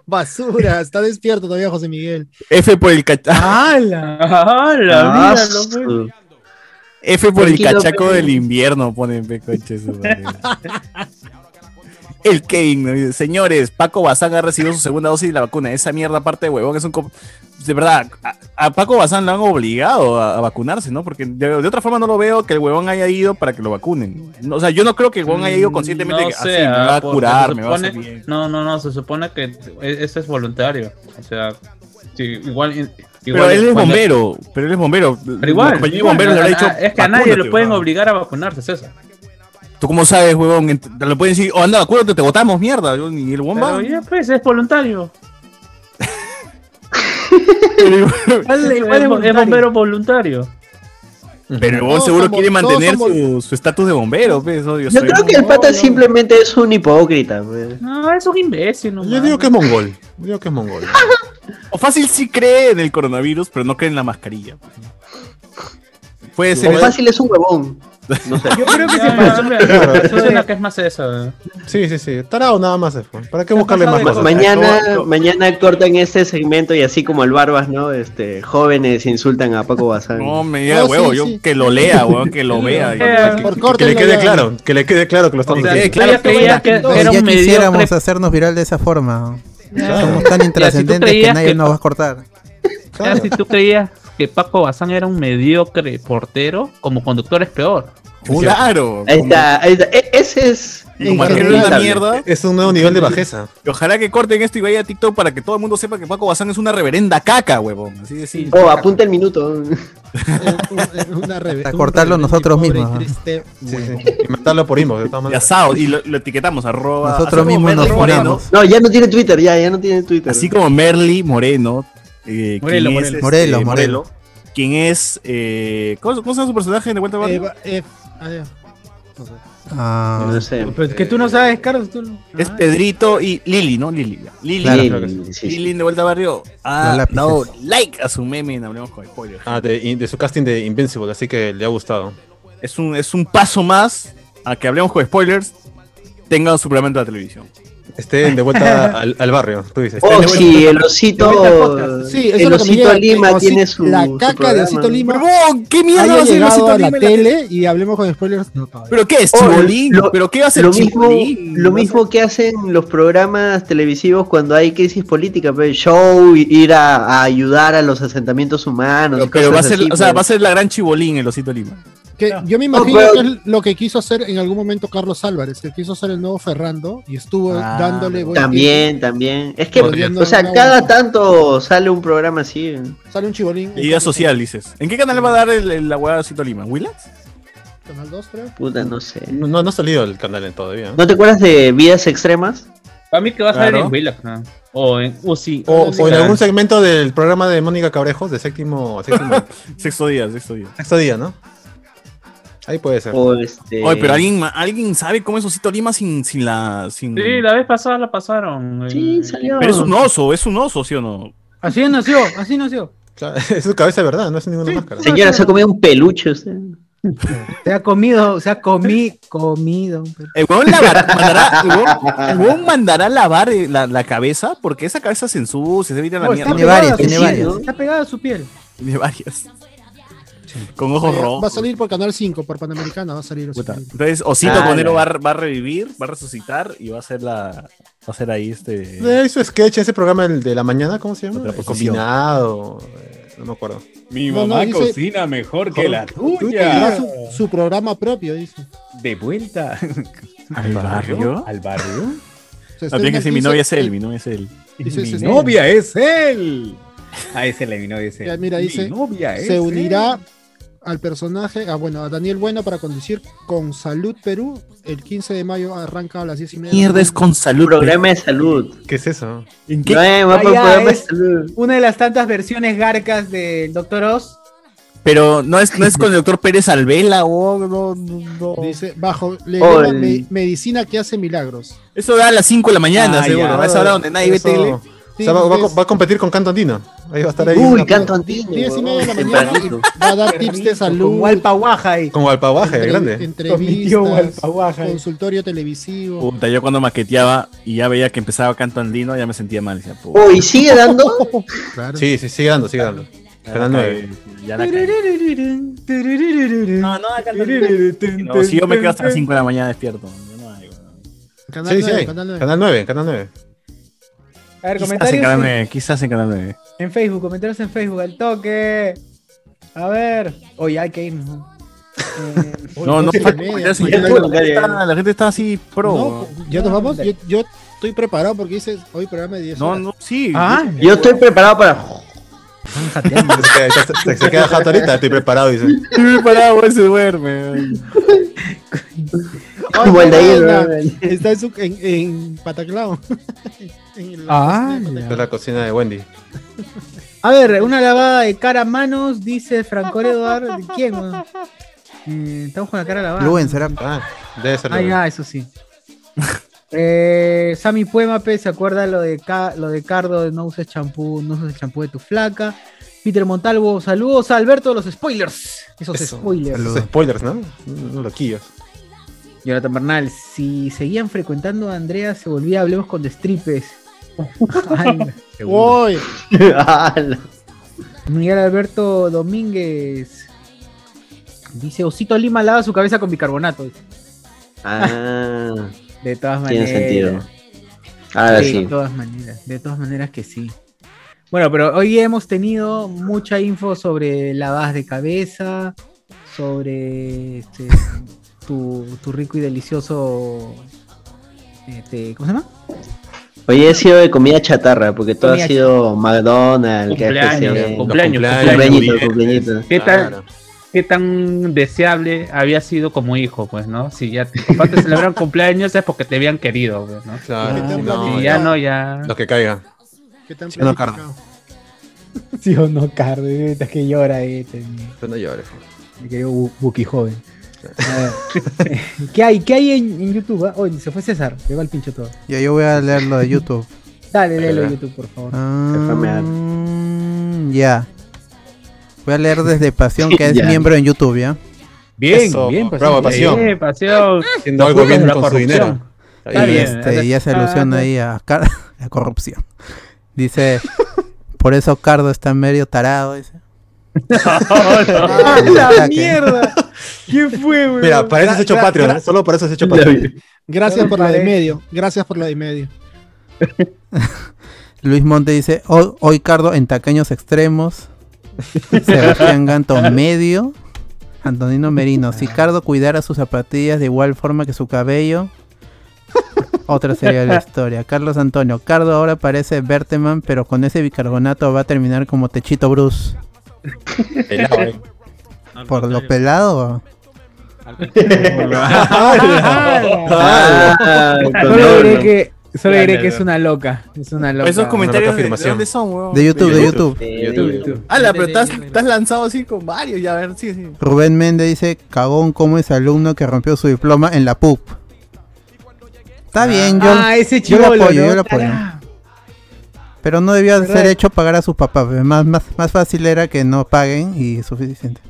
[SPEAKER 5] Basura, está despierto todavía José Miguel.
[SPEAKER 3] F por el cachaco.
[SPEAKER 13] ¡Hala!
[SPEAKER 5] ¡Hala!
[SPEAKER 3] míralo, pues. F por el
[SPEAKER 5] Tranquilo,
[SPEAKER 3] cachaco
[SPEAKER 5] pe.
[SPEAKER 3] del invierno, ponen pe, coche, su madre. El Kevin, ¿no? Dice, señores, Paco Bazán ha recibido su segunda dosis de la vacuna. Esa mierda, aparte de huevón, es un. co- De verdad, a, a Paco Bazán lo han obligado a, a vacunarse, ¿no? Porque de, de otra forma no lo veo que el huevón haya ido para que lo vacunen. No, o sea, yo no creo que el huevón haya ido conscientemente
[SPEAKER 12] no
[SPEAKER 3] que
[SPEAKER 12] sé,
[SPEAKER 3] así me va a
[SPEAKER 12] porque
[SPEAKER 3] curar,
[SPEAKER 12] se
[SPEAKER 3] me va a hacer
[SPEAKER 12] supone-
[SPEAKER 3] bien.
[SPEAKER 12] No, no, no, se supone que e- eso es voluntario. O sea, sí, igual. igual
[SPEAKER 3] Pero él es
[SPEAKER 12] cuando-
[SPEAKER 3] bombero, pero él es bombero.
[SPEAKER 12] Pero igual,
[SPEAKER 3] La compañía de
[SPEAKER 12] igual,
[SPEAKER 3] bomberos le
[SPEAKER 12] a-
[SPEAKER 3] habrá dicho,
[SPEAKER 12] a- es que a nadie
[SPEAKER 3] "Vacúnate,
[SPEAKER 12] lo pueden
[SPEAKER 3] huevón".
[SPEAKER 12] obligar a vacunarse, César.
[SPEAKER 3] ¿Tú cómo sabes, huevón? Ent- Te lo pueden decir, oh, anda, acuérdate, te votamos, mierda. Yo, Y el huevón
[SPEAKER 12] Pero
[SPEAKER 3] va.
[SPEAKER 12] ya, pues, es voluntario.
[SPEAKER 13] Dale, igual
[SPEAKER 12] es,
[SPEAKER 13] es
[SPEAKER 12] bo- es
[SPEAKER 13] voluntario.
[SPEAKER 12] bombero voluntario.
[SPEAKER 3] Pero el huevón
[SPEAKER 12] Todos
[SPEAKER 3] seguro
[SPEAKER 12] somos-
[SPEAKER 3] quiere
[SPEAKER 12] todos
[SPEAKER 3] mantener
[SPEAKER 12] somos-
[SPEAKER 3] su- su estatus de bombero, pues, oh,
[SPEAKER 11] Yo creo que el pata simplemente es un hipócrita. pe.
[SPEAKER 12] No, es un imbécil. No,
[SPEAKER 2] Yo digo que es mongol. Yo digo que es mongol.
[SPEAKER 3] O fácil sí cree en el coronavirus, pero no cree en la mascarilla. Puede ser.
[SPEAKER 11] O fácil Ah, es un huevón.
[SPEAKER 13] Yo creo que se
[SPEAKER 12] pasó.
[SPEAKER 2] pasó.
[SPEAKER 12] Suena que es más eso.
[SPEAKER 2] Sí, sí, sí. Tarado nada más. Efron. ¿Para qué buscarle más cosas?
[SPEAKER 11] Mañana, mañana cortan este segmento y así como el Barbas, ¿no? Este, jóvenes insultan a Paco Bazán.
[SPEAKER 3] No, me diga, huevo, yo que lo lea, huevón, que lo vea.
[SPEAKER 11] Por
[SPEAKER 3] Que- que-
[SPEAKER 11] corte
[SPEAKER 3] que le
[SPEAKER 11] lo
[SPEAKER 3] quede
[SPEAKER 11] lea.
[SPEAKER 3] claro,
[SPEAKER 2] que le quede claro que lo
[SPEAKER 3] estamos
[SPEAKER 11] O sea,
[SPEAKER 3] haciendo.
[SPEAKER 11] claro,
[SPEAKER 3] Que le quede claro
[SPEAKER 4] Oye, ya quisiéramos hacernos viral de esa forma. Somos tan intrascendentes que
[SPEAKER 12] creías
[SPEAKER 4] nadie
[SPEAKER 12] que-
[SPEAKER 4] nos va a cortar.
[SPEAKER 12] Ya, si tú creías que Paco Bazán era un mediocre portero, como conductor es peor.
[SPEAKER 3] Claro.
[SPEAKER 11] Ahí está, ahí está. E- ese es.
[SPEAKER 3] Como
[SPEAKER 11] ese
[SPEAKER 3] arquero de la
[SPEAKER 11] es-
[SPEAKER 3] mierda.
[SPEAKER 2] Es un nuevo nivel de bajeza.
[SPEAKER 3] Y Ojalá que corten esto y vaya a TikTok para que todo el mundo sepa que Paco Bazán es una reverenda caca, huevón. Así de simple.
[SPEAKER 11] Oh, apunta el minuto.
[SPEAKER 5] Una rebe-
[SPEAKER 4] Hasta cortarlo nosotros mismos. ¿no?
[SPEAKER 5] Este,
[SPEAKER 2] Y mandarlo por inbox. de todas
[SPEAKER 3] Y
[SPEAKER 2] maneras.
[SPEAKER 3] asado, y lo, lo etiquetamos, arroba.
[SPEAKER 4] Nosotros
[SPEAKER 3] así como
[SPEAKER 4] mismos nos
[SPEAKER 3] Merly Moreno, eh,
[SPEAKER 4] funamos.
[SPEAKER 11] No, ya no tiene Twitter, ya, ya no tiene Twitter.
[SPEAKER 3] así como Merly Moreno. eh,
[SPEAKER 4] Morelo,
[SPEAKER 3] quien es,
[SPEAKER 4] Morelo. Morelo,
[SPEAKER 3] este, Morelo,
[SPEAKER 4] Morelo.
[SPEAKER 3] Quien es. eh, ¿Cómo cómo se llama su personaje de vuelta al barrio?
[SPEAKER 5] eh, va- eh, ah, ya. No sé.
[SPEAKER 4] Ah,
[SPEAKER 11] No sé.
[SPEAKER 1] Pero es pues que tú no sabes, Carlos. Tú no- Ah.
[SPEAKER 3] Es Pedrito y Lili, ¿no? Lili. ya. Lili,
[SPEAKER 2] Claro,
[SPEAKER 3] Lili,
[SPEAKER 2] creo que sí. Sí, sí.
[SPEAKER 3] Lili de vuelta al barrio
[SPEAKER 2] Los
[SPEAKER 3] ha
[SPEAKER 2] lápices.
[SPEAKER 3] dado like a su meme en Hablemos con Spoilers.
[SPEAKER 2] Ah, de, de su casting de Invincible, así que le ha gustado.
[SPEAKER 3] Es un, es un paso más a que Hablemos con Spoilers tenga un suplemento de la televisión.
[SPEAKER 2] Estén de vuelta al, al barrio, tú dices.
[SPEAKER 3] Oh,
[SPEAKER 2] Estén de
[SPEAKER 3] sí,
[SPEAKER 2] vuelta-
[SPEAKER 3] el osito-
[SPEAKER 2] de vuelta al podcast.
[SPEAKER 5] Sí, eso
[SPEAKER 2] El
[SPEAKER 5] es lo que me
[SPEAKER 2] osito
[SPEAKER 5] llega, que
[SPEAKER 2] Lima
[SPEAKER 5] Osito-
[SPEAKER 2] tiene su-
[SPEAKER 5] La
[SPEAKER 2] su
[SPEAKER 5] caca de
[SPEAKER 2] programa.
[SPEAKER 5] Osito Lima.
[SPEAKER 3] Huevón, ¿Qué mierda
[SPEAKER 5] haya
[SPEAKER 3] va a hacer
[SPEAKER 5] llegado
[SPEAKER 3] Osito
[SPEAKER 5] a la
[SPEAKER 3] Lima en la
[SPEAKER 5] tele? Y hablemos con spoilers. No, cabrón.
[SPEAKER 3] ¿Pero qué es,
[SPEAKER 5] Oh,
[SPEAKER 3] Chibolín?
[SPEAKER 5] lo-
[SPEAKER 3] ¿Pero qué va a hacer
[SPEAKER 11] Lo mismo,
[SPEAKER 3] Chibolín?
[SPEAKER 11] lo mismo que hacen los programas televisivos cuando hay crisis política, pues, show, i- ir a, a ayudar a los asentamientos humanos. y
[SPEAKER 3] Pero va a
[SPEAKER 11] cosas
[SPEAKER 3] ser,
[SPEAKER 11] así,
[SPEAKER 3] o sea,
[SPEAKER 11] pues.
[SPEAKER 3] va a ser la gran Chibolín el Osito Lima.
[SPEAKER 5] Que yo me imagino
[SPEAKER 11] pero-
[SPEAKER 5] que es lo que quiso hacer en algún momento Carlos Álvarez, que quiso ser el nuevo Ferrando y estuvo
[SPEAKER 11] Ah,
[SPEAKER 5] dándole buen
[SPEAKER 11] También, también. Es que,
[SPEAKER 5] Podría-
[SPEAKER 11] o sea,
[SPEAKER 5] no, no,
[SPEAKER 11] cada tanto sale un programa así.
[SPEAKER 5] tiempo. Sale un chibolín.
[SPEAKER 3] Liga social, dices. ¿En qué canal va a dar el- el- la hueá de Osito Lima? ¿Willax?
[SPEAKER 5] Canal 2, creo.
[SPEAKER 11] Puta, no sé.
[SPEAKER 2] No, no ha salido el canal en todavía.
[SPEAKER 11] ¿No te acuerdas de Eh, Vidas Extremas?
[SPEAKER 12] Para mí que va a salir
[SPEAKER 2] Claro.
[SPEAKER 12] en Willax, ¿no? O en UCI.
[SPEAKER 2] O, o en algún segmento del programa de Mónica Cabrejos, de séptimo. séptimo
[SPEAKER 3] sexto día, sexto día.
[SPEAKER 2] Sexto día, ¿no? Ahí puede ser.
[SPEAKER 11] O este.
[SPEAKER 3] Oye, pero alguien, ma- alguien sabe cómo es Osito Lima sin, sin la. Sin...
[SPEAKER 12] Sí, la vez pasada la pasaron. Sí,
[SPEAKER 11] salió.
[SPEAKER 3] Pero es un oso, es un oso, ¿sí o no?
[SPEAKER 1] Así nació, así nació.
[SPEAKER 2] es su cabeza de verdad, no es ninguna máscara.
[SPEAKER 11] Señora, se ha comido un peluche usted.
[SPEAKER 1] Se ha comido, se ha comi, comido.
[SPEAKER 3] El huevón lavará- mandará, el huevón- el huevón mandará a lavar eh, la, la cabeza porque esa cabeza se ensucia, se viene a la
[SPEAKER 1] No,
[SPEAKER 3] mierda.
[SPEAKER 1] está pegada, a su piel,
[SPEAKER 3] ¿no?
[SPEAKER 1] Está pegada a su piel.
[SPEAKER 3] Tiene varias. Con
[SPEAKER 10] Oh,
[SPEAKER 3] ojos
[SPEAKER 5] Eh, Va a
[SPEAKER 3] rojos.
[SPEAKER 5] salir por Canal 5, por Panamericana, va a salir.
[SPEAKER 3] Puta. Entonces, Osito
[SPEAKER 5] Ah,
[SPEAKER 3] Conero
[SPEAKER 5] la-
[SPEAKER 3] va, a- va a revivir, va a resucitar y va a hacer la. Va a hacer ahí este.
[SPEAKER 2] Eh, Su sketch, ese programa el de la mañana, ¿cómo se llama? Eh,
[SPEAKER 3] Otra posición.
[SPEAKER 2] Combinado. eh, no me acuerdo.
[SPEAKER 10] Mi
[SPEAKER 5] No, no,
[SPEAKER 10] mamá
[SPEAKER 5] dice-
[SPEAKER 10] cocina mejor que la
[SPEAKER 5] Tendrá
[SPEAKER 10] tuya.
[SPEAKER 5] su, su programa propio, dice.
[SPEAKER 10] De vuelta.
[SPEAKER 3] ¿Al barrio?
[SPEAKER 10] ¿Al barrio?
[SPEAKER 5] Se
[SPEAKER 3] No, tiene que
[SPEAKER 5] estrena
[SPEAKER 3] decir, mi
[SPEAKER 5] 15
[SPEAKER 3] novia es él, mi novia es él.
[SPEAKER 5] Dice,
[SPEAKER 10] mi
[SPEAKER 5] se estrena.
[SPEAKER 10] novia es él. Ah, es él, mi novia es
[SPEAKER 5] Ya,
[SPEAKER 10] él.
[SPEAKER 5] mira, dice,
[SPEAKER 10] Mi novia es
[SPEAKER 5] se
[SPEAKER 10] él.
[SPEAKER 5] unirá al personaje, a, bueno, a Daniel Bueno para conducir con Salud Perú. El 15 de mayo arranca a las 10 y media.
[SPEAKER 3] Mierda es con salud.
[SPEAKER 11] Programa de salud.
[SPEAKER 2] ¿Qué es eso?
[SPEAKER 3] qué?
[SPEAKER 11] No, eh, va por
[SPEAKER 1] Ah, ya,
[SPEAKER 11] programa de
[SPEAKER 1] es-
[SPEAKER 11] salud.
[SPEAKER 1] Una de las tantas versiones garcas del Doctor Oz.
[SPEAKER 3] Pero no es, no es con el doctor Pérez Alvela, oh, no, no, no.
[SPEAKER 5] Dice, bajo le
[SPEAKER 3] Oh,
[SPEAKER 5] llama
[SPEAKER 3] el-
[SPEAKER 5] me- medicina que hace milagros.
[SPEAKER 3] Eso da a las 5 de la mañana,
[SPEAKER 2] Ah,
[SPEAKER 3] seguro.
[SPEAKER 2] ya.
[SPEAKER 3] A esa hora donde nadie
[SPEAKER 5] Eso-
[SPEAKER 3] ve tele.
[SPEAKER 2] O sea, va, va a co- va a competir con Canto Andino. Ahí va a estar ahí.
[SPEAKER 11] Uy,
[SPEAKER 2] una-
[SPEAKER 11] canto antiguo.
[SPEAKER 5] 10 y media de la
[SPEAKER 11] huevón,
[SPEAKER 5] mañana
[SPEAKER 11] tempranito.
[SPEAKER 5] y va a dar tips de
[SPEAKER 1] Con
[SPEAKER 5] salud,
[SPEAKER 1] Walpaguaja ahí.
[SPEAKER 2] Con Walpaguaje, el
[SPEAKER 5] entre-
[SPEAKER 2] grande.
[SPEAKER 5] entrevistas, consultorio televisivo.
[SPEAKER 3] Puta, yo cuando maqueteaba y ya veía que empezaba canto andino, ya me sentía mal. Decía, puta,
[SPEAKER 11] Oh, ¿y sigue dando?
[SPEAKER 5] Claro.
[SPEAKER 2] Sí, sí, sigue dando, sigue dando. Canal
[SPEAKER 3] la
[SPEAKER 2] 9.
[SPEAKER 3] cagué, ya la cagué. No, no, acá no. No, si yo me quedo hasta las 5 de la mañana despierto. yo no hago.
[SPEAKER 5] Canal
[SPEAKER 2] Sí, sí,
[SPEAKER 5] nueve,
[SPEAKER 2] hay.
[SPEAKER 5] canal nueve.
[SPEAKER 2] Canal 9, Canal 9.
[SPEAKER 1] A ver,
[SPEAKER 3] Quizás en
[SPEAKER 1] comentarios
[SPEAKER 3] Canal
[SPEAKER 1] en,
[SPEAKER 3] 9, quizás en Canal 9.
[SPEAKER 1] en Facebook, comentarios en Facebook, al toque. A ver. Oye, hay que irnos. ¿no? Eh,
[SPEAKER 3] No, no,
[SPEAKER 5] doce y
[SPEAKER 3] falta
[SPEAKER 5] media,
[SPEAKER 3] comentar,
[SPEAKER 5] mañana
[SPEAKER 3] señor,
[SPEAKER 5] no
[SPEAKER 3] la gente está- la gente está así pro.
[SPEAKER 5] No, ya nos vamos. Yo, yo estoy preparado porque dices hoy programa de 10
[SPEAKER 3] No,
[SPEAKER 5] horas.
[SPEAKER 3] no, sí.
[SPEAKER 1] Ah,
[SPEAKER 11] Yo estoy preparado para.
[SPEAKER 2] Se, se- se- se queda jato ahorita, estoy preparado, dice.
[SPEAKER 3] Estoy preparado, ese duerme.
[SPEAKER 11] Como el de ahí,
[SPEAKER 5] Ah,
[SPEAKER 11] ¿no?
[SPEAKER 5] Está en, su, en, en Pataclao. En la
[SPEAKER 1] Ah,
[SPEAKER 5] cocina de
[SPEAKER 2] Esta es la cocina de Wendy.
[SPEAKER 1] A ver, una lavada de cara a manos, dice Franco Eduardo. ¿De quién, weón? Eh, estamos con la cara lavada.
[SPEAKER 4] Luen, será.
[SPEAKER 2] Ah, debe ser.
[SPEAKER 1] Ah, ya, eso sí. Eh, Sammy Puema, pe, ¿se acuerda lo de, Ca- lo de Cardo de no uses champú, no uses el champú de tu flaca? Peter Montalvo, saludos a Alberto de los spoilers. Esos
[SPEAKER 2] Eso.
[SPEAKER 1] spoilers.
[SPEAKER 2] Los spoilers, ¿no? No loquillos.
[SPEAKER 1] Jonathan Bernal, si seguían frecuentando a Andrea, se volvía Hablemos con Destripes. Ala.
[SPEAKER 5] Pataclao. Uy,
[SPEAKER 11] Ala.
[SPEAKER 1] Miguel Alberto Domínguez dice: Osito Lima lava su cabeza con bicarbonato.
[SPEAKER 11] Ah,
[SPEAKER 1] De todas maneras.
[SPEAKER 11] tiene sentido.
[SPEAKER 6] Ah,
[SPEAKER 11] Ahora
[SPEAKER 1] Sí,
[SPEAKER 11] sí.
[SPEAKER 1] De todas maneras, de todas maneras que sí. Bueno, pero hoy hemos tenido mucha info sobre lavadas de cabeza, sobre este, tu, tu rico y delicioso. Este, ¿Cómo se llama?
[SPEAKER 11] Hoy he sido de comida chatarra, porque todo
[SPEAKER 1] Comida
[SPEAKER 11] ha sido McDonald's,
[SPEAKER 12] Cumpleaños,
[SPEAKER 11] KFC.
[SPEAKER 12] cumpleaños,
[SPEAKER 11] cumpleañito,
[SPEAKER 12] cumpleaños.
[SPEAKER 11] cumpleañito.
[SPEAKER 12] ¿Qué tal? ¿Qué tan deseable había sido como hijo, pues, no? Si ya tus papás te celebraron cumpleaños es porque te habían querido, pues, ¿no?
[SPEAKER 2] Claro,
[SPEAKER 5] Ah,
[SPEAKER 2] si no,
[SPEAKER 12] Si ya no, ya.
[SPEAKER 2] Los que caigan.
[SPEAKER 5] ¿Qué tan
[SPEAKER 2] Sí, no,
[SPEAKER 5] planificado?
[SPEAKER 1] Sí o no, Carlos, es que llora este.
[SPEAKER 2] Pero Pues no llores.
[SPEAKER 1] Mi querido Bu- Buki joven. A ver. "Uh". ¿Qué hay? ¿Qué hay en, en YouTube? ah? Oye, se fue César, le va el pincho todo.
[SPEAKER 4] Ya yo voy a leer lo de YouTube.
[SPEAKER 1] Dale, léelo en YouTube, por favor.
[SPEAKER 4] Ah, mm, ya. Voy a leer desde Pasión, que es
[SPEAKER 1] Ya.
[SPEAKER 4] miembro en YouTube, ¿ya?
[SPEAKER 1] Bien, bien, Pasión. Bravo, Pasión.
[SPEAKER 12] Bien, pasión.
[SPEAKER 1] Haciendo algo bien
[SPEAKER 12] La
[SPEAKER 1] con su
[SPEAKER 12] corrupción.
[SPEAKER 1] dinero.
[SPEAKER 12] Está
[SPEAKER 4] Y
[SPEAKER 12] bien. ¿eh? Ah,
[SPEAKER 4] este, ya se alusiona ahí a Car- la corrupción. Dice, por eso Cardo está medio tarado. Dice. "Ah,
[SPEAKER 1] ¡A la
[SPEAKER 4] Ataque.
[SPEAKER 1] mierda! ¿Quién fue, güey?
[SPEAKER 2] Mira, para eso has hecho
[SPEAKER 5] Gra-
[SPEAKER 2] Patreon,
[SPEAKER 5] gra-
[SPEAKER 2] ¿eh? solo para eso has hecho
[SPEAKER 5] Ya
[SPEAKER 2] Patreon.
[SPEAKER 5] Gracias por la de
[SPEAKER 1] Parece.
[SPEAKER 5] medio. Gracias por la de medio.
[SPEAKER 4] Luis Monte dice, "Ho- hoy Cardo en tacaños extremos. Sebastián Ganto medio. Antonino Merino, si Cardo cuidara sus zapatillas de igual forma que su cabello. Otra sería la historia. Carlos Antonio, Cardo ahora parece Berteman, pero con ese bicarbonato va a terminar como Techito Bruce.
[SPEAKER 2] Pelado, ¿eh?
[SPEAKER 4] Por lo pelado.
[SPEAKER 13] Solo diré que, solo diré que es una loca. Es una loca.
[SPEAKER 3] Esos comentarios de, ¿de
[SPEAKER 13] afirmación.
[SPEAKER 3] dónde son, weón.
[SPEAKER 4] De YouTube, de YouTube.
[SPEAKER 3] Ala, Ah, pero estás, estás lanzado así con varios, ya a ver, sí, sí.
[SPEAKER 4] Rubén Méndez dice, cagón como es alumno que rompió su diploma en la PUP. Está bien, yo,
[SPEAKER 13] Ah, ese
[SPEAKER 4] yo lo
[SPEAKER 13] chibolo,
[SPEAKER 4] apoyo,
[SPEAKER 13] ¿no?
[SPEAKER 4] yo lo apoyo. Pero no debió
[SPEAKER 13] ¿Verdad?
[SPEAKER 4] ser hecho pagar a sus papás. pues, Más, más, más fácil era que no paguen y suficiente.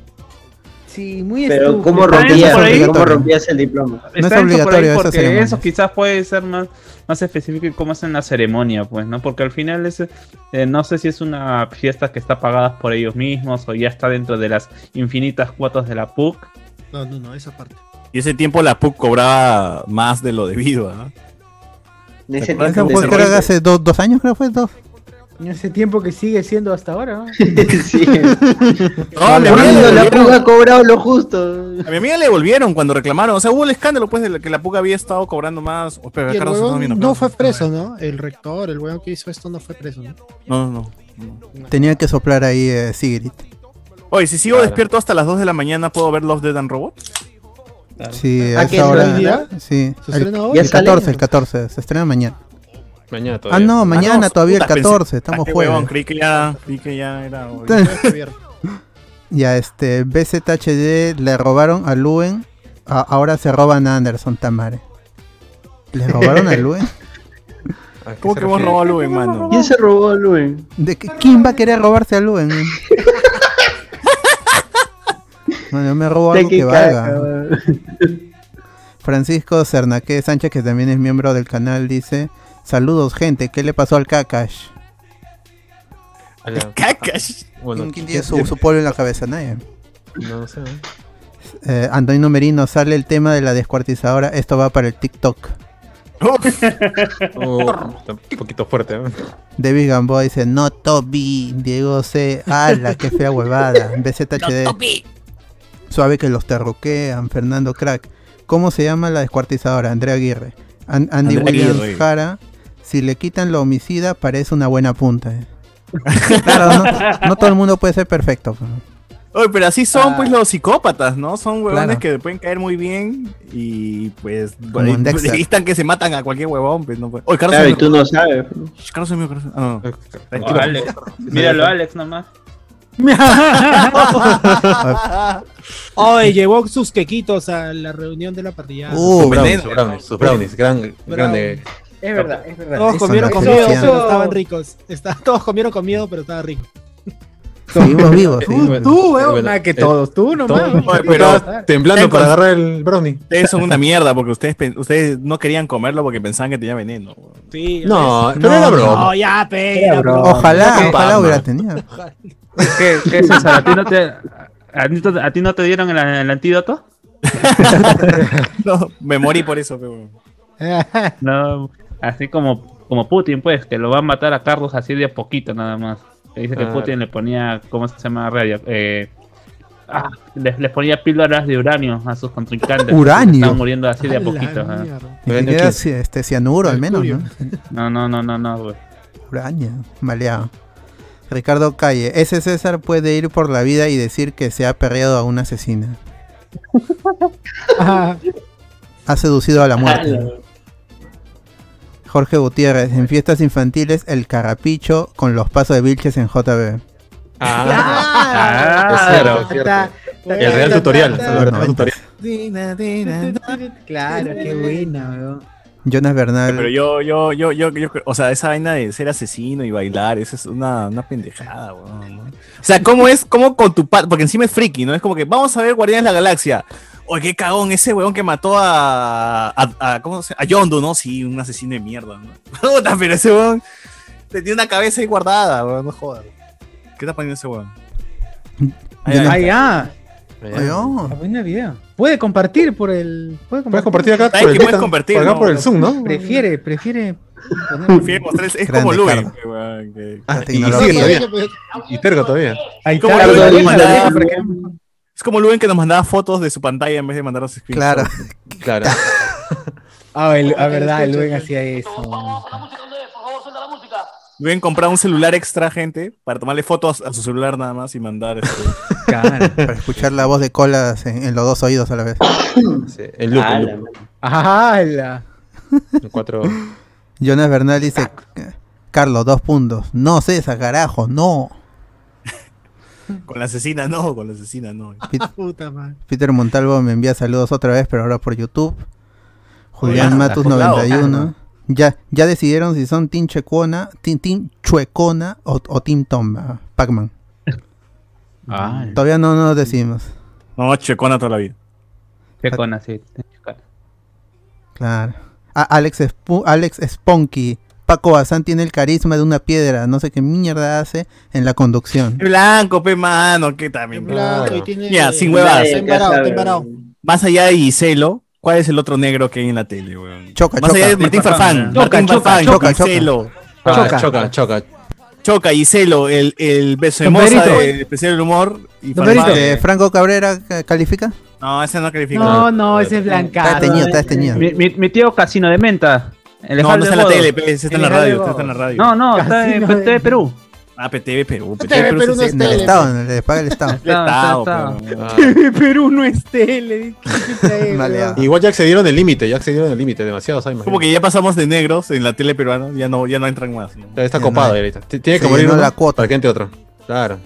[SPEAKER 13] Sí, muy
[SPEAKER 6] Pero
[SPEAKER 13] estúpido.
[SPEAKER 6] ¿cómo
[SPEAKER 13] Está
[SPEAKER 6] rompías,
[SPEAKER 13] eso por ahí.
[SPEAKER 6] ¿cómo rompías el
[SPEAKER 4] No
[SPEAKER 6] diploma?
[SPEAKER 4] es
[SPEAKER 12] Está hecho por ahí
[SPEAKER 4] obligatorio esa
[SPEAKER 12] porque
[SPEAKER 4] ceremonia.
[SPEAKER 12] Eso quizás puede ser más, más específico en cómo hacen la ceremonia, pues, ¿no? Porque al final es, eh, no sé si es una fiesta que está pagada por ellos mismos o ya está dentro de las infinitas cuotas de la PUC.
[SPEAKER 5] No, no, no, esa parte.
[SPEAKER 3] Y ese tiempo la PUC cobraba más de lo debido, ¿no?
[SPEAKER 6] En
[SPEAKER 3] ¿Te
[SPEAKER 6] ese
[SPEAKER 3] acuerdas
[SPEAKER 6] tiempo
[SPEAKER 3] de
[SPEAKER 4] Pues
[SPEAKER 3] ese
[SPEAKER 4] creo que
[SPEAKER 3] tiempo?
[SPEAKER 4] hace dos, dos años, creo que fue dos.
[SPEAKER 1] En ese tiempo que sigue siendo hasta ahora, ¿no?
[SPEAKER 6] Sí.
[SPEAKER 3] No, mi amiga
[SPEAKER 6] Cuando
[SPEAKER 3] le
[SPEAKER 6] la
[SPEAKER 3] volvieron.
[SPEAKER 6] puga ha cobrado lo justo.
[SPEAKER 3] A mi amiga le volvieron cuando reclamaron. O sea, hubo el escándalo, pues, de la- que la puga había estado cobrando más. Oh, espera,
[SPEAKER 5] Y el
[SPEAKER 3] Carlos,
[SPEAKER 5] huevón
[SPEAKER 3] no, mira,
[SPEAKER 5] no
[SPEAKER 3] Carlos.
[SPEAKER 5] fue preso, ¿no? El rector, el weón que hizo esto no fue preso, ¿no?
[SPEAKER 3] No, no,
[SPEAKER 4] Tenía que soplar ahí eh, Sigrid.
[SPEAKER 3] Oye, si sigo
[SPEAKER 4] Claro.
[SPEAKER 3] despierto hasta las 2 de la mañana, ¿puedo ver Love, Dead and Robot?
[SPEAKER 4] Sí,
[SPEAKER 3] ¿Ah,
[SPEAKER 4] a
[SPEAKER 3] que
[SPEAKER 4] esa
[SPEAKER 3] es
[SPEAKER 4] hora.
[SPEAKER 3] hoy día?
[SPEAKER 4] Sí.
[SPEAKER 3] ¿Se
[SPEAKER 4] El,
[SPEAKER 3] estrena hoy?
[SPEAKER 4] el
[SPEAKER 3] ¿Ya sale?
[SPEAKER 4] 14, el 14. Se estrena mañana.
[SPEAKER 2] Mañana
[SPEAKER 4] Ah, no, mañana todavía el
[SPEAKER 3] puta, pensé-
[SPEAKER 4] 14. Estamos
[SPEAKER 3] Ah, qué
[SPEAKER 4] jueves.
[SPEAKER 3] huevón, creí que ya, creí que ya era hoy. Este viernes.
[SPEAKER 4] Ya, este, BZHD le robaron a Luen, a- ahora se roban a Anderson Tamare. ¿Le robaron a Luen?
[SPEAKER 3] ¿Cómo que hemos robado a Luen, mano?
[SPEAKER 6] ¿Quién se robó a Luen?
[SPEAKER 4] ¿De qué- ¿Quién va a querer robarse a Luen? No, yo me robo
[SPEAKER 6] De
[SPEAKER 4] algo
[SPEAKER 6] qué
[SPEAKER 4] que
[SPEAKER 6] caca,
[SPEAKER 4] valga.
[SPEAKER 6] weón.
[SPEAKER 4] Francisco Cernaque Sánchez, que también es miembro del canal, dice: Saludos, gente, ¿qué le pasó al Kakash?
[SPEAKER 3] Cacas.
[SPEAKER 4] ¿Quién quién tiene su, su polvo en la cabeza? Nadie.
[SPEAKER 2] No, no sé. ¿eh?
[SPEAKER 4] Eh, Antonino Merino, sale el tema de la descuartizadora. Esto va para el TikTok.
[SPEAKER 2] Oh, está un poquito fuerte. ¿eh?
[SPEAKER 4] David Gamboa dice, no Toby, Diego C, ala, qué fea huevada, BZHD. Suave que los terroquean, Fernando Crack. ¿Cómo se llama la descuartizadora? Andrea Aguirre. An- Andy
[SPEAKER 3] Andrea
[SPEAKER 4] Williams
[SPEAKER 3] Aguirre.
[SPEAKER 4] Jara, si le quitan la homicida, parece una buena punta. eh. claro, no, no todo el mundo puede ser perfecto. pues.
[SPEAKER 3] Oye, pero así son, pues, los psicópatas, ¿no? Son huevones
[SPEAKER 4] Claro.
[SPEAKER 3] que pueden caer muy bien y, pues,
[SPEAKER 4] Como en Dexter.
[SPEAKER 3] evitan que se matan a cualquier huevón, pues, no puede. Oye, Carlos,
[SPEAKER 6] Claro, y
[SPEAKER 3] amigo.
[SPEAKER 6] tú no sabes.
[SPEAKER 3] Shh, Carlos, amigo, Carlos. Ah, ¿eh? no.
[SPEAKER 12] Oh,
[SPEAKER 3] Tranquilo.
[SPEAKER 12] Alex. Míralo, Alex, nomás.
[SPEAKER 5] Oye, llevó sus quequitos a la reunión de la parrilla.
[SPEAKER 4] Uh,
[SPEAKER 2] Sus Oh, brownies, sus brownies, sus brownies, gran, grande.
[SPEAKER 5] Es
[SPEAKER 13] verdad, es verdad.
[SPEAKER 5] Todos
[SPEAKER 13] Eso
[SPEAKER 5] comieron
[SPEAKER 13] no
[SPEAKER 5] con miedo,
[SPEAKER 13] existía.
[SPEAKER 5] pero estaban ricos. Está- todos comieron con miedo, pero estaba rico.
[SPEAKER 4] Seguimos vivos.
[SPEAKER 13] Tú, tú, weón, nada
[SPEAKER 4] eh,
[SPEAKER 13] que todos, tú nomás.
[SPEAKER 2] Oye, pero
[SPEAKER 3] Todos.
[SPEAKER 2] temblando
[SPEAKER 3] Ten
[SPEAKER 2] para
[SPEAKER 3] con-
[SPEAKER 2] agarrar el brownie.
[SPEAKER 3] Ustedes son una mierda porque ustedes, pen- ustedes no querían comerlo porque pensaban que tenía veneno.
[SPEAKER 5] Sí,
[SPEAKER 2] No,
[SPEAKER 3] No,
[SPEAKER 2] pero era broma.
[SPEAKER 5] No, ya, pe.
[SPEAKER 3] Era
[SPEAKER 5] ya,
[SPEAKER 3] broma.
[SPEAKER 4] Ojalá,
[SPEAKER 3] Creo que-
[SPEAKER 4] ojalá hubiera tenido.
[SPEAKER 12] ¿Qué, qué César? ¿A ti no te, a ti no- a ti no te dieron el, el antídoto?
[SPEAKER 3] No, me morí por eso, pero.
[SPEAKER 12] No, así como, como Putin, pues, que lo va a matar a Carlos así de a poquito nada más. Que dice
[SPEAKER 2] Claro.
[SPEAKER 12] que Putin le ponía, ¿cómo se llama? Radio, eh, ah, les, les ponía píldoras de uranio a sus contrincantes.
[SPEAKER 4] ¿Uranio?
[SPEAKER 12] Estaban muriendo así de a
[SPEAKER 5] La
[SPEAKER 12] poquito. ajá.
[SPEAKER 4] Ni siquiera ci- este, cianuro al menos, ¿no?
[SPEAKER 12] No, no, no, no, no, güey.
[SPEAKER 4] Uraña, maleado. Ricardo Calle, ese César puede ir por la vida y decir que se ha perreado a una asesina. ha seducido a la muerte. Jorge Gutiérrez, en fiestas infantiles, el carapicho con los pasos de Vilches en JB.
[SPEAKER 2] Ah,
[SPEAKER 13] Claro.
[SPEAKER 2] es cierto, es cierto. El real tutorial. el real tutorial.
[SPEAKER 1] Claro, qué buena, weón.
[SPEAKER 4] Jonas Bernal.
[SPEAKER 3] Pero yo, yo, yo, yo, yo, creo- o sea, esa vaina de ser asesino y bailar, esa es una, una pendejada, weón. ¿no? O sea, ¿cómo es, cómo con tu pat, porque encima es friki, ¿no? Es como que vamos a ver Guardianes de la Galaxia. Oye, qué cagón, ese weón que mató a, a, a- ¿cómo se A Yondu, ¿no? Sí, un asesino de mierda, ¿no? Puta, pero ese weón te tiene una cabeza ahí guardada, weón, no jodas. ¿Qué está poniendo ese weón? Ahí,
[SPEAKER 1] Ah,
[SPEAKER 3] ahí.
[SPEAKER 1] ya.
[SPEAKER 3] Ahí, oh.
[SPEAKER 1] Está buena idea. Puede compartir por el. Puede
[SPEAKER 3] Puedes compartir acá Ahí por que el puedes Zoom, compartir, por acá ¿no? por el Zoom, ¿no?
[SPEAKER 1] Prefiere, prefiere.
[SPEAKER 3] Prefiere mostrar- es Grande, como Luis, Carlos. que, weón, que-
[SPEAKER 2] Ah,
[SPEAKER 3] La
[SPEAKER 2] y sigue
[SPEAKER 3] tecnología.
[SPEAKER 2] todavía. Y terco todavía.
[SPEAKER 3] Ahí
[SPEAKER 2] ¿Cómo
[SPEAKER 3] está,
[SPEAKER 2] lo
[SPEAKER 3] Luen
[SPEAKER 2] ves?
[SPEAKER 3] que nos
[SPEAKER 2] Mandaba-
[SPEAKER 3] mandaba- Es como Luen que nos mandaba fotos de su pantalla en vez de mandarnos screenshots.
[SPEAKER 2] Claro.
[SPEAKER 1] Claro. Ah, el- ah,
[SPEAKER 3] Ok,
[SPEAKER 1] verdad, el
[SPEAKER 3] escucha,
[SPEAKER 1] Luen
[SPEAKER 3] escucha.
[SPEAKER 1] hacía eso.
[SPEAKER 3] Luen compraba un celular extra, gente, para tomarle fotos a su celular nada más y mandar. este,
[SPEAKER 4] Para escuchar la voz de colas en, en los dos oídos a la vez.
[SPEAKER 2] el loop, el loop.
[SPEAKER 1] ¡Hala!
[SPEAKER 2] Cuatro.
[SPEAKER 4] Jonas Bernal dice, Carlos, dos puntos. No César, carajo, no.
[SPEAKER 3] Con la asesina no, con la asesina no.
[SPEAKER 5] Puta madre.
[SPEAKER 4] Peter Montalvo me envía saludos otra vez, pero ahora por YouTube. Julián
[SPEAKER 5] Hola,
[SPEAKER 4] Matus
[SPEAKER 5] hola, Ah,
[SPEAKER 4] 91.
[SPEAKER 5] hola.
[SPEAKER 4] Ya, ya decidieron si son Team Checuona, Team, Team Chuecona o, o Team Tom, ah, Pac-Man.
[SPEAKER 2] Ah,
[SPEAKER 4] Todavía no nos decimos.
[SPEAKER 3] No, checona toda la vida.
[SPEAKER 12] Checona, sí.
[SPEAKER 4] Claro. A- Alex, Spu- Alex Sponky. Paco Bazán tiene el carisma de una piedra. No sé qué mierda hace en la conducción.
[SPEAKER 3] Es blanco, pe mano, que también.
[SPEAKER 5] blanco y tiene-
[SPEAKER 3] Mira, sin huevas.
[SPEAKER 5] Está embarado, está embarado.
[SPEAKER 3] Más allá de Giselo, ¿cuál es el otro negro que hay en la tele, weón?
[SPEAKER 4] Choca,
[SPEAKER 3] Más
[SPEAKER 4] choca.
[SPEAKER 3] allá de Martín
[SPEAKER 4] Choca,
[SPEAKER 3] Farfán.
[SPEAKER 4] choca,
[SPEAKER 3] Martín
[SPEAKER 4] choca,
[SPEAKER 3] Farfán,
[SPEAKER 4] choca,
[SPEAKER 3] Giselo.
[SPEAKER 4] choca. Choca. Choca,
[SPEAKER 2] choca.
[SPEAKER 3] Choca, Giselo, el, el beso de
[SPEAKER 4] Don
[SPEAKER 3] moza,
[SPEAKER 4] Pedrito.
[SPEAKER 3] el especial del humor. Y
[SPEAKER 4] Don
[SPEAKER 3] Farfán.
[SPEAKER 4] Benito, eh, ¿Franco Cabrera ca- califica?
[SPEAKER 3] No, ese no califica.
[SPEAKER 12] No, no, ese es blancado.
[SPEAKER 4] Está teñido, está teñido.
[SPEAKER 12] Mi, mi- mi tío Casino de Menta. el
[SPEAKER 3] No,
[SPEAKER 12] Hall
[SPEAKER 3] no
[SPEAKER 12] de
[SPEAKER 3] está en la
[SPEAKER 12] Godo.
[SPEAKER 3] tele, pe, ese está en la
[SPEAKER 12] El Hall de
[SPEAKER 3] radio,
[SPEAKER 12] Godo.
[SPEAKER 3] está en la radio.
[SPEAKER 12] No, no, está en
[SPEAKER 3] Casino de-
[SPEAKER 12] PTV Perú.
[SPEAKER 3] Ah, PTV Perú.
[SPEAKER 12] PTV Perú no
[SPEAKER 3] sí,
[SPEAKER 12] es
[SPEAKER 3] sí,
[SPEAKER 12] tele,
[SPEAKER 3] sí.
[SPEAKER 12] Estado,
[SPEAKER 4] no le paga el Estado.
[SPEAKER 3] El Estado,
[SPEAKER 12] Está,
[SPEAKER 2] pues.
[SPEAKER 3] pe, weón.
[SPEAKER 2] Ah.
[SPEAKER 1] Perú no es tele.
[SPEAKER 2] Igual ya excedieron el límite, ya excedieron el límite, demasiado, ¿sabes?
[SPEAKER 3] Como que ya pasamos de negros en la tele peruana, ya no, ya no entran más. ¿no?
[SPEAKER 2] Está copado ya ahorita. T- Tiene que
[SPEAKER 3] Sí,
[SPEAKER 2] morir
[SPEAKER 3] no
[SPEAKER 2] uno
[SPEAKER 3] la
[SPEAKER 2] para que entre otro. Claro.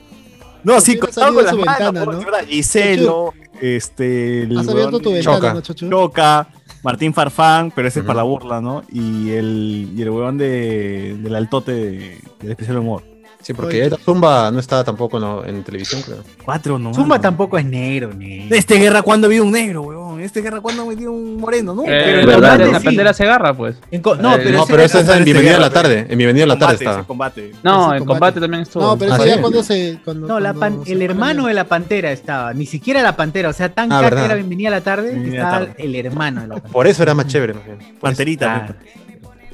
[SPEAKER 3] No, sí,
[SPEAKER 5] Hubiera
[SPEAKER 3] contado
[SPEAKER 5] salido
[SPEAKER 3] con las
[SPEAKER 5] su
[SPEAKER 3] manos,
[SPEAKER 5] ventana,
[SPEAKER 3] por-
[SPEAKER 5] ¿no?
[SPEAKER 3] de verdad, Giselo, este... el
[SPEAKER 5] Has abierto
[SPEAKER 3] weón
[SPEAKER 5] tu
[SPEAKER 3] de-
[SPEAKER 5] ventana,
[SPEAKER 3] Choca.
[SPEAKER 5] ¿no, Chochu?
[SPEAKER 3] Choca, Martín Farfán, pero ese es para la burla, ¿no? Y el, y el huevón de, del altote de- del especial humor.
[SPEAKER 2] Sí, Porque esta tumba no estaba tampoco en, lo- en televisión, creo.
[SPEAKER 3] Cuatro, no.
[SPEAKER 1] Zumba tampoco es negro, negro.
[SPEAKER 3] Este guerra cuando vi un negro, huevón. Este guerra cuando metió un moreno, ¿no?
[SPEAKER 12] pero el
[SPEAKER 2] ¿verdad?
[SPEAKER 12] combate
[SPEAKER 2] La
[SPEAKER 12] sí.
[SPEAKER 2] bandera
[SPEAKER 12] se agarra, pues.
[SPEAKER 2] no, pero, eso es en Bienvenido a la tarde. En Bienvenido a la tarde
[SPEAKER 3] Combate,
[SPEAKER 2] estaba.
[SPEAKER 3] ese combate.
[SPEAKER 12] No,
[SPEAKER 1] Ese
[SPEAKER 12] en combate también estuvo.
[SPEAKER 1] No, pero
[SPEAKER 2] eso Ah, ya ¿sí? cuando
[SPEAKER 5] se.
[SPEAKER 1] no, la pan- el hermano de la pantera estaba. Ni siquiera la pantera. O sea, tan
[SPEAKER 2] Ah,
[SPEAKER 1] cara
[SPEAKER 2] verdad.
[SPEAKER 1] era bienvenida a la tarde. que
[SPEAKER 2] Bienvenida a la
[SPEAKER 1] estaba
[SPEAKER 2] tarde.
[SPEAKER 1] el hermano de la pantera.
[SPEAKER 2] Por eso era más chévere, más bien.
[SPEAKER 3] Panterita.
[SPEAKER 2] Ah,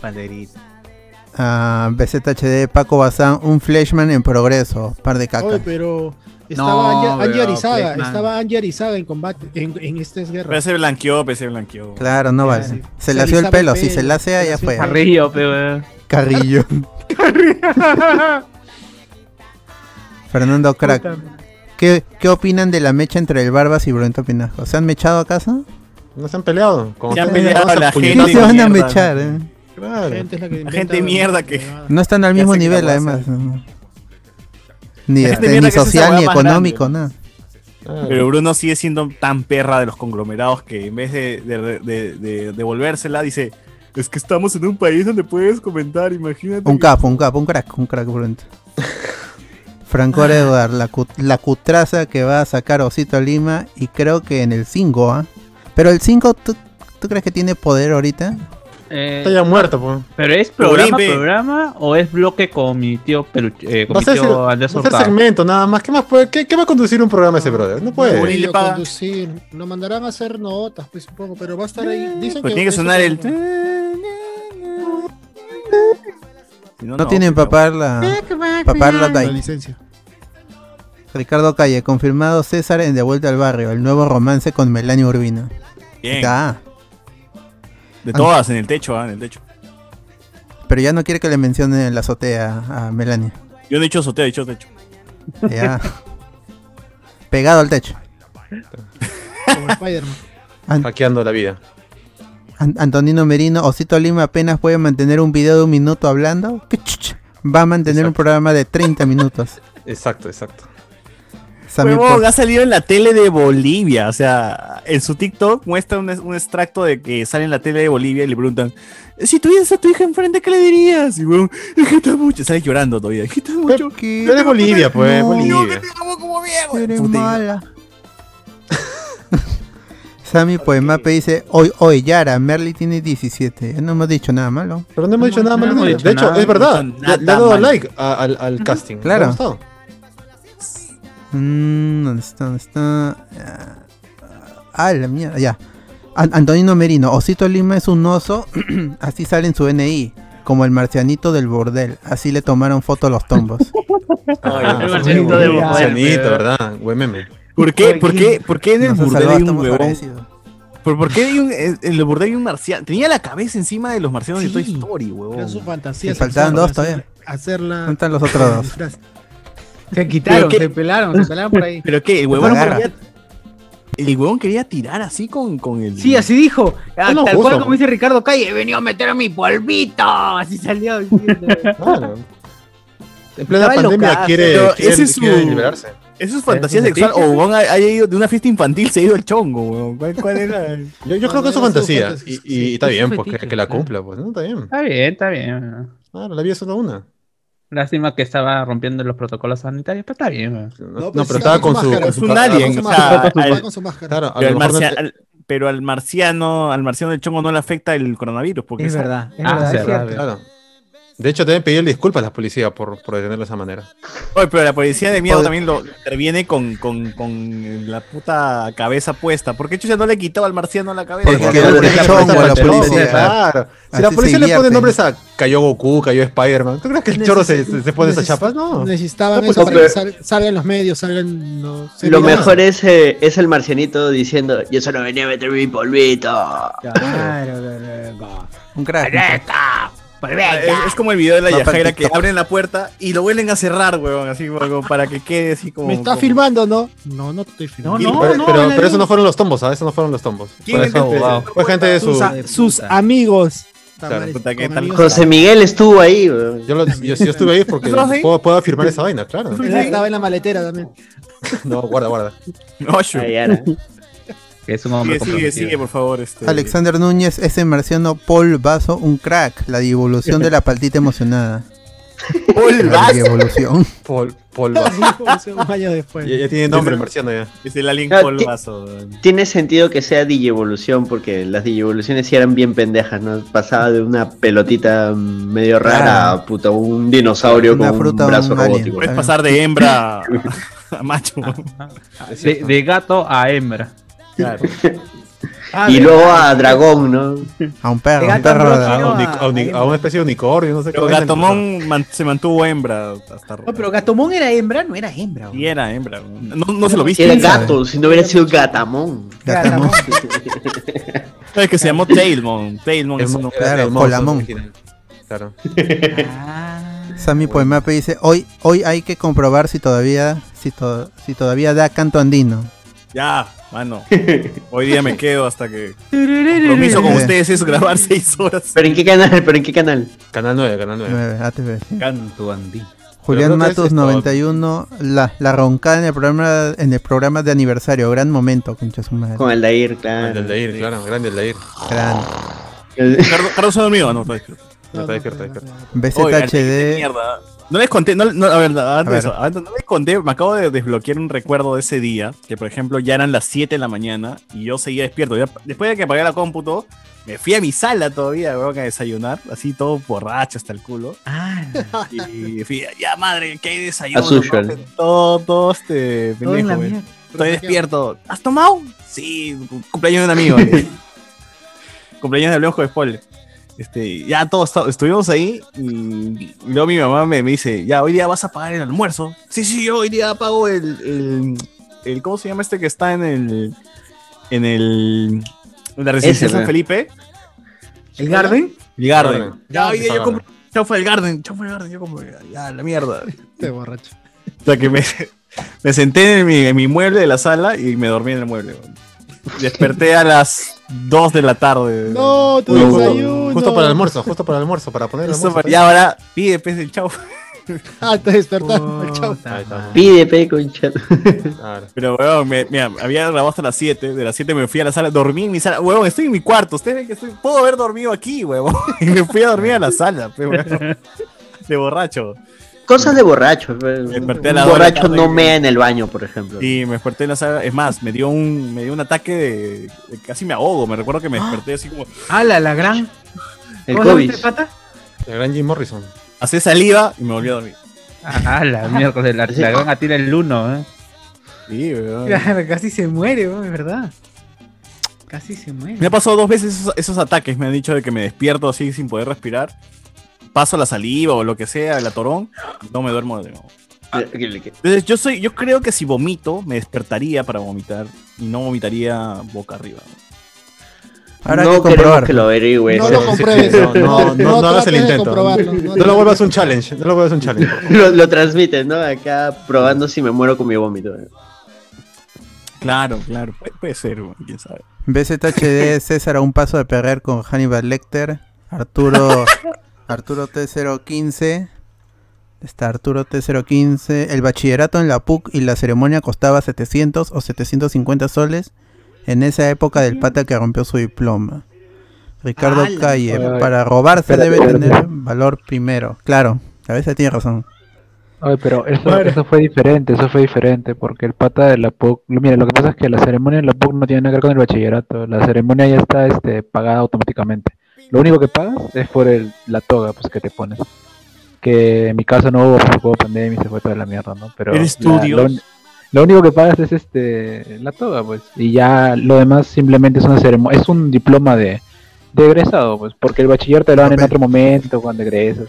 [SPEAKER 1] Panterita.
[SPEAKER 4] Ah, BZHD, Paco Bazán, un Fleshman en progreso. Par de caca.
[SPEAKER 5] Oye, pero estaba
[SPEAKER 4] No, pues,
[SPEAKER 5] Anja- Anja
[SPEAKER 4] pero
[SPEAKER 5] Arizaga,
[SPEAKER 4] Fleckman.
[SPEAKER 5] estaba Anja Arizaga en combate, en, en estas guerras.
[SPEAKER 3] Pero ese blanqueó, pero ese blanqueó.
[SPEAKER 4] Claro, no vale. Se le asió el
[SPEAKER 5] Se alisaba el
[SPEAKER 4] pelo. Si
[SPEAKER 5] pelo,
[SPEAKER 4] se la asea, ya fue.
[SPEAKER 12] Carrillo, pe, weón.
[SPEAKER 4] Carrillo. Fernando Crack. ¿Qué, ¿Qué opinan de la mecha entre el Barbas y Brunito Pinasco? ¿Se han mechado acaso?
[SPEAKER 2] No se han peleado. Como
[SPEAKER 4] Ya
[SPEAKER 2] se-
[SPEAKER 4] peleaba
[SPEAKER 2] se-
[SPEAKER 4] la
[SPEAKER 2] se-
[SPEAKER 4] gente. No se van a mechar, eh.
[SPEAKER 2] Claro.
[SPEAKER 3] La gente de mierda que.
[SPEAKER 4] No están al
[SPEAKER 3] que
[SPEAKER 4] mismo
[SPEAKER 3] hace que la
[SPEAKER 4] nivel,
[SPEAKER 3] guasa.
[SPEAKER 4] además. ¿no? Ni,
[SPEAKER 3] Gente
[SPEAKER 4] este,
[SPEAKER 3] mierda
[SPEAKER 4] ni
[SPEAKER 3] que es esa
[SPEAKER 4] social,
[SPEAKER 3] hueá
[SPEAKER 4] ni
[SPEAKER 3] más
[SPEAKER 4] económico,
[SPEAKER 3] grande.
[SPEAKER 4] nada.
[SPEAKER 3] Pero Bruno sigue siendo tan perra de los conglomerados que en vez de, de- de- de devolvérsela dice, es que estamos en un país donde puedes comentar, imagínate.
[SPEAKER 4] Un
[SPEAKER 3] que-".
[SPEAKER 4] capo, un capo, un crack, un crack Brunito. Franco Eduard, la, cu- la cutraza que va a sacar Osito Lima y creo que en el 5, ¿ah? Pero el 5, ¿tú, tú crees que tiene poder ahorita?
[SPEAKER 12] Eh,
[SPEAKER 2] Está ya muerto, pues.
[SPEAKER 12] Pero es
[SPEAKER 2] Programa,
[SPEAKER 12] programa, programa o es bloque con mi tío, Pelu- eh, con
[SPEAKER 2] Va a
[SPEAKER 12] mi
[SPEAKER 2] ser,
[SPEAKER 12] tío
[SPEAKER 2] va a
[SPEAKER 12] Andrés
[SPEAKER 2] ser
[SPEAKER 12] Hurtado.
[SPEAKER 2] segmento, nada más. ¿Qué más puede, qué, qué va a conducir un programa ese brother? No puede.
[SPEAKER 5] No, lo conducir. Lo mandarán a hacer notas, pues supongo, pero va a estar ahí. Dicen
[SPEAKER 3] Pues tiene que
[SPEAKER 5] eso-
[SPEAKER 3] sonar el... Si
[SPEAKER 4] No, tienen papar
[SPEAKER 3] Ah,
[SPEAKER 4] la, papar la
[SPEAKER 5] La
[SPEAKER 4] Time.
[SPEAKER 5] licencia.
[SPEAKER 4] Ricardo Calle, confirmado César en De Vuelta al Barrio, el nuevo romance con Melania Urbina.
[SPEAKER 3] Bien.
[SPEAKER 4] Está,
[SPEAKER 3] De todas, en el techo, ah, en el techo.
[SPEAKER 4] pero ya no quiere que le mencione la azotea a Melania.
[SPEAKER 3] Yo no he dicho azotea, he dicho techo.
[SPEAKER 4] Ya. Pegado al techo.
[SPEAKER 5] Como Spider-Man.
[SPEAKER 2] Hackeando la vida.
[SPEAKER 4] An- Antonino Merino, Osito Lima apenas puede mantener un video de un minuto hablando. ¿Qué chucha? Va a mantener un programa de 30 minutos.
[SPEAKER 2] Exacto, exacto.
[SPEAKER 4] Sammy
[SPEAKER 3] Huevón,
[SPEAKER 4] Pop.
[SPEAKER 3] ha salido en la tele de Bolivia. O sea, en su TikTok muestra un, un extracto de que sale en la tele de Bolivia y le preguntan: Si tuvieras a tu hija enfrente, ¿qué le dirías? Y huevón, hijita mucho. Sale llorando todavía. Hijita mucho.
[SPEAKER 2] Pero de Bolivia, pues,
[SPEAKER 3] No,
[SPEAKER 2] Bolivia.
[SPEAKER 4] Eres mala. Sammy Poemape dice, hoy, hoy, Yara, Merly tiene 17. Ya No hemos dicho nada malo.
[SPEAKER 2] Pero no hemos dicho nada malo. De hecho, es verdad. Le le ha dado like a- al, al casting. Le ha
[SPEAKER 4] Claro.
[SPEAKER 2] gustado.
[SPEAKER 4] Mm, ¿Dónde está? ¿Dónde está? Ah, Ah, la mierda, ya. An- Antonino Merino, Osito Lima es un oso, así sale en su NI, como el marcianito del bordel. Así le tomaron foto a los tombos.
[SPEAKER 2] Ah,
[SPEAKER 3] el
[SPEAKER 2] sí,
[SPEAKER 3] marcianito de
[SPEAKER 2] Bolivia.
[SPEAKER 4] eh.
[SPEAKER 3] Bolivia.
[SPEAKER 2] Marcianito, ¿verdad? Buen meme.
[SPEAKER 3] ¿Por qué? ¿Por qué? ¿Por qué en el
[SPEAKER 4] Nos ha
[SPEAKER 3] burdel
[SPEAKER 4] salvado,
[SPEAKER 3] hay un
[SPEAKER 4] estamos
[SPEAKER 3] huevón?
[SPEAKER 4] agradecidos.
[SPEAKER 3] ¿Por, por qué hay un, eh, en en el burdel hay un marciano? Tenía la cabeza encima de los marcianos de
[SPEAKER 5] Sí.
[SPEAKER 3] Toy Story, huevón.
[SPEAKER 5] Era su fantasía.
[SPEAKER 4] Me faltaban
[SPEAKER 5] sexual,
[SPEAKER 4] dos todavía.
[SPEAKER 5] Hacerla.
[SPEAKER 4] Faltan los otros dos.
[SPEAKER 5] disfraz.
[SPEAKER 13] Se
[SPEAKER 3] ¿Pero
[SPEAKER 13] quitaron,
[SPEAKER 3] qué?
[SPEAKER 13] se pelaron, se pelaron por ahí.
[SPEAKER 3] ¿Pero qué? El huevón
[SPEAKER 4] Agarra.
[SPEAKER 3] quería, el huevón quería tirar así con, con el...
[SPEAKER 13] Sí, así dijo. Ah,
[SPEAKER 3] no,
[SPEAKER 13] tal
[SPEAKER 3] justo,
[SPEAKER 13] cual
[SPEAKER 3] pues.
[SPEAKER 13] como dice Ricardo Calle, he venido a meter mi polvito. Así salió.
[SPEAKER 2] Claro. En plena
[SPEAKER 3] Estaba
[SPEAKER 2] pandemia
[SPEAKER 3] locazo.
[SPEAKER 2] quiere,
[SPEAKER 3] Pero
[SPEAKER 2] quiere-
[SPEAKER 3] ese es su-
[SPEAKER 2] quiere liberarse.
[SPEAKER 3] Eso es fantasía
[SPEAKER 2] ¿Es un
[SPEAKER 3] sexual. O
[SPEAKER 2] fetiche?
[SPEAKER 3] huevón ha- haya ido de una fiesta infantil, se ha ido el chongo, huevón. ¿Cuál, cuál era?
[SPEAKER 2] Yo, yo creo que es
[SPEAKER 5] Era su
[SPEAKER 2] su fantasía.
[SPEAKER 5] fantasía,
[SPEAKER 2] Y, y
[SPEAKER 5] sí.
[SPEAKER 2] está
[SPEAKER 12] Es su
[SPEAKER 2] bien, pues
[SPEAKER 12] fetiche,
[SPEAKER 2] que, que la
[SPEAKER 12] claro.
[SPEAKER 2] cumpla, pues, ¿no? Está bien.
[SPEAKER 12] Este. Está bien, está bien.
[SPEAKER 2] Claro, la vida es solo una.
[SPEAKER 12] Lástima que estaba rompiendo los protocolos sanitarios, pero está bien. weón.
[SPEAKER 2] No, no, pero estaba con su.
[SPEAKER 3] máscara,
[SPEAKER 2] con
[SPEAKER 3] es
[SPEAKER 2] su
[SPEAKER 3] un
[SPEAKER 2] cara-
[SPEAKER 3] alien,
[SPEAKER 2] con su
[SPEAKER 3] o sea,
[SPEAKER 2] máscara, con su-
[SPEAKER 3] al-
[SPEAKER 2] con su máscara. Claro,
[SPEAKER 3] Pero,
[SPEAKER 2] a lo
[SPEAKER 3] al,
[SPEAKER 2] mejor no-
[SPEAKER 3] marcia- al- pero al marciano, al marciano del chongo no le afecta el coronavirus. Porque
[SPEAKER 13] Es
[SPEAKER 3] esa-
[SPEAKER 13] verdad, es
[SPEAKER 12] Ah,
[SPEAKER 13] verdad, es
[SPEAKER 12] cerrado,
[SPEAKER 13] cierto.
[SPEAKER 2] Claro. De hecho, deben pedir disculpas a las policías por, por detenerlo de esa manera.
[SPEAKER 3] Oye, pero la policía de miedo
[SPEAKER 4] Joder.
[SPEAKER 3] también lo interviene con, con, con la puta cabeza puesta. ¿Por qué Chucha no le quitaba al marciano la cabeza?
[SPEAKER 4] Porque
[SPEAKER 2] Porque
[SPEAKER 4] quedó
[SPEAKER 2] le
[SPEAKER 4] el
[SPEAKER 2] dejan
[SPEAKER 4] chongo
[SPEAKER 2] puesta
[SPEAKER 4] a la
[SPEAKER 2] el chongo,
[SPEAKER 4] policía.
[SPEAKER 2] Claro. Si
[SPEAKER 4] Así
[SPEAKER 2] la
[SPEAKER 4] se
[SPEAKER 2] policía le pone
[SPEAKER 4] divierten.
[SPEAKER 2] nombres a cayó Goku, cayó Spider-Man, ¿tú crees que el chorro se, se, se pone esas chapas? No.
[SPEAKER 5] Necesitaban
[SPEAKER 2] No,
[SPEAKER 5] eso
[SPEAKER 2] pues,
[SPEAKER 5] para que
[SPEAKER 6] no,
[SPEAKER 5] sal- salgan los medios, salgan los. se
[SPEAKER 6] Lo
[SPEAKER 5] diga más.
[SPEAKER 6] mejor es, eh, es el marcianito diciendo, yo solo venía a meter mi polvito.
[SPEAKER 13] Claro, claro, claro.
[SPEAKER 4] Un crack.
[SPEAKER 3] Es, Eh, es como el video de la
[SPEAKER 4] No,
[SPEAKER 3] Yajaira
[SPEAKER 4] para
[SPEAKER 3] que abren la puerta y lo vuelven a cerrar, huevón, así como para que quede así como.
[SPEAKER 5] Me está
[SPEAKER 3] como-
[SPEAKER 5] filmando, ¿no? No, no te estoy filmando.
[SPEAKER 13] No,
[SPEAKER 2] pero,
[SPEAKER 13] no,
[SPEAKER 2] pero,
[SPEAKER 13] la-
[SPEAKER 2] pero eso no fueron los tombos, ¿sabes? Eso no fueron los tombos.
[SPEAKER 3] ¿Quién
[SPEAKER 2] Por
[SPEAKER 3] es el
[SPEAKER 2] eso,
[SPEAKER 3] que-
[SPEAKER 2] wow. Fue gente de
[SPEAKER 5] Sus,
[SPEAKER 2] su.
[SPEAKER 5] a- sus amigos. Tamales,
[SPEAKER 3] puta, ¿qué
[SPEAKER 5] con
[SPEAKER 3] tal?
[SPEAKER 5] amigos.
[SPEAKER 6] José Miguel estuvo ahí, weón.
[SPEAKER 2] Yo, lo- yo, yo estuve ahí porque
[SPEAKER 3] ¿Estás ahí?
[SPEAKER 2] puedo, puedo afirmar esa vaina, claro.
[SPEAKER 5] Él Estaba en la maletera también.
[SPEAKER 2] No, guarda, guarda.
[SPEAKER 3] No, shu.
[SPEAKER 6] Ay, Yara.
[SPEAKER 12] Que es un hombre
[SPEAKER 3] Sigue, sigue,
[SPEAKER 12] comprometido.
[SPEAKER 3] sigue, por favor. Este...
[SPEAKER 4] Alexander Núñez, ese marciano Paul Vaso, un crack. La devolución de la paltita emocionada.
[SPEAKER 3] Paul
[SPEAKER 4] La
[SPEAKER 3] Vaz.
[SPEAKER 4] devolución.
[SPEAKER 2] Paul, Paul Vaz.
[SPEAKER 5] Un año después.
[SPEAKER 2] Ya, ya tiene nombre el marciano ya.
[SPEAKER 3] Es el alien
[SPEAKER 6] No,
[SPEAKER 3] Paul
[SPEAKER 6] ti-
[SPEAKER 3] Vaso, huevón.
[SPEAKER 6] Tiene sentido que sea digievolución, porque las digievoluciones sí eran bien pendejas, ¿no? Pasaba de una pelotita medio rara a puta, un dinosaurio
[SPEAKER 4] Una
[SPEAKER 6] con
[SPEAKER 4] fruta,
[SPEAKER 6] un brazo
[SPEAKER 4] un alien.
[SPEAKER 6] robótico.
[SPEAKER 3] Puedes pasar de hembra a, a macho.
[SPEAKER 5] Ah,
[SPEAKER 12] De, de gato a hembra.
[SPEAKER 3] Claro.
[SPEAKER 4] Ah,
[SPEAKER 5] Ah,
[SPEAKER 6] Y luego a dragón, ¿no?
[SPEAKER 4] A un perro,
[SPEAKER 13] Te
[SPEAKER 4] a
[SPEAKER 13] gata,
[SPEAKER 4] un perro.
[SPEAKER 13] bro,
[SPEAKER 4] de-
[SPEAKER 2] A,
[SPEAKER 13] Pero
[SPEAKER 2] un-
[SPEAKER 13] a-
[SPEAKER 2] a un- a una especie de unicornio, no sé
[SPEAKER 3] Pero
[SPEAKER 2] vaina.
[SPEAKER 3] Gatomón man- se mantuvo hembra hasta.
[SPEAKER 13] No, pero Gatomón era hembra, no era hembra.
[SPEAKER 3] Y era hembra. huevón. No, no se lo viste.
[SPEAKER 6] Era
[SPEAKER 4] ¿Quién sabe?
[SPEAKER 6] gato, si no hubiera sido gatamón.
[SPEAKER 4] Gatamón.
[SPEAKER 3] No, es que se llamó Tailmon. Tailmon es
[SPEAKER 2] Es
[SPEAKER 3] un
[SPEAKER 2] un-
[SPEAKER 3] nombre.
[SPEAKER 4] Claro,
[SPEAKER 2] hermoso,
[SPEAKER 4] Polamón.
[SPEAKER 2] original. Claro.
[SPEAKER 4] Sammy Poemape dice, hoy, hoy hay que comprobar si todavía, si, to- si todavía da canto andino.
[SPEAKER 3] Ya, mano. Hoy día me quedo hasta que. Compromiso con
[SPEAKER 4] Sí.
[SPEAKER 3] ustedes es grabar seis horas.
[SPEAKER 6] ¿Pero en qué canal? ¿Pero en qué canal?
[SPEAKER 2] Canal 9, Canal 9.
[SPEAKER 4] 9, ATV, sí.
[SPEAKER 10] Canto Andy.
[SPEAKER 4] ah, Julián
[SPEAKER 2] creo que ese
[SPEAKER 4] Matos
[SPEAKER 2] es todo.
[SPEAKER 4] 91, la, la roncada en el programa, en el programa de aniversario, gran momento, concha su madre.
[SPEAKER 6] Con Aldair,
[SPEAKER 2] Grande
[SPEAKER 6] claro.
[SPEAKER 2] ah. el de ir, claro, grande el de ir.
[SPEAKER 4] Gran.
[SPEAKER 3] Carlos, Carlos ha dormido. No, está despierto.
[SPEAKER 2] No, está despierto, está despierto.
[SPEAKER 3] Oye, de
[SPEAKER 4] BZHD,
[SPEAKER 3] mierda. ¿eh? No les conté, no, no, a ver, antes
[SPEAKER 4] A
[SPEAKER 3] de
[SPEAKER 4] ver.
[SPEAKER 3] eso, antes no les conté, me acabo de desbloquear un recuerdo de ese día, que por ejemplo ya eran las 7 de la mañana y yo seguía despierto. Ya- después de que apagué la cómputo, me fui a mi sala todavía, weón, a desayunar, así todo borracho hasta el culo.
[SPEAKER 13] Ah.
[SPEAKER 3] Y fui, ya madre, que hay desayuno.
[SPEAKER 6] As usual.
[SPEAKER 3] ¿no? Todo, todo este
[SPEAKER 13] Todo en
[SPEAKER 3] pendejo,
[SPEAKER 13] la
[SPEAKER 3] weón.
[SPEAKER 13] mierda.
[SPEAKER 3] Estoy despierto. ¿Has tomado? Sí, cu- cumpleaños de un amigo. eh. cumpleaños de Blanco de Paul. Este, ya todos to- estuvimos ahí y luego mi mamá me, me dice, ya, hoy día vas a pagar el almuerzo. Sí, sí, yo hoy día pago el, el, el- ¿cómo se llama este que está en el, en el, en la
[SPEAKER 6] Ese,
[SPEAKER 3] residencia de San
[SPEAKER 6] ¿no?
[SPEAKER 3] Felipe?
[SPEAKER 13] ¿El Garden?
[SPEAKER 3] El Garden. Ah,
[SPEAKER 2] Garden.
[SPEAKER 3] Ya, hoy día yo
[SPEAKER 2] Garden.
[SPEAKER 3] compro, chau fue el Garden, chau fue el Garden, yo compro, ya, ya, la mierda.
[SPEAKER 5] Este borracho.
[SPEAKER 3] O sea que me, me senté en mi, en mi mueble de la sala y me dormí en el mueble. weón. Desperté a las 2 de la tarde.
[SPEAKER 5] No, tu
[SPEAKER 2] Justo-
[SPEAKER 5] desayuno.
[SPEAKER 2] Justo para el almuerzo, pues. justo para el almuerzo, para poner el
[SPEAKER 3] Eso
[SPEAKER 2] almuerzo.
[SPEAKER 3] pa- y ahora pide pez pues, el chau.
[SPEAKER 5] Ah, te despertaron. Chao.
[SPEAKER 2] pues,
[SPEAKER 11] Pide, pe, concha.
[SPEAKER 3] Pero, weón, me- mira, había grabado hasta las 7. De las 7 me fui a la sala, dormí en mi sala. Weón, estoy en mi cuarto. Ustedes ven que estoy, puedo haber dormido aquí, weón. Y me fui a dormir a la sala, pe, weón. De borracho.
[SPEAKER 11] Cosas de borracho. pues, pe.
[SPEAKER 3] desperté a
[SPEAKER 11] Un
[SPEAKER 3] la hora de la
[SPEAKER 11] borracho
[SPEAKER 3] tarde
[SPEAKER 11] no
[SPEAKER 3] y-
[SPEAKER 11] mea en el baño, por ejemplo.
[SPEAKER 3] Y me desperté en la sala. Es más, me dio un, me dio un ataque de, de- Casi me ahogo. Me recuerdo que me desperté así como.
[SPEAKER 13] ¡Hala, la gran!
[SPEAKER 3] El
[SPEAKER 13] ¿Cómo se llama
[SPEAKER 3] COVID.
[SPEAKER 13] este pata?
[SPEAKER 3] El gran Jim Morrison. Hacé saliva y me volví a dormir.
[SPEAKER 12] Ah, la miércoles, la, la van a tirar el uno, ¿eh?
[SPEAKER 3] Sí, weón.
[SPEAKER 13] Claro, casi se muere, weón, es verdad. Casi se muere.
[SPEAKER 3] Me ha pasado dos veces esos, esos ataques. Me han dicho de que me despierto así sin poder respirar. Paso la saliva o lo que sea, el atorón. y No me duermo de nuevo.
[SPEAKER 13] Ah.
[SPEAKER 3] Entonces yo soy, yo creo que si vomito, me despertaría para vomitar y no vomitaría boca arriba.
[SPEAKER 11] Ahora hay No que queremos comprobar. que lo averigües. No lo compruebes.
[SPEAKER 2] No, no, no,
[SPEAKER 11] No
[SPEAKER 2] no hagas
[SPEAKER 11] trates
[SPEAKER 2] el
[SPEAKER 11] de
[SPEAKER 2] intento.
[SPEAKER 11] comprobarlo, no
[SPEAKER 2] No
[SPEAKER 11] lo-
[SPEAKER 2] lo vuelvas un challenge. No lo vuelvas un challenge.
[SPEAKER 11] Lo, lo transmites, ¿no? Acá probando si me muero con mi vómito.
[SPEAKER 3] Claro, claro. Pu- puede ser, weón, quién sabe.
[SPEAKER 4] BZHD César a un paso de perder con Hannibal Lecter. Arturo Arturo T015. Está Arturo T015. El bachillerato en la PUC y la ceremonia costaba 700 o 750 soles en esa época del pata que rompió su diploma. Ricardo
[SPEAKER 13] ¡Hala!
[SPEAKER 4] Calle,
[SPEAKER 13] Ay.
[SPEAKER 4] para robarse
[SPEAKER 13] Espérate,
[SPEAKER 4] debe
[SPEAKER 13] espérate.
[SPEAKER 4] tener valor primero. Claro, a veces tiene razón.
[SPEAKER 16] Ay, pero eso, eso fue diferente, eso fue diferente, porque el pata de la PUC, lo- mira, lo que pasa es que la ceremonia de la PUC no tiene nada que ver con el bachillerato, la ceremonia ya está este, pagada automáticamente. Lo único que pagas es por el, la toga pues, que te pones. Que en mi caso no hubo, pues, hubo pandemia y se fue toda la mierda, ¿no? Pero
[SPEAKER 3] El
[SPEAKER 16] la-
[SPEAKER 3] estudio.
[SPEAKER 16] lo, un- lo único que pagas es este la toga, pues, y ya lo demás simplemente es una ceremonia, es un diploma de, de egresado, pues, porque el bachiller te lo dan en otro momento cuando egresas.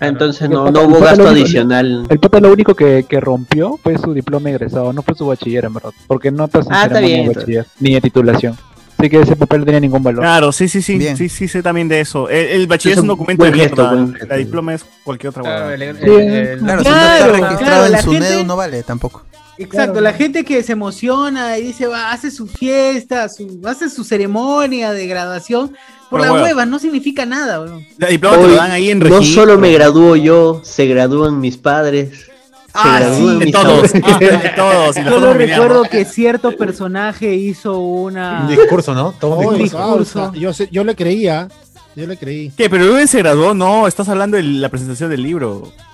[SPEAKER 11] Ah, entonces
[SPEAKER 16] El
[SPEAKER 11] no,
[SPEAKER 16] pata-
[SPEAKER 11] no
[SPEAKER 16] el
[SPEAKER 11] hubo
[SPEAKER 16] pata
[SPEAKER 11] gasto
[SPEAKER 16] lo único-
[SPEAKER 11] adicional.
[SPEAKER 16] El pata lo único que, que rompió fue su diploma de egresado, no fue su bachiller, en verdad. Porque no te hacen
[SPEAKER 11] Ah, está
[SPEAKER 16] ceremonia
[SPEAKER 11] bien,
[SPEAKER 16] de
[SPEAKER 11] está
[SPEAKER 16] bachiller, ni de titulación. Así que ese papel no tenía ningún valor.
[SPEAKER 3] Claro, sí, sí, sí.
[SPEAKER 16] Bien.
[SPEAKER 3] Sí, sí, sé también de eso. El, el bachiller
[SPEAKER 16] Es
[SPEAKER 3] es
[SPEAKER 16] un
[SPEAKER 3] un documento de
[SPEAKER 16] buen gesto,
[SPEAKER 3] mierda.
[SPEAKER 16] buen
[SPEAKER 3] La diploma es cualquier otra huevada.
[SPEAKER 4] Claro, si no
[SPEAKER 13] Claro,
[SPEAKER 4] está registrado
[SPEAKER 13] claro,
[SPEAKER 4] en
[SPEAKER 13] la
[SPEAKER 4] su
[SPEAKER 13] gente-
[SPEAKER 4] NEDU no vale tampoco.
[SPEAKER 13] Exacto, la gente que se emociona y dice, va, hace su fiesta, su, hace su ceremonia de graduación, por
[SPEAKER 11] Pero
[SPEAKER 13] la
[SPEAKER 11] bueno.
[SPEAKER 13] hueva, no significa nada, weón.
[SPEAKER 3] La
[SPEAKER 11] Hoy no solo me gradúo yo, se gradúan mis padres. Se
[SPEAKER 13] Ah,
[SPEAKER 11] gradúan
[SPEAKER 13] sí,
[SPEAKER 11] mis
[SPEAKER 13] todos. Ah,
[SPEAKER 11] abuelos.
[SPEAKER 13] Solo recuerdo que cierto personaje hizo una...
[SPEAKER 2] Un discurso, ¿no? Todo
[SPEAKER 13] Un
[SPEAKER 2] un
[SPEAKER 5] Oye,
[SPEAKER 2] discurso.
[SPEAKER 5] Sausa, yo, sé- yo le creía. Yo le creí.
[SPEAKER 3] ¿Qué? ¿Pero Rubén se graduó? No, estás hablando de la presentación del libro.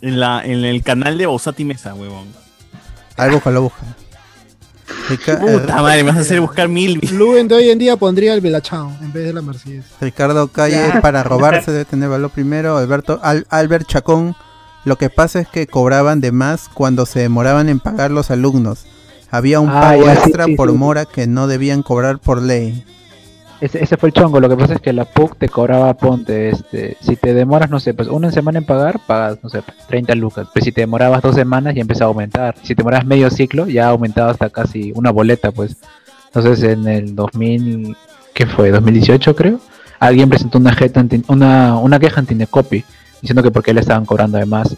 [SPEAKER 3] en la, en el canal de Bausati Mesa, huevón.
[SPEAKER 4] Ahí búscalo, búscalo. Rica-
[SPEAKER 3] Puta
[SPEAKER 4] eh,
[SPEAKER 3] madre, me vas a hacer buscar mil.
[SPEAKER 5] Luen de hoy en día pondría el Belachao en vez de la Mercedes.
[SPEAKER 4] Ricardo Calle
[SPEAKER 5] Ya.
[SPEAKER 4] para robarse debe tener valor primero. Alberto Al- Albert Chacón. Lo que pasa es que cobraban de más cuando se demoraban en pagar los alumnos. Había un
[SPEAKER 16] Ah,
[SPEAKER 4] pago
[SPEAKER 16] ya, sí,
[SPEAKER 4] extra
[SPEAKER 16] sí,
[SPEAKER 4] por
[SPEAKER 16] sí.
[SPEAKER 4] mora que no debían cobrar por ley.
[SPEAKER 16] Ese, ese fue el chongo, lo que pasa es que la PUC te cobraba, ponte, este, si te demoras, no sé, pues una semana en pagar, pagas, no sé, pues, 30 lucas, pero si te demorabas dos semanas ya empezaba a aumentar, si te demorabas medio ciclo ya aumentaba hasta casi una boleta, pues. Entonces en el 2000, ¿qué fue? 2018 creo, alguien presentó una, jeta anti- una, una queja antinecopi, diciendo que por qué le estaban cobrando de más.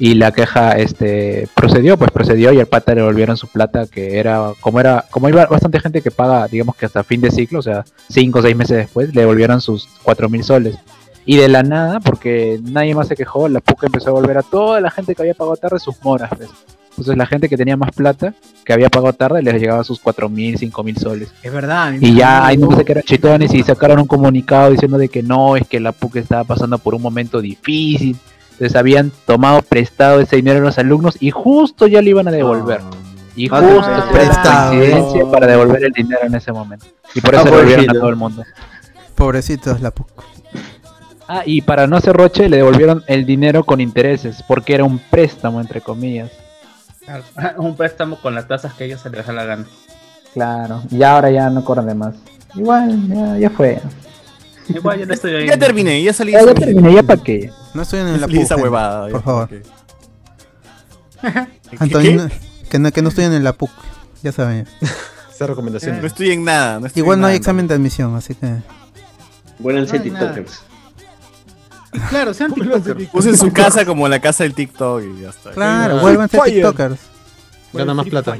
[SPEAKER 16] Y la queja este procedió, pues procedió y al pata le volvieron su plata, que era, como era, como iba bastante gente que paga, digamos que hasta fin de ciclo, o sea, cinco o seis meses después, le devolvieron sus cuatro mil soles. Y de la nada, porque nadie más se quejó, la PUC empezó a volver a toda la gente que había pagado tarde sus moras. pues. Entonces la gente que tenía más plata, que había pagado tarde, les llegaba sus cuatro mil, cinco mil soles.
[SPEAKER 13] Es verdad. mi
[SPEAKER 16] Y ya
[SPEAKER 13] madre,
[SPEAKER 16] ahí no
[SPEAKER 13] no.
[SPEAKER 16] se quedaron chitones y sacaron un comunicado diciendo de que no, es que la PUC estaba pasando por un momento difícil. Entonces habían tomado prestado ese dinero a los alumnos y justo ya le iban a devolver. Y
[SPEAKER 11] Ah,
[SPEAKER 16] justo
[SPEAKER 11] ah,
[SPEAKER 16] fue la
[SPEAKER 11] prestado.
[SPEAKER 16] coincidencia para devolver el dinero en ese momento. Y por
[SPEAKER 11] Ah,
[SPEAKER 16] eso le devolvieron a
[SPEAKER 11] pobrecito.
[SPEAKER 16] todo el mundo.
[SPEAKER 4] Pobrecitos, la PUC.
[SPEAKER 16] Ah, y para no hacer roche le devolvieron el dinero con intereses, porque era un préstamo, entre comillas.
[SPEAKER 12] Un préstamo con las tasas que ellos se les da la gana.
[SPEAKER 16] Claro, y ahora ya no corren de más. Igual, ya, ya fue.
[SPEAKER 12] Igual yo no estoy ahí.
[SPEAKER 3] Ya terminé, ya salí.
[SPEAKER 16] Ya, ya terminé, ya para qué.
[SPEAKER 4] No estoy en
[SPEAKER 3] la
[SPEAKER 4] la
[SPEAKER 3] Lisa
[SPEAKER 4] puja,
[SPEAKER 3] huevada.
[SPEAKER 4] Por favor. Antonio, que no, que no estudien en la PUC, ya saben.
[SPEAKER 2] Esa recomendación.
[SPEAKER 3] No estudien nada. No estudien
[SPEAKER 4] Igual no hay
[SPEAKER 3] nada.
[SPEAKER 4] examen de admisión, así que.
[SPEAKER 6] Bueno, el
[SPEAKER 1] No hay
[SPEAKER 6] TikTokers.
[SPEAKER 1] Claro, sean TikTokers.
[SPEAKER 3] Usen su casa como la casa del TikTok y ya está.
[SPEAKER 4] Claro,
[SPEAKER 3] Ahí va.
[SPEAKER 4] vuelvan a ser
[SPEAKER 3] Fire.
[SPEAKER 4] TikTokers.
[SPEAKER 2] Gana más plata.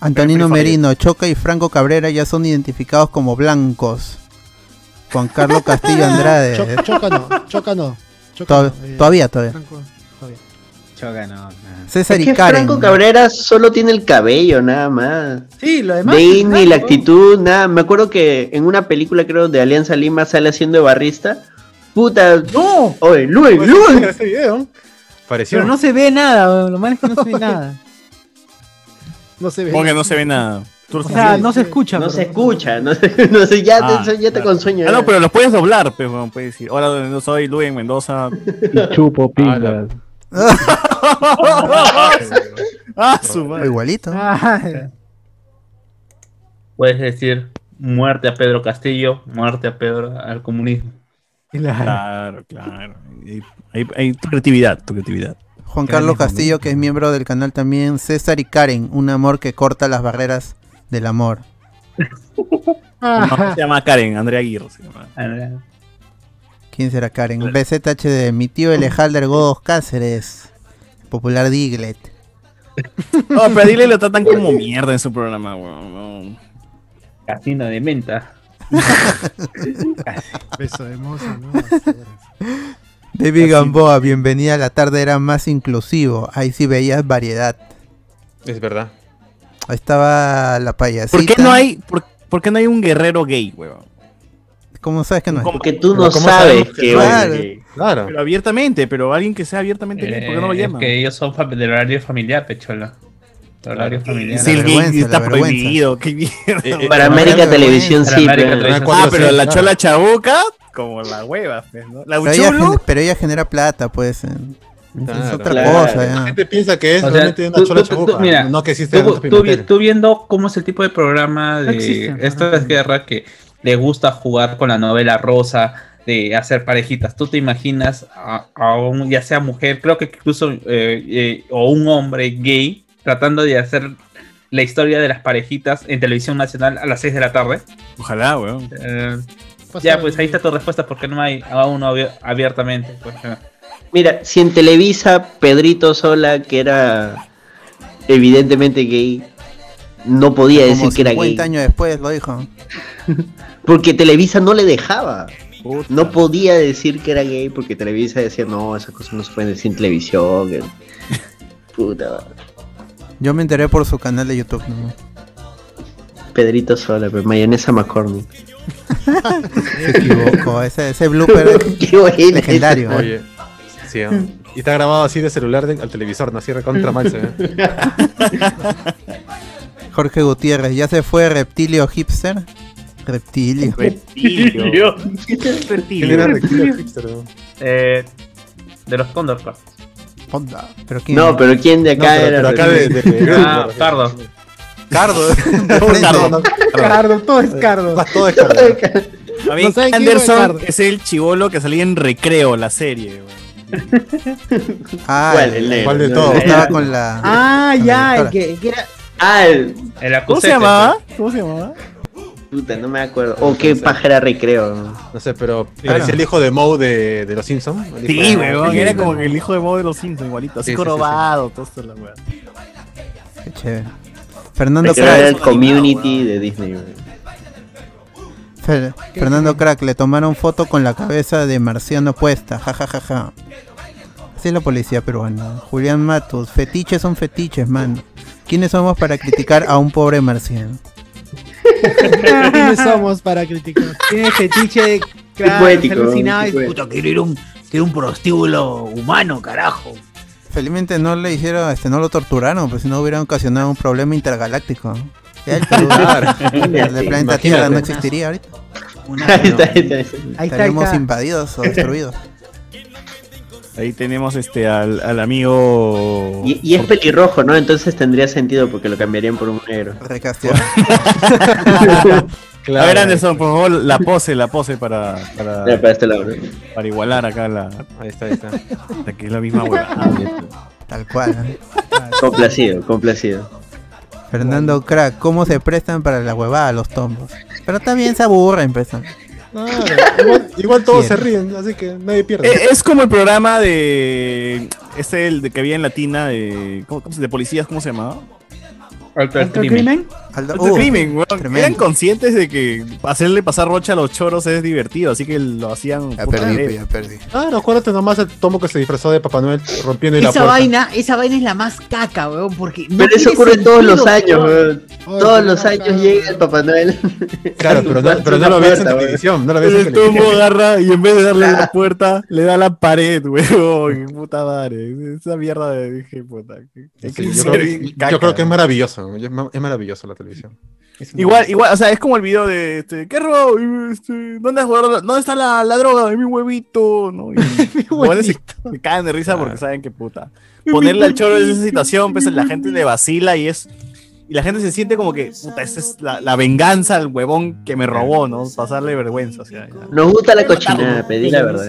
[SPEAKER 4] Antonino
[SPEAKER 2] Free Fire.
[SPEAKER 4] Merino, Choca y Franco Cabrera ya son identificados como blancos. Juan Carlos Castillo Andrade.
[SPEAKER 5] Cho- choca no, choca no. Choca
[SPEAKER 4] Tod-
[SPEAKER 5] no, eh,
[SPEAKER 4] todavía, todavía.
[SPEAKER 5] Franco, todavía.
[SPEAKER 13] Choca, no.
[SPEAKER 4] César
[SPEAKER 6] Es
[SPEAKER 4] y
[SPEAKER 6] que
[SPEAKER 4] Karen.
[SPEAKER 6] Franco Cabrera solo tiene el cabello, nada más.
[SPEAKER 13] Sí, lo
[SPEAKER 6] De ahí ni la actitud, nada. Me acuerdo que en una película, creo, de Alianza Lima sale haciendo de barrista. Puta.
[SPEAKER 13] ¡No!
[SPEAKER 6] Oye, Luis,
[SPEAKER 1] Pues,
[SPEAKER 6] Luis.
[SPEAKER 2] Ese video. Pareció.
[SPEAKER 13] Pero no se ve nada, weón, lo malo es que no se ve nada.
[SPEAKER 5] No se ve.
[SPEAKER 3] Porque no se ve nada. Tú-
[SPEAKER 13] O sea, no se escucha.
[SPEAKER 6] No
[SPEAKER 13] pero-
[SPEAKER 6] se escucha, no se, no se- ya,
[SPEAKER 3] Ah,
[SPEAKER 6] te, ya te
[SPEAKER 3] claro.
[SPEAKER 6] consueño.
[SPEAKER 3] Ah,
[SPEAKER 6] ya.
[SPEAKER 3] no, pero los puedes doblar, pues, weón, puedes decir. Hola, donde no soy Luis Mendoza.
[SPEAKER 16] Y chupo pingas.
[SPEAKER 5] Ah,
[SPEAKER 3] ah, su madre.
[SPEAKER 4] Igualito.
[SPEAKER 13] Ah,
[SPEAKER 12] Puedes decir muerte a Pedro Castillo, muerte a Pedro al comunismo.
[SPEAKER 3] Claro, claro. Ahí- Ahí ahí tu creatividad, tu creatividad.
[SPEAKER 4] Juan Carlos Castillo, que es miembro del canal también. César y Karen, un amor que corta las barreras del amor.
[SPEAKER 3] No, se llama Karen, Andrea Aguirre. se llama.
[SPEAKER 4] ¿Quién será Karen? BZH de mi tío Elejalder Godos Cáceres. Popular Diglet.
[SPEAKER 3] No, pero a Dile lo tratan como mierda en su programa, weón. no.
[SPEAKER 12] Casino de menta.
[SPEAKER 5] Beso de moza, ¿no?
[SPEAKER 4] David Gamboa, bienvenida a la tarde, era más inclusivo. Ahí sí veías variedad.
[SPEAKER 2] Es verdad.
[SPEAKER 4] Ahí estaba la payasita.
[SPEAKER 3] ¿Por qué no hay, por, por qué no hay un guerrero gay, weón?
[SPEAKER 4] ¿Cómo sabes que no hay?
[SPEAKER 6] Porque tú no
[SPEAKER 3] Pero ¿cómo
[SPEAKER 6] sabes
[SPEAKER 3] sabemos que
[SPEAKER 6] que.
[SPEAKER 3] no?
[SPEAKER 6] oye,
[SPEAKER 4] Claro.
[SPEAKER 6] que-
[SPEAKER 2] Claro.
[SPEAKER 3] Pero abiertamente, pero alguien que sea abiertamente gay, ¿por qué no lo
[SPEAKER 12] Eh, es
[SPEAKER 3] llaman?
[SPEAKER 12] que ellos son fam- del horario familiar, Pechola. Del horario familiar.
[SPEAKER 3] Si el gay
[SPEAKER 4] vergüenza,
[SPEAKER 3] está
[SPEAKER 4] la vergüenza.
[SPEAKER 3] prohibido, qué mierda.
[SPEAKER 2] Eh, eh,
[SPEAKER 6] para América
[SPEAKER 4] Claro,
[SPEAKER 6] Televisión
[SPEAKER 12] Para
[SPEAKER 6] sí,
[SPEAKER 12] América
[SPEAKER 6] pero-
[SPEAKER 12] Televisión.
[SPEAKER 3] Ah, pero la
[SPEAKER 2] claro.
[SPEAKER 3] chola chabuca, como la hueva, pues, ¿no? La
[SPEAKER 4] Pero ella,
[SPEAKER 3] uchulo,
[SPEAKER 4] gen- pero ella genera plata, pues. en- Es
[SPEAKER 2] Claro.
[SPEAKER 4] otra
[SPEAKER 6] Claro.
[SPEAKER 4] cosa,
[SPEAKER 2] La
[SPEAKER 4] ya.
[SPEAKER 2] gente piensa que es
[SPEAKER 12] O sea,
[SPEAKER 2] realmente una
[SPEAKER 12] tú-
[SPEAKER 2] chola
[SPEAKER 12] tú- tú-
[SPEAKER 2] chabuca.
[SPEAKER 12] mira,
[SPEAKER 2] no que existe
[SPEAKER 12] Tú,
[SPEAKER 2] en
[SPEAKER 12] tú vi- tú viendo cómo es el tipo de programa de
[SPEAKER 13] No existen,
[SPEAKER 12] estas
[SPEAKER 13] ¿no?
[SPEAKER 12] guerras que le gusta jugar con la novela rosa, de hacer parejitas. Tú te imaginas a, a un, ya sea mujer, creo que incluso, eh, eh, o un hombre gay, tratando de hacer la historia de las parejitas en televisión nacional a las 6 de la tarde.
[SPEAKER 3] Ojalá, weón.
[SPEAKER 12] Eh, ya, pues ahí está tu respuesta, porque no hay a uno abier- abiertamente. pues, eh.
[SPEAKER 6] Mira, si en Televisa Pedrito Sola, que era evidentemente gay, no podía decir
[SPEAKER 4] Como
[SPEAKER 6] que era
[SPEAKER 4] 50
[SPEAKER 6] gay.
[SPEAKER 4] años después lo dijo.
[SPEAKER 6] Porque Televisa no le dejaba.
[SPEAKER 3] Puta.
[SPEAKER 6] No podía decir que era gay porque Televisa decía, no, esas cosas no se pueden decir en televisión. que- Puta,
[SPEAKER 4] Yo me enteré por su canal de YouTube. ¿no?
[SPEAKER 6] Pedrito Sola, pero mayonesa McCormick.
[SPEAKER 4] Se equivocó. Ese, ese blooper
[SPEAKER 6] Qué buena
[SPEAKER 4] legendario. ¿eh?
[SPEAKER 2] Oye. Sí, ¿eh? Y está grabado así de celular de- al televisor, no así recontra mal se ve.
[SPEAKER 4] Jorge Gutiérrez, ¿ya se fue Reptilio Hipster? Reptilio.
[SPEAKER 3] Reptilio.
[SPEAKER 4] Este
[SPEAKER 2] ¿Quién
[SPEAKER 3] Reptilio.
[SPEAKER 2] era Reptilio Hipster, no?
[SPEAKER 12] Eh, de los Thundercats.
[SPEAKER 4] Onda. ¿Pero quién?
[SPEAKER 6] No, pero ¿quién de
[SPEAKER 2] No,
[SPEAKER 6] acá
[SPEAKER 2] pero-
[SPEAKER 6] era?
[SPEAKER 2] pero acá de, de- de-
[SPEAKER 12] Ah, Cardo.
[SPEAKER 3] Cardo.
[SPEAKER 2] No, no,
[SPEAKER 13] Cardo, todo es Cardo.
[SPEAKER 2] todo es Cardo.
[SPEAKER 3] A mí
[SPEAKER 5] No saben quién es
[SPEAKER 3] Anderson
[SPEAKER 5] Eduardo.
[SPEAKER 3] es el chivolo que salía en recreo la serie, weón.
[SPEAKER 4] Ah,
[SPEAKER 6] ¿Cuál? El negro.
[SPEAKER 2] ¿Cuál de
[SPEAKER 6] No,
[SPEAKER 2] todos?
[SPEAKER 6] era-
[SPEAKER 4] estaba con la.
[SPEAKER 13] Ah,
[SPEAKER 4] con la
[SPEAKER 13] ya, el
[SPEAKER 4] doctora.
[SPEAKER 13] que, el que era.
[SPEAKER 6] Ah, el-
[SPEAKER 12] El
[SPEAKER 3] ¿Cómo se
[SPEAKER 12] acusete,
[SPEAKER 13] ¿Ah?
[SPEAKER 3] llamaba? ¿Cómo se llamaba?
[SPEAKER 6] puta, no me acuerdo. O Oh, qué pájara recreo.
[SPEAKER 2] No sé, pero parecía el hijo de Moe de, de los "Ah, Simpsons. El hijo
[SPEAKER 3] Sí,
[SPEAKER 2] de-
[SPEAKER 3] weón,
[SPEAKER 2] de-
[SPEAKER 3] era como que el hijo de Bob de los Simpsons, igualito, así
[SPEAKER 2] Sí, sí, sí, sí.
[SPEAKER 3] corobado, todo esto la weón.
[SPEAKER 4] Qué chévere. Fernando
[SPEAKER 6] Recreo
[SPEAKER 4] Crack.
[SPEAKER 6] era el
[SPEAKER 3] Ah,
[SPEAKER 6] community de Disney. güey.
[SPEAKER 4] Fer- Fernando Crack, le tomaron foto con la cabeza de Marciano puesta. Ja, ja, ja, ja. Así es la policía peruana. Julián Matos, fetiches son fetiches, mano. ¿Quiénes somos para criticar a un pobre marciano?
[SPEAKER 5] ¿Quiénes somos para criticar?
[SPEAKER 13] Tiene
[SPEAKER 1] este
[SPEAKER 13] fetiche, claro,
[SPEAKER 6] poético,
[SPEAKER 13] se alucinaba
[SPEAKER 6] qué
[SPEAKER 13] y-
[SPEAKER 6] poético.
[SPEAKER 13] puta, quiero ir a un, quiero un prostíbulo humano, carajo.
[SPEAKER 4] Felizmente no le hicieron, este, no lo torturaron, pues si no hubieran ocasionado un problema intergaláctico. Ya el Perú, el del planeta Tierra no existiría ahorita.
[SPEAKER 13] Una-
[SPEAKER 6] Ahí está, ahí está, ahí está.
[SPEAKER 13] ahí está, ahí
[SPEAKER 4] Estaremos
[SPEAKER 13] está.
[SPEAKER 4] invadidos o destruidos.
[SPEAKER 3] Ahí tenemos este al, al amigo.
[SPEAKER 6] Y, y es pelirrojo, ¿no? Entonces tendría sentido porque lo cambiarían por un negro.
[SPEAKER 4] Recasteados.
[SPEAKER 2] Claro.
[SPEAKER 3] A ver, Anderson, por favor, la pose, la pose para, para,
[SPEAKER 6] Ya, para este lado.
[SPEAKER 3] para igualar acá la,
[SPEAKER 2] Ahí está, Ah, ahí está.
[SPEAKER 3] la que es la misma huevada.
[SPEAKER 4] Tal cual.
[SPEAKER 6] Complacido, complacido.
[SPEAKER 4] Fernando Crack, ¿cómo se prestan para la huevada los tombos? Pero también se aburren, pues.
[SPEAKER 2] igual, igual todos se ríen, así que nadie pierde.
[SPEAKER 3] Eh, Es como el programa de. Este el de que había en Latina de. ¿cómo- cómo se- de policías, ¿cómo se llamaba?
[SPEAKER 12] Alto
[SPEAKER 3] al crimen.
[SPEAKER 4] Alto
[SPEAKER 3] al
[SPEAKER 4] uh,
[SPEAKER 3] crimen, weón.
[SPEAKER 4] tremendo.
[SPEAKER 3] Eran conscientes de que hacerle pasar rocha a los choros es divertido, así que lo hacían. Ya
[SPEAKER 4] perdí, pe, ya perdí.
[SPEAKER 2] Claro, acuérdate nomás el tomo que se disfrazó de Papá Noel rompiendo la
[SPEAKER 13] Esa
[SPEAKER 2] puerta.
[SPEAKER 13] vaina, esa vaina es la más caca, weón, porque. no
[SPEAKER 6] Pero eso
[SPEAKER 13] tiene
[SPEAKER 6] ocurre todos
[SPEAKER 13] sentido,
[SPEAKER 6] los años,
[SPEAKER 13] weón.
[SPEAKER 6] weón. Todos los años llega el Papá Noel.
[SPEAKER 2] Claro, pero no, pero no lo veas en televisión, no lo veas en
[SPEAKER 3] El tumbo
[SPEAKER 2] televisión.
[SPEAKER 3] agarra y en vez de darle la puerta, le da la pared, weón. Puta madre. Esa mierda de dije, puta. qué- qué
[SPEAKER 2] Sí,
[SPEAKER 3] crisis.
[SPEAKER 2] yo, creo, yo creo que
[SPEAKER 3] Caca.
[SPEAKER 2] es maravilloso, es ma- es maravilloso la televisión.
[SPEAKER 3] Igual, igual, o sea, es como el video de este, ¿qué robo? Y, este, ¿dónde, has guardado la- dónde está la, la droga? En mi huevito, ¿no? Y, huevito. Se, se cagan de risa porque saben que puta.
[SPEAKER 10] En mi
[SPEAKER 3] Ponerle al choro en esa situación, pues la gente le vacila y es. Y la gente se siente como que, puta, esa es la, la venganza al huevón que me robó, ¿no? Pasarle vergüenza, o sea, ya.
[SPEAKER 6] Nos gusta la cochinada, pedí la verdad.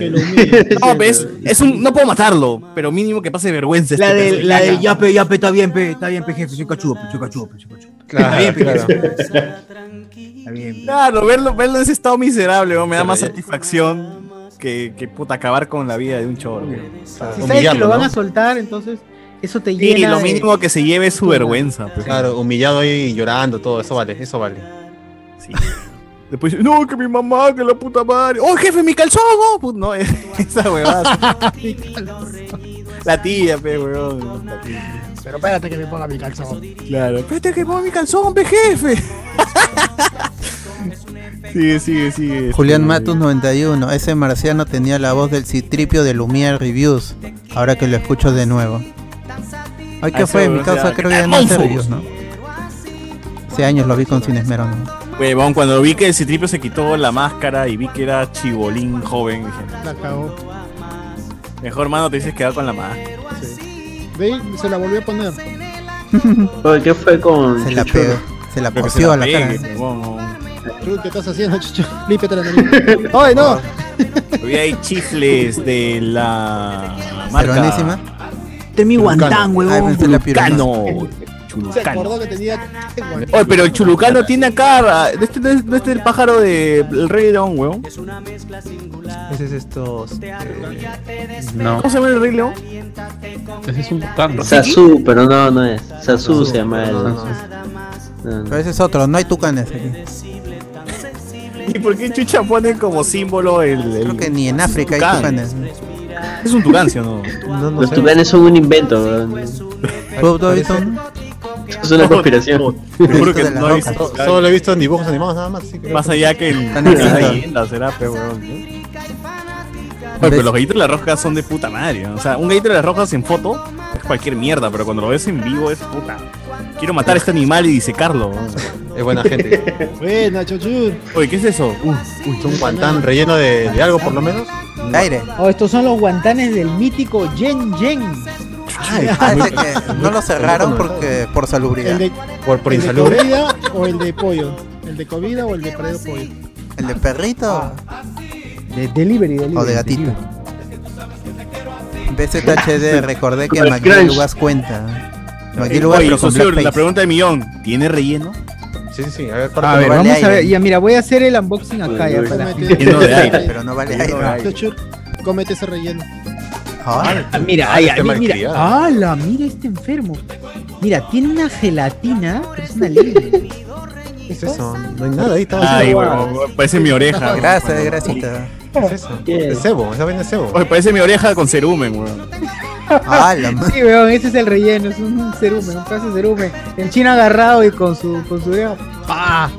[SPEAKER 3] No, ves, es un, no puedo matarlo, pero mínimo que pase vergüenza.
[SPEAKER 13] La
[SPEAKER 3] este
[SPEAKER 13] del,
[SPEAKER 3] pedazo
[SPEAKER 13] la
[SPEAKER 3] de
[SPEAKER 13] del
[SPEAKER 3] caca.
[SPEAKER 13] yape, yape, está bien, pe, está bien, pe, jefe, soy cachudo, pe, soy cachudo, pe, soy cachudo.
[SPEAKER 3] Claro,
[SPEAKER 13] está bien, pe,
[SPEAKER 3] claro.
[SPEAKER 13] jefe. Está bien, pe.
[SPEAKER 3] Claro, verlo, verlo en ese estado miserable, weón, me da más satisfacción que, que puta acabar con la vida de un choro. weón. O sea,
[SPEAKER 13] Si sabes que
[SPEAKER 3] humillarlo,
[SPEAKER 13] lo van
[SPEAKER 3] ¿no?
[SPEAKER 13] a soltar, entonces eso te
[SPEAKER 3] Y
[SPEAKER 13] llena.
[SPEAKER 3] lo
[SPEAKER 1] eh.
[SPEAKER 13] de-
[SPEAKER 3] mínimo que se lleve es su vergüenza. pues.
[SPEAKER 2] Claro, humillado ahí llorando, todo, eso vale, eso vale.
[SPEAKER 3] Después, no, que mi mamá, que la puta madre. ¡Oh, jefe, mi calzón! oh, put- No, esa huevada. Mi calzón. la tía, pe, weón. la tía.
[SPEAKER 5] Pero espérate que me ponga mi calzón.
[SPEAKER 3] Claro. Espérate que pongo mi calzón, pe, jefe. sigue, sigue, sigue.
[SPEAKER 4] Julián Matus 91, ese marciano tenía la voz del citripio de Lumière Reviews. Ahora que lo escucho de nuevo. Ay,
[SPEAKER 3] Ah,
[SPEAKER 4] ¿qué
[SPEAKER 3] ese
[SPEAKER 4] fue? Mi
[SPEAKER 3] huevón se
[SPEAKER 4] causa
[SPEAKER 3] llama
[SPEAKER 4] creo que ya no hace
[SPEAKER 3] Catmonfus.
[SPEAKER 4] reviews, ¿no? Hace años lo vi con Sin Esmero, ¿no?
[SPEAKER 3] Huevón, cuando vi que el citripio se quitó la máscara y vi que era chibolín joven, dije,
[SPEAKER 5] La cagó.
[SPEAKER 3] mejor mano te dices quedar con la máscara.
[SPEAKER 5] Ve, y se la volvió a poner.
[SPEAKER 6] Oye, ¿Qué fue con
[SPEAKER 4] Se la
[SPEAKER 6] Chuchurro?
[SPEAKER 4] pegó, se la
[SPEAKER 3] Pero que
[SPEAKER 4] poció
[SPEAKER 3] se
[SPEAKER 4] a la
[SPEAKER 3] pegue,
[SPEAKER 4] cara.
[SPEAKER 3] huevón, huevón.
[SPEAKER 5] Chuchu, ¿Qué estás haciendo, chucho? Límpiate la nariz. ¡Ay, no!
[SPEAKER 3] Todavía hay chifles de la marca.
[SPEAKER 4] Peruanísima.
[SPEAKER 13] De mi guantán,
[SPEAKER 4] Ay,
[SPEAKER 13] huevón.
[SPEAKER 4] pensé en la
[SPEAKER 3] Chulucano.
[SPEAKER 5] Se
[SPEAKER 3] Chulucano.
[SPEAKER 5] acordó que tenía.
[SPEAKER 3] Oye, pero el Chulucano tiene acá. ¿No este, no es- no este es el pájaro del el Rey León, weón?
[SPEAKER 12] Ese es estos. No.
[SPEAKER 3] ¿Cómo se llama el Rey León?
[SPEAKER 12] Ese es un tucán.
[SPEAKER 6] Sasu, pero no, no es. Sasu se llama él.
[SPEAKER 4] Pero ese es otro, no hay tucanes aquí.
[SPEAKER 3] ¿Y por qué Chucha pone como símbolo el. el
[SPEAKER 4] Creo que ni en África hay
[SPEAKER 3] tucán?
[SPEAKER 4] tucanes.
[SPEAKER 3] Es un tucán, ¿sí o no?
[SPEAKER 6] Los tucanes son un invento, weón.
[SPEAKER 4] Bob Doyton,
[SPEAKER 6] Es una conspiración.
[SPEAKER 3] Te juro que
[SPEAKER 4] de la
[SPEAKER 3] no
[SPEAKER 4] roca.
[SPEAKER 3] he visto
[SPEAKER 2] So-
[SPEAKER 3] tucán.
[SPEAKER 2] solo lo he visto en dibujos animados nada más. así que-
[SPEAKER 3] Más allá que el.
[SPEAKER 4] Tan extinto.
[SPEAKER 3] la leyenda, será, pe, weón. ¿no? Oye, pero los gallitos de la roja son de puta madre. ¿no? O sea, un gallito de las rojas en foto es cualquier mierda, pero cuando lo ves en vivo es puta. Quiero matar a este animal y disecarlo. ¿no?
[SPEAKER 2] Es buena gente.
[SPEAKER 5] Buena, chuchu.
[SPEAKER 3] Oye, ¿qué es eso? Uh,
[SPEAKER 2] Uy, un guantán relleno de, de algo por lo menos.
[SPEAKER 4] aire.
[SPEAKER 13] Oh, estos son los guantanes del mítico Yen Yen.
[SPEAKER 2] Ay,
[SPEAKER 4] Ah, ese que no lo cerraron porque por
[SPEAKER 5] ¿El
[SPEAKER 4] salubridad.
[SPEAKER 5] de,
[SPEAKER 2] por, por
[SPEAKER 5] el de
[SPEAKER 2] insalubre.
[SPEAKER 5] comida o el de pollo? ¿El de comida o el de predio pollo?
[SPEAKER 4] ¿El de perrito
[SPEAKER 13] De delivery, delivery.
[SPEAKER 4] o de gatito?
[SPEAKER 13] delivery.
[SPEAKER 4] BZHD, recordé que
[SPEAKER 6] Como el
[SPEAKER 4] McGill
[SPEAKER 6] crunch.
[SPEAKER 4] Lugas cuenta. McGill Lugas,
[SPEAKER 3] Eh, Oye,
[SPEAKER 4] pero con
[SPEAKER 3] socio,
[SPEAKER 4] blackface.
[SPEAKER 3] la pregunta de millón: ¿tiene relleno?
[SPEAKER 2] Sí, sí, sí. A ver,
[SPEAKER 13] A
[SPEAKER 2] corta.
[SPEAKER 13] ver,
[SPEAKER 4] vale
[SPEAKER 13] vamos a ver.
[SPEAKER 4] aire.
[SPEAKER 13] Ya, mira, voy a hacer el unboxing acá. Ya, pues.
[SPEAKER 5] Uy,
[SPEAKER 13] para la
[SPEAKER 5] uy.
[SPEAKER 13] gente.
[SPEAKER 3] Lleno de aire.
[SPEAKER 4] Pero no vale aire.
[SPEAKER 5] Chuchu, cómete ese relleno.
[SPEAKER 4] Ah,
[SPEAKER 13] Ah, mira, ahí,
[SPEAKER 2] Este
[SPEAKER 13] ahí, mira.
[SPEAKER 2] malcriado.
[SPEAKER 13] ¡Hala! Mira este enfermo. Mira, tiene una gelatina, pero es una ley.
[SPEAKER 2] ¿Qué es eso? No hay nada ahí. Estaba
[SPEAKER 3] Ay,
[SPEAKER 2] haciendo
[SPEAKER 3] huevón, huevón, parece mi oreja.
[SPEAKER 4] Grasa, de grasita.
[SPEAKER 2] ¿Qué es eso? Es cebo, esa vaina es cebo.
[SPEAKER 3] Oye, parece mi oreja con cerumen, weón.
[SPEAKER 4] Ah, la ma-
[SPEAKER 13] Sí, weón, ese es el relleno, es un cerumen, un pedazo de cerumen. El chino agarrado y con su con su dedo. ¡Pah!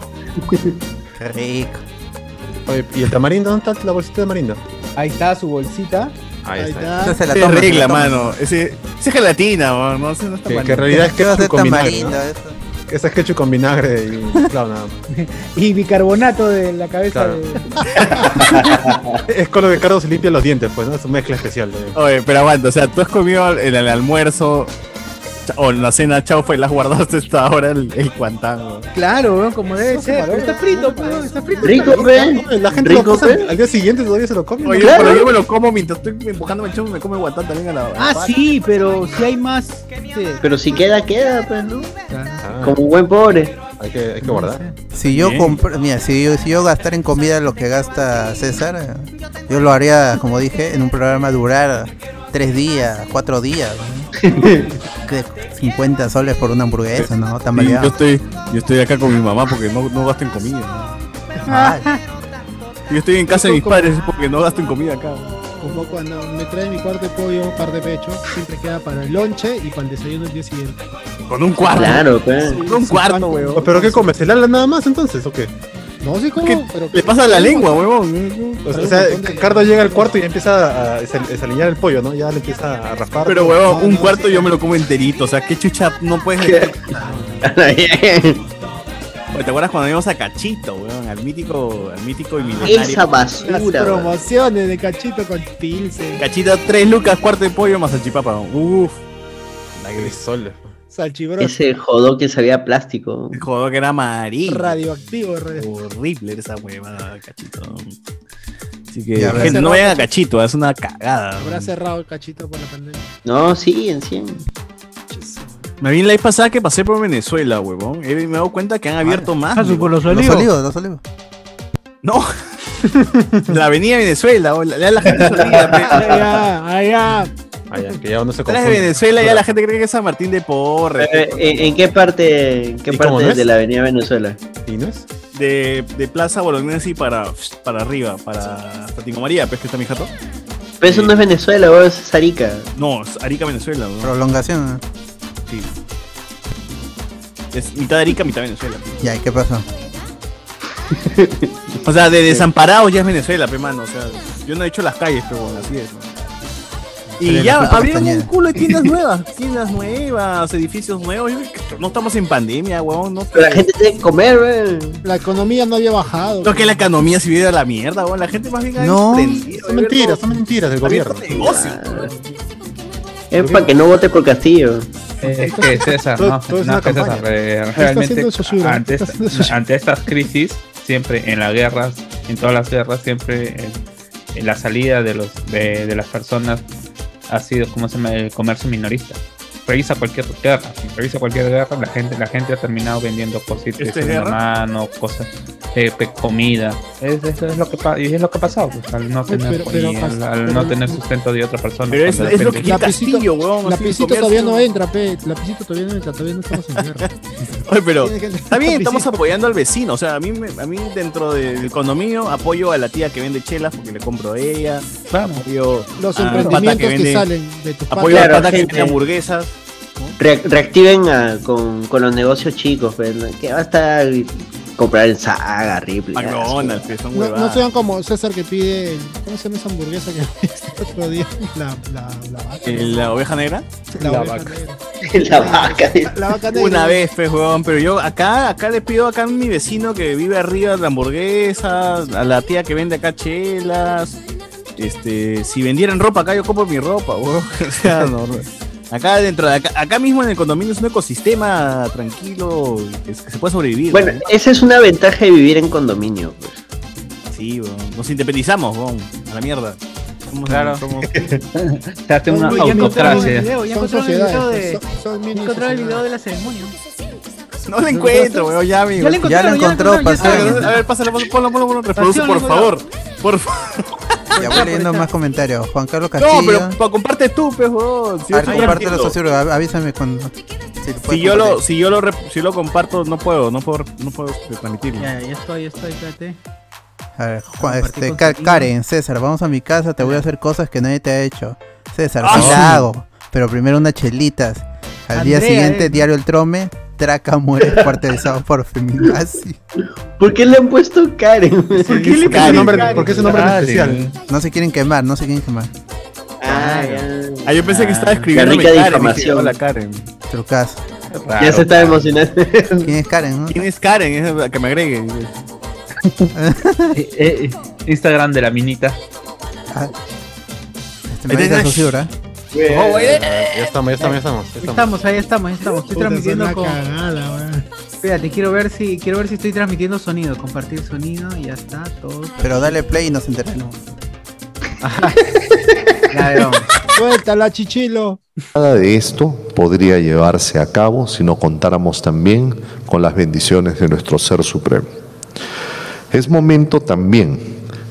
[SPEAKER 4] Qué rico.
[SPEAKER 2] Oye, ¿y el tamarindo? ¿Dónde está la bolsita de tamarindo?
[SPEAKER 13] Ahí está su bolsita.
[SPEAKER 2] Ahí
[SPEAKER 5] Ahí
[SPEAKER 2] está.
[SPEAKER 5] está.
[SPEAKER 4] Esa se la
[SPEAKER 3] Esa
[SPEAKER 4] toma. se la
[SPEAKER 3] es regla,
[SPEAKER 4] toma.
[SPEAKER 3] mano. Ese, esa es gelatina, weón. No, ese no está
[SPEAKER 2] Que, que
[SPEAKER 3] mal.
[SPEAKER 2] en realidad es
[SPEAKER 4] ¿Qué va a
[SPEAKER 2] ketchup
[SPEAKER 4] ser
[SPEAKER 2] con vinagre.
[SPEAKER 4] tamarindo
[SPEAKER 2] ¿no?
[SPEAKER 4] eso?
[SPEAKER 2] Ese es ketchup con vinagre y claro, nada. más.
[SPEAKER 13] Y bicarbonato de la cabeza
[SPEAKER 2] Claro.
[SPEAKER 13] de.
[SPEAKER 2] Es con lo que Carlos se limpia los dientes, pues, ¿no? Es una mezcla especial. de-
[SPEAKER 3] Oye, pero aguanta, o sea, tú has comido en el almuerzo O en la cena, chao, fue, las guardaste hasta ahora el, el cuantán, weón.
[SPEAKER 1] Claro, weón, como debe ser. pero está frito,
[SPEAKER 13] pues,
[SPEAKER 1] weón, está frito.
[SPEAKER 3] Rico,
[SPEAKER 1] Está bien,
[SPEAKER 3] pe.
[SPEAKER 1] está bien. La gente
[SPEAKER 3] Rico,
[SPEAKER 1] lo cosa-
[SPEAKER 3] pe.
[SPEAKER 1] al día siguiente todavía se lo come.
[SPEAKER 3] Oye,
[SPEAKER 1] Claro.
[SPEAKER 3] pero yo me lo como mientras estoy empujándome el chavo, me come el guantán también a la
[SPEAKER 1] Ah, sí, pero si hay más. este,
[SPEAKER 11] Pero si queda, queda, pues, ¿no? Como buen pobre.
[SPEAKER 2] Ah, Hay que, hay que guardar.
[SPEAKER 4] Si yo
[SPEAKER 2] Bien.
[SPEAKER 4] compr- mira, si yo, si yo gastar en comida lo que gasta César, eh, yo lo haría, como dije, en un programa durar tres días, cuatro días. ¿no? De 50 soles por una hamburguesa, ¿no?
[SPEAKER 1] Ah,
[SPEAKER 4] Tan
[SPEAKER 3] Sí, yo
[SPEAKER 4] variado.
[SPEAKER 3] estoy, yo estoy acá con mi mamá porque no, no gasto en comida. ¿no?
[SPEAKER 4] Ah.
[SPEAKER 3] Yo estoy en casa de mis padres porque no gasto en comida acá. ¿no?
[SPEAKER 5] Como cuando me trae mi cuarto de pollo, un par de pechos, siempre queda para el lonche y para el desayuno el día siguiente.
[SPEAKER 3] Con un cuarto.
[SPEAKER 11] Claro, pe.
[SPEAKER 5] Sí,
[SPEAKER 3] Con un
[SPEAKER 5] sí,
[SPEAKER 3] cuarto,
[SPEAKER 5] pan,
[SPEAKER 3] weón.
[SPEAKER 5] weón.
[SPEAKER 2] ¿Pero qué comes? ¿El ala nada más entonces o qué?
[SPEAKER 5] No, sí, como,
[SPEAKER 2] ¿Qué-
[SPEAKER 5] pero.
[SPEAKER 3] Le pasa la lengua, weón.
[SPEAKER 2] O sea, o sea, Cardo llega al cuarto y ya empieza a desal- desaliñar el pollo, ¿no? Ya le empieza a raspar.
[SPEAKER 3] Pero, weón, un cuarto yo me lo como enterito. O sea, qué chucha no puedes decir. Oye, ¿Te acuerdas cuando íbamos a Cachito, weón? Al mítico, al mítico y milenario.
[SPEAKER 5] Las promociones de cachito con tilce,
[SPEAKER 3] Cachito, tres lucas, cuarto de pollo más salchipapa. weón. Uf. La que
[SPEAKER 5] salchibrón.
[SPEAKER 11] Ese jodó que sabía a plástico.
[SPEAKER 3] Jodó que era amarillo.
[SPEAKER 5] Radioactivo, radio-
[SPEAKER 3] Horrible esa huevada, Cachito. Así que,
[SPEAKER 11] Y habrá
[SPEAKER 3] gente, no
[SPEAKER 11] cerrado-
[SPEAKER 3] vayan a Cachito, es una cagada.
[SPEAKER 5] Habrá cerrado el cachito por la pandemia.
[SPEAKER 11] No, sí, en 100.
[SPEAKER 3] Me vi en la vez pasada que pasé por Venezuela, huevón. He- Me he dado cuenta que han abierto más.
[SPEAKER 13] Ah, sí,
[SPEAKER 3] huevón.
[SPEAKER 13] por los olivos. Los olivos,
[SPEAKER 3] No. la avenida Venezuela, huevón. la, la, la gente se olvida, pe.
[SPEAKER 5] Allá, allá.
[SPEAKER 2] Allá, que ya uno se
[SPEAKER 3] Atrás de
[SPEAKER 2] confunde.
[SPEAKER 3] Venezuela ya la gente cree que es San Martín de Porres.
[SPEAKER 11] Eh, ¿En, en qué parte, en qué
[SPEAKER 3] ¿Y cómo
[SPEAKER 11] parte
[SPEAKER 3] no es?
[SPEAKER 11] de la avenida Venezuela?
[SPEAKER 3] De, de Plaza Bolognesi para, para arriba, para Fatingo María, pues que está mi jato. Eh,
[SPEAKER 11] Pero eso no es Venezuela, weón, es Arica.
[SPEAKER 3] No, es Arica, Venezuela, huevón.
[SPEAKER 4] Prolongación.
[SPEAKER 3] Sí. Es mitad Arica, mitad Venezuela.
[SPEAKER 4] ¿eh? Ya, ¿y qué pasó?
[SPEAKER 3] O sea, de desamparados ya es Venezuela, pe mano. O sea, yo no he hecho las calles, pero bueno, así es. ¿no? Y
[SPEAKER 4] Pero
[SPEAKER 3] ya
[SPEAKER 4] la culpa
[SPEAKER 3] abrieron
[SPEAKER 4] Castañeda.
[SPEAKER 3] un culo de tiendas nuevas, tiendas nuevas, edificios nuevos. Yo- No estamos en pandemia, weón. No,
[SPEAKER 11] Pero la gente tiene que comer, weón.
[SPEAKER 5] La economía no había bajado.
[SPEAKER 3] No que la economía se viera a la mierda, weón. La gente más bien ha
[SPEAKER 5] No,
[SPEAKER 3] emprendido,
[SPEAKER 5] son
[SPEAKER 3] ha abierto-
[SPEAKER 5] mentiras,
[SPEAKER 2] son mentiras del
[SPEAKER 3] ha abierto
[SPEAKER 2] gobierno.
[SPEAKER 3] negocio.
[SPEAKER 11] Es para que no vote por Castillo.
[SPEAKER 12] Es que César, no,
[SPEAKER 11] Todo- todo es
[SPEAKER 12] no,
[SPEAKER 11] una
[SPEAKER 12] que César,
[SPEAKER 11] campaña.
[SPEAKER 12] eh,
[SPEAKER 11] Está
[SPEAKER 12] realmente
[SPEAKER 11] haciendo Yoshura,
[SPEAKER 12] ante,
[SPEAKER 11] está haciendo Yoshura.
[SPEAKER 12] ante estas crisis, siempre en las guerras, en todas las guerras, siempre eh, en la salida de, los, de, de las personas ha sido, ¿cómo se llama?, el comercio minorista. Revisa cualquier guerra, revisa cualquier guerra, la gente, la gente ha terminado vendiendo cositas
[SPEAKER 3] ¿Esto es
[SPEAKER 12] de la
[SPEAKER 3] guerra?
[SPEAKER 12] mano, cosas, eh, pe- comida. Es, es- es lo que pa- y es lo que ha pasado, pues, al no
[SPEAKER 5] Uy,
[SPEAKER 12] tener,
[SPEAKER 5] pero- pero
[SPEAKER 12] comida, al,
[SPEAKER 5] Cas-
[SPEAKER 12] al
[SPEAKER 5] pero-
[SPEAKER 12] no tener sustento de otra persona.
[SPEAKER 3] Pero es-
[SPEAKER 12] cuando
[SPEAKER 3] es lo
[SPEAKER 12] depende-
[SPEAKER 3] que quita Castillo, weón.
[SPEAKER 5] Lapicito
[SPEAKER 3] así,
[SPEAKER 5] todavía no
[SPEAKER 3] comercio.
[SPEAKER 5] entra, pe. Lapicito todavía no entra, todavía no estamos en guerra.
[SPEAKER 3] Oye, pero
[SPEAKER 5] Tiene gente-
[SPEAKER 3] está bien, estamos apoyando al vecino. O sea, a mí, me- a mí dentro del condominio apoyo a la tía que vende chelas porque le compro a ella. Apoyo
[SPEAKER 5] Los
[SPEAKER 3] al pata
[SPEAKER 5] emprendimientos que,
[SPEAKER 3] vende-
[SPEAKER 5] salen de tus
[SPEAKER 3] Apoyo
[SPEAKER 11] Claro,
[SPEAKER 3] al pata que
[SPEAKER 11] gente.
[SPEAKER 3] vende hamburguesas.
[SPEAKER 11] Re- reactiven a- con, con los negocios chicos, weón. Que basta comprar en Saga, Ripley.
[SPEAKER 3] McDonald's, que son
[SPEAKER 5] No, no
[SPEAKER 3] huevadas.
[SPEAKER 5] sean como César que pide. el- ¿Cómo se llama esa hamburguesa que el otro día? La, la, la vaca.
[SPEAKER 3] Eh, ¿La oveja negra?
[SPEAKER 5] La La oveja
[SPEAKER 3] vaca.
[SPEAKER 11] La vaca.
[SPEAKER 5] La vaca negra.
[SPEAKER 3] Una vez, pues, huevón. Pero yo acá, acá le pido acá a mi vecino que vive arriba de hamburguesas, a la tía que vende acá chelas. Este, si vendieran ropa acá, yo compro mi ropa, huevón. O sea, no, no. Acá dentro, de acá, acá mismo en el condominio es un ecosistema tranquilo que, que se puede sobrevivir.
[SPEAKER 11] Bueno,
[SPEAKER 3] ¿no?
[SPEAKER 11] esa es una ventaja de vivir en condominio. pues.
[SPEAKER 3] Sí, weón. Nos independizamos, weón. A la mierda. Somos-
[SPEAKER 12] Claro.
[SPEAKER 3] somos-
[SPEAKER 12] Se hace una
[SPEAKER 3] Uy, ya encontraron
[SPEAKER 12] autocracia.
[SPEAKER 3] el video,
[SPEAKER 13] ya
[SPEAKER 5] Son
[SPEAKER 13] encontraron el
[SPEAKER 5] sociedades,
[SPEAKER 13] video de-
[SPEAKER 5] pues, son- son mini
[SPEAKER 13] encontraron el video
[SPEAKER 5] sociedades.
[SPEAKER 13] de la ceremonia.
[SPEAKER 3] No lo encuentro, weón. Ya, amigo.
[SPEAKER 13] Ya lo encontró, Ya lo ya lo encontró, encontró, ya
[SPEAKER 3] A
[SPEAKER 13] parcero.
[SPEAKER 3] ver, a ver, pásalo, pásalo, ponlo, ponlo, ponlo. Reproduce,
[SPEAKER 13] Pasión,
[SPEAKER 3] por
[SPEAKER 13] Nicolás.
[SPEAKER 3] favor. Por favor.
[SPEAKER 4] Ya voy leyendo más comentarios. Juan Carlos Castillo.
[SPEAKER 3] No, pero pa- comparte tú, pues, weón. Si
[SPEAKER 4] Ah,
[SPEAKER 3] yo estoy
[SPEAKER 4] compártelo,
[SPEAKER 3] haciendo-
[SPEAKER 4] socio, av- avísame cuando. Si, lo puedes
[SPEAKER 3] Si yo, lo,
[SPEAKER 4] compartir.
[SPEAKER 3] si, yo lo rep- si lo comparto, no puedo, no puedo, no puedo transmitirlo.
[SPEAKER 13] Ya, ya estoy, ya estoy, espérate.
[SPEAKER 4] A ver, Juan-
[SPEAKER 13] Compartir
[SPEAKER 4] este,
[SPEAKER 13] contenido.
[SPEAKER 4] Ka- Karen, César, vamos a mi casa, te voy a hacer cosas que nadie te ha hecho. César,
[SPEAKER 13] Ah,
[SPEAKER 4] sí
[SPEAKER 13] sí.
[SPEAKER 4] la hago, pero primero unas chelitas. Al día
[SPEAKER 13] Andrea,
[SPEAKER 4] siguiente,
[SPEAKER 13] eh.
[SPEAKER 4] diario El Trome, Traca muere cuartelizado por feminazi.
[SPEAKER 11] ¿Por qué le han puesto Karen?
[SPEAKER 4] ¿Por
[SPEAKER 2] qué le pusieron Karen? nombre- por qué ese nombre en Karen. especial?
[SPEAKER 4] No se quieren quemar, no se quieren quemar.
[SPEAKER 11] Ah,
[SPEAKER 3] Ah, yo pensé que estaba
[SPEAKER 11] Qué
[SPEAKER 3] escribiendo
[SPEAKER 11] rica
[SPEAKER 3] Karen. dije,
[SPEAKER 11] difamación.
[SPEAKER 3] Hola, Karen.
[SPEAKER 4] Trucazo.
[SPEAKER 11] ya se está emocionando.
[SPEAKER 4] ¿Quién es Karen?
[SPEAKER 3] ¿Quién es Karen? Es la que me agregue.
[SPEAKER 12] Eh, eh, Instagram de la minita.
[SPEAKER 4] Este, me avisa Sosur, ¿ah?
[SPEAKER 5] Eh,
[SPEAKER 2] Oh, güey. Ya estamos, ya estamos, ya estamos. ya estamos.
[SPEAKER 1] Estamos, ahí estamos, ahí estamos. Estoy
[SPEAKER 5] Puta,
[SPEAKER 1] transmitiendo
[SPEAKER 5] suena
[SPEAKER 1] con.
[SPEAKER 5] cagada,
[SPEAKER 1] Espérate, quiero ver si quiero ver si estoy transmitiendo sonido, compartir sonido y ya está todo.
[SPEAKER 4] Pero dale play y nos enteramos.
[SPEAKER 5] Suéltala, chichilo.
[SPEAKER 17] Nada de esto podría llevarse a cabo si no contáramos también con las bendiciones de nuestro Ser Supremo. Es momento también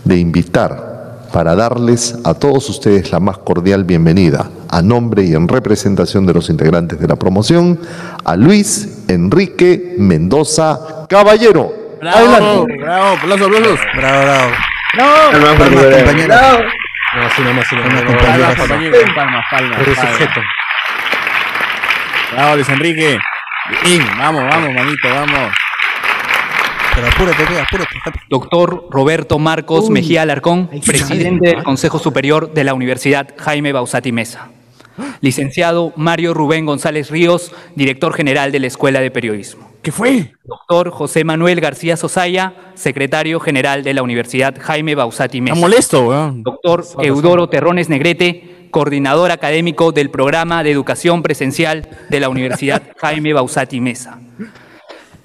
[SPEAKER 17] de invitar para darles a todos ustedes la más cordial bienvenida, a nombre y en representación de los integrantes de la promoción, a Luis Enrique Mendoza Caballero.
[SPEAKER 3] Bravo, bravo, aplausos, aplausos.
[SPEAKER 4] Bravo, bravo.
[SPEAKER 3] No,
[SPEAKER 2] No, así nomás, así nomás. no,
[SPEAKER 3] palmas,
[SPEAKER 2] no, no,
[SPEAKER 3] compañero,
[SPEAKER 2] no.
[SPEAKER 3] palmas, palmas,
[SPEAKER 2] Eres
[SPEAKER 3] palmas.
[SPEAKER 2] sujeto.
[SPEAKER 3] Bravo, Luis Enrique. Bien, vamos, vamos, manito, vamos.
[SPEAKER 4] Pero apúrate, ve, apúrate.
[SPEAKER 18] Doctor Roberto Marcos
[SPEAKER 4] Uy.
[SPEAKER 18] Mejía Alarcón,
[SPEAKER 4] Ahí está.
[SPEAKER 18] presidente del Consejo Superior de la Universidad Jaime Bausati Mesa. Licenciado Mario Rubén González Ríos, director general de la Escuela de Periodismo.
[SPEAKER 3] ¿Qué fue?
[SPEAKER 18] Doctor José Manuel García Sosaya, secretario general de la Universidad Jaime Bausati Mesa.
[SPEAKER 3] Está molesto, weón.
[SPEAKER 18] Doctor Eudoro Terrones Negrete, coordinador académico del programa de educación presencial de la Universidad Jaime Bausati Mesa.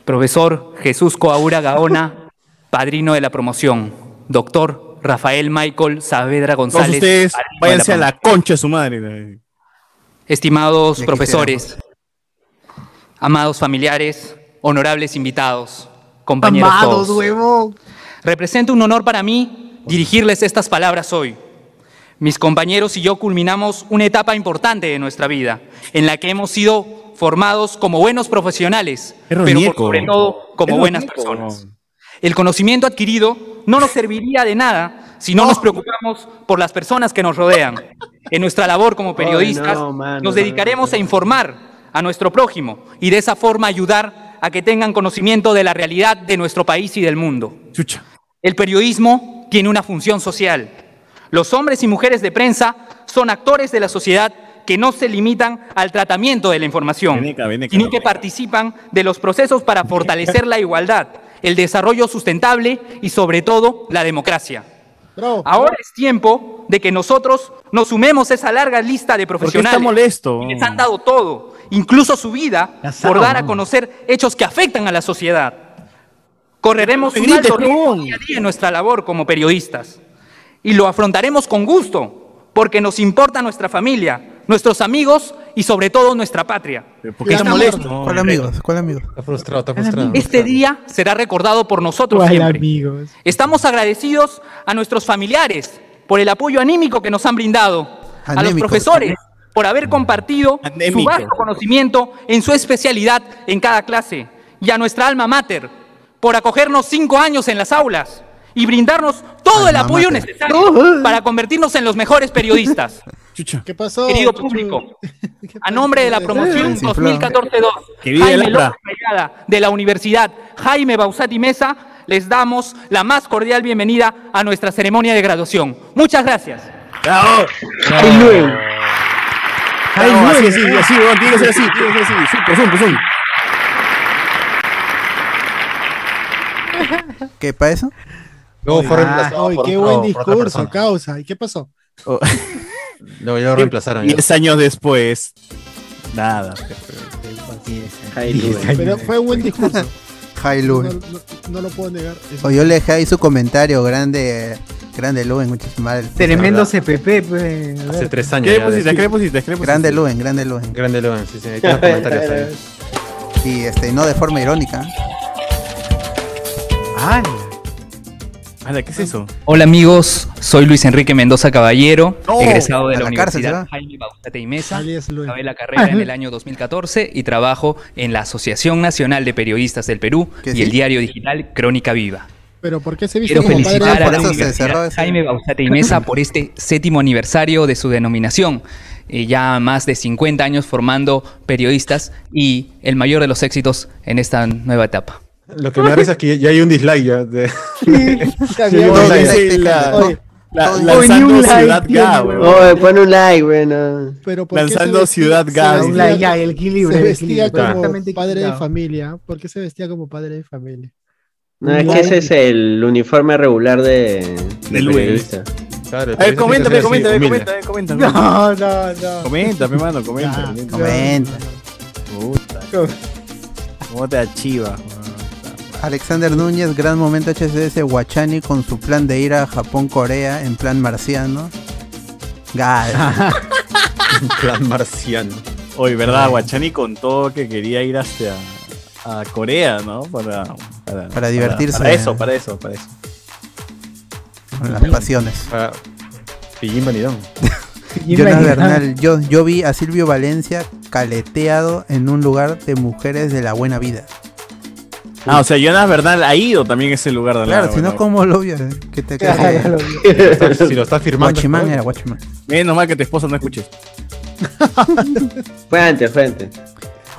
[SPEAKER 18] Profesor Jesús Coaura Gaona, padrino de la promoción. Doctor Rafael Michael Saavedra
[SPEAKER 3] Todos
[SPEAKER 18] González.
[SPEAKER 3] ustedes,
[SPEAKER 18] padrino de
[SPEAKER 3] váyanse a la
[SPEAKER 18] promoción.
[SPEAKER 3] concha de su madre.
[SPEAKER 18] Estimados
[SPEAKER 3] Ya
[SPEAKER 18] profesores, amados familiares, honorables invitados, compañeros
[SPEAKER 3] Amados,
[SPEAKER 18] todos. Representa un honor para mí dirigirles estas palabras hoy. Mis compañeros y yo culminamos una etapa importante de nuestra vida, en la que hemos sido formados como buenos profesionales, pero por
[SPEAKER 3] Ronieco.
[SPEAKER 18] sobre todo como
[SPEAKER 3] Es
[SPEAKER 18] buenas
[SPEAKER 3] Ronieco.
[SPEAKER 18] personas. El conocimiento adquirido no nos serviría de nada si no nos preocupamos por las personas que nos rodean. En nuestra labor como periodistas
[SPEAKER 11] no, mano,
[SPEAKER 18] nos
[SPEAKER 11] no,
[SPEAKER 18] dedicaremos a informar a nuestro prójimo y de esa forma ayudar a que tengan conocimiento de la realidad de nuestro país y del mundo. El periodismo tiene una función social. Los hombres y mujeres de prensa son actores de la sociedad que no se limitan al tratamiento de la información, sino que participan de los procesos para fortalecer la igualdad, el desarrollo sustentable y sobre todo la democracia. Ahora es tiempo de que nosotros nos sumemos a esa larga lista de
[SPEAKER 3] ¿Por qué está
[SPEAKER 18] profesionales
[SPEAKER 3] molesto?
[SPEAKER 18] que les han dado todo, incluso su vida,
[SPEAKER 3] saben,
[SPEAKER 18] por dar a
[SPEAKER 3] ¿no?
[SPEAKER 18] conocer hechos que afectan a la sociedad. Correremos un alto riesgo día a día en nuestra labor como periodistas y lo afrontaremos con gusto, porque nos importa nuestra familia, nuestros amigos y sobre todo nuestra patria.
[SPEAKER 4] ¿Por qué molesto? ¿Cuál amigos? ¿Cuál amigos?
[SPEAKER 2] Está frustrado, está
[SPEAKER 4] frustrado.
[SPEAKER 18] Este día será recordado por nosotros siempre.
[SPEAKER 5] amigos?
[SPEAKER 18] Estamos agradecidos a nuestros familiares por el apoyo anímico que nos han brindado, a los
[SPEAKER 4] Anémico.
[SPEAKER 18] profesores por haber compartido su
[SPEAKER 4] Anémico.
[SPEAKER 18] vasto conocimiento en su especialidad en cada clase, y a nuestra alma mater por acogernos cinco años en las aulas y brindarnos todo el
[SPEAKER 5] Alma
[SPEAKER 18] apoyo
[SPEAKER 5] mater.
[SPEAKER 18] necesario para convertirnos en los mejores periodistas.
[SPEAKER 5] ¿Qué pasó?
[SPEAKER 18] Querido público, a nombre de la promoción
[SPEAKER 5] Desinflado.
[SPEAKER 18] 2014-2,
[SPEAKER 5] Que vive
[SPEAKER 18] Jaime
[SPEAKER 5] el APRA.
[SPEAKER 18] López Mellada, de la Universidad Jaime Bausati Mesa, les damos la más cordial bienvenida a nuestra ceremonia de graduación. Muchas gracias.
[SPEAKER 3] ¡Bravo! Ay, no, así, así, así, weón, tiene que ser así, tiene que ser así. Zoom, zoom, zoom.
[SPEAKER 4] ¿Qué para eso?
[SPEAKER 2] Luego fue
[SPEAKER 5] Ah,
[SPEAKER 2] reemplazado
[SPEAKER 5] ay,
[SPEAKER 2] por
[SPEAKER 5] qué buen
[SPEAKER 2] otro- por otra
[SPEAKER 5] discurso,
[SPEAKER 2] persona.
[SPEAKER 5] causa. ¿Y qué pasó?
[SPEAKER 2] Luego ya lo reemplazaron. ya.
[SPEAKER 3] Diez años después. Nada.
[SPEAKER 5] Pero fue un buen discurso.
[SPEAKER 4] Hi,
[SPEAKER 5] No,
[SPEAKER 4] Lube.
[SPEAKER 5] no- no lo puedo negar.
[SPEAKER 4] O yo le dejé ahí su comentario, grande, grande Luen, muchas madres.
[SPEAKER 1] Tremendo CPP, pues. a
[SPEAKER 2] Hace
[SPEAKER 1] ver.
[SPEAKER 2] tres años. ya de-
[SPEAKER 4] Grande
[SPEAKER 5] eh,
[SPEAKER 4] Luen, grande Luen.
[SPEAKER 2] Grande Luen, sí, sí. Ahí están los comentarios ahí.
[SPEAKER 4] Y este, no de forma irónica.
[SPEAKER 1] Ah,
[SPEAKER 3] ¡Hala! ¡Hala, Ah, qué es eso?
[SPEAKER 18] Hola amigos, soy Luis Enrique Mendoza Caballero,
[SPEAKER 3] No,
[SPEAKER 18] egresado de
[SPEAKER 3] a
[SPEAKER 18] la,
[SPEAKER 3] la cárcel se
[SPEAKER 18] Universidad
[SPEAKER 3] va.
[SPEAKER 18] Jaime Bausate y Mesa. Acabé la
[SPEAKER 3] Ajá.
[SPEAKER 18] carrera en el año 2014 y trabajo en la Asociación Nacional de Periodistas del Perú y el diario digital Crónica Viva.
[SPEAKER 5] Pero ¿por qué se viste
[SPEAKER 18] Quiero
[SPEAKER 5] como padre?
[SPEAKER 18] felicitar a la Universidad Jaime Bausate y Mesa por este séptimo aniversario de su denominación. Eh, ya más de 50 años formando periodistas y el mayor de los éxitos en esta nueva etapa.
[SPEAKER 2] Lo que me da risa es que ya- ya hay un dislike ya. de-
[SPEAKER 5] Ya
[SPEAKER 2] Sí,
[SPEAKER 5] había-
[SPEAKER 2] no,
[SPEAKER 5] Oye,
[SPEAKER 2] dice
[SPEAKER 5] oye,
[SPEAKER 2] la-
[SPEAKER 5] oye,
[SPEAKER 3] la-
[SPEAKER 5] oye,
[SPEAKER 3] lanzando
[SPEAKER 5] ni un like
[SPEAKER 3] Ciudad
[SPEAKER 5] tiene,
[SPEAKER 3] Gá,
[SPEAKER 5] weón.
[SPEAKER 3] weón.
[SPEAKER 11] Oye, pon un like, bueno.
[SPEAKER 5] Pero ¿por qué se
[SPEAKER 3] Lanzando
[SPEAKER 5] vestía-
[SPEAKER 3] Ciudad
[SPEAKER 5] se
[SPEAKER 3] Gá.
[SPEAKER 5] vestía-
[SPEAKER 3] dice.
[SPEAKER 1] ya, el equilibrio,
[SPEAKER 5] Se
[SPEAKER 1] el
[SPEAKER 5] vestía
[SPEAKER 1] equilibrio,
[SPEAKER 5] como
[SPEAKER 1] perfectamente
[SPEAKER 5] padre de
[SPEAKER 1] equilibrado.
[SPEAKER 5] familia. ¿Por qué se vestía como padre de familia?
[SPEAKER 11] No, es que
[SPEAKER 5] Like.
[SPEAKER 11] ese es el uniforme regular de, de
[SPEAKER 3] Luis.
[SPEAKER 11] periodista.
[SPEAKER 2] Claro,
[SPEAKER 3] A ver, coméntame,
[SPEAKER 2] sí,
[SPEAKER 3] coméntame,
[SPEAKER 2] humilde.
[SPEAKER 3] coméntame, coméntame.
[SPEAKER 13] No, no, no.
[SPEAKER 3] Coméntame, mano, comenta.
[SPEAKER 13] No,
[SPEAKER 4] comenta.
[SPEAKER 3] Puta. ¿Cómo te achiva?
[SPEAKER 4] Alexander Núñez, gran momento HCS Guachani con su plan de ir a Japón-Corea en plan marciano. Gal.
[SPEAKER 2] Plan marciano.
[SPEAKER 3] Hoy, ¿verdad? Guachani contó que quería ir hasta a Corea, ¿no? Para, para,
[SPEAKER 4] divertirse.
[SPEAKER 3] Para eso, para eso, para eso.
[SPEAKER 4] Con las pasiones.
[SPEAKER 2] Ah, Pillín Vanidón.
[SPEAKER 4] Jonas Bernal, yo, yo vi a Silvio Valencia caleteado en un lugar de mujeres de la buena vida.
[SPEAKER 3] Ah, o sea, Jonas Bernal ha ido también a ese lugar de
[SPEAKER 4] Claro,
[SPEAKER 3] la
[SPEAKER 4] si no, ¿cómo lo vio? Que te
[SPEAKER 3] Claro,
[SPEAKER 4] que-
[SPEAKER 3] si lo está- si lo está firmando.
[SPEAKER 4] Guachimán era Guachimán.
[SPEAKER 3] Menos mal que tu esposa no escuche.
[SPEAKER 6] Fue antes, fue antes.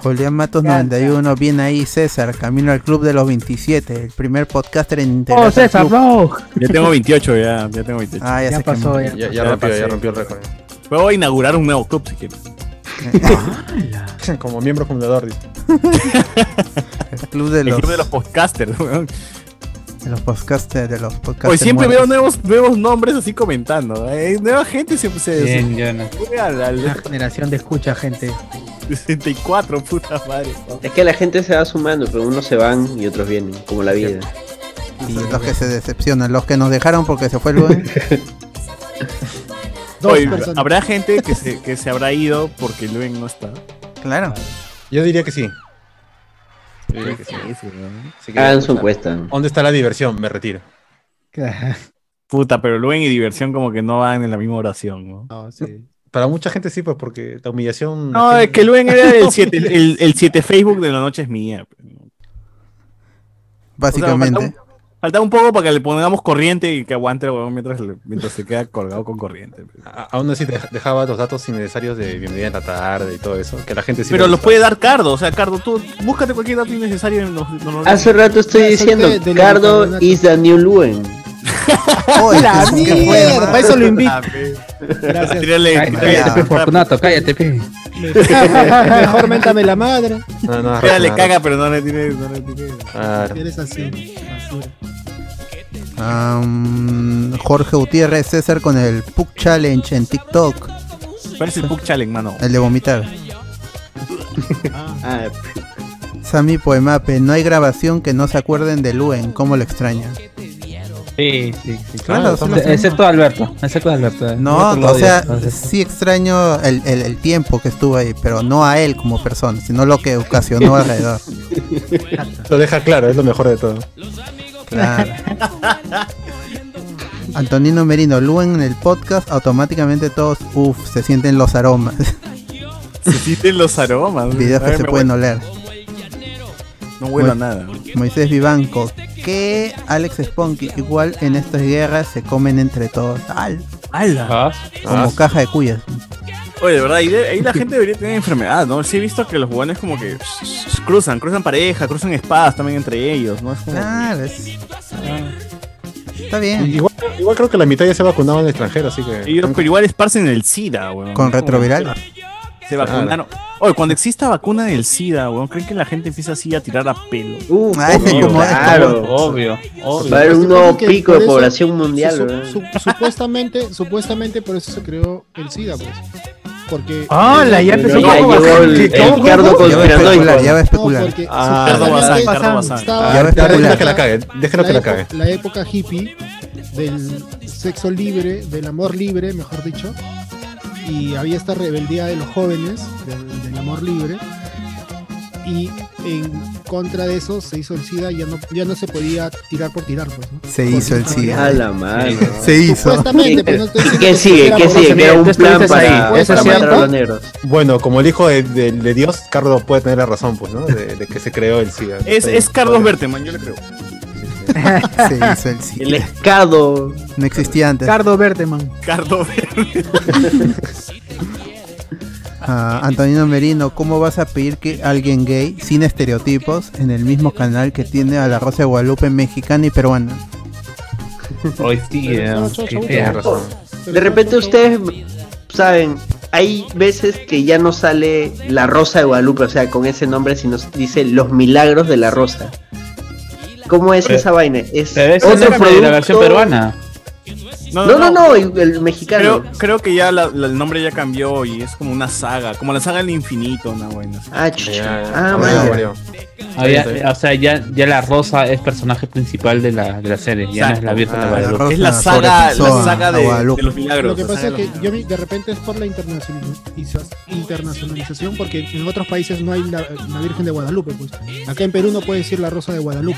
[SPEAKER 4] Julián Matos 91, bien ahí César, camino al club de los 27, el primer podcaster
[SPEAKER 3] Oh,
[SPEAKER 4] en integrarse al club.
[SPEAKER 3] Ya tengo 28, ya, ya tengo 28.
[SPEAKER 4] Ah, ya Ya se pasó, quemó. ya.
[SPEAKER 2] Ya, ya rompió, ya rompió el récord.
[SPEAKER 3] Puedo inaugurar un nuevo club si quieres.
[SPEAKER 2] Como miembro fundador, dice.
[SPEAKER 4] El club de
[SPEAKER 3] El
[SPEAKER 4] los,
[SPEAKER 3] club de los podcasters, weón.
[SPEAKER 4] de los podcasters, de los podcasters.
[SPEAKER 3] Hoy siempre veo
[SPEAKER 4] muertos.
[SPEAKER 3] nuevos, nuevos nombres así comentando. eh, nueva gente se, se,
[SPEAKER 13] Bien,
[SPEAKER 3] se-
[SPEAKER 13] Jonas.
[SPEAKER 3] se- al-
[SPEAKER 13] Una
[SPEAKER 3] al
[SPEAKER 13] generación de escucha, gente.
[SPEAKER 3] 64, puta madre.
[SPEAKER 6] Es que la gente se va sumando, pero unos se van y otros vienen, como la vida.
[SPEAKER 4] Y los que se decepcionan, los que nos dejaron porque se fue el buen.
[SPEAKER 3] Hoy, habrá gente que se, que se habrá ido porque Luen no está.
[SPEAKER 4] Claro.
[SPEAKER 2] Yo diría que sí. Yo diría que sí. Así que ya, puta, ¿Dónde está la diversión? Me retiro.
[SPEAKER 3] Puta, pero Luen y diversión como que no van en la misma oración, ¿no?
[SPEAKER 2] Para mucha gente sí, pues porque la humillación.
[SPEAKER 3] No, es que Luen era el 7 el, el siete Facebook de la noche es mía. pues,
[SPEAKER 4] Básicamente.
[SPEAKER 3] O sea, falta, un, falta un poco para que le pongamos corriente y que aguante el huevón mientras, le- mientras se queda colgado con corriente. pues.
[SPEAKER 2] A- Aún así dej- dejaba los datos innecesarios de bienvenida en la tarde y todo eso. Que la gente sí.
[SPEAKER 3] Pero
[SPEAKER 2] le
[SPEAKER 3] los
[SPEAKER 2] gusta.
[SPEAKER 3] puede dar Cardo, o sea, Cardo, tú búscate cualquier dato innecesario. en los- en los-
[SPEAKER 6] Hace rato estoy diciendo, Cardo is the new Luen.
[SPEAKER 4] ¡La
[SPEAKER 5] mierda! Para eso lo invito.
[SPEAKER 3] Gracias. Tírale,
[SPEAKER 12] Cállate,
[SPEAKER 3] tírale-
[SPEAKER 12] cállate, pe, Fortunato, cállate, pe.
[SPEAKER 5] Mejor méntame la madre.
[SPEAKER 2] No, no,
[SPEAKER 3] Tírale
[SPEAKER 2] no.
[SPEAKER 3] caga, pero no le tire. No le tire.
[SPEAKER 2] Claro.
[SPEAKER 5] Eres así, basura.
[SPEAKER 4] Am, Jorge Gutiérrez César con el Puck Challenge en TikTok.
[SPEAKER 3] ¿Cuál es el Puck Challenge, mano?
[SPEAKER 4] El de vomitar.
[SPEAKER 6] Ah,
[SPEAKER 4] Sammy Poemape, no hay grabación que no se acuerden de Luen, cómo lo extraña.
[SPEAKER 12] Sí, sí, sí.
[SPEAKER 4] Claro, son las
[SPEAKER 12] excepto Alberto, excepto Alberto. eh.
[SPEAKER 4] No,
[SPEAKER 12] Alberto lo
[SPEAKER 4] o
[SPEAKER 12] odio,
[SPEAKER 4] sea,
[SPEAKER 12] entonces.
[SPEAKER 4] sí extraño el, el- el tiempo que estuvo ahí, pero no a él como persona, sino lo que ocasionó alrededor.
[SPEAKER 2] Lo deja claro, es lo mejor de todo.
[SPEAKER 4] Claro. Antonino Merino, Luen en el podcast, automáticamente todos, uff, se sienten los aromas.
[SPEAKER 3] Se sienten los aromas.
[SPEAKER 4] Videos
[SPEAKER 3] A
[SPEAKER 4] que
[SPEAKER 3] ver,
[SPEAKER 4] se
[SPEAKER 3] me
[SPEAKER 4] pueden
[SPEAKER 3] huele-
[SPEAKER 4] oler.
[SPEAKER 3] No huele a
[SPEAKER 4] Mo-
[SPEAKER 3] nada.
[SPEAKER 4] Moisés Vivanco, que Alex Sponky, igual en estas guerras se comen entre todos. ¡Al!
[SPEAKER 3] ¡Hala!
[SPEAKER 4] Como
[SPEAKER 3] Ah.
[SPEAKER 4] caja de cuyas.
[SPEAKER 3] Oye, de verdad, ahí, de- ahí la gente debería tener enfermedad, ¿no? Sí he visto que los jugadores como que cruzan, cruzan pareja, cruzan espadas también entre ellos, ¿no? Es como...
[SPEAKER 4] Claro, es-
[SPEAKER 2] Ah.
[SPEAKER 4] Está bien.
[SPEAKER 2] Igual, igual creo que la mitad ya se vacunaba en el extranjero, así que.
[SPEAKER 3] Ellos, pero igual esparcen el SIDA, weón.
[SPEAKER 4] Con retroviral.
[SPEAKER 3] Se
[SPEAKER 2] Ah,
[SPEAKER 3] vacunaron. Oye, cuando exista vacuna del SIDA, weón, ¿creen que la gente empieza así a tirar a pelo?
[SPEAKER 6] Uh,
[SPEAKER 4] Ah, ese como-
[SPEAKER 6] claro.
[SPEAKER 12] Obvio,
[SPEAKER 6] Va a haber un nuevo
[SPEAKER 5] Que
[SPEAKER 6] pico
[SPEAKER 5] por
[SPEAKER 6] de
[SPEAKER 5] eso-
[SPEAKER 6] población mundial,
[SPEAKER 5] su-
[SPEAKER 6] weón.
[SPEAKER 5] su- supuestamente, supuestamente por eso se creó el SIDA, pues. Porque.
[SPEAKER 4] Ah,
[SPEAKER 13] ¡Hala! Ya empezó
[SPEAKER 6] Ya
[SPEAKER 13] como
[SPEAKER 6] llegó
[SPEAKER 13] bastante-
[SPEAKER 6] el-
[SPEAKER 13] ¿Cómo,
[SPEAKER 6] el
[SPEAKER 13] cómo,
[SPEAKER 6] Cardo
[SPEAKER 13] cómo?
[SPEAKER 4] Ya va a especular,
[SPEAKER 6] conspiranoico.
[SPEAKER 4] ya va a especular.
[SPEAKER 5] porque
[SPEAKER 2] Ah,
[SPEAKER 5] supuestamente
[SPEAKER 2] Cardo Bazán,
[SPEAKER 5] estaba-
[SPEAKER 3] Cardo Bazán.
[SPEAKER 5] estaba-
[SPEAKER 4] Ya va a
[SPEAKER 2] Ya,
[SPEAKER 4] especular.
[SPEAKER 2] Déjalo que la cague, déjalo que la
[SPEAKER 5] época-
[SPEAKER 2] cague.
[SPEAKER 5] la época hippie del sexo libre, del amor libre, mejor dicho. Y había esta rebeldía de los jóvenes, del, del amor libre. Y en contra de eso se hizo el SIDA y ya no, ya no se podía tirar por tirar, pues, ¿no?
[SPEAKER 4] Se hizo el SIDA.
[SPEAKER 6] A la madre.
[SPEAKER 4] Se hizo.
[SPEAKER 5] Supuestamente, pero no estoy
[SPEAKER 6] ¿Y
[SPEAKER 5] diciendo
[SPEAKER 6] qué
[SPEAKER 5] que
[SPEAKER 6] sigue?
[SPEAKER 5] era
[SPEAKER 6] ¿Qué
[SPEAKER 5] por
[SPEAKER 6] sigue? Que era un
[SPEAKER 12] Tú
[SPEAKER 6] plan
[SPEAKER 12] estuviste
[SPEAKER 6] para,
[SPEAKER 12] ahí, eso
[SPEAKER 6] para
[SPEAKER 12] es
[SPEAKER 6] matar a
[SPEAKER 12] cierto.
[SPEAKER 6] los negros.
[SPEAKER 2] Bueno, como el hijo de, de- de Dios, Cardo puede tener la razón, pues, ¿no? De, de que se creó el SIDA.
[SPEAKER 3] Es, es Carlos Berteman, yo le creo.
[SPEAKER 4] Se hizo el SIDA.
[SPEAKER 6] El escado.
[SPEAKER 4] No existía antes.
[SPEAKER 13] Cardo Berteman.
[SPEAKER 3] Carlos
[SPEAKER 4] Ah, Antonino Merino, ¿cómo vas a pedir que alguien gay, sin estereotipos, en el mismo canal que tiene a la Rosa de Guadalupe mexicana y peruana?
[SPEAKER 12] Hoy sí, eh, que tienes razón.
[SPEAKER 6] De repente ustedes saben, hay veces que ya no sale la Rosa de Guadalupe, o sea, con ese nombre, sino dice los milagros de la Rosa. ¿Cómo es
[SPEAKER 12] Pero-
[SPEAKER 6] esa vaina? Es
[SPEAKER 12] Pero esa es
[SPEAKER 6] otro
[SPEAKER 12] la versión
[SPEAKER 6] producto
[SPEAKER 12] peruana.
[SPEAKER 11] No, no, no, el- el mexicano.
[SPEAKER 3] Creo, creo que ya la- la- el nombre ya cambió y es como una saga, como la saga del infinito, una buena.
[SPEAKER 11] Ah, chucha. Ah,
[SPEAKER 3] vaya.
[SPEAKER 12] Ah, ya- o sea, ya, ya la rosa es personaje principal de la, de la serie, ya no es la Virgen de Guadalupe.
[SPEAKER 3] Es Ah, la saga, la saga de, de los milagros.
[SPEAKER 5] Lo que pasa es
[SPEAKER 3] la saga de
[SPEAKER 5] que
[SPEAKER 3] los
[SPEAKER 5] yo vi- de repente es por la internacionalización, internacionalización porque en otros países no hay la, la Virgen de Guadalupe. Pues. Acá en Perú no puede decir la Rosa de Guadalupe.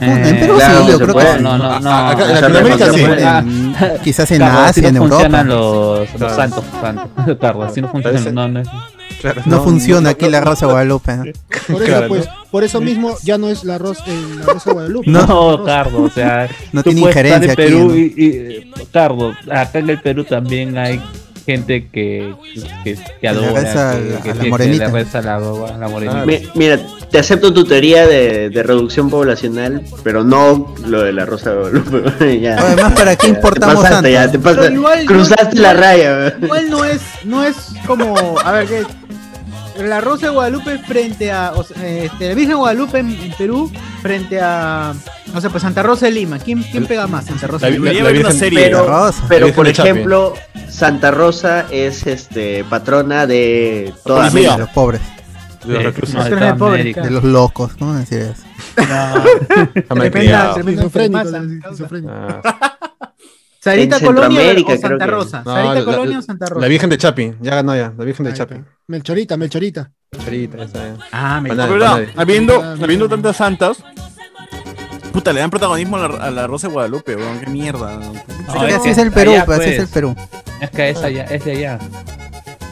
[SPEAKER 6] Eh,
[SPEAKER 4] en Perú
[SPEAKER 12] claro,
[SPEAKER 4] sí,
[SPEAKER 12] Eh, no
[SPEAKER 4] yo
[SPEAKER 12] se
[SPEAKER 4] creo
[SPEAKER 12] puede.
[SPEAKER 4] que
[SPEAKER 12] No, no,
[SPEAKER 4] Ah,
[SPEAKER 12] no.
[SPEAKER 4] ah, acá en
[SPEAKER 12] O sea,
[SPEAKER 4] Latinoamérica
[SPEAKER 12] no
[SPEAKER 4] sí.
[SPEAKER 12] funciona.
[SPEAKER 4] En- quizás en
[SPEAKER 12] Carlos, Ah, así
[SPEAKER 4] Asia, en
[SPEAKER 12] no
[SPEAKER 4] Europa.
[SPEAKER 12] funcionan los, los santos, santos. Carlos, así no funcionan. No, no, es-
[SPEAKER 4] No, funciona aquí la Rosa de Guadalupe. ¿no?
[SPEAKER 5] Por eso,
[SPEAKER 12] Claro,
[SPEAKER 5] pues, por eso mismo ya no es la, Rosa- eh, la Rosa de Guadalupe.
[SPEAKER 12] No,
[SPEAKER 5] Rosa.
[SPEAKER 12] Cardo, o sea,
[SPEAKER 4] No
[SPEAKER 12] tú
[SPEAKER 4] tiene
[SPEAKER 12] puedes estar
[SPEAKER 4] injerencia aquí,
[SPEAKER 12] en Perú
[SPEAKER 4] ¿no?
[SPEAKER 12] y, y- eh, Cardo, acá en el Perú también hay gente que, que, que adora,
[SPEAKER 4] reza
[SPEAKER 12] que,
[SPEAKER 4] a la
[SPEAKER 12] que- que
[SPEAKER 4] morenita.
[SPEAKER 12] le reza a la, a la morenita.
[SPEAKER 11] Mi- Mira, te acepto tu teoría de, de reducción poblacional, pero no lo de la Rosa de Guadalupe. ya.
[SPEAKER 4] Además, ¿para qué
[SPEAKER 11] Ya,
[SPEAKER 4] importamos
[SPEAKER 11] Te pasaste, ya,
[SPEAKER 4] tanto?
[SPEAKER 11] te pasaste.
[SPEAKER 4] Pero igual,
[SPEAKER 11] Cruzaste
[SPEAKER 4] igual-
[SPEAKER 11] la raya. weón.
[SPEAKER 1] Igual no es, no es como, a ver, ¿qué? La Rosa de Guadalupe frente a, o sea, este, la Virgen de Guadalupe en, en Perú frente a, no sé, pues Santa Rosa de Lima. ¿Quién, quién pega más? Santa Rosa de Lima.
[SPEAKER 11] Pero, pero, por
[SPEAKER 1] de Chape.
[SPEAKER 11] ejemplo, Santa Rosa es este patrona de toda
[SPEAKER 4] Sí,
[SPEAKER 11] América.
[SPEAKER 4] de los pobres.
[SPEAKER 11] De los reclusos. Eh,
[SPEAKER 4] De,
[SPEAKER 11] De toda
[SPEAKER 4] los pobres.
[SPEAKER 11] América.
[SPEAKER 4] de los locos, ¿no? Así es.
[SPEAKER 1] Ah, Tremenda, tremenda
[SPEAKER 5] Esquizofrénico,
[SPEAKER 1] enfermaza.
[SPEAKER 5] Sarita
[SPEAKER 1] Sarita
[SPEAKER 5] En
[SPEAKER 1] Colonia
[SPEAKER 5] Centroamérica,
[SPEAKER 1] o Santa
[SPEAKER 5] creo que-
[SPEAKER 1] Rosa.
[SPEAKER 5] No,
[SPEAKER 1] Sarita
[SPEAKER 5] la-
[SPEAKER 1] Colonia
[SPEAKER 5] la-
[SPEAKER 1] o Santa
[SPEAKER 5] la
[SPEAKER 1] Rosa.
[SPEAKER 2] La Virgen de Chapi, ya ganó ya, la Virgen de Chapi.
[SPEAKER 5] Melchorita, Melchorita.
[SPEAKER 2] Chelita, esa.
[SPEAKER 1] Ah,
[SPEAKER 3] me
[SPEAKER 2] Panade,
[SPEAKER 3] Pero verdad,
[SPEAKER 2] panade.
[SPEAKER 3] habiendo, habiendo tantas santas, puta, le dan protagonismo a la, a la Rosa de Guadalupe, weón, qué mierda.
[SPEAKER 12] No,
[SPEAKER 4] así
[SPEAKER 12] que
[SPEAKER 4] es el Perú,
[SPEAKER 12] allá,
[SPEAKER 4] pues, así es
[SPEAKER 12] pues.
[SPEAKER 4] el Perú.
[SPEAKER 12] Es que es allá, es de allá.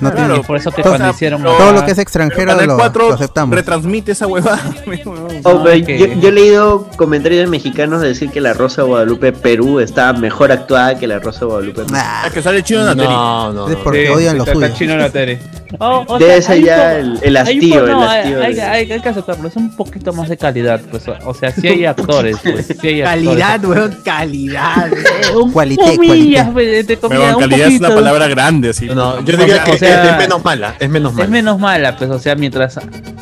[SPEAKER 4] No
[SPEAKER 12] Claro,
[SPEAKER 4] tiene-
[SPEAKER 12] por eso que
[SPEAKER 4] todo-
[SPEAKER 12] cuando hicieron
[SPEAKER 4] todo
[SPEAKER 12] la-
[SPEAKER 4] lo que es extranjero
[SPEAKER 3] Canal
[SPEAKER 4] lo,
[SPEAKER 3] 4
[SPEAKER 4] lo aceptamos.
[SPEAKER 3] retransmite esa huevada. weón.
[SPEAKER 11] Oh, pero yo, yo he leído comentarios de mexicanos decir que la Rosa de Guadalupe Perú está mejor actuada que la Rosa de Guadalupe.
[SPEAKER 3] Ah, que sale chino en la
[SPEAKER 11] No,
[SPEAKER 3] tele.
[SPEAKER 11] no, no. Es
[SPEAKER 12] porque Sí, odian lo está- está suyo. chino en la
[SPEAKER 3] tele.
[SPEAKER 12] Oh, o
[SPEAKER 11] Debe
[SPEAKER 12] sea,
[SPEAKER 11] ser
[SPEAKER 12] hay
[SPEAKER 11] ya
[SPEAKER 12] un
[SPEAKER 11] el-
[SPEAKER 12] poco-
[SPEAKER 11] el
[SPEAKER 12] hay un
[SPEAKER 11] hastío,
[SPEAKER 12] poco-
[SPEAKER 11] el
[SPEAKER 12] no,
[SPEAKER 11] hastío
[SPEAKER 12] Hay,
[SPEAKER 11] de-
[SPEAKER 12] hay- hay que aceptarlo, es un poquito más de calidad, pues. O sea, sí hay actores, pues. Sí hay actores.
[SPEAKER 1] Calidad, weón, calidad.
[SPEAKER 12] Un
[SPEAKER 4] Cualité,
[SPEAKER 12] comillas, pues, te comía
[SPEAKER 3] Pero
[SPEAKER 12] un
[SPEAKER 3] calidad es una
[SPEAKER 12] poquito.
[SPEAKER 3] palabra grande, así.
[SPEAKER 2] No,
[SPEAKER 12] O
[SPEAKER 2] yo diría
[SPEAKER 12] sea,
[SPEAKER 2] que
[SPEAKER 12] o sea,
[SPEAKER 2] es menos mala, es menos
[SPEAKER 12] Es
[SPEAKER 2] mala.
[SPEAKER 12] menos mala, pues, o sea, mientras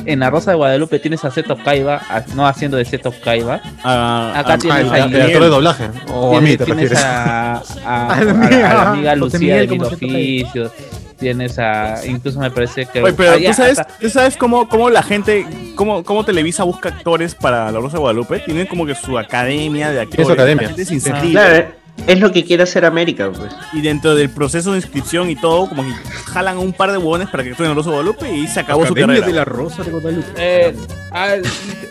[SPEAKER 12] en la Rosa de Guadalupe tienes a Zeto Kaiba, a- no haciendo de Zeto Kaiba, acá
[SPEAKER 2] a-
[SPEAKER 12] tienes
[SPEAKER 2] a- a- al actor de doblaje, o a mí te
[SPEAKER 12] tienes
[SPEAKER 2] refieres.
[SPEAKER 12] A, a-
[SPEAKER 2] Al
[SPEAKER 12] a-
[SPEAKER 2] mío,
[SPEAKER 12] a la amiga
[SPEAKER 2] José
[SPEAKER 12] Lucía
[SPEAKER 2] Miguel
[SPEAKER 12] de Mil
[SPEAKER 2] como Zeto Kaiba.
[SPEAKER 12] Oficios, tienes a, incluso me parece que...
[SPEAKER 3] Oye, pero
[SPEAKER 12] ah,
[SPEAKER 3] tú
[SPEAKER 12] ya,
[SPEAKER 3] sabes,
[SPEAKER 12] hasta-
[SPEAKER 3] tú sabes cómo, cómo la gente, cómo, cómo Televisa busca actores para la Rosa de Guadalupe. Tienen como que su academia de actores.
[SPEAKER 11] su academia.
[SPEAKER 3] La gente se inscribe.
[SPEAKER 11] Claro, eh, es lo que quiere hacer América, pues.
[SPEAKER 3] Y dentro del proceso de inscripción y todo, como que jalan un par de huevones para que actúen en la Rosa de Guadalupe y se acabó
[SPEAKER 10] Academia
[SPEAKER 3] su carrera.
[SPEAKER 10] de la Rosa de Guadalupe.
[SPEAKER 12] Eh, ah,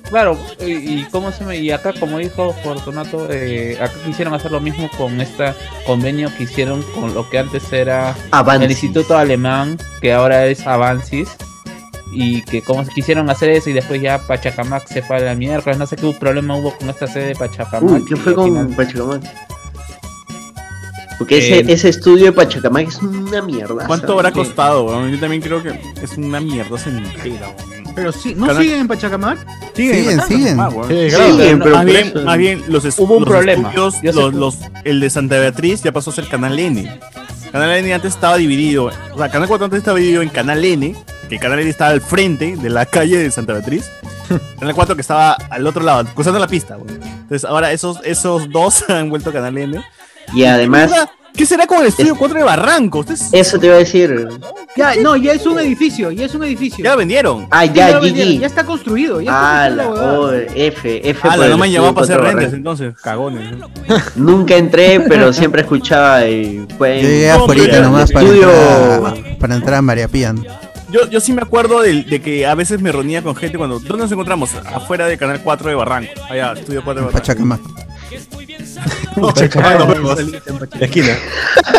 [SPEAKER 12] claro, y, y cómo se me- y acá como dijo Fortunato, eh, acá quisieron hacer lo mismo con este convenio que hicieron con lo que antes era
[SPEAKER 11] Avansis.
[SPEAKER 12] el Instituto Alemán, que ahora es Avansis, y que como se quisieron hacer eso y después ya Pachacamac se fue a la mierda, no sé qué problema hubo con esta sede de Pachacamac.
[SPEAKER 11] Uy, ¿qué fue
[SPEAKER 12] y al final-
[SPEAKER 11] con Pachacamac? Porque ese,
[SPEAKER 12] Eh,
[SPEAKER 11] ese estudio de Pachacamac es una mierda.
[SPEAKER 3] ¿Cuánto habrá costado, weón? Yo también creo que es una mierda se entera, weón.
[SPEAKER 1] Pero sí, ¿no
[SPEAKER 3] Canal-
[SPEAKER 1] siguen en Pachacamac?
[SPEAKER 3] Siguen, siguen.
[SPEAKER 1] Sí,
[SPEAKER 3] claro.
[SPEAKER 1] siguen, pero
[SPEAKER 3] más,
[SPEAKER 1] por
[SPEAKER 3] bien,
[SPEAKER 1] eso-
[SPEAKER 3] más bien, los, es-
[SPEAKER 12] Hubo un
[SPEAKER 3] los
[SPEAKER 12] problema.
[SPEAKER 3] estudios,
[SPEAKER 12] Yo sé
[SPEAKER 3] los-
[SPEAKER 12] que-
[SPEAKER 3] los- el de Santa Beatriz ya pasó a ser Canal N. Canal N antes estaba dividido. O sea, Canal 4 antes estaba dividido en Canal N, que Canal N estaba al frente de la calle de Santa Beatriz. Canal 4 que estaba al otro lado, cruzando la pista. weón. Entonces ahora esos, esos dos han vuelto a Canal N.
[SPEAKER 11] Y además-
[SPEAKER 3] ¿Qué será con el estudio 4 de Barranco? Ustedes-
[SPEAKER 11] Eso te iba a decir.
[SPEAKER 1] Ya, no, ya es un edificio, ya es un edificio. Ya lo
[SPEAKER 3] vendieron.
[SPEAKER 11] Ah, ya,
[SPEAKER 1] ya, lo
[SPEAKER 11] GG.
[SPEAKER 1] vendieron, ya está construido, ya está
[SPEAKER 11] Ah,
[SPEAKER 1] construida
[SPEAKER 11] la,
[SPEAKER 1] la huevada.
[SPEAKER 11] oh, F, F.
[SPEAKER 3] Ah,
[SPEAKER 11] por
[SPEAKER 3] la
[SPEAKER 11] el
[SPEAKER 3] no me han llamado para hacer
[SPEAKER 11] estudio
[SPEAKER 3] rentas
[SPEAKER 11] Cotorra.
[SPEAKER 3] entonces, cagones. ¿no?
[SPEAKER 11] Nunca entré, pero siempre escuchaba y fue.
[SPEAKER 4] Yo llegué afuera nomás para
[SPEAKER 11] estudio.
[SPEAKER 4] entrar, a- para entrar a María Pía. ¿no?
[SPEAKER 3] Yo, yo sí me acuerdo del- de, que a veces me reunía con gente cuando. ¿Dónde nos encontramos? Afuera de Canal 4 de Barranco. Allá, estudio 4 de Barranco.
[SPEAKER 4] Pachacamac.
[SPEAKER 3] No, Pachacamac, nos vemos.
[SPEAKER 2] La esquina.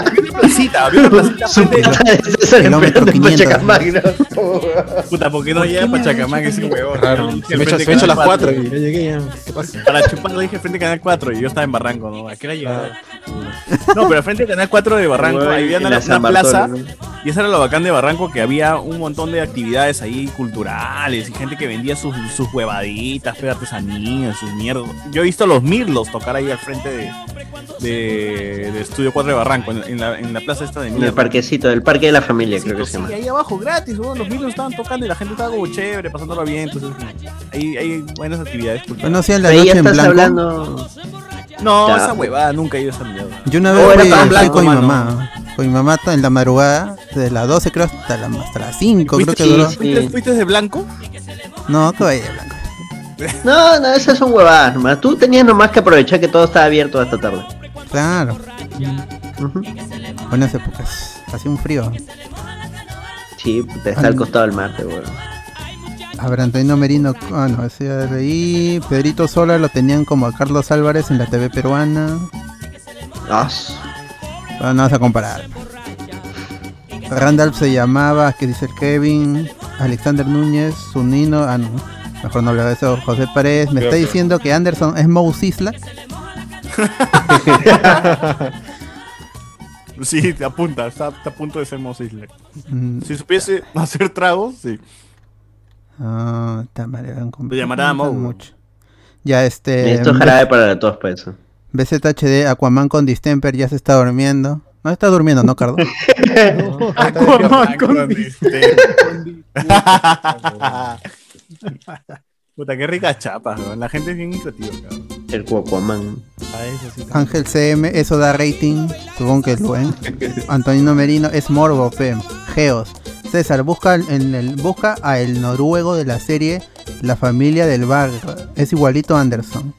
[SPEAKER 3] Había una placita, había una placita.
[SPEAKER 11] Su
[SPEAKER 3] frente-
[SPEAKER 11] puta de César
[SPEAKER 3] Kilómetro
[SPEAKER 11] Emperador
[SPEAKER 3] 500.
[SPEAKER 11] Pachacamac, ¿no?
[SPEAKER 3] Puta, ¿por qué no llega Pachacamac ese huevón?
[SPEAKER 2] Claro,
[SPEAKER 3] Dije,
[SPEAKER 2] se me
[SPEAKER 3] frente
[SPEAKER 2] echa- se me
[SPEAKER 3] Canal
[SPEAKER 2] echa las
[SPEAKER 3] 4.
[SPEAKER 2] 4 y ya llegué ya. ¿Qué pasa?
[SPEAKER 3] Para chuparlo dije frente a Canal 4 y yo estaba en Barranco, ¿no? ¿A qué hora llegaba?
[SPEAKER 2] Ah.
[SPEAKER 3] No, pero frente a Canal 4 de Barranco
[SPEAKER 11] Bueno,
[SPEAKER 3] había
[SPEAKER 11] en
[SPEAKER 3] una,
[SPEAKER 11] la
[SPEAKER 3] una
[SPEAKER 11] San Bartolo,
[SPEAKER 3] plaza.
[SPEAKER 11] ¿no?
[SPEAKER 3] Y eso era lo bacán de Barranco, que había un montón de actividades ahí culturales y gente que vendía sus, sus huevaditas, fe, artesanías, sus mierdas. Yo he visto a los Mirlos tocar ahí al frente de, de, de Estudio 4 de Barranco, en, en la, en la plaza esta de
[SPEAKER 11] En el
[SPEAKER 3] mierda.
[SPEAKER 11] parquecito, el parque de la familia, creo que se llama.
[SPEAKER 3] Y ahí abajo gratis, weón, los Mirlos estaban tocando y la gente estaba como chévere, pasándola bien. Entonces, ahí hay buenas actividades culturales.
[SPEAKER 4] Bueno, sí, en la
[SPEAKER 11] Pero ahí
[SPEAKER 4] noche
[SPEAKER 11] ya
[SPEAKER 4] en
[SPEAKER 11] estás
[SPEAKER 4] blanco.
[SPEAKER 11] hablando.
[SPEAKER 3] No,
[SPEAKER 4] Ya. Oh,
[SPEAKER 3] esa huevada nunca he ido a esa mierda.
[SPEAKER 4] Yo una
[SPEAKER 3] No,
[SPEAKER 4] vez
[SPEAKER 3] Oh, era
[SPEAKER 4] fui-
[SPEAKER 3] tan
[SPEAKER 4] fui
[SPEAKER 3] blanco,
[SPEAKER 4] con mi
[SPEAKER 3] mano.
[SPEAKER 4] mamá. Con mi mamá en la madrugada, desde las 12 creo hasta, la- hasta las 5 creo que
[SPEAKER 3] ¿Fuiste,
[SPEAKER 4] duró.
[SPEAKER 3] fuiste- fuiste de blanco?
[SPEAKER 4] No, todavía de blanco.
[SPEAKER 3] pues,
[SPEAKER 6] No, no, esas son huevadas nomás. Tú tenías nomás que aprovechar que todo estaba abierto hasta tarde.
[SPEAKER 4] Claro. Buenas épocas. Hacía un frío.
[SPEAKER 6] Sí, puta,
[SPEAKER 4] Ah.
[SPEAKER 6] está al costado del mar, te huevo.
[SPEAKER 4] A ver, Antonio Merino, ah no, ese ya leí. Pedrito Sola lo tenían como a Carlos Álvarez en la TV peruana. Ah, no vas a comparar. Randall se llamaba, que dice el Kevin, Alexander Núñez, Sunino, ah no, mejor no hablaba de eso, José Paredes, me está
[SPEAKER 1] Creo que-
[SPEAKER 4] diciendo que Anderson es Moe Sislak.
[SPEAKER 3] Sí, te apunta, está, está a punto de ser Mos Eisley.
[SPEAKER 4] Mm.
[SPEAKER 3] Si supiese hacer tragos, sí.
[SPEAKER 4] Ah, tamale, van con-
[SPEAKER 3] Lo llamará Moe.
[SPEAKER 4] mucho. Ya este.
[SPEAKER 6] Esto es jarabe para todos
[SPEAKER 11] pues,
[SPEAKER 6] para eso.
[SPEAKER 4] BZHD, Aquaman con distemper ya se está durmiendo. No está durmiendo, ¿no, Cardo?
[SPEAKER 3] Aquaman con Puta, qué ricas chapas, weón. La gente es bien creativa, cabrón.
[SPEAKER 6] El Cuacuamán.
[SPEAKER 3] A eso sí.
[SPEAKER 4] Ángel CM, eso da rating. Supongo que lo ven. Antonino Merino es Morbo, fe. Geos. César, busca, al- en el, busca a el noruego de la serie La familia del barrio. Es igualito a Anderson.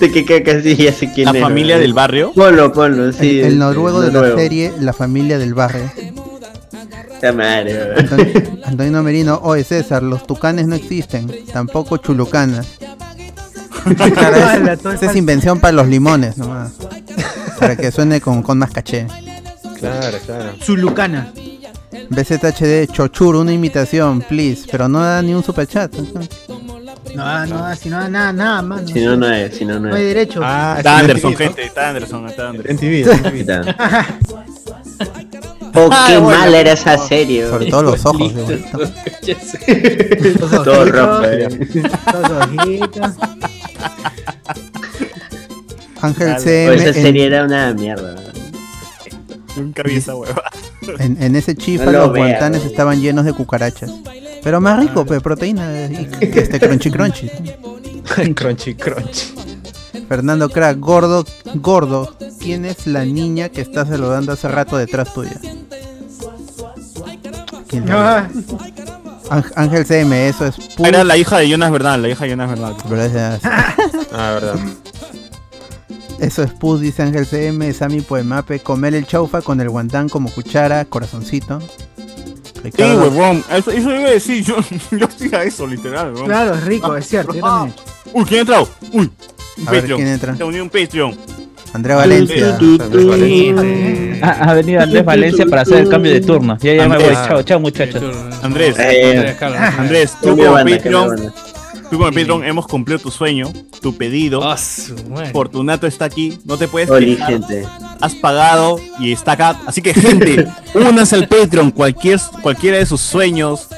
[SPEAKER 6] De que que- casi ya sé quién
[SPEAKER 3] ¿La
[SPEAKER 6] es,
[SPEAKER 3] familia
[SPEAKER 6] ¿verdad?
[SPEAKER 3] del barrio?
[SPEAKER 6] Ponlo, ponlo, sí.
[SPEAKER 4] el
[SPEAKER 6] este,
[SPEAKER 4] noruego de la serie La familia del barrio.
[SPEAKER 6] Puta madre, ¿verdad?
[SPEAKER 4] Anton- Antonino Merino, oye César, los tucanes no existen, tampoco chulucanas. Claro, es-
[SPEAKER 1] Ala, todo
[SPEAKER 4] esa
[SPEAKER 1] es
[SPEAKER 4] es
[SPEAKER 1] falso.
[SPEAKER 4] invención para los limones nomás. Para que suene con, con más caché.
[SPEAKER 2] Claro, claro.
[SPEAKER 1] Chulucana.
[SPEAKER 4] BZHD, Chochur, una imitación, please. Pero no da ni un superchat.
[SPEAKER 1] No, no, si no, nada, nada, mano.
[SPEAKER 6] Si no, no es, si no, no
[SPEAKER 1] No hay
[SPEAKER 6] es.
[SPEAKER 1] derecho. Ah,
[SPEAKER 3] Está Anderson, gente, está Anderson, está Anderson.
[SPEAKER 6] Oh,
[SPEAKER 1] Ah,
[SPEAKER 6] qué
[SPEAKER 1] bueno.
[SPEAKER 6] mala era esa serie.
[SPEAKER 4] Sobre
[SPEAKER 6] bro.
[SPEAKER 4] todo los ojos. de bonito.
[SPEAKER 6] todo rojo. eh.
[SPEAKER 4] Ángel
[SPEAKER 6] Oh,
[SPEAKER 4] CM,
[SPEAKER 6] esa serie
[SPEAKER 4] en,
[SPEAKER 6] era una mierda. bro.
[SPEAKER 3] Nunca vi esa hueva.
[SPEAKER 4] en- en ese chifa
[SPEAKER 6] No lo
[SPEAKER 4] los
[SPEAKER 6] vea,
[SPEAKER 4] guantanes
[SPEAKER 6] güey.
[SPEAKER 4] estaban llenos de cucarachas. Pero más rico, pe, proteína y este crunchy crunchy.
[SPEAKER 2] crunchy, crunchy.
[SPEAKER 4] Fernando Crack, gordo, gordo, ¿quién es la niña que está saludando hace rato detrás tuya? ¿Quién la-
[SPEAKER 1] Ah.
[SPEAKER 4] Ángel- Ángel CM, eso es puro.
[SPEAKER 3] Era la hija de Jonas Bernal, la hija de Jonas Bernal.
[SPEAKER 4] Gracias.
[SPEAKER 2] Ah, verdad.
[SPEAKER 4] Eso es pus, dice Ángel CM, Sammy Poemape, comer el chaufa con el guantán como cuchara, corazoncito.
[SPEAKER 3] Sí,
[SPEAKER 4] Ricardo-
[SPEAKER 3] huevón. Eso, eso iba a decir. Yo, yo hacía eso, literal, huevón. Ah,
[SPEAKER 1] Claro, es rico, es cierto, yo también.
[SPEAKER 3] Uy, ¿quién ha entrado? Uy, un
[SPEAKER 4] A ver,
[SPEAKER 3] Patreon.
[SPEAKER 4] ¿quién entra?
[SPEAKER 3] Se unió un Patreon.
[SPEAKER 4] Andrea Valencia.
[SPEAKER 3] Tu, tu,
[SPEAKER 4] Andrea
[SPEAKER 3] tu.
[SPEAKER 4] Valencia.
[SPEAKER 3] Eh,
[SPEAKER 12] Ha, ha venido Andrés Valencia para hacer el cambio de turno. Ya, ya me voy. Chao, chao, muchachos.
[SPEAKER 3] Andrés,
[SPEAKER 12] Eh,
[SPEAKER 3] Andrés,
[SPEAKER 12] Carlos.
[SPEAKER 3] Andrés, tú
[SPEAKER 12] Cambio
[SPEAKER 3] como
[SPEAKER 12] de banda,
[SPEAKER 3] Patreon,
[SPEAKER 12] cambio de
[SPEAKER 3] tú como Patreon hemos cumplido tu sueño, tu pedido.
[SPEAKER 12] madre.
[SPEAKER 3] Fortunato está aquí, no te puedes
[SPEAKER 6] Ah, Oli,
[SPEAKER 3] quejar.
[SPEAKER 6] gente.
[SPEAKER 3] Has pagado y está acá, así que gente, únanse al Patreon, cualquier, cualquiera de sus sueños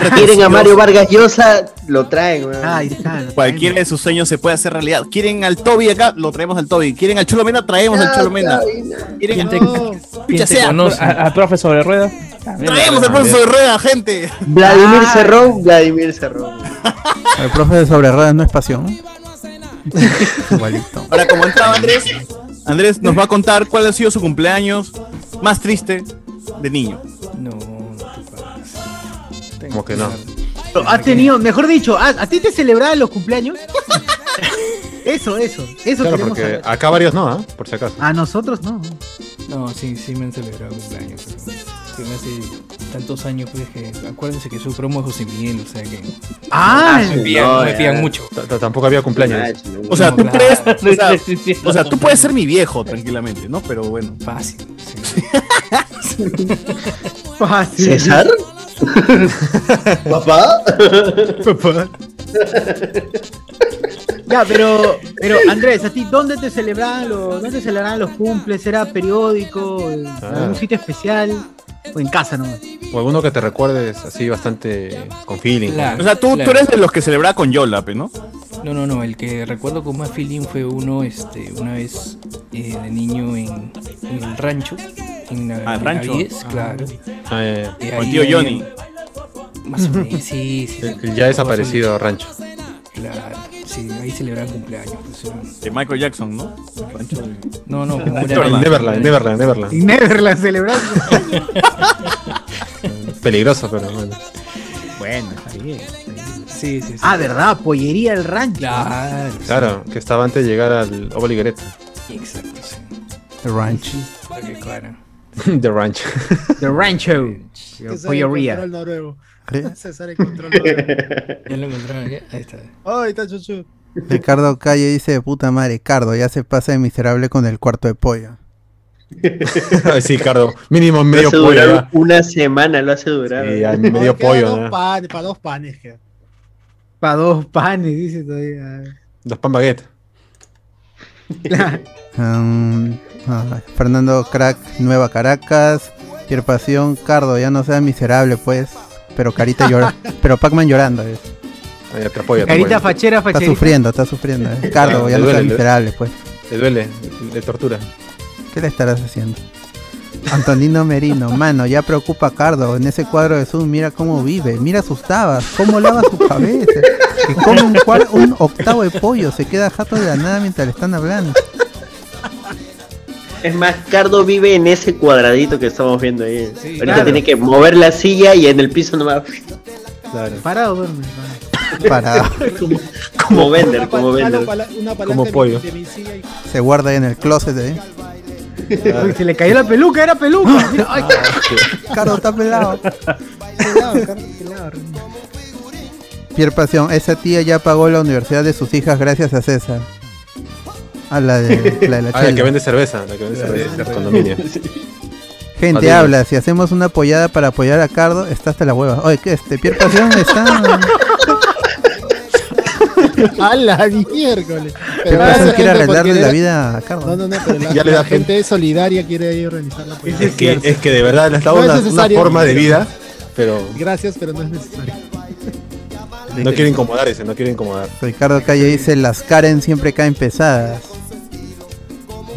[SPEAKER 6] Quieren a
[SPEAKER 3] retorcidos,
[SPEAKER 6] Mario Vargas Llosa, lo traen, weón.
[SPEAKER 16] Ah,
[SPEAKER 3] Cualquiera de sus sueños se puede hacer realidad. Quieren al Toby acá, lo traemos al Toby. Quieren al Cholomena, traemos al Cholomena. Quieren a- Pucha sea,
[SPEAKER 12] A, a Ah, profe sobre ruedas.
[SPEAKER 3] Traemos al Alfonso de Rueda, gente.
[SPEAKER 6] Ah,
[SPEAKER 3] Ah.
[SPEAKER 6] Vladimir Cerrón, Vladimir Cerrón.
[SPEAKER 4] El profe de sobre ruedas no es pasión. Igualito.
[SPEAKER 3] Ahora, como entraba Andrés, Andrés nos va a contar cuál ha sido su cumpleaños más triste de niño. No,
[SPEAKER 2] Como que no.
[SPEAKER 1] Has tenido, mejor dicho, ¿a, a ti te celebraban los cumpleaños? eso, eso, eso
[SPEAKER 2] Claro,
[SPEAKER 1] queremos
[SPEAKER 2] porque
[SPEAKER 1] saber.
[SPEAKER 2] acá varios no, ¿ah? Por si acaso.
[SPEAKER 1] A nosotros no.
[SPEAKER 16] No, sí, sí me han celebrado cumpleaños. Pero se me hace tantos años pues que acuérdense que soy promo de José Miguel, o sea que.
[SPEAKER 1] Ah,
[SPEAKER 16] no me pidan, no me pidan mucho.
[SPEAKER 2] Tampoco había cumpleaños.
[SPEAKER 3] O sea, tú
[SPEAKER 16] No,
[SPEAKER 3] crees.
[SPEAKER 16] claro.
[SPEAKER 3] O sea, o sea, tú puedes ser mi viejo tranquilamente, ¿no? Pero bueno.
[SPEAKER 16] Fácil.
[SPEAKER 1] Fácil.
[SPEAKER 6] ¿César? ¿Papá?
[SPEAKER 1] Papá. Ya, pero, pero Andrés, ¿a ti dónde te celebraban los, dónde celebraban los cumples? ¿Era periódico? ¿En
[SPEAKER 2] Ah.
[SPEAKER 1] algún sitio especial? ¿O en casa nomás?
[SPEAKER 2] O alguno que te recuerdes así bastante con feeling.
[SPEAKER 16] Claro.
[SPEAKER 3] O sea, tú,
[SPEAKER 16] Claro.
[SPEAKER 3] tú eres de los que celebraba con Yola, pe, ¿no?
[SPEAKER 16] No, no, no, el que recuerdo con más feeling fue uno, este, una vez eh, de niño en, en el rancho. En la,
[SPEAKER 3] Ah,
[SPEAKER 16] en
[SPEAKER 3] rancho.
[SPEAKER 16] Navies, claro.
[SPEAKER 2] Ah, ya,
[SPEAKER 16] Y
[SPEAKER 2] ya. Con el
[SPEAKER 16] ahí,
[SPEAKER 2] tío Johnny.
[SPEAKER 16] Más o menos, sí, sí.
[SPEAKER 2] El- el ya desaparecido rancho.
[SPEAKER 16] Claro,
[SPEAKER 19] Sí,
[SPEAKER 16] sí,
[SPEAKER 19] ahí celebraban cumpleaños. pues, era-
[SPEAKER 3] De Michael Jackson, ¿no?
[SPEAKER 19] No, no,
[SPEAKER 3] En
[SPEAKER 19] cumpleaños.
[SPEAKER 2] Neverland, Neverland, Neverland.
[SPEAKER 13] Y Neverland celebrando.
[SPEAKER 2] Peligroso, pero bueno.
[SPEAKER 13] bueno, está bien. está bien.
[SPEAKER 19] Sí, sí, sí.
[SPEAKER 13] Ah, ¿verdad? Pollería el rancho.
[SPEAKER 19] Claro.
[SPEAKER 2] Claro, que estaba antes de llegar al Obligaret.
[SPEAKER 19] Exacto, sí.
[SPEAKER 4] The Ranch.
[SPEAKER 19] Porque, claro.
[SPEAKER 2] The Ranch.
[SPEAKER 13] The Rancho.
[SPEAKER 5] César el control noruego. César el control noruego.
[SPEAKER 19] Ya lo encontraron aquí. Ahí está.
[SPEAKER 5] Ay, está chuchu.
[SPEAKER 4] Ricardo Calle dice, puta madre, Cardo, ya se pasa de miserable con el cuarto de pollo.
[SPEAKER 2] Ay, sí, Cardo. Mínimo
[SPEAKER 6] Lo
[SPEAKER 2] medio
[SPEAKER 6] hace
[SPEAKER 2] pollo.
[SPEAKER 6] durar
[SPEAKER 2] ¿verdad?
[SPEAKER 6] una semana, lo hace durar.
[SPEAKER 2] Sí, al medio pollo. ¿verdad?
[SPEAKER 5] Pan, para dos panes. que-
[SPEAKER 13] Para dos panes, dice todavía.
[SPEAKER 2] Dos pan baguette.
[SPEAKER 4] Um, ah, Fernando Crack, Nueva Caracas, Tierpación, Cardo, ya no seas miserable pues. Pero Carita llora, pero Pac-Man llorando. es.
[SPEAKER 2] Ay, te apoyo, te
[SPEAKER 13] Carita
[SPEAKER 2] apoyo.
[SPEAKER 13] fachera,
[SPEAKER 4] Está
[SPEAKER 13] facherita.
[SPEAKER 4] sufriendo, está sufriendo. eh. Cardo,
[SPEAKER 2] Ah,
[SPEAKER 4] ya no
[SPEAKER 2] le duele,
[SPEAKER 4] seas
[SPEAKER 2] le-
[SPEAKER 4] miserable pues.
[SPEAKER 2] Le duele, le tortura.
[SPEAKER 4] ¿Qué le estarás haciendo? Antonino Merino, mano, ya preocupa a Cardo. En ese cuadro de Zoom, mira cómo vive, mira sus tabas, cómo lava su cabeza, que come un, cuar- un octavo de pollo, se queda jato de la nada mientras le están hablando.
[SPEAKER 6] Es más, Cardo vive en ese cuadradito que estamos viendo ahí. Ahorita
[SPEAKER 4] claro.
[SPEAKER 6] tiene que mover la silla y en el piso nomás.
[SPEAKER 13] Parado, duerme.
[SPEAKER 4] Parado.
[SPEAKER 6] como, como vender, como
[SPEAKER 5] Una
[SPEAKER 6] vender.
[SPEAKER 5] pala- una palanca
[SPEAKER 4] Como
[SPEAKER 5] de mi-
[SPEAKER 4] pollo.
[SPEAKER 5] de mi silla y-
[SPEAKER 4] Se guarda ahí en el closet, ¿eh?
[SPEAKER 13] Uy, se le cayó la peluca, era peluca. Mira, ay,
[SPEAKER 4] Ah, Cardo está pelado.
[SPEAKER 13] pelado, Carlos, pelado.
[SPEAKER 4] Pier Pasión, esa tía ya pagó la universidad de sus hijas gracias a César. A la de la, de la
[SPEAKER 2] Ah, la que
[SPEAKER 4] chela.
[SPEAKER 2] vende cerveza, la que vende cerveza del condominio.
[SPEAKER 4] Gente,
[SPEAKER 2] Adiós.
[SPEAKER 4] habla, si hacemos una apoyada para apoyar a Cardo, está hasta la hueva. Oye, que este Pier Pasión está.
[SPEAKER 5] A la miércoles.
[SPEAKER 4] Pero
[SPEAKER 5] la
[SPEAKER 4] eso
[SPEAKER 5] gente
[SPEAKER 4] quiere
[SPEAKER 5] porque
[SPEAKER 4] arreglarle
[SPEAKER 5] era-
[SPEAKER 4] la vida a Carlos.
[SPEAKER 5] No, no, no, pero la,
[SPEAKER 2] Ya le da
[SPEAKER 5] la gente solidaria quiere ahí pues. organizar la política.
[SPEAKER 2] Es que, es que de verdad le ha dado
[SPEAKER 5] No es
[SPEAKER 2] una, una
[SPEAKER 5] necesario.
[SPEAKER 2] forma de vida, pero
[SPEAKER 5] Gracias, pero no es necesario.
[SPEAKER 2] no quiere incomodar ese, no quiere incomodar.
[SPEAKER 4] Ricardo Calle dice, las Karen siempre caen pesadas.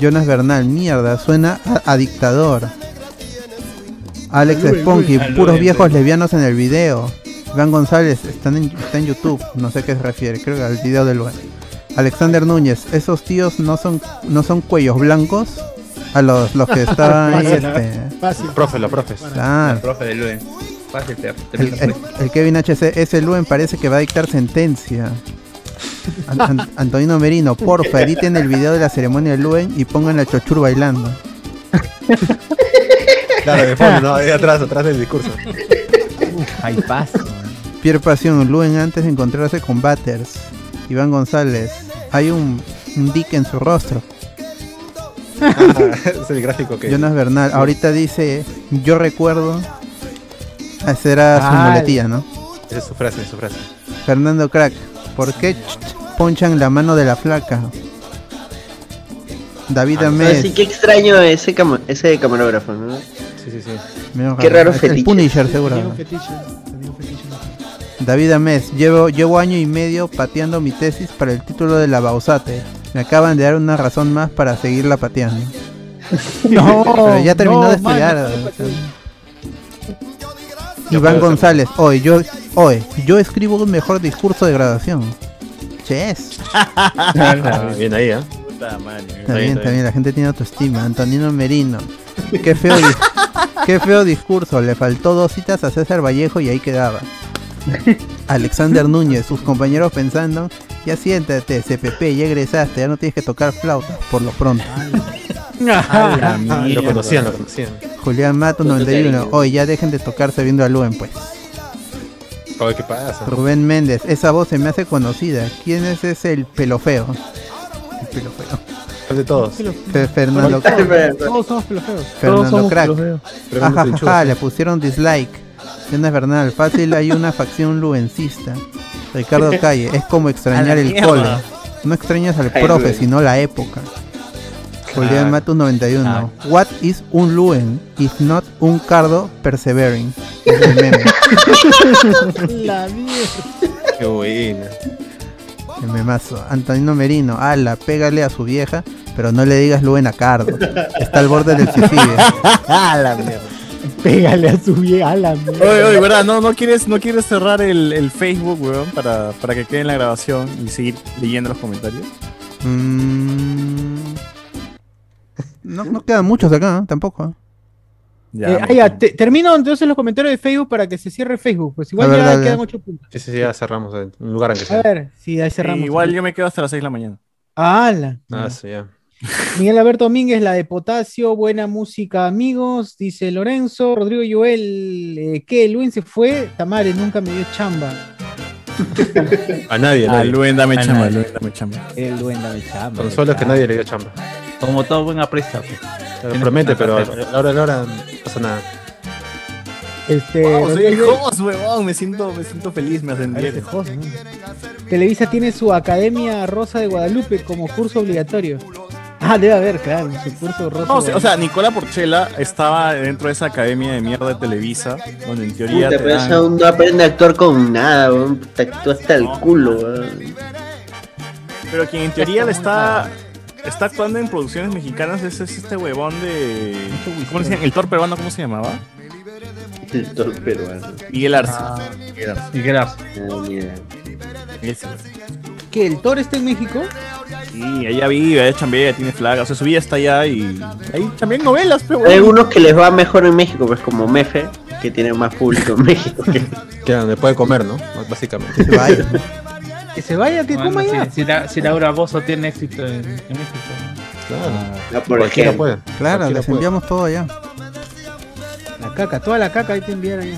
[SPEAKER 4] Jonas Bernal, mierda, suena a, a dictador. Alex
[SPEAKER 13] Aluden,
[SPEAKER 4] Sponky,
[SPEAKER 13] aluden.
[SPEAKER 4] puros
[SPEAKER 13] Aluden,
[SPEAKER 4] viejos lesbianos en el video. Iván González, están en, está en YouTube, no sé a qué se refiere, creo que al video del web. Alexander Núñez, esos tíos no son, no son cuellos blancos a los, los que estaban ahí,
[SPEAKER 2] Fácil, ¿no?
[SPEAKER 4] este,
[SPEAKER 5] Fácil.
[SPEAKER 2] Profe, los profes.
[SPEAKER 4] Claro.
[SPEAKER 2] El profe de Luen. Fácil, te, pues.
[SPEAKER 4] El, el- el Kevin HC, ese Luen parece que va a dictar sentencia. An- An- Antonino Merino, porfa, editen el video de la ceremonia de Luen y pongan la chochur bailando.
[SPEAKER 2] Claro, de fondo, no, ahí atrás, atrás del discurso.
[SPEAKER 13] Hay paz.
[SPEAKER 4] Pierre Pasión, Luen antes de encontrarse con Batters. Iván González, hay un, un dick en su rostro.
[SPEAKER 2] Ah, es el gráfico que.
[SPEAKER 4] Jonas Bernal, ahorita dice, yo recuerdo. Esa era su
[SPEAKER 2] Ah,
[SPEAKER 4] muletilla, ¿no?
[SPEAKER 2] Esa es su frase, es su frase.
[SPEAKER 4] Fernando Crack, ¿por qué ch- ch- ponchan la mano de la flaca?
[SPEAKER 2] Ah,
[SPEAKER 4] David Ames.
[SPEAKER 6] Así que Ah, extraño ese, cama- ese camarógrafo, ¿no?
[SPEAKER 2] Sí, sí, sí.
[SPEAKER 4] Medio
[SPEAKER 6] Qué raro
[SPEAKER 4] Ah, Es El
[SPEAKER 6] fetiche.
[SPEAKER 4] Punisher, seguro. David Amés, llevo, llevo año y medio pateando mi tesis para el título de la Bausate. Me acaban de dar una razón más para seguirla pateando.
[SPEAKER 13] No,
[SPEAKER 4] Pero ya terminó
[SPEAKER 13] no,
[SPEAKER 4] de estudiar.
[SPEAKER 13] mano,
[SPEAKER 4] o sea. Iván González, hoy yo, hoy yo escribo un mejor discurso de graduación. Ches.
[SPEAKER 2] Ah, bien ahí, ¿eh?
[SPEAKER 3] Puta madre.
[SPEAKER 4] Está bien, está bien, la gente tiene autoestima. Antonino Merino. Qué feo, dis- qué feo discurso. Le faltó dos citas a César Vallejo y ahí quedaba. Alexander Núñez, sus compañeros pensando, ya siéntate, CPP, ya egresaste, ya no tienes que tocar flauta, por lo pronto.
[SPEAKER 2] Ah, lo conocían, lo conocían.
[SPEAKER 4] Julián Mato,
[SPEAKER 2] Con tu
[SPEAKER 4] 91,
[SPEAKER 2] cariño.
[SPEAKER 4] hoy ya dejen de tocarse viendo a Luen, pues.
[SPEAKER 2] Oye, ¿qué pasa?
[SPEAKER 4] Rubén Méndez, esa voz se me hace conocida. ¿Quién es ese el pelo feo? El pelo feo.
[SPEAKER 2] ¿Cuál de todos?
[SPEAKER 4] Fe- Fernando
[SPEAKER 13] Todos somos pelofeos. Todos
[SPEAKER 4] Fernando
[SPEAKER 13] somos
[SPEAKER 4] Crack.
[SPEAKER 13] pelofeos.
[SPEAKER 4] Ajajaja, le pusieron dislike. Jonas Bernal, fácil, hay una facción luencista. Ricardo Calle, es como
[SPEAKER 13] A
[SPEAKER 4] extrañar
[SPEAKER 13] la
[SPEAKER 4] el
[SPEAKER 13] mierda.
[SPEAKER 4] cole. No extrañas al
[SPEAKER 13] Ay,
[SPEAKER 4] profe,
[SPEAKER 13] Luen.
[SPEAKER 4] sino la época. Julián
[SPEAKER 13] Claro.
[SPEAKER 4] Matus 91. What is un luen if not un cardo persevering? Es el meme.
[SPEAKER 5] La mierda.
[SPEAKER 2] Qué buena.
[SPEAKER 4] el memazo. Antonino Merino, ala, pégale a su vieja, pero no le digas luen a cardo. Está al borde del suicidio.
[SPEAKER 13] Ah, la mierda.
[SPEAKER 1] Pégale a su vieja a la mierda.
[SPEAKER 3] Oye, oye, ¿verdad? No, no, quieres, no quieres cerrar el, el Facebook, weón, para, para que quede en la grabación y seguir leyendo los comentarios.
[SPEAKER 4] Mm. No, no quedan muchos acá, ¿eh? tampoco. ¿eh?
[SPEAKER 1] Eh, ah, ya, te- termino entonces los comentarios de Facebook para que se cierre Facebook. Pues igual
[SPEAKER 2] A ver,
[SPEAKER 1] ya
[SPEAKER 2] dale,
[SPEAKER 1] quedan
[SPEAKER 2] dale.
[SPEAKER 1] ocho puntos.
[SPEAKER 2] Sí, sí, sí, ya cerramos en un lugar en que sea.
[SPEAKER 1] A ver, sí, ahí cerramos.
[SPEAKER 3] Eh, igual yo me quedo hasta las 6 de la mañana.
[SPEAKER 1] ¡Hala!
[SPEAKER 2] Ah, sí, ya.
[SPEAKER 1] Miguel Alberto Domínguez, la de Potasio, buena música, amigos, dice Lorenzo, Rodrigo Yuel, eh, que Luen se fue, Tamare nunca me dio chamba.
[SPEAKER 2] A nadie, a
[SPEAKER 3] A
[SPEAKER 2] nadie.
[SPEAKER 3] Luen dame
[SPEAKER 2] A
[SPEAKER 3] chamba,
[SPEAKER 2] nadie.
[SPEAKER 3] Luen dame chamba.
[SPEAKER 1] El Luen dame chamba.
[SPEAKER 2] Consuelo que nadie le dio chamba.
[SPEAKER 12] Como todo buen aprista. pues.
[SPEAKER 2] Te lo promete, pero a la hora, a la hora no pasa nada.
[SPEAKER 1] Este,
[SPEAKER 3] Wow, soy el
[SPEAKER 1] Rodrigo Yuel,
[SPEAKER 3] host, weón. Me siento, me siento feliz, me ascendieron.
[SPEAKER 1] Televisa tiene su Academia Rosa de Guadalupe como curso obligatorio. Ah, debe haber, claro, su curso Rosa.
[SPEAKER 3] No, o sea, o sea,
[SPEAKER 1] Guadalupe.
[SPEAKER 3] Nicola Porchela estaba dentro de esa academia de mierda de Televisa, donde en teoría
[SPEAKER 6] Puta,
[SPEAKER 3] te
[SPEAKER 6] pero
[SPEAKER 3] dan-
[SPEAKER 6] esa no aprende a actuar con nada, weón. Te actúa hasta el culo, weón.
[SPEAKER 3] Pero quien en teoría le está, está actuando en producciones mexicanas es, es este huevón de. ¿Cómo le decían? El Thor peruano, ¿cómo se llamaba?
[SPEAKER 6] El Thor peruano.
[SPEAKER 3] Miguel Arce.
[SPEAKER 1] Ah.
[SPEAKER 3] Miguel Arce.
[SPEAKER 12] Miguel Arce.
[SPEAKER 6] Ah,
[SPEAKER 3] Ese, güey.
[SPEAKER 1] ¿Que el Thor está en México?
[SPEAKER 3] Sí, ella vive, ella chambea, ella tiene flaga. O sea, su vida está allá y. Ahí también novelas, pero.
[SPEAKER 6] Hay algunos que les va mejor en México, pues como Mefe, que tiene más público en México. Que...
[SPEAKER 2] Claro, donde puede comer, ¿no? Básicamente.
[SPEAKER 1] Que se vaya, que coma ya.
[SPEAKER 12] si, si, la- si Laura Bozo tiene éxito en, en México.
[SPEAKER 6] Claro.
[SPEAKER 2] por Cualquiera ejemplo. puede,
[SPEAKER 4] Claro,
[SPEAKER 2] cualquiera
[SPEAKER 4] les
[SPEAKER 2] puede.
[SPEAKER 4] enviamos todo allá.
[SPEAKER 1] La caca, toda la caca ahí te envían. ahí.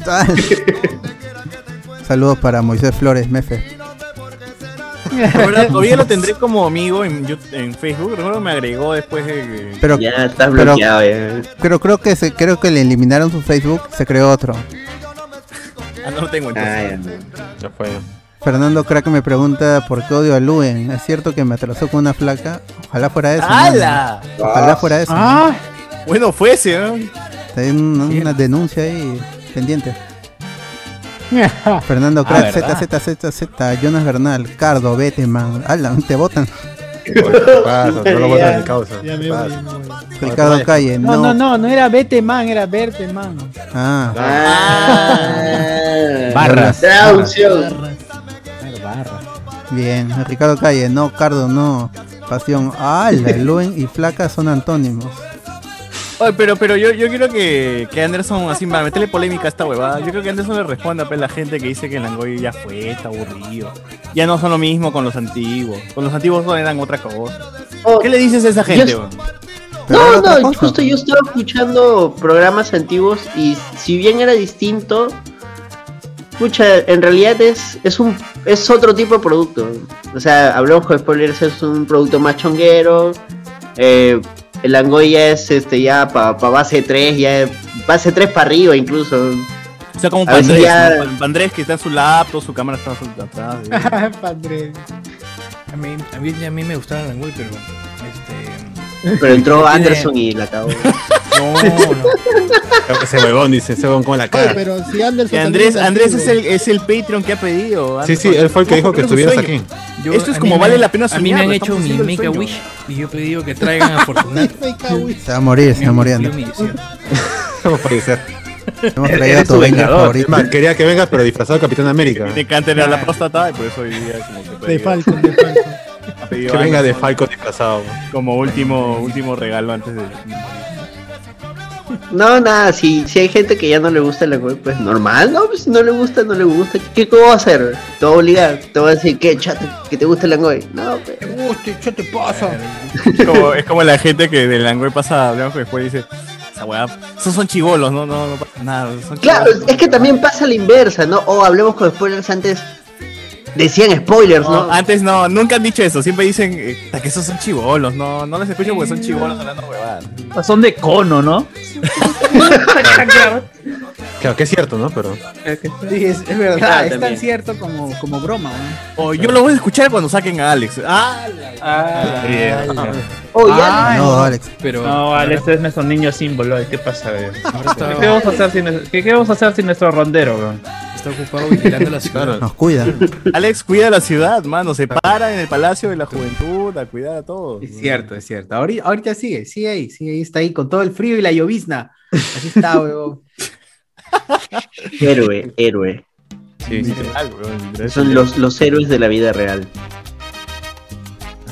[SPEAKER 4] Saludos para Moisés Flores, Mefe.
[SPEAKER 3] La verdad, Todavía lo tendré como amigo en, Yout- en Facebook. Recuerdo que me agregó después de.
[SPEAKER 4] Pero, pero-
[SPEAKER 6] ya.
[SPEAKER 4] Pero creo que se, creo que le eliminaron su Facebook, se creó otro.
[SPEAKER 3] Ah, no lo tengo entonces.
[SPEAKER 2] Ya fue.
[SPEAKER 4] Fernando Crack me pregunta por qué odio a Luen. ¿Es cierto que me atrasó con una flaca? Ojalá fuera eso.
[SPEAKER 3] ¡Hala!
[SPEAKER 4] mano. Ojalá fuera eso.
[SPEAKER 1] Ah.
[SPEAKER 3] Bueno, fuese, ¿no?
[SPEAKER 4] Hay un- una denuncia ahí pendiente. Fernando
[SPEAKER 3] Ah,
[SPEAKER 4] Crack,
[SPEAKER 3] ¿verdad?
[SPEAKER 4] ZZZZ, Jonas Bernal, Cardo, vete, man. Alan, te votan.
[SPEAKER 2] pasa? No lo votan ni causa.
[SPEAKER 1] Ya
[SPEAKER 2] ¿Qué
[SPEAKER 1] me voy,
[SPEAKER 2] pasa?
[SPEAKER 4] Ricardo Calle,
[SPEAKER 1] No,
[SPEAKER 4] no.
[SPEAKER 1] no, no, no era vete man, era verte man.
[SPEAKER 4] Ah.
[SPEAKER 1] Barras.
[SPEAKER 6] Traducción.
[SPEAKER 4] Bien, Ricardo Calle, no, Cardo, no. Pasión, ala, Luen y Flaca son antónimos.
[SPEAKER 3] Oye, pero, pero yo, yo quiero que, que Anderson, así, para meterle polémica a esta huevada, yo creo que Anderson le responda pues, a la gente que dice que el Langoy ya fue, está aburrido. Ya no son lo mismo con los antiguos. Con los antiguos no eran otra cosa. ¿Qué le dices a esa gente,
[SPEAKER 6] Yo-
[SPEAKER 3] weón?
[SPEAKER 6] No, no, justo yo estaba escuchando programas antiguos y si bien era distinto, escucha, en realidad es, es un es otro tipo de producto. O sea, hablamos con spoilers, es un producto más chonguero. eh, el Langoy ya es este ya para base 3, ya es base 3 para arriba incluso.
[SPEAKER 3] O sea, como
[SPEAKER 6] A veces
[SPEAKER 3] Pandrés,
[SPEAKER 6] ya-
[SPEAKER 3] ¿no? Pan- Pandrés que está en su laptop, su cámara está su- atrás. ¿eh?
[SPEAKER 1] Padre.
[SPEAKER 16] A mí, a mí, a mí me gustaba el Langoy, pero. Este,
[SPEAKER 6] Pero entró
[SPEAKER 16] tiene-
[SPEAKER 6] Anderson y la acabó.
[SPEAKER 16] No, no.
[SPEAKER 2] Creo que ese huevón dice, ese huevón con la cara.
[SPEAKER 5] Pero si
[SPEAKER 3] Y
[SPEAKER 5] Anderson.
[SPEAKER 3] Andrés, Andrés es el, es el Patreon que ha pedido.
[SPEAKER 2] Sí, sí, él fue el que dijo que estuvieras aquí.
[SPEAKER 16] Yo-
[SPEAKER 3] Esto es
[SPEAKER 16] a
[SPEAKER 3] como
[SPEAKER 16] mí
[SPEAKER 3] vale
[SPEAKER 16] me-
[SPEAKER 3] la pena
[SPEAKER 16] A mí me
[SPEAKER 3] soñar,
[SPEAKER 16] han
[SPEAKER 3] estamos
[SPEAKER 16] hecho mi
[SPEAKER 3] haciendo el
[SPEAKER 16] Make a
[SPEAKER 3] sueño.
[SPEAKER 16] Wish y yo he pedido que traigan a Fortunato.
[SPEAKER 4] Se va a morir, se va a morir. Andrés.
[SPEAKER 2] ¿Cómo puede ser?
[SPEAKER 4] Hemos traído a tu venga favorito.
[SPEAKER 2] Hermano, quería que vengas, pero disfrazado de Capitán América.
[SPEAKER 3] Te cantan a la próstata y por eso hoy día como que
[SPEAKER 5] De
[SPEAKER 3] pedido-
[SPEAKER 5] Falcon, de Falcon.
[SPEAKER 3] ha pedido
[SPEAKER 2] Que venga de
[SPEAKER 3] Anderson
[SPEAKER 2] Falco disfrazado.
[SPEAKER 3] Como último, último regalo antes de.
[SPEAKER 6] No, nada, si, si hay gente que ya no le gusta la web, pues normal, ¿no? Pues si no le gusta, no le gusta. ¿Qué cómo va a hacer? Te va a obligar, te va a decir, ¿qué, chato? ¿Que te gusta el Langoy? No, pues.
[SPEAKER 1] ¿Qué te pasa?
[SPEAKER 3] Es como, es como la gente que del Langoy pasa a Blanco y después dice: Esa weá, esos son chivolos, no, no, no pasa nada. Son
[SPEAKER 6] Claro,
[SPEAKER 3] chibolos".
[SPEAKER 6] es que también pasa la inversa, ¿no? O hablemos con spoilers antes. Decían spoilers, ¿no?
[SPEAKER 3] No, antes no, nunca han dicho eso. Siempre dicen eh, "Puta, que esos son chivolos. No, no les escucho porque son chivolos hablando huevadas.
[SPEAKER 12] Son de cono, ¿no?
[SPEAKER 2] Claro, que es cierto, ¿no? Pero.
[SPEAKER 1] Sí, es, es verdad,
[SPEAKER 3] Claro,
[SPEAKER 1] es tan
[SPEAKER 3] también.
[SPEAKER 1] cierto como, como broma. ¿no?
[SPEAKER 3] O yo lo voy a escuchar cuando saquen a Alex. ¡Ah!
[SPEAKER 6] Oh,
[SPEAKER 12] Ah,
[SPEAKER 4] No, Alex.
[SPEAKER 16] Pero.
[SPEAKER 12] No, vale, ustedes no son niños símbolo. ¿Qué pasa? eh?
[SPEAKER 16] Ahora
[SPEAKER 12] ¿Qué, vamos a hacer sin, qué- qué vamos a hacer sin nuestro rondero, weón?
[SPEAKER 19] está ocupado vigilando la ciudad.
[SPEAKER 4] Nos cuida.
[SPEAKER 3] Alex cuida la ciudad, mano. Se para en el Palacio de la Juventud a cuidar a todos.
[SPEAKER 1] Es cierto, es cierto. Ahorita, ahorita sigue, sigue ahí, sigue ahí, está ahí con todo el frío y la llovizna. Así está, weón.
[SPEAKER 6] Héroe, héroe. Son los, los héroes de la vida real.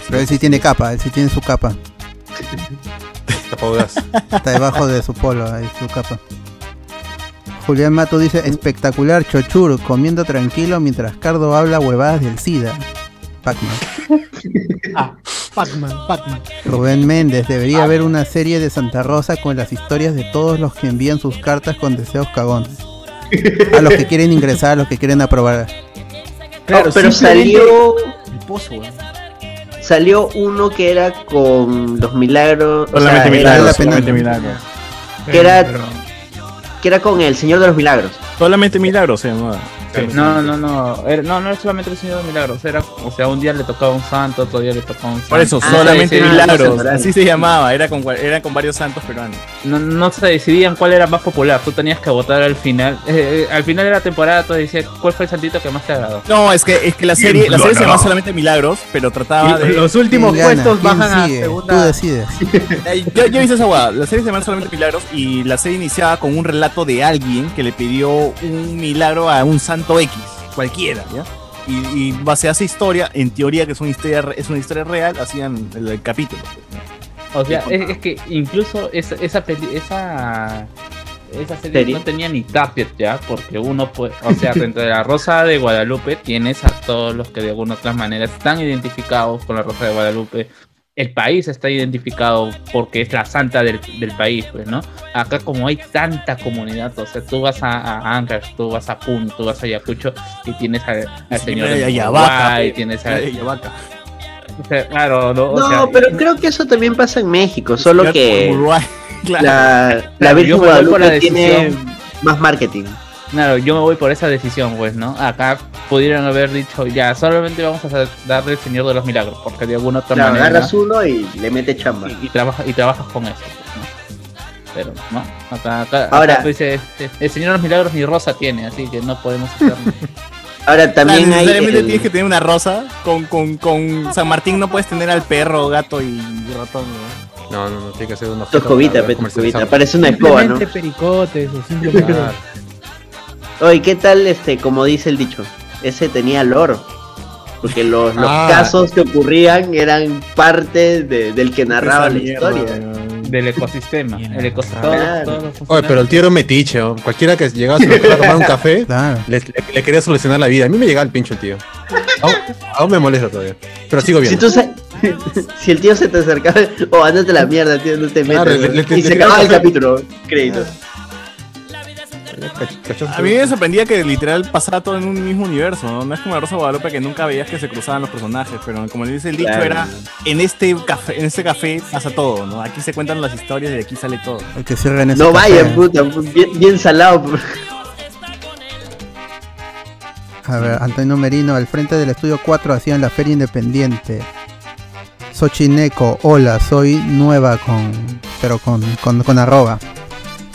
[SPEAKER 4] Pero él sí tiene capa, él sí tiene su capa. Está debajo de su polo, ahí su capa. Julián Mato dice, espectacular Chochur, comiendo tranquilo mientras Cardo habla huevadas del SIDA. Pac-Man.
[SPEAKER 5] Pac-Man, Pac-Man.
[SPEAKER 4] Rubén Méndez, debería haber una serie de Santa Rosa con las historias de todos los que envían sus cartas con deseos cagones. A los que quieren ingresar, a los que quieren aprobar.
[SPEAKER 6] Claro, pero
[SPEAKER 4] simplemente-
[SPEAKER 6] salió,
[SPEAKER 1] Piposo, weón.
[SPEAKER 6] salió uno que era con los milagros. o
[SPEAKER 3] Solamente
[SPEAKER 6] sea, era-
[SPEAKER 3] milagros, solamente milagros.
[SPEAKER 6] Que era, que era con el Señor de los Milagros.
[SPEAKER 3] Solamente milagros se llamaba.
[SPEAKER 12] No, no, no, era- no, no era solamente el Señor de Milagros, era, o sea, un día le tocaba un santo, otro día le tocaba un santo.
[SPEAKER 3] Por eso,
[SPEAKER 12] Ah,
[SPEAKER 3] solamente
[SPEAKER 12] sí, sí,
[SPEAKER 3] milagros.
[SPEAKER 12] sí, sí.
[SPEAKER 3] Así se llamaba, era con, cua- era con varios santos peruanos.
[SPEAKER 12] No, no se decidían cuál era más popular, tú tenías que votar al final. Eh, eh, al final de la temporada tú decías cuál fue el santito que más te agradó.
[SPEAKER 3] No, es que, es que la serie, la serie se llamaba solamente Milagros, pero trataba
[SPEAKER 12] Y
[SPEAKER 6] Ah,
[SPEAKER 3] de.
[SPEAKER 12] los últimos
[SPEAKER 4] ¿Quién gana? ¿Quién sigue? Tú decides.
[SPEAKER 3] Eh, Yo, yo hice esa guada. La serie se llamaba solamente Milagros y la serie iniciaba con un relato de alguien que le pidió un milagro a un santo X, cualquiera, ¿ya? Y, y base a esa historia, en teoría que es una historia, re- es una historia real, hacían el, el capítulo.
[SPEAKER 12] O sea, eh, es, es que incluso esa esa, peli- esa, esa serie
[SPEAKER 3] Serie.
[SPEAKER 12] no tenía ni target ya, porque uno puede, o sea, dentro de la Rosa de Guadalupe tienes a todos los que de alguna u otra manera están identificados con la Rosa de Guadalupe. El país está identificado porque es la santa del, del país, pues, ¿no? Acá como hay tanta comunidad, o sea, tú vas a, a Ancash, tú vas a Puno, tú vas a Ayacucho y tienes al- al señor de Ayahuasca, y tienes a... o sea, Claro, no, o
[SPEAKER 6] No,
[SPEAKER 12] sea,
[SPEAKER 6] pero creo que eso también pasa en México, solo que la, la
[SPEAKER 12] Claro,
[SPEAKER 6] Virgen
[SPEAKER 12] yo me voy por la
[SPEAKER 6] Guadalupe tiene
[SPEAKER 12] decisión.
[SPEAKER 6] más marketing.
[SPEAKER 12] Claro, yo me voy por esa decisión, pues, ¿no? Acá pudieron haber dicho, ya, solamente vamos a darle el Señor de los Milagros, porque de alguna otra
[SPEAKER 6] Claro,
[SPEAKER 12] manera...
[SPEAKER 6] agarras uno y le metes chamba.
[SPEAKER 12] Y, trabaja- y trabajas con eso, pues, ¿no? Pero, ¿no? Acá, acá, acá
[SPEAKER 6] Ahora-
[SPEAKER 12] tú dices, este, el Señor de los Milagros ni rosa tiene, así que no podemos hacer
[SPEAKER 6] Ahora también
[SPEAKER 3] También
[SPEAKER 6] hay. eh,
[SPEAKER 3] necesariamente
[SPEAKER 6] el-
[SPEAKER 3] tienes que tener una rosa. Con, con, con San Martín no puedes tener al perro, gato y ratón. ¿no?
[SPEAKER 2] No, no, no, tiene que ser una
[SPEAKER 6] Tu escobita,
[SPEAKER 2] para
[SPEAKER 6] pe, tu
[SPEAKER 2] comercializar.
[SPEAKER 6] escobita. Parece una escoba, ¿no?
[SPEAKER 13] Simplemente pericotes o simplemente.
[SPEAKER 6] Claro. Oye, ¿qué tal este, como dice el dicho? Ese tenía loro. Porque los, los
[SPEAKER 12] Ah.
[SPEAKER 6] casos que ocurrían eran parte de- del que narraba
[SPEAKER 12] Esa
[SPEAKER 6] la
[SPEAKER 12] mierda,
[SPEAKER 6] historia.
[SPEAKER 12] del ecosistema, el ecosistema.
[SPEAKER 6] Claro.
[SPEAKER 12] todos los
[SPEAKER 2] Oye, pero el tío era un metiche, ¿no? cualquiera que llegaba a su local a tomar un café, le, le- le quería solucionar la vida. A mí me llegaba el pincho el tío. Aún, aún me molesta todavía. Pero sigo
[SPEAKER 6] Si,
[SPEAKER 2] bien.
[SPEAKER 6] tú sa- si el tío se te acercaba, oh, ándate a la mierda, tío, no
[SPEAKER 4] Ah,
[SPEAKER 6] te metas.
[SPEAKER 2] Claro, le- le-
[SPEAKER 6] y
[SPEAKER 2] le-
[SPEAKER 6] se
[SPEAKER 2] le-
[SPEAKER 6] acababa el
[SPEAKER 2] le-
[SPEAKER 6] capítulo. Crédito.
[SPEAKER 2] Eh,
[SPEAKER 3] A mí me sorprendía que literal pasaba todo en un mismo universo. No, No es como la Rosa de Guadalupe que nunca veías que se cruzaban los personajes, pero como dice el dicho,
[SPEAKER 6] Claro.
[SPEAKER 3] era en este café, en este café pasa todo, ¿no? Aquí se cuentan las historias y de aquí sale todo.
[SPEAKER 4] El que cierra en ese
[SPEAKER 6] No
[SPEAKER 4] café.
[SPEAKER 6] vaya, puta, bien, bien salado.
[SPEAKER 4] A ver, Antonio Merino, al frente del estudio 4 hacían la feria independiente. Xochineco, hola, soy nueva con. pero con, con, con arroba.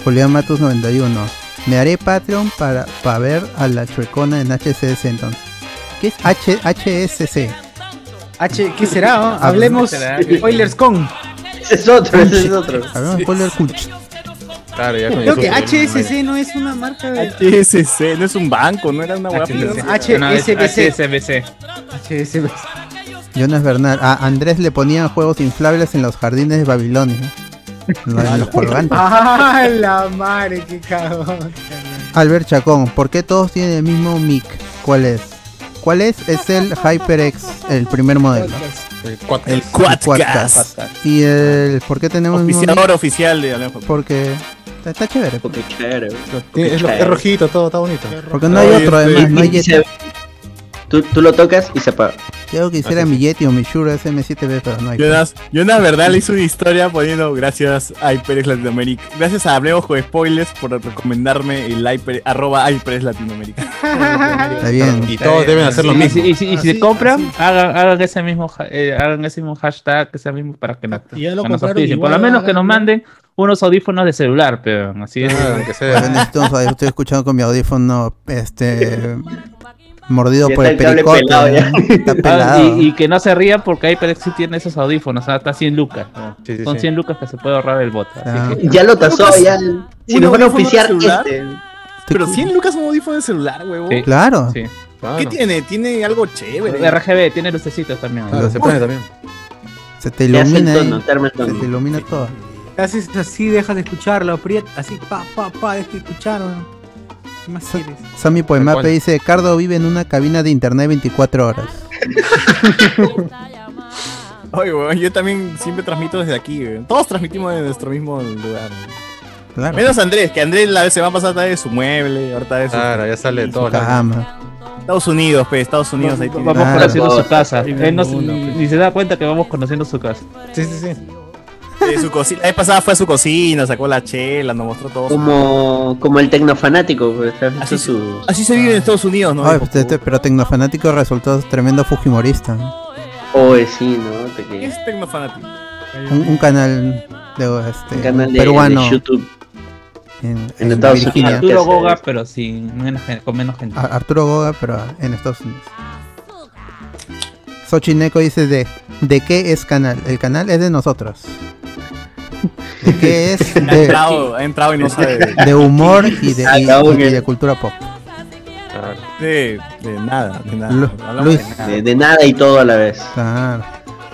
[SPEAKER 4] Julián Matus 91. Me haré Patreon para, para ver a la chuecona en HCC entonces. ¿Qué es H, HSC?
[SPEAKER 1] H, ¿qué será?
[SPEAKER 4] Ah,
[SPEAKER 1] oh? Hablemos spoilers con.
[SPEAKER 6] Ese es otro, ese es otro.
[SPEAKER 4] Hablemos de spoiler culch.
[SPEAKER 2] Claro, ya con
[SPEAKER 1] Creo
[SPEAKER 2] eso
[SPEAKER 1] que
[SPEAKER 2] se-
[SPEAKER 1] HSC no es una marca de.
[SPEAKER 3] HSC, no es un banco, no era una hueá.
[SPEAKER 1] HSBC. No, es
[SPEAKER 12] HSBC.
[SPEAKER 4] Jonas Bernal. A Andrés le ponían juegos inflables en los jardines de Babilonia. En los- en los colgantes.
[SPEAKER 1] ¡Ah, la madre, qué cagón!
[SPEAKER 4] Albert Chacón, ¿por qué todos tienen el mismo mic? ¿Cuál es? ¿Cuál es? Es el HyperX, el primer modelo.
[SPEAKER 2] El cuatro.
[SPEAKER 4] El Quadcast. Y el ¿por qué tenemos el mismo
[SPEAKER 3] Oficiador
[SPEAKER 4] mic?
[SPEAKER 3] oficial de Alejo.
[SPEAKER 4] Porque está, está chévere.
[SPEAKER 6] Porque chévere.
[SPEAKER 2] Tiene- es, lo- es rojito, todo está bonito.
[SPEAKER 4] Porque no hay otro además, no hay
[SPEAKER 6] eh. Y se-
[SPEAKER 4] Yeti.
[SPEAKER 6] Tú, tú lo tocas y se apaga.
[SPEAKER 4] Yo quisiera mi Yeti o mi Shure SM7B, pero no hay.
[SPEAKER 3] Jonas, Jonas Verdad le hizo una historia poniendo gracias a HyperX Latinoamérica. Gracias a Hablemos con Spoilers por recomendarme el hyper, arroba HyperX Latinoamérica.
[SPEAKER 4] Está bien.
[SPEAKER 2] Y todos deben hacer lo
[SPEAKER 12] Y-
[SPEAKER 2] mismo.
[SPEAKER 12] Y, si- y si
[SPEAKER 3] Así,
[SPEAKER 12] compran, hagan, hagan ese mismo, ha- eh, hagan ese mismo hashtag, ese mismo para que, no,
[SPEAKER 5] ya lo
[SPEAKER 12] que nos
[SPEAKER 5] compraron
[SPEAKER 12] auspicien. Por
[SPEAKER 5] igual,
[SPEAKER 12] lo menos que
[SPEAKER 5] hagan-
[SPEAKER 12] nos manden unos audífonos de celular, peón. Así es.
[SPEAKER 4] Ah,
[SPEAKER 2] Ah,
[SPEAKER 4] Yo necesito un audio- estoy escuchando con mi audífono este mordido
[SPEAKER 12] Ya
[SPEAKER 4] por el
[SPEAKER 12] está el
[SPEAKER 4] pues, pericote.
[SPEAKER 12] cable pelado ya.
[SPEAKER 4] ¿no? Está pelado.
[SPEAKER 12] Ah, y, y que no se rían porque ahí sí tiene esos audífonos, hasta 100 lucas. ¿no?
[SPEAKER 4] Ah, sí,
[SPEAKER 12] Son
[SPEAKER 4] sí.
[SPEAKER 12] 100 lucas que se puede ahorrar el bot. así
[SPEAKER 4] Ah.
[SPEAKER 12] que-
[SPEAKER 6] Ya lo tasó,
[SPEAKER 3] Lucas,
[SPEAKER 6] ya. Si
[SPEAKER 3] ¿un
[SPEAKER 6] nos van a
[SPEAKER 3] audífono de
[SPEAKER 6] oficiar
[SPEAKER 3] celular?
[SPEAKER 6] este.
[SPEAKER 3] Pero 100 lucas un audífono de celular, huevón.
[SPEAKER 12] Sí. Sí.
[SPEAKER 3] ¿Qué tiene? Tiene algo chévere.
[SPEAKER 12] RGB, tiene lucecitos también.
[SPEAKER 4] Claro, Ah, se prende también. Se te ilumina ahí. Se te ilumina todo.
[SPEAKER 13] Haces así, dejas de escucharlo, aprieta, así, pa, pa, pa, dejas de escucharlo. ¿Qué más quieres?
[SPEAKER 4] Sammy
[SPEAKER 13] Tal
[SPEAKER 4] Poemape
[SPEAKER 13] cual.
[SPEAKER 4] dice, Cardo vive en una cabina de internet 24 horas.
[SPEAKER 3] Oye, huevón, yo también siempre transmito desde aquí, huevón. Todos transmitimos desde nuestro mismo lugar.
[SPEAKER 4] Claro.
[SPEAKER 3] Menos Andrés, que Andrés la vez se va a pasar tarde de su mueble, ahorita de su.
[SPEAKER 2] Claro, ya sale de todos lados.
[SPEAKER 4] Cama.
[SPEAKER 3] Estados Unidos, pe, Estados Unidos. Ahí
[SPEAKER 12] Vamos
[SPEAKER 4] Ah,
[SPEAKER 12] conociendo su casa. Él no,
[SPEAKER 4] pues.
[SPEAKER 12] ni se da cuenta que vamos conociendo su casa.
[SPEAKER 3] Sí, sí, sí. su cocina. La vez pasada fue a su cocina, sacó la chela, nos mostró todo. su-
[SPEAKER 6] Como, como el tecnofanático, pues, ¿has visto su-
[SPEAKER 3] Así se vive en Estados Unidos, ¿no?
[SPEAKER 4] Ay, usted- usted- pero Tecnofanático resultó tremendo fujimorista.
[SPEAKER 6] Oye, sí, ¿no? Te que-
[SPEAKER 3] Es tecnofanático.
[SPEAKER 4] Un, un canal de este
[SPEAKER 6] Un canal de-
[SPEAKER 4] peruano.
[SPEAKER 6] de YouTube.
[SPEAKER 4] En,
[SPEAKER 6] En
[SPEAKER 4] en
[SPEAKER 6] Estados
[SPEAKER 4] Virginia. Ah,
[SPEAKER 12] Arturo Goga, pero sin, menos gen- con menos gente.
[SPEAKER 4] A- Arturo Goga, pero en Estados Unidos. Xochineco dice de ¿De qué es canal? El canal es de nosotros. ¿De qué es?
[SPEAKER 3] Ha
[SPEAKER 4] De,
[SPEAKER 3] entrado, ha entrado y no sabe.
[SPEAKER 4] de humor y de, y-
[SPEAKER 3] Acabo
[SPEAKER 4] y
[SPEAKER 3] que-
[SPEAKER 4] de cultura pop.
[SPEAKER 3] De, de nada, de nada.
[SPEAKER 4] Lu-
[SPEAKER 3] Hablamos
[SPEAKER 4] Luis.
[SPEAKER 3] de nada.
[SPEAKER 6] De, de nada y todo a la vez.
[SPEAKER 4] Claro.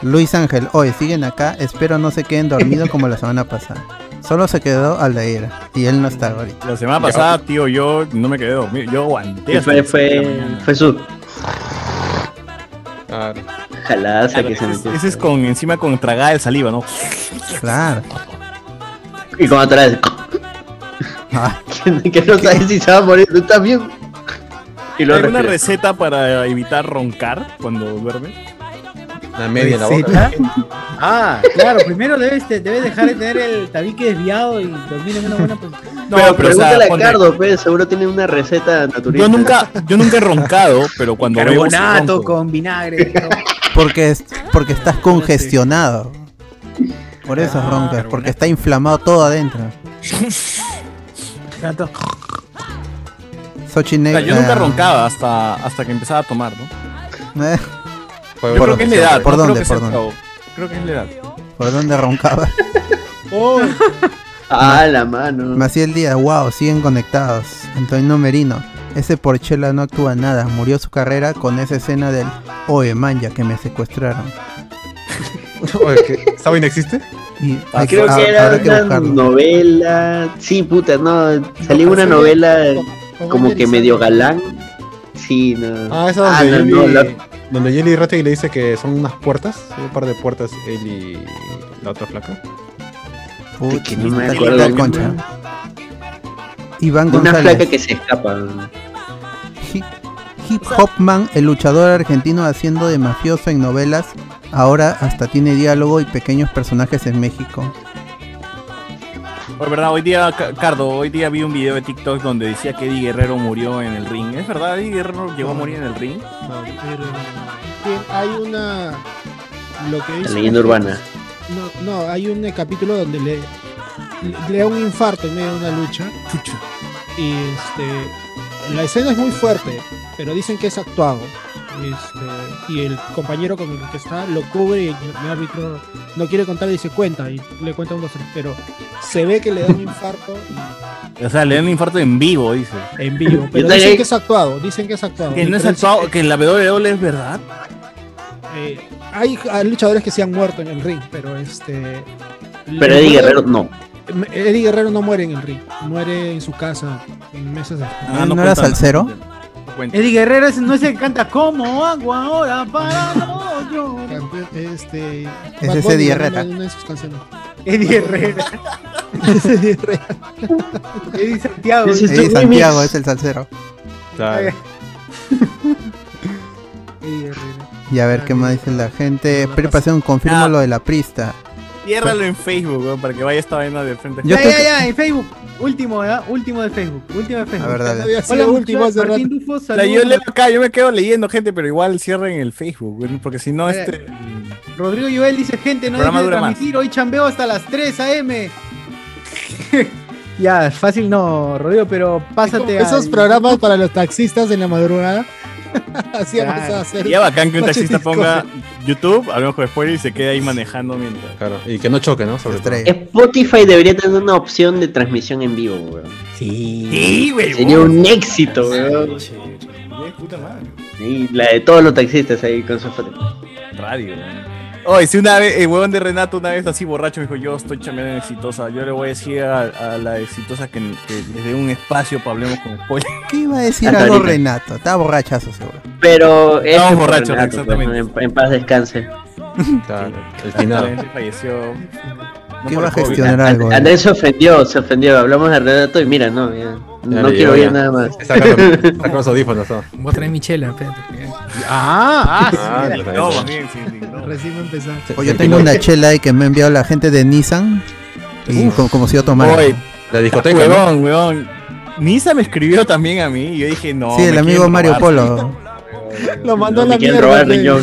[SPEAKER 4] Luis Ángel, hoy siguen acá, espero no se queden dormidos como la semana pasada. Solo se quedó Aldair y él no está ahorita.
[SPEAKER 3] La semana pasada, tío, yo no me quedé dormido. Yo aguanté.
[SPEAKER 6] Y
[SPEAKER 3] hasta
[SPEAKER 6] fue,
[SPEAKER 3] las seis de la
[SPEAKER 6] fue,
[SPEAKER 3] mañana.
[SPEAKER 6] fue su jalada que se
[SPEAKER 3] Ese es-
[SPEAKER 6] metió.
[SPEAKER 3] ese es con encima con tragada de saliva, ¿no?
[SPEAKER 4] Claro.
[SPEAKER 6] Y como atrás. que no sabes si se va a morir tú también. Y lo
[SPEAKER 3] ¿Hay una
[SPEAKER 6] respira.
[SPEAKER 3] receta para evitar roncar cuando duerme?
[SPEAKER 2] La media en la
[SPEAKER 13] ¿Receta?
[SPEAKER 2] boca.
[SPEAKER 13] Ah, claro, primero debes, te- debes dejar de tener el tabique desviado y dormir en una buena posición.
[SPEAKER 3] No,
[SPEAKER 6] pero,
[SPEAKER 3] pero, o sea,
[SPEAKER 6] pregúntale
[SPEAKER 3] ponte-
[SPEAKER 6] a Cardo, pues, seguro tiene una receta naturista.
[SPEAKER 3] Yo nunca, yo nunca he roncado, pero cuando bebo sí
[SPEAKER 13] Carbonato
[SPEAKER 3] ronco.
[SPEAKER 13] con vinagre.
[SPEAKER 4] Porque, es, porque
[SPEAKER 3] Ah,
[SPEAKER 4] estás congestionado. Por eso roncas, porque está inflamado todo adentro.
[SPEAKER 13] Tanto.
[SPEAKER 4] Xochitl-
[SPEAKER 3] O sea, yo
[SPEAKER 4] eh,
[SPEAKER 3] nunca roncaba hasta, hasta que empezaba a tomar, ¿no?
[SPEAKER 4] eh,
[SPEAKER 3] Yo creo que es la edad.
[SPEAKER 4] ¿Por
[SPEAKER 3] no creo
[SPEAKER 4] dónde? ¿Por
[SPEAKER 3] que sea el
[SPEAKER 4] dónde?
[SPEAKER 3] trago. Creo que es la edad.
[SPEAKER 4] ¿Por dónde roncaba?
[SPEAKER 6] Oh. Ah, la mano.
[SPEAKER 4] Maciel Díaz, wow, siguen conectados. Antonio Merino, ese Porchela no actúa nada, murió su carrera con esa escena del Oye, man, ya que me secuestraron.
[SPEAKER 2] Oye, ¿qué? ¿Sabin existe?
[SPEAKER 4] Y
[SPEAKER 6] Ah,
[SPEAKER 4] hay que-
[SPEAKER 6] Creo que
[SPEAKER 4] ha-
[SPEAKER 6] era
[SPEAKER 4] habrá que
[SPEAKER 6] una
[SPEAKER 4] buscarlo.
[SPEAKER 6] novela. Sí, puta, no. Salió una novela eh, como que medio galán. Sí, no.
[SPEAKER 2] Ah, esa donde,
[SPEAKER 6] Ah, no, no,
[SPEAKER 2] Yeli,
[SPEAKER 6] la-
[SPEAKER 2] donde Yeli Rati le dice que son unas puertas, un par de puertas, él y la otra flaca.
[SPEAKER 4] Puta,
[SPEAKER 6] que no me
[SPEAKER 4] está
[SPEAKER 6] acuerdo
[SPEAKER 4] quitado
[SPEAKER 6] el
[SPEAKER 4] concha.
[SPEAKER 6] nombre.
[SPEAKER 4] Iván
[SPEAKER 6] Una flaca
[SPEAKER 4] González,
[SPEAKER 6] que se escapa.
[SPEAKER 4] Hip Hopman, el luchador argentino haciendo de mafioso en novelas, ahora hasta tiene diálogo y pequeños personajes en México.
[SPEAKER 3] Oye, verdad, hoy día, Ca- Cardo, hoy día vi un video de TikTok donde decía que Eddie Guerrero murió en el ring. ¿Es verdad? ¿Eddie Guerrero llegó a morir en el ring?
[SPEAKER 5] Bien, Hay una. Lo que
[SPEAKER 6] La
[SPEAKER 5] hizo-
[SPEAKER 6] leyenda urbana.
[SPEAKER 5] No, no, hay un eh, capítulo donde le, le, le da un infarto en medio de una lucha. Y este. La escena es muy fuerte, pero dicen que es actuado. Este, y el compañero con el que está lo cubre y el árbitro no quiere contar y dice cuenta. Y le cuenta un dos tres, Pero se ve que le da un infarto
[SPEAKER 3] O sea, le dio un infarto en vivo, dice.
[SPEAKER 5] En vivo. Pero dicen que es actuado. Dicen que es actuado.
[SPEAKER 3] Que no es
[SPEAKER 5] Pero dicen-
[SPEAKER 3] actuado, que en la WWE es verdad.
[SPEAKER 5] eh, hay, hay luchadores que se han muerto en el ring, pero este.
[SPEAKER 6] Pero Eddie Guerrero no.
[SPEAKER 5] Eddie Guerrero no muere en el ring, muere en su casa meses después.
[SPEAKER 4] Ah, ¿No, era salsero?
[SPEAKER 13] Eddie Guerrero es- no es el que canta como agua ahora para no llorar.
[SPEAKER 5] Este,
[SPEAKER 4] Es
[SPEAKER 5] Bad
[SPEAKER 4] ese
[SPEAKER 5] Bunny
[SPEAKER 4] Eddie
[SPEAKER 5] era
[SPEAKER 4] Herrera.
[SPEAKER 5] Una, una de sus canciones.
[SPEAKER 13] Eddie Herrera.
[SPEAKER 5] Es Eddie Herrera.
[SPEAKER 13] Eddie Santiago.
[SPEAKER 4] Sí, Santiago es el salsero.
[SPEAKER 13] Eddie Herrera.
[SPEAKER 4] Y a ver qué más dice la gente. Preparación, confirmo lo de la prista.
[SPEAKER 3] Ciérralo en Facebook, weón, para que vaya esta vaina de frente.
[SPEAKER 4] Yo
[SPEAKER 13] ya,
[SPEAKER 4] creo
[SPEAKER 13] ya,
[SPEAKER 4] que-
[SPEAKER 13] ya, en Facebook. Último, ¿verdad? Último de Facebook. Último de Facebook.
[SPEAKER 4] A ver, dale.
[SPEAKER 3] Había sido
[SPEAKER 13] Hola,
[SPEAKER 3] último
[SPEAKER 13] muchachos,
[SPEAKER 3] hace
[SPEAKER 13] Martín
[SPEAKER 3] rato.
[SPEAKER 13] Dufo,
[SPEAKER 3] O sea, yo
[SPEAKER 13] saludos.
[SPEAKER 3] leo acá, yo me quedo leyendo, gente, pero igual cierren el Facebook, weón, porque si
[SPEAKER 5] Eh,
[SPEAKER 3] no, este.
[SPEAKER 13] Eh, Rodrigo Joel dice, gente, no
[SPEAKER 3] Programa
[SPEAKER 13] dejen de
[SPEAKER 3] dura más.
[SPEAKER 13] transmitir, hoy chambeo hasta las 3 a.m.
[SPEAKER 1] Ya, fácil no, Rodrigo, pero pásate
[SPEAKER 5] Esos
[SPEAKER 1] al-
[SPEAKER 5] programas para los taxistas en la madrugada. Así
[SPEAKER 1] Claro.
[SPEAKER 5] empezaba a hacer.
[SPEAKER 3] Sería bacán que un taxista
[SPEAKER 5] Discord.
[SPEAKER 3] ponga YouTube, hablamos con spoiler y se quede ahí manejando mientras.
[SPEAKER 18] Claro, y que no choque, ¿no? Sobre todo.
[SPEAKER 6] Spotify debería tener una opción de transmisión en vivo, weón.
[SPEAKER 1] Sí.
[SPEAKER 18] Sí,
[SPEAKER 6] weón. Sería un éxito, weón. Sí, la de todos los taxistas ahí con su foto.
[SPEAKER 3] Radio. Oye, si una vez, el huevón de Renato una vez así borracho me dijo, yo estoy chambeando en exitosa, yo le voy a decir a, a la exitosa que, que les dé un espacio para hablemos con spoiler.
[SPEAKER 4] ¿Qué iba a decir
[SPEAKER 3] Ah,
[SPEAKER 4] algo
[SPEAKER 3] ahorita.
[SPEAKER 4] Renato? Estaba borrachazo seguro.
[SPEAKER 6] Pero es
[SPEAKER 3] Estamos
[SPEAKER 6] que
[SPEAKER 3] borrachos,
[SPEAKER 6] Renato, pues,
[SPEAKER 3] exactamente.
[SPEAKER 6] En, en paz descanse.
[SPEAKER 18] Claro, el final.
[SPEAKER 3] Lamentablemente falleció.
[SPEAKER 4] ¿Qué va a
[SPEAKER 6] Porque
[SPEAKER 4] gestionar
[SPEAKER 6] a-
[SPEAKER 4] algo? eh?
[SPEAKER 6] Andrés se ofendió, se ofendió. Hablamos de Renato y mira, no, ya,
[SPEAKER 18] Ya
[SPEAKER 6] no
[SPEAKER 18] le llegó,
[SPEAKER 6] quiero oír
[SPEAKER 18] ya.
[SPEAKER 6] nada más.
[SPEAKER 18] Saca los, saca los audífonos. ¿no?
[SPEAKER 20] Voy a traer mi chela, espérate.
[SPEAKER 5] Ah,
[SPEAKER 18] Ah,
[SPEAKER 5] mira,
[SPEAKER 18] los
[SPEAKER 5] no,
[SPEAKER 18] audífonos.
[SPEAKER 5] bien, sí, sí, no. Recién va a empezar.
[SPEAKER 4] Oye, yo tengo una chela ahí que me ha enviado la gente de Nissan. Y como, como si yo tomara.
[SPEAKER 3] Oye,
[SPEAKER 18] La discoteca. ¿no?
[SPEAKER 3] Huevón, huevón. Nisa me escribió también a mí y yo dije, no.
[SPEAKER 4] sí, el
[SPEAKER 3] me
[SPEAKER 4] amigo
[SPEAKER 3] quieren
[SPEAKER 4] Mario
[SPEAKER 3] robar.
[SPEAKER 4] Polo.
[SPEAKER 5] Lo mandó a
[SPEAKER 6] me
[SPEAKER 5] la
[SPEAKER 6] quieren
[SPEAKER 5] mierda.
[SPEAKER 6] robar,
[SPEAKER 5] güey.
[SPEAKER 6] riñón.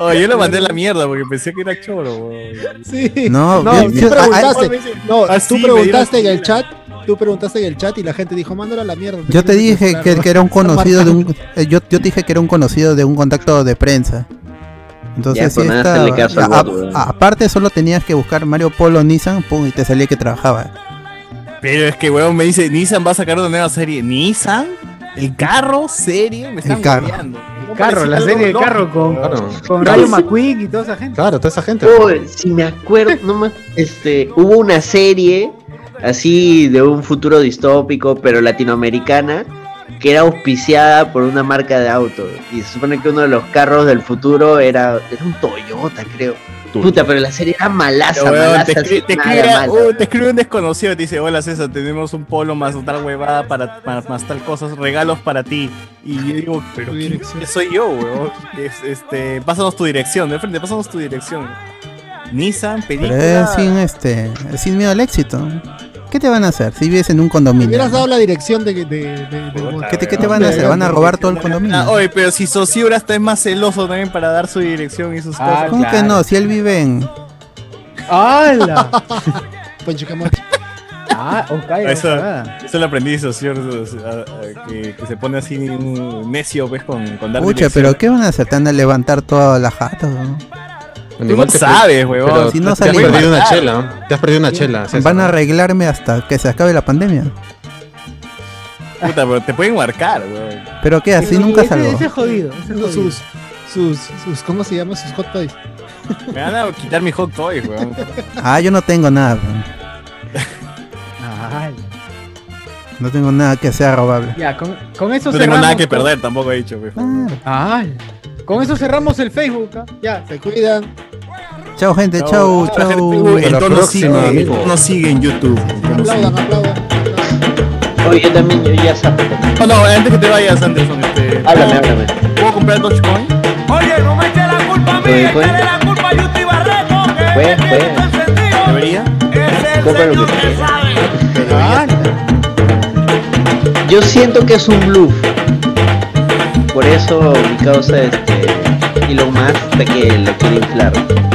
[SPEAKER 3] Oye, yo lo mandé a la mierda porque pensé que era choro, huevón.
[SPEAKER 5] Sí.
[SPEAKER 4] No,
[SPEAKER 5] no,
[SPEAKER 4] bien,
[SPEAKER 5] tú
[SPEAKER 4] bien.
[SPEAKER 5] preguntaste.
[SPEAKER 3] Ah, ah,
[SPEAKER 5] no,
[SPEAKER 3] ah, sí,
[SPEAKER 5] tú
[SPEAKER 3] me
[SPEAKER 5] preguntaste en
[SPEAKER 3] dieron
[SPEAKER 5] el chat. Tú preguntaste en el chat y la gente dijo, mándalo a la mierda.
[SPEAKER 4] Yo te dije que, que era un
[SPEAKER 5] Está
[SPEAKER 4] conocido de un.
[SPEAKER 5] marcado.
[SPEAKER 4] eh, Yo, yo te dije que era un conocido de un contacto de prensa.
[SPEAKER 6] Ya,
[SPEAKER 4] Entonces, sí
[SPEAKER 6] pues, nada, hacerle caso al
[SPEAKER 4] a-
[SPEAKER 6] voto, weón.
[SPEAKER 4] a- aparte, solo tenías que buscar Mario Polo Nissan pum, y te salía que trabajaba.
[SPEAKER 3] Pero es que, huevón, me dice, Nissan va a sacar una nueva serie. ¿Nissan? ¿El carro? ¿Serie? Me están
[SPEAKER 4] carro.
[SPEAKER 3] hueveando. No
[SPEAKER 1] Carro,
[SPEAKER 3] parecía
[SPEAKER 1] la
[SPEAKER 3] algo
[SPEAKER 1] serie de
[SPEAKER 3] lógico,
[SPEAKER 1] carro con,
[SPEAKER 18] Claro.
[SPEAKER 1] con Rayo McQueen y toda esa gente.
[SPEAKER 18] Claro, toda esa gente.
[SPEAKER 6] Uy, si me acuerdo, no me- este, hubo una serie así de un futuro distópico, pero latinoamericana, que era auspiciada por una marca de autos. Y se supone que uno de los carros del futuro era, era un Toyota, creo. Puta, pero la serie era malaza,
[SPEAKER 3] Pero, weón,
[SPEAKER 6] malaza,
[SPEAKER 3] te, escri-
[SPEAKER 6] así,
[SPEAKER 3] te
[SPEAKER 6] mala,
[SPEAKER 3] escribe,
[SPEAKER 6] mala.
[SPEAKER 3] uh, te escribe un desconocido, te dice, hola César, tenemos un polo más tal huevada para, para- más tal cosas, regalos para ti. Y yo digo, pero ¿quién- ¿qué soy yo, weón? Es- este, pásanos tu dirección, de frente, pásanos tu dirección. Nissan,
[SPEAKER 4] Pero
[SPEAKER 3] película.
[SPEAKER 4] es sin, este, es sin miedo al éxito. ¿Qué te van a hacer si vives en un
[SPEAKER 5] Me
[SPEAKER 4] condominio?
[SPEAKER 5] hubieras dado la dirección de. de, de- de- del bot.
[SPEAKER 4] ¿Qué te, qué te van a hacer? ¿Van a robar todo el condominio?
[SPEAKER 3] Ah, oye, pero si Sosiura está es más celoso también para dar su dirección y sus cosas.
[SPEAKER 4] ¿Cómo que no? Si él vive en.
[SPEAKER 1] ¡Hala!
[SPEAKER 5] Ponchucamochi.
[SPEAKER 1] Ah, ok.
[SPEAKER 3] Eso,
[SPEAKER 1] ah.
[SPEAKER 3] eso lo aprendí de Saussure, a- a- que, que se pone así un necio, ¿ves? Con, con dar
[SPEAKER 4] Pucha,
[SPEAKER 3] dirección.
[SPEAKER 4] pero ¿qué van a hacer? ¿Te van a levantar toda la jata? no?
[SPEAKER 18] Bueno,
[SPEAKER 3] Tú no
[SPEAKER 18] te-
[SPEAKER 3] sabes, huevón.
[SPEAKER 18] pero
[SPEAKER 4] Si no
[SPEAKER 18] te has
[SPEAKER 4] salimos.
[SPEAKER 18] perdido una chela. Te has perdido una chela. César.
[SPEAKER 4] Van a arreglarme hasta que se acabe la pandemia.
[SPEAKER 3] Puta, pero te pueden marcar, weón.
[SPEAKER 4] ¿Pero qué? Así nunca salgo.
[SPEAKER 1] Ese es jodido. Ese es jodido.
[SPEAKER 5] Sus, sus, sus, ¿cómo se llaman sus hot toys?
[SPEAKER 3] Me van a quitar mi hot toy, weón.
[SPEAKER 4] Ah, yo no tengo nada. bro.
[SPEAKER 1] ¡Hala!
[SPEAKER 4] No tengo nada que sea robable.
[SPEAKER 1] Ya, con, con eso
[SPEAKER 3] No tengo
[SPEAKER 1] cerramos. pues.
[SPEAKER 3] nada que perder, tampoco he dicho, weón.
[SPEAKER 1] ¡Hala! Con eso cerramos el Facebook. ¿ah? Ya.
[SPEAKER 5] Se cuidan.
[SPEAKER 4] Chao, gente. Chao,
[SPEAKER 3] Chao, chao,
[SPEAKER 4] chao.
[SPEAKER 3] El
[SPEAKER 18] la
[SPEAKER 3] tono
[SPEAKER 18] próxima,
[SPEAKER 3] sigue, el
[SPEAKER 18] amigo.
[SPEAKER 3] tono sigue en YouTube. el tono sigue.
[SPEAKER 5] Aplaudan, aplaudan.
[SPEAKER 6] Oye, yo también, yo ya sabía.
[SPEAKER 3] Oh, No, no, antes que te vayas, Anderson, este.
[SPEAKER 6] Háblame, háblame.
[SPEAKER 3] ¿Puedo comprar Dogecoin?
[SPEAKER 21] Oye, no me eche la culpa a mí,
[SPEAKER 6] Oye,
[SPEAKER 21] échale
[SPEAKER 6] pues.
[SPEAKER 21] la culpa a Yuti Barreto, que
[SPEAKER 6] Pues,
[SPEAKER 21] él
[SPEAKER 6] pues.
[SPEAKER 21] está encendido.
[SPEAKER 3] ¿Debería?
[SPEAKER 21] Es el
[SPEAKER 6] Compra lo
[SPEAKER 21] señor
[SPEAKER 6] que
[SPEAKER 21] que
[SPEAKER 6] quieras.
[SPEAKER 21] sabe.
[SPEAKER 6] Yo siento que es un bluff. Por eso mi causa este Elon Musk hasta que lo quiere inflar.